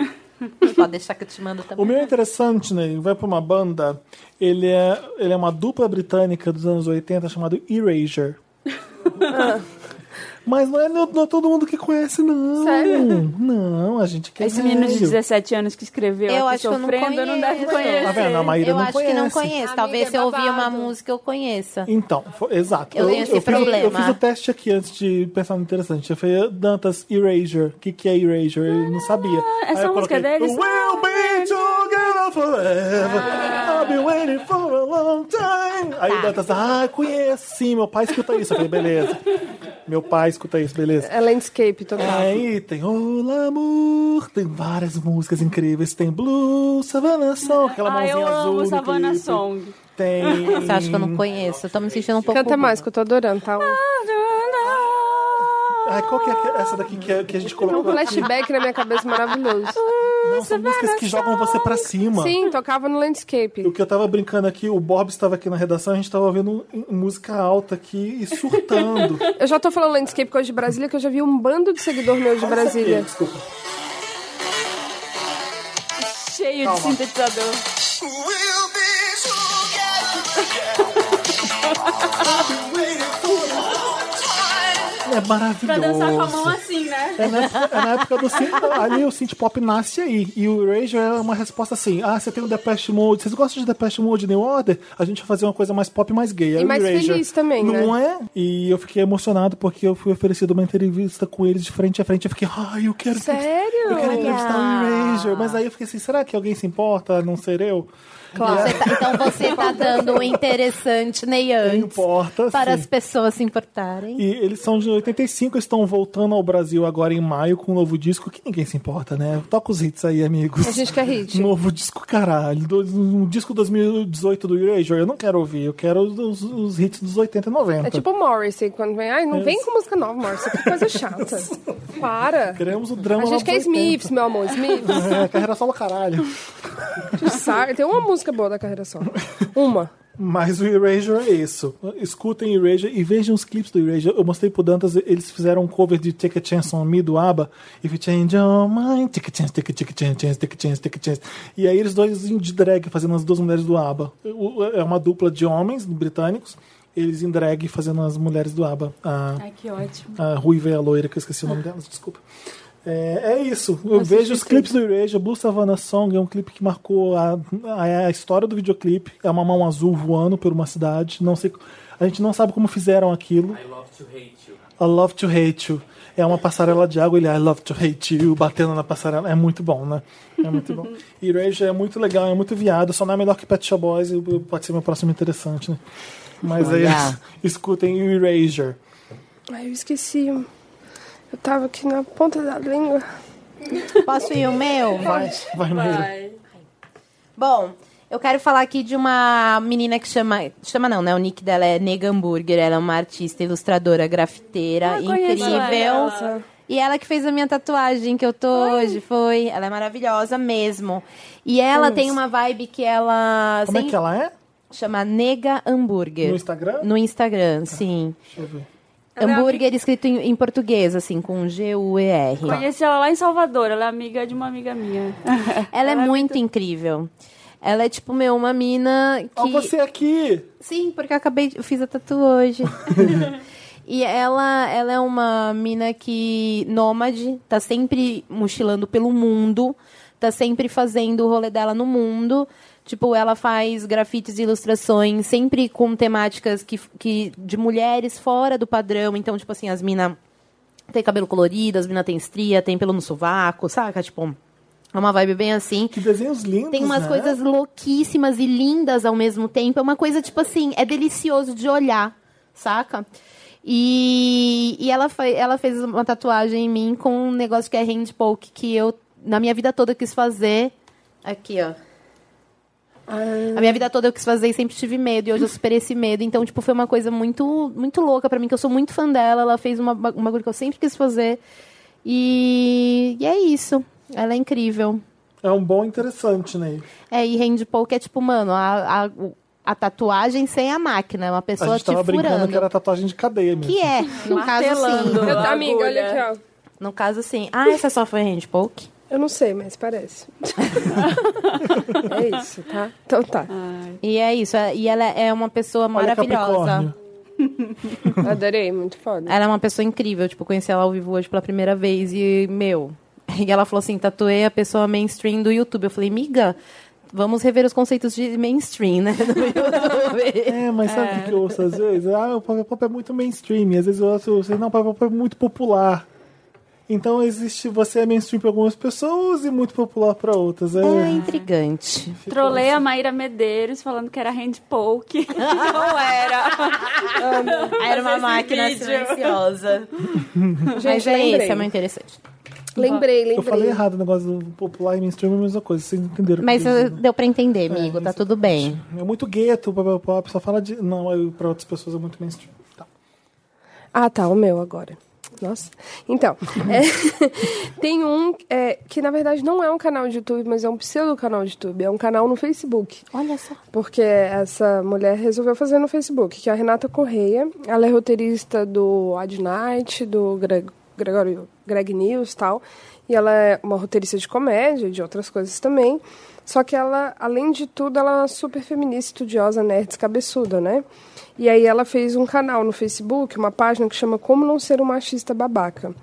[SPEAKER 11] Pode deixar que eu te mando
[SPEAKER 1] O
[SPEAKER 11] também.
[SPEAKER 1] meu é interessante, né? Vai pra uma banda. Ele é, ele é uma dupla britânica dos anos 80 chamada Erasure. Mas não é, não não é todo mundo que conhece, não.
[SPEAKER 4] Sério?
[SPEAKER 1] Não, a gente quer
[SPEAKER 2] Esse menino de
[SPEAKER 1] velho.
[SPEAKER 2] 17 anos que escreveu
[SPEAKER 3] Eu
[SPEAKER 2] aqui
[SPEAKER 3] acho que eu não
[SPEAKER 2] sofrendo não, deve
[SPEAKER 3] conheço.
[SPEAKER 1] Tá
[SPEAKER 2] conhecer.
[SPEAKER 1] vendo? A Maíra
[SPEAKER 3] Eu
[SPEAKER 1] não
[SPEAKER 3] acho que
[SPEAKER 1] conhece.
[SPEAKER 3] não conheço. Talvez
[SPEAKER 4] Amiga,
[SPEAKER 11] é
[SPEAKER 3] se eu ouvir uma
[SPEAKER 4] babado.
[SPEAKER 3] música eu conheça.
[SPEAKER 1] Então, fo- exato.
[SPEAKER 3] Eu tenho esse
[SPEAKER 1] fiz, o- eu
[SPEAKER 3] problema.
[SPEAKER 1] fiz o teste aqui antes de pensar no interessante. Eu falei, Dantas, Erasure. O que, que é Erasure? Eu não sabia.
[SPEAKER 3] Ah, é
[SPEAKER 2] essa
[SPEAKER 1] Aí eu
[SPEAKER 2] música
[SPEAKER 1] coloquei,
[SPEAKER 2] deles?
[SPEAKER 1] We'll be together forever.
[SPEAKER 3] Ah.
[SPEAKER 1] I've been waiting for a long time.
[SPEAKER 3] Tá.
[SPEAKER 1] Aí o Dantas, ah, conheço sim. Meu pai escuta isso. Eu falei, beleza. Meu pai escuta isso, beleza.
[SPEAKER 4] É landscape total.
[SPEAKER 1] Aí tem Olá Amor, tem várias músicas incríveis. Tem Blue, Savannah Song, aquela
[SPEAKER 2] Ah,
[SPEAKER 1] mãozinha
[SPEAKER 2] eu
[SPEAKER 1] azul.
[SPEAKER 2] amo
[SPEAKER 1] no
[SPEAKER 2] Savannah
[SPEAKER 1] clipe.
[SPEAKER 2] Song.
[SPEAKER 1] Tem.
[SPEAKER 3] Você acha que eu não conheço? Eu tô me sentindo um pouco.
[SPEAKER 4] Canta mais, que eu tô adorando, tá? Um
[SPEAKER 1] Ai, qual que é que- essa daqui que, é- que a gente colocou? aqui?
[SPEAKER 4] um flashback na minha cabeça maravilhoso.
[SPEAKER 1] Não, são músicas que jogam você pra cima.
[SPEAKER 4] Sim, tocava no landscape.
[SPEAKER 1] O que eu tava brincando aqui, o Bob estava aqui na redação, a gente tava ouvindo um- música alta aqui e surtando.
[SPEAKER 4] Eu já tô falando landscape com hoje de Brasília, que eu já vi um bando de seguidor meu de Brasília.
[SPEAKER 1] Desculpa.
[SPEAKER 2] Cheio de sintetizador.
[SPEAKER 8] We'll be together.
[SPEAKER 1] É
[SPEAKER 2] Pra
[SPEAKER 1] maravilhoso.
[SPEAKER 2] dançar com a mão assim, né?
[SPEAKER 1] É na, época- é na época do synth, ali o synth pop nasce aí. E o Erasure é uma resposta assim: ah, você tem o Depeche Mode, vocês gostam de Depeche Mode New Order? A gente vai fazer uma coisa mais pop e mais gay. Aí o
[SPEAKER 4] mais
[SPEAKER 1] Erasure.
[SPEAKER 4] feliz também, né?"
[SPEAKER 1] Não é? E eu fiquei emocionado porque eu fui oferecido uma entrevista com eles de frente a frente. Eu fiquei, ah, eu quero.
[SPEAKER 4] Sério?
[SPEAKER 1] Eu quero entrevistar o Erasure. Mas aí eu fiquei assim: será que alguém se importa? a Não ser eu?
[SPEAKER 3] Claro.
[SPEAKER 11] Você tá- então você tá dando um interessante, Ney,
[SPEAKER 1] Não
[SPEAKER 11] antes,
[SPEAKER 1] importa.
[SPEAKER 11] para
[SPEAKER 1] sim.
[SPEAKER 11] as pessoas se importarem.
[SPEAKER 1] E eles são de 85, estão voltando ao Brasil agora em maio com um novo disco que ninguém se importa, né? Toca os hits aí, amigos.
[SPEAKER 4] A gente quer hit.
[SPEAKER 1] Novo disco, caralho. Do, um disco 2018 do Erasure, eu não quero ouvir. Eu quero os, os hits dos 80 e 90.
[SPEAKER 4] É tipo o Morrissey, quando vem. Ai, não vem com música nova, Morrissey, que coisa chata. Para.
[SPEAKER 1] Queremos o drama
[SPEAKER 4] A
[SPEAKER 1] lá dos
[SPEAKER 4] gente quer
[SPEAKER 1] 80.
[SPEAKER 4] Smiths, meu amor, Smiths.
[SPEAKER 1] É, carreira solo, caralho.
[SPEAKER 4] Sar- Tem uma música boa da carreira só. Uma.
[SPEAKER 1] Mas o Erasure é isso. Escutem Erasure e vejam os clipes do Erasure. Eu mostrei pro Dantas, eles fizeram um cover de Take a Chance on Me do ABBA. If you change your mind, take a chance, take a, take a chance, chance, take a chance, take a chance. E aí eles dois em de drag fazendo as duas mulheres do ABBA. O- É uma dupla de homens britânicos, eles em drag fazendo as mulheres do ABBA. Ah, A,
[SPEAKER 2] Ai, que ótimo.
[SPEAKER 1] a ruiva e a loira, que eu esqueci o nome delas, desculpa. É, é isso. Eu vejo os clipes do Erasure. Blue Savannah Song é um clipe que marcou a, a, a história do videoclipe. É uma mão azul voando por uma cidade. Não sei, co- a gente não sabe como fizeram aquilo. I love to hate you. I Love to Hate You. É uma passarela de água, ele é, I love to hate you, batendo na passarela. É muito bom, né? É muito bom. E Erasure é muito legal, é muito viado, só não é melhor que Pet Shop Boys e pode ser meu próximo interessante, né? Mas aí,
[SPEAKER 3] Olha.
[SPEAKER 1] escutem Erasure.
[SPEAKER 4] Ai, eu esqueci. Eu tava aqui na ponta da língua.
[SPEAKER 11] Posso ir o meu?
[SPEAKER 1] Vai, Maíra.
[SPEAKER 11] Bom,
[SPEAKER 3] Eu quero falar aqui de uma menina que chama. Chama não, né? O nick dela é Nega Hamburger. Ela é uma artista, ilustradora,
[SPEAKER 1] Ah,
[SPEAKER 3] grafiteira,
[SPEAKER 2] conheço
[SPEAKER 3] incrível.
[SPEAKER 2] ela.
[SPEAKER 3] E ela que fez a minha tatuagem que eu tô hoje, foi. Ela é maravilhosa mesmo. E ela tem uma vibe que ela.
[SPEAKER 1] Como é
[SPEAKER 3] Tá sem-
[SPEAKER 1] que ela é?
[SPEAKER 3] Chama Nega Hambúrguer.
[SPEAKER 1] No Instagram? é
[SPEAKER 3] No Instagram, sim.
[SPEAKER 1] Deixa eu ver.
[SPEAKER 3] Hambúrguer escrito em, em português, assim, com G-U-E-R.
[SPEAKER 1] Tá.
[SPEAKER 2] Conheci ela lá em Salvador, ela é amiga de uma amiga minha.
[SPEAKER 3] Ela é muito incrível. Ela é, tipo, meu, uma mina que...
[SPEAKER 1] Ó, você aqui!
[SPEAKER 3] Sim, porque eu acabei... de- Eu fiz a tatu hoje. e ela, ela é uma mina que... Nômade. Tá sempre mochilando pelo mundo. Tá sempre fazendo o rolê dela no mundo. Tipo, ela faz grafites e ilustrações. Sempre com temáticas que, que de mulheres fora do padrão. Então, tipo assim, as minas... Tem cabelo colorido, as minas têm estria, tem pelo no sovaco, saca? Tipo, é uma vibe bem assim.
[SPEAKER 1] Que desenhos lindos,
[SPEAKER 3] Tem umas
[SPEAKER 1] né?
[SPEAKER 3] coisas louquíssimas e lindas ao mesmo tempo. É uma coisa, tipo assim, é delicioso de olhar, saca? E, e ela, fe- ela fez uma tatuagem em mim com um negócio que é hand poke, que eu, na minha vida toda, quis fazer. Aqui, ó. A minha vida toda eu quis fazer e sempre tive medo. E hoje eu superei esse medo. Então, tipo, foi uma coisa muito, muito louca pra mim, que eu sou muito fã dela. Ela fez uma, ba- um bagulho que eu sempre quis fazer. E, e é isso. Ela é incrível.
[SPEAKER 1] É um bom interessante, né?
[SPEAKER 3] É, e handpoke é tipo, mano, a, a, o- a tatuagem sem a máquina. é Uma
[SPEAKER 1] A
[SPEAKER 3] pessoa
[SPEAKER 1] gente
[SPEAKER 3] te
[SPEAKER 1] tava brincando
[SPEAKER 3] furando.
[SPEAKER 1] que era tatuagem de cadeia mesmo.
[SPEAKER 3] Que é, no caso
[SPEAKER 2] Martelando.
[SPEAKER 3] sim.
[SPEAKER 4] Eu,
[SPEAKER 2] Agulha.
[SPEAKER 4] amiga, olha aqui, ó.
[SPEAKER 3] No caso sim. Ah, essa só foi handpoke?
[SPEAKER 4] Eu não sei, mas parece. é isso, tá? Então tá.
[SPEAKER 3] E é isso. é- E ela é uma pessoa
[SPEAKER 1] Olha
[SPEAKER 3] maravilhosa.
[SPEAKER 1] Capricórnio.
[SPEAKER 4] Ah. Adorei, muito foda.
[SPEAKER 3] Ela é uma pessoa incrível. Tipo, conheci ela ao vivo hoje pela primeira vez. E, meu... E ela falou assim, tatuei a pessoa mainstream do YouTube. Eu falei, miga... Vamos rever os conceitos de mainstream, né? do YouTube."
[SPEAKER 1] É, mas sabe o que eu ouço às vezes? Ah, o pop pop é muito mainstream. Às vezes eu ouço, assim, não, o pop pop é muito popular. Então existe, você é mainstream para algumas pessoas e muito popular para outras. É,
[SPEAKER 3] é intrigante.
[SPEAKER 2] Trolei a Maíra Medeiros falando que era handpoke. Não era.
[SPEAKER 3] Era uma
[SPEAKER 2] Esse
[SPEAKER 3] máquina
[SPEAKER 2] vídeo.
[SPEAKER 3] silenciosa.
[SPEAKER 4] Ah,
[SPEAKER 3] Mas é
[SPEAKER 4] lembrei.
[SPEAKER 3] isso, é muito interessante.
[SPEAKER 4] Lembrei, lembrei.
[SPEAKER 1] eu falei errado o negócio do popular e mainstream é a mesma coisa, vocês entenderam. o que
[SPEAKER 3] Mas
[SPEAKER 1] eu quis
[SPEAKER 3] eu-
[SPEAKER 1] dizer.
[SPEAKER 3] deu pra entender, amigo, tá
[SPEAKER 1] isso-
[SPEAKER 3] tudo bem.
[SPEAKER 1] É muito gueto o pop pop pop, só fala de. Não, para outras pessoas é muito mainstream. Tá.
[SPEAKER 4] Ah, tá, o meu agora. Nossa. Então, é, tem um é, que na verdade não é um canal de YouTube, mas é um pseudo canal de YouTube. É um canal no Facebook.
[SPEAKER 3] Olha só.
[SPEAKER 4] Porque essa mulher resolveu fazer no Facebook, que é a Renata Correia. Ela é roteirista do Ad Night, do Greg, Gregório, Greg News e tal. E ela é uma roteirista de comédia, de outras coisas também. Só que ela, além de tudo, ela é uma super feminista, estudiosa, nerd, cabeçuda, né? E aí ela fez um canal no Facebook, uma página que chama Como Não Ser um Machista Babaca.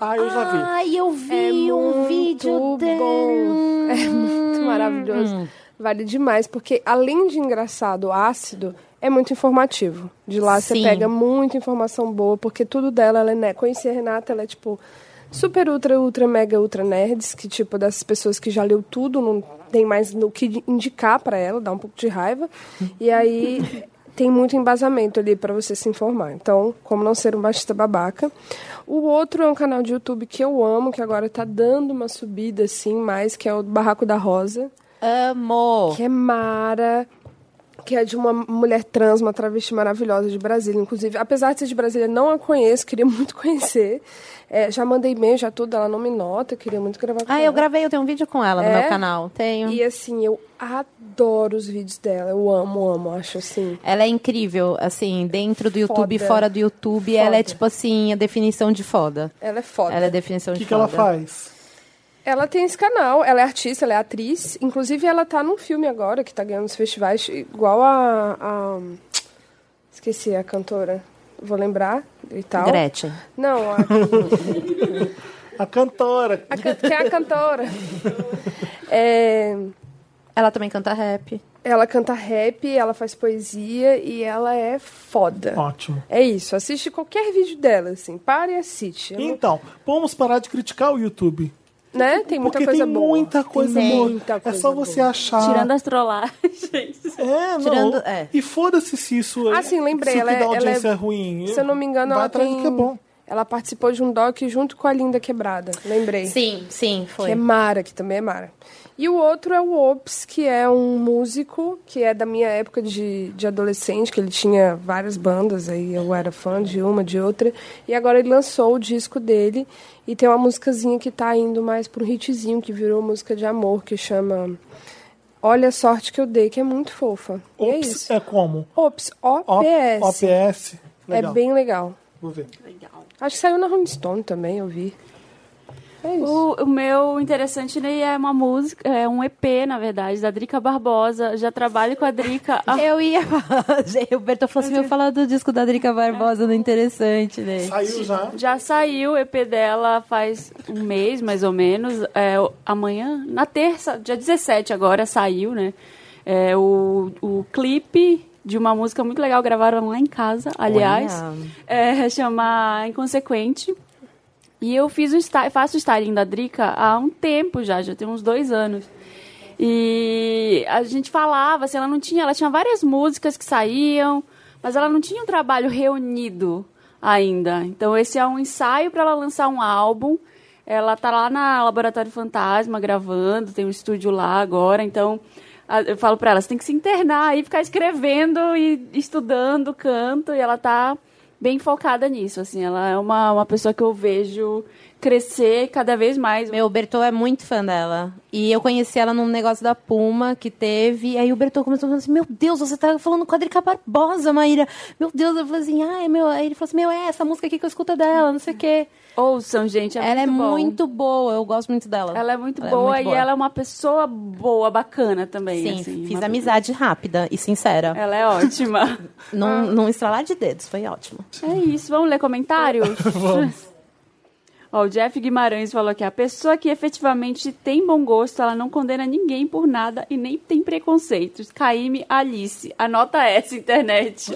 [SPEAKER 1] Ah, eu já vi.
[SPEAKER 3] Ai, eu vi um vídeo Hum.
[SPEAKER 4] É Muito
[SPEAKER 3] dela.
[SPEAKER 4] bom. É muito maravilhoso. Vale demais, porque além de engraçado, ácido, é muito informativo. De lá
[SPEAKER 3] Sim.
[SPEAKER 4] você pega muita informação boa, porque tudo dela, ela é né? Conheci a Renata, ela é tipo super ultra, ultra, mega, ultra nerds, que tipo, dessas pessoas que já leu tudo, não tem mais o que indicar pra ela, dá um pouco de raiva. E aí tem muito embasamento ali pra você se informar. Então, como não ser um baixista babaca. O outro é um canal de YouTube que eu amo, que agora tá dando uma subida assim, mais que é o Barraco da Rosa,
[SPEAKER 3] Amo.
[SPEAKER 4] que é Mara, que é de uma mulher trans, uma travesti maravilhosa de Brasília, inclusive. Apesar de ser de Brasília, não a conheço, queria muito conhecer. É, já mandei e-mail, já tudo, ela não me nota, queria muito gravar com
[SPEAKER 3] Ah,
[SPEAKER 4] ela.
[SPEAKER 3] eu gravei, eu tenho um vídeo com ela no
[SPEAKER 4] É?
[SPEAKER 3] meu canal. Tenho.
[SPEAKER 4] E assim, eu adoro os vídeos dela, eu amo, amo, acho assim.
[SPEAKER 3] Ela é incrível, assim, dentro do YouTube e
[SPEAKER 4] Foda.
[SPEAKER 3] fora do YouTube.
[SPEAKER 4] Foda.
[SPEAKER 3] Ela é, tipo assim, a definição de foda.
[SPEAKER 4] Ela é foda.
[SPEAKER 3] Ela é a definição
[SPEAKER 1] O
[SPEAKER 3] de
[SPEAKER 1] que, que
[SPEAKER 3] foda.
[SPEAKER 1] ela faz?
[SPEAKER 4] Ela tem esse canal, ela é artista, ela é atriz. Inclusive, ela tá num filme agora que tá ganhando os festivais, igual a. a- Esqueci a cantora. Vou lembrar e tal.
[SPEAKER 3] Gretchen.
[SPEAKER 4] Não, a,
[SPEAKER 1] A cantora.
[SPEAKER 4] a can- que é a cantora. É,
[SPEAKER 3] Ela também canta rap.
[SPEAKER 4] Ela canta rap, ela faz poesia e ela é foda.
[SPEAKER 1] Ótimo.
[SPEAKER 4] É isso, assiste qualquer vídeo dela, assim, para e assiste. Ela-
[SPEAKER 1] Então, vamos parar de criticar o YouTube.
[SPEAKER 4] né? Tem muita
[SPEAKER 1] porque
[SPEAKER 4] coisa
[SPEAKER 1] tem
[SPEAKER 4] boa.
[SPEAKER 1] muita coisa
[SPEAKER 4] Tem
[SPEAKER 1] boa.
[SPEAKER 4] muita
[SPEAKER 1] é
[SPEAKER 4] coisa
[SPEAKER 1] só você
[SPEAKER 4] boa. Ah,
[SPEAKER 1] achar.
[SPEAKER 2] Tirando as trollagens.
[SPEAKER 1] É, não.
[SPEAKER 11] Tirando- é.
[SPEAKER 1] E foda-se se isso
[SPEAKER 4] Ah, sim, lembrei,
[SPEAKER 1] Se o
[SPEAKER 4] ela
[SPEAKER 1] que
[SPEAKER 4] é-
[SPEAKER 1] dá
[SPEAKER 4] ela é-
[SPEAKER 1] audiência é ruim.
[SPEAKER 4] Se eu não me engano,
[SPEAKER 1] Vai
[SPEAKER 4] ela
[SPEAKER 1] atrás
[SPEAKER 4] tem...
[SPEAKER 1] do que é bom.
[SPEAKER 4] Ela participou de um doc junto com a Linda Quebrada, lembrei.
[SPEAKER 11] Sim, sim,
[SPEAKER 4] Que é
[SPEAKER 11] foi.
[SPEAKER 4] Mara, que também é Mara. E o outro é o Ops, que é um músico que é da minha época de, de adolescente, que ele tinha várias bandas, aí eu era fã de uma, de outra. E agora ele lançou o disco dele e tem uma musicazinha que tá indo mais pro hitzinho, que virou música de amor, que chama Olha a Sorte que eu dei, que é muito fofa. E é
[SPEAKER 1] Ops
[SPEAKER 4] isso.
[SPEAKER 1] é, como?
[SPEAKER 4] Ops,
[SPEAKER 1] O-
[SPEAKER 4] O-P-S.
[SPEAKER 1] OPS.
[SPEAKER 4] É
[SPEAKER 1] Legal.
[SPEAKER 4] bem legal.
[SPEAKER 1] Vou ver.
[SPEAKER 4] Acho que saiu na Rolling Stone também, eu vi. É isso.
[SPEAKER 2] O, o meu interessante né, é uma música, é um EP, na verdade, da Drica Barbosa. Já trabalho com a Drica.
[SPEAKER 3] Ah.
[SPEAKER 2] há-
[SPEAKER 11] Eu ia falar, o Berto falou assim, eu
[SPEAKER 3] é
[SPEAKER 11] ia falar do disco da Drica Barbosa no Interessante, né?
[SPEAKER 1] Saiu já.
[SPEAKER 2] Já saiu o EP dela faz um mês, mais ou menos. É, o- amanhã, na terça, dia 17 agora, saiu, né? É, o, o clipe de uma música muito legal, gravaram lá em casa, aliás. É, chama Inconsequente. E eu fiz o sty- faço o styling da Drica há um tempo já, já tem uns dois anos. E a gente falava, assim, ela não tinha, ela tinha várias músicas que saíam, mas ela não tinha um trabalho reunido ainda. Então esse é um ensaio para ela lançar um álbum. Ela tá lá na Laboratório Fantasma gravando, tem um estúdio lá agora, então a- eu falo para ela, você tem que se internar aí, ficar escrevendo e estudando canto, e ela tá bem focada nisso, assim, ela é uma, uma pessoa que eu vejo crescer cada vez mais.
[SPEAKER 11] Meu, o Bertô é muito fã dela. E eu conheci ela num negócio da Puma que teve. E aí o Bertô começou falando assim: Meu Deus, você tá falando com a Drica Barbosa, Maíra. Meu Deus, eu falei assim: Ah, é meu. Aí ele falou assim: Meu, é essa música aqui que eu escuto dela, não sei o quê.
[SPEAKER 2] Ouçam, gente, é
[SPEAKER 11] ela é
[SPEAKER 2] muito bom.
[SPEAKER 11] muito boa, eu gosto muito dela.
[SPEAKER 2] Ela é muito boa e ela é uma pessoa boa, bacana também.
[SPEAKER 11] Sim,
[SPEAKER 2] assim,
[SPEAKER 11] fiz
[SPEAKER 2] uma-
[SPEAKER 11] amizade rápida e sincera.
[SPEAKER 2] Ela é Ah. ótima.
[SPEAKER 11] Num, num estralar de dedos, foi ótimo.
[SPEAKER 2] é isso, vamos ler comentários? vamos. Ó, o Jeff Guimarães falou que a pessoa que efetivamente tem bom gosto, ela não condena ninguém por nada e nem tem preconceitos. Caíme Alice. Anota essa, internet.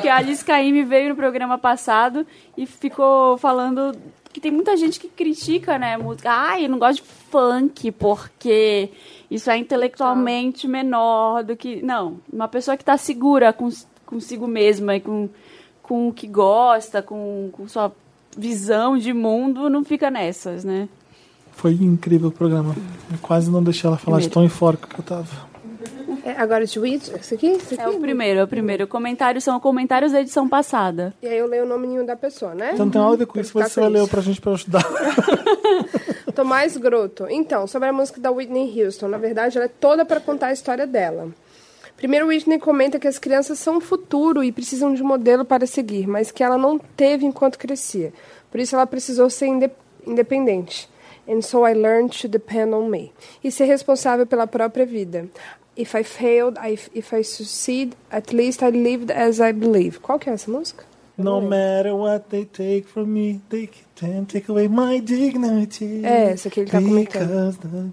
[SPEAKER 2] que a Alice Caíme veio no programa passado e ficou falando que tem muita gente que critica, né, música. Ai, eu não gosto de funk porque isso é intelectualmente menor do que... Não, uma pessoa que está segura cons- consigo mesma e com, com o que gosta, com, com sua visão de mundo não fica nessas, né?
[SPEAKER 1] Foi incrível o programa. Eu quase não deixei ela falar de tão enfórico que eu tava.
[SPEAKER 4] É, agora de Witch, isso aqui? Isso aqui?
[SPEAKER 2] É o primeiro, é o primeiro. Comentários são comentários da edição passada.
[SPEAKER 4] E aí eu leio o nominho da pessoa, né?
[SPEAKER 1] Então não tem nada a ver com
[SPEAKER 4] Pra
[SPEAKER 1] isso,
[SPEAKER 4] ficar
[SPEAKER 1] mas você vai
[SPEAKER 4] com
[SPEAKER 1] ler
[SPEAKER 4] isso.
[SPEAKER 1] pra gente pra ajudar.
[SPEAKER 4] Tomás Groto. Então, sobre a música da Whitney Houston. Na verdade, ela é toda para contar a história dela. Primeiro, Whitney comenta que as crianças são o futuro e precisam de um modelo para seguir, mas que ela não teve enquanto crescia. Por isso, ela precisou ser inde- independente. And so I learned to depend on me. E ser responsável pela própria vida. If I failed, I, if I succeed, at least I lived as I believe. Qual que é essa música?
[SPEAKER 1] No matter what they take from me, they can't take away my dignity.
[SPEAKER 4] É, essa que ele tá comentando.
[SPEAKER 1] Because the-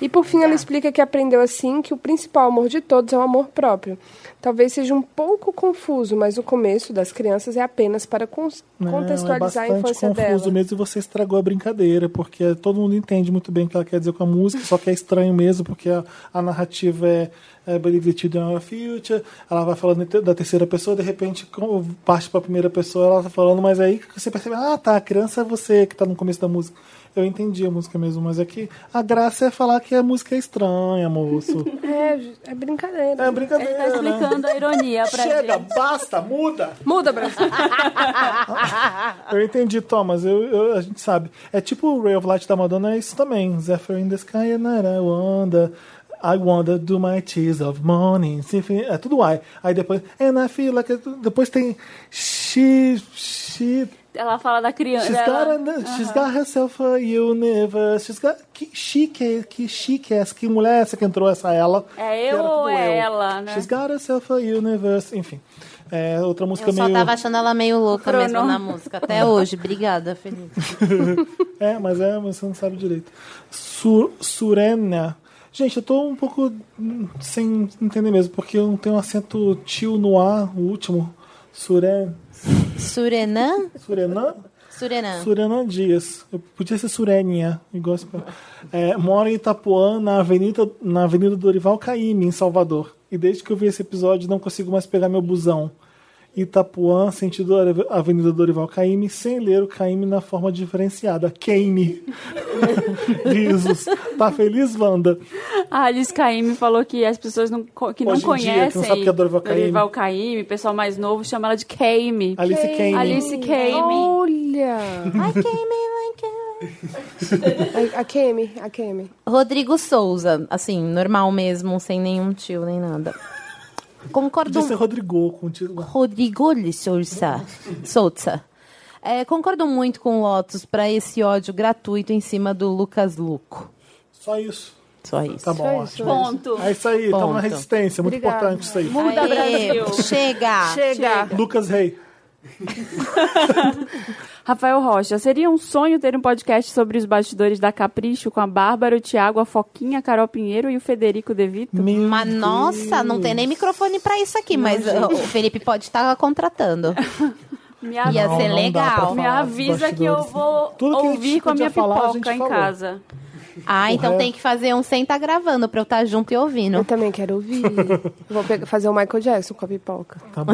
[SPEAKER 4] E por
[SPEAKER 1] Tá.
[SPEAKER 4] fim, ela explica que aprendeu assim que o principal amor de todos é o amor próprio. Talvez seja um pouco confuso, mas o começo das crianças é apenas para cons-
[SPEAKER 1] Não,
[SPEAKER 4] contextualizar
[SPEAKER 1] é
[SPEAKER 4] a infância
[SPEAKER 1] bastante confuso
[SPEAKER 4] dela.
[SPEAKER 1] mesmo e você estragou a brincadeira, porque todo mundo entende muito bem o que ela quer dizer com a música, só que é estranho mesmo, porque a, a narrativa é, é Believe It in Our Future, ela vai falando em te- da terceira pessoa, de repente com- parte pra primeira pessoa, ela tá falando, mas aí você percebe, ah tá, a criança é você que tá no começo da música. Eu entendi a música mesmo, mas é que a graça é falar que a música é estranha, moço.
[SPEAKER 4] É, é brincadeira.
[SPEAKER 1] É brincadeira.
[SPEAKER 2] Ele tá
[SPEAKER 1] né?
[SPEAKER 2] explicando a ironia pra
[SPEAKER 1] Chega,
[SPEAKER 2] gente.
[SPEAKER 1] basta, muda.
[SPEAKER 4] Muda, Brasil.
[SPEAKER 1] Eu entendi, Thomas. Eu, eu- a gente sabe. É tipo o Ray of Light da Madonna, é isso também. Zephyr in the sky and I wonder. I wonder do my tears of morning. Symphony- É tudo I. Aí depois. And I feel like. it- Depois tem. She. She.
[SPEAKER 2] Ela fala da criança.
[SPEAKER 1] She's got,
[SPEAKER 2] Ela...
[SPEAKER 1] a, she's got herself a universe. She's got. Que chique, que chique é essa? Que mulher é essa que entrou essa ela? Que
[SPEAKER 2] É eu
[SPEAKER 1] era
[SPEAKER 2] ou
[SPEAKER 1] tudo
[SPEAKER 2] é ela, né?
[SPEAKER 1] She's got herself a universe. Enfim. É outra música
[SPEAKER 11] Eu só
[SPEAKER 1] meio.
[SPEAKER 11] tava achando ela meio louca
[SPEAKER 2] Crono.
[SPEAKER 11] mesmo na música. Até hoje. Obrigada, Felipe.
[SPEAKER 1] É, mas é, mas você não sabe direito. Sur, Surena Gente, eu tô um pouco hum, sem entender mesmo, porque eu não tenho acento tio no ar, o último. Suré.
[SPEAKER 3] Surenã?
[SPEAKER 1] Surenã?
[SPEAKER 3] Surenã.
[SPEAKER 1] Surena Dias. Eu podia ser Sureninha, igual esse povo. é, Moro em Itapuã, na Avenida, na Avenida Dorival Caymmi, em Salvador. E desde que eu vi esse episódio, não consigo mais pegar meu busão. Itapuã, sentido Ave- Avenida Dorival Caymmi, sem ler o Caymmi na forma diferenciada. Caymmi. Risos. Tá feliz, Wanda?
[SPEAKER 2] A Alice Caymmi falou que as pessoas não, co- que não
[SPEAKER 1] Hoje em dia, que não
[SPEAKER 2] conhecem
[SPEAKER 1] sabe o que é Dorival Caymmi.
[SPEAKER 2] Dorival Caymmi, pessoal mais novo chama ela de Caymmi.
[SPEAKER 1] Alice Caymmi.
[SPEAKER 2] Alice Caymmi.
[SPEAKER 4] Olha!
[SPEAKER 3] I came in like a-
[SPEAKER 4] A- A Kemi, a Kemi.
[SPEAKER 3] Rodrigo Souza, assim, normal mesmo, sem nenhum tio nem nada. Concordo.
[SPEAKER 1] Podia ser Rodrigo com o título.
[SPEAKER 3] Rodrigo de Souza. Souza. É, concordo muito com o Otus pra esse ódio gratuito em cima do Lucas Luco.
[SPEAKER 1] Só isso.
[SPEAKER 3] Só isso.
[SPEAKER 1] Tá bom,
[SPEAKER 4] isso,
[SPEAKER 1] ótimo.
[SPEAKER 2] Ponto.
[SPEAKER 1] É isso aí, tamo na
[SPEAKER 3] Ponto.
[SPEAKER 1] resistência. Muito
[SPEAKER 4] Obrigada.
[SPEAKER 1] importante isso aí.
[SPEAKER 2] Muda,
[SPEAKER 3] Aê,
[SPEAKER 2] Brasil.
[SPEAKER 3] Chega!
[SPEAKER 4] Chega!
[SPEAKER 1] Lucas Rey.
[SPEAKER 2] Rafael Rocha, seria um sonho ter um podcast sobre os bastidores da Capricho com a Bárbara, o Thiago, a Foquinha, a Carol Pinheiro e o Federico De Vito?
[SPEAKER 1] Meu
[SPEAKER 3] Mas nossa, não tem nem microfone pra isso aqui, mas ó, o Felipe pode estar contratando.
[SPEAKER 2] Me
[SPEAKER 3] Ia
[SPEAKER 2] avisa.
[SPEAKER 3] ser
[SPEAKER 1] não dá pra
[SPEAKER 3] legal.
[SPEAKER 2] Me
[SPEAKER 1] falar dos
[SPEAKER 2] avisa que eu
[SPEAKER 1] bastidores.
[SPEAKER 2] vou
[SPEAKER 1] Tudo que a gente
[SPEAKER 2] ouvir com a minha
[SPEAKER 1] podia falar, a gente
[SPEAKER 2] pipoca em
[SPEAKER 1] falou.
[SPEAKER 2] casa.
[SPEAKER 3] Ah, então
[SPEAKER 1] Porra.
[SPEAKER 3] tem que fazer um sem tá gravando pra eu estar junto e
[SPEAKER 4] Eu
[SPEAKER 3] ouvindo.
[SPEAKER 4] também quero ouvir. Vou pegar- fazer o Michael Jackson com a pipoca.
[SPEAKER 1] Tá bom.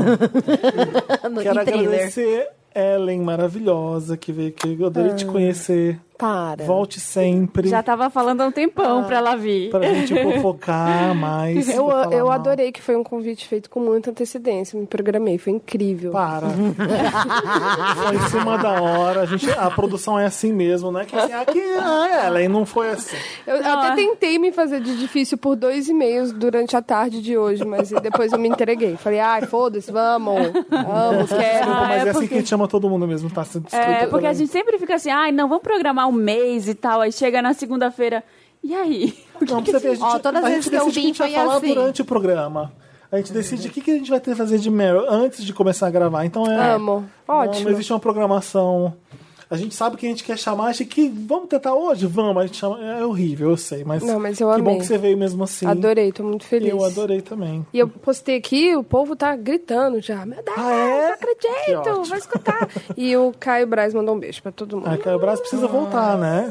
[SPEAKER 3] No
[SPEAKER 1] Quero
[SPEAKER 3] em thriller.
[SPEAKER 1] agradecer Ellen maravilhosa que veio aqui. Eu adorei te conhecer.
[SPEAKER 4] Para.
[SPEAKER 1] Volte sempre
[SPEAKER 2] Já tava falando há um
[SPEAKER 1] Ah.
[SPEAKER 2] tempão pra ela vir.
[SPEAKER 1] pra gente fofocar mais.
[SPEAKER 4] Eu,
[SPEAKER 1] pra falar
[SPEAKER 4] eu
[SPEAKER 1] mal.
[SPEAKER 4] adorei que foi um convite feito com muita antecedência. Me programei, foi incrível.
[SPEAKER 1] Para. foi em cima da hora. A, gente, a produção é assim mesmo, né? Que assim, aqui, ah, Ellen não foi assim.
[SPEAKER 4] Eu, eu até tentei me fazer de difícil por dois e-mails durante a tarde de hoje, mas depois eu me entreguei. Falei, ai, foda-se, vamos, vamos, quero.
[SPEAKER 1] Desculpa,
[SPEAKER 2] Ah,
[SPEAKER 1] mas é,
[SPEAKER 2] é
[SPEAKER 1] assim
[SPEAKER 2] porque-
[SPEAKER 1] que a gente chama todo mundo mesmo, tá? Você Desculpa.
[SPEAKER 2] É, porque a
[SPEAKER 1] Ellen.
[SPEAKER 2] gente sempre fica assim, ai, não, vamos programar um mês e tal. Aí chega na segunda-feira, e aí?
[SPEAKER 1] Não, pra você ver, a gente,
[SPEAKER 3] Ó, todas
[SPEAKER 1] a
[SPEAKER 3] as
[SPEAKER 1] gente
[SPEAKER 3] vezes que eu
[SPEAKER 1] decide
[SPEAKER 3] vim
[SPEAKER 1] o que a gente vai
[SPEAKER 3] foi
[SPEAKER 1] falar
[SPEAKER 3] assim.
[SPEAKER 1] durante o programa. A gente decide o que, que a gente vai ter que fazer de Meryl antes de começar a gravar. Então é.
[SPEAKER 4] Amo.
[SPEAKER 1] Não,
[SPEAKER 4] Ótimo.
[SPEAKER 1] Não existe uma programação. A gente sabe que a gente quer chamar, acha que vamos tentar hoje? Vamos. A gente chama. É horrível, eu sei, mas.
[SPEAKER 4] Não, mas eu
[SPEAKER 1] que
[SPEAKER 4] amei.
[SPEAKER 1] bom que você veio mesmo assim.
[SPEAKER 4] Adorei, tô muito feliz.
[SPEAKER 1] Eu adorei também.
[SPEAKER 4] E eu postei aqui, o povo tá gritando já. Meu Deus,
[SPEAKER 1] Ah, é?
[SPEAKER 4] não
[SPEAKER 1] Que
[SPEAKER 4] acredito,
[SPEAKER 1] ótimo.
[SPEAKER 4] vai escutar. e o Caio Braz mandou um beijo pra todo mundo.
[SPEAKER 1] Ah, Caio Braz precisa voltar, né?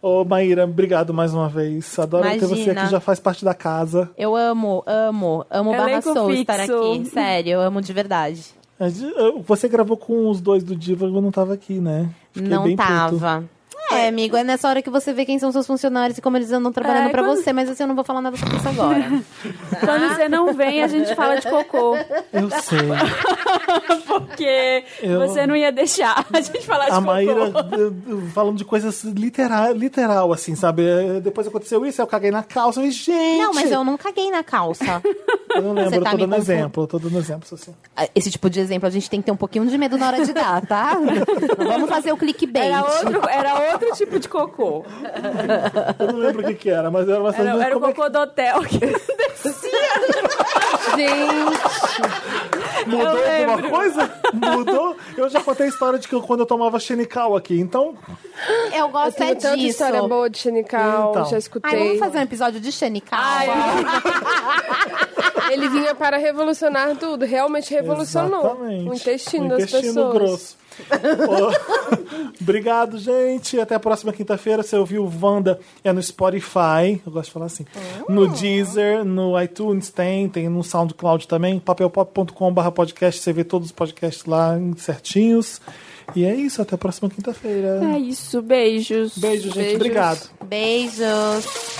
[SPEAKER 1] Ô, Maíra, obrigado mais uma vez. Adoro ter você
[SPEAKER 3] Imagina.
[SPEAKER 1] aqui, já faz parte da casa.
[SPEAKER 3] Eu amo, amo, amo Barra
[SPEAKER 2] Elenco
[SPEAKER 3] Soul
[SPEAKER 2] fixo.
[SPEAKER 3] estar aqui. Sério, eu amo de verdade.
[SPEAKER 1] A gente- eu- Você gravou com os dois do Diva, eu não tava aqui, né? Fiquei
[SPEAKER 3] não
[SPEAKER 1] bem puto.
[SPEAKER 3] tava. É, amigo, é nessa hora que você vê quem são seus funcionários e como eles andam
[SPEAKER 2] É,
[SPEAKER 3] trabalhando pra
[SPEAKER 2] quando-
[SPEAKER 3] você, mas assim, eu não vou falar nada sobre isso agora.
[SPEAKER 2] Quando você não vem, a gente fala de cocô.
[SPEAKER 1] Eu sei.
[SPEAKER 2] Porque
[SPEAKER 1] Eu-
[SPEAKER 2] você não ia deixar a gente falar de
[SPEAKER 1] A
[SPEAKER 2] cocô.
[SPEAKER 1] Maíra eh, eh, falando de coisas literal, literal assim, sabe? Eh, Depois aconteceu isso, aí eu caguei na calça. E, gente!
[SPEAKER 3] não, mas eu não caguei na calça.
[SPEAKER 1] Eu não lembro,
[SPEAKER 3] Você
[SPEAKER 1] eu
[SPEAKER 3] tá
[SPEAKER 1] tô
[SPEAKER 3] me
[SPEAKER 1] dando
[SPEAKER 3] confu-
[SPEAKER 1] exemplo, eu tô dando exemplos assim.
[SPEAKER 3] Esse tipo de exemplo a gente tem que ter um pouquinho de medo na hora de dar, tá? Não Vamos fazer o clickbait.
[SPEAKER 2] Era outro, era outro tipo de cocô.
[SPEAKER 1] Eu não lembro o que que era, mas era uma
[SPEAKER 2] Era,
[SPEAKER 1] mas
[SPEAKER 2] era o
[SPEAKER 1] como é
[SPEAKER 2] cocô do hotel. que-
[SPEAKER 4] Gente,
[SPEAKER 1] que mudou
[SPEAKER 2] eu
[SPEAKER 1] alguma
[SPEAKER 2] lembro.
[SPEAKER 1] coisa? Mudou? Eu já contei a história de que eu- quando eu tomava Xenical aqui, então
[SPEAKER 3] Eu gosto é
[SPEAKER 4] tem tanta
[SPEAKER 3] disso.
[SPEAKER 4] história boa de Xenical,
[SPEAKER 1] Então.
[SPEAKER 4] já
[SPEAKER 3] Ai,
[SPEAKER 4] escutei.
[SPEAKER 3] vamos fazer um episódio de Xenical?
[SPEAKER 4] Ele vinha para revolucionar tudo, realmente revolucionou
[SPEAKER 1] Exatamente.
[SPEAKER 4] o intestino
[SPEAKER 1] O
[SPEAKER 4] das
[SPEAKER 1] intestino
[SPEAKER 4] pessoas.
[SPEAKER 1] grosso. Ô, Obrigado, gente. Até a próxima quinta-feira. Você ouviu Wanda é no Spotify. Eu gosto de falar assim. No Deezer, no iTunes tem, tem no SoundCloud também. papelpop.com.br podcast. Você vê todos os podcasts lá certinhos. E é isso. Até a próxima quinta-feira.
[SPEAKER 2] É isso, beijos.
[SPEAKER 1] Beijo, gente.
[SPEAKER 4] Beijos.
[SPEAKER 1] Obrigado.
[SPEAKER 3] Beijos.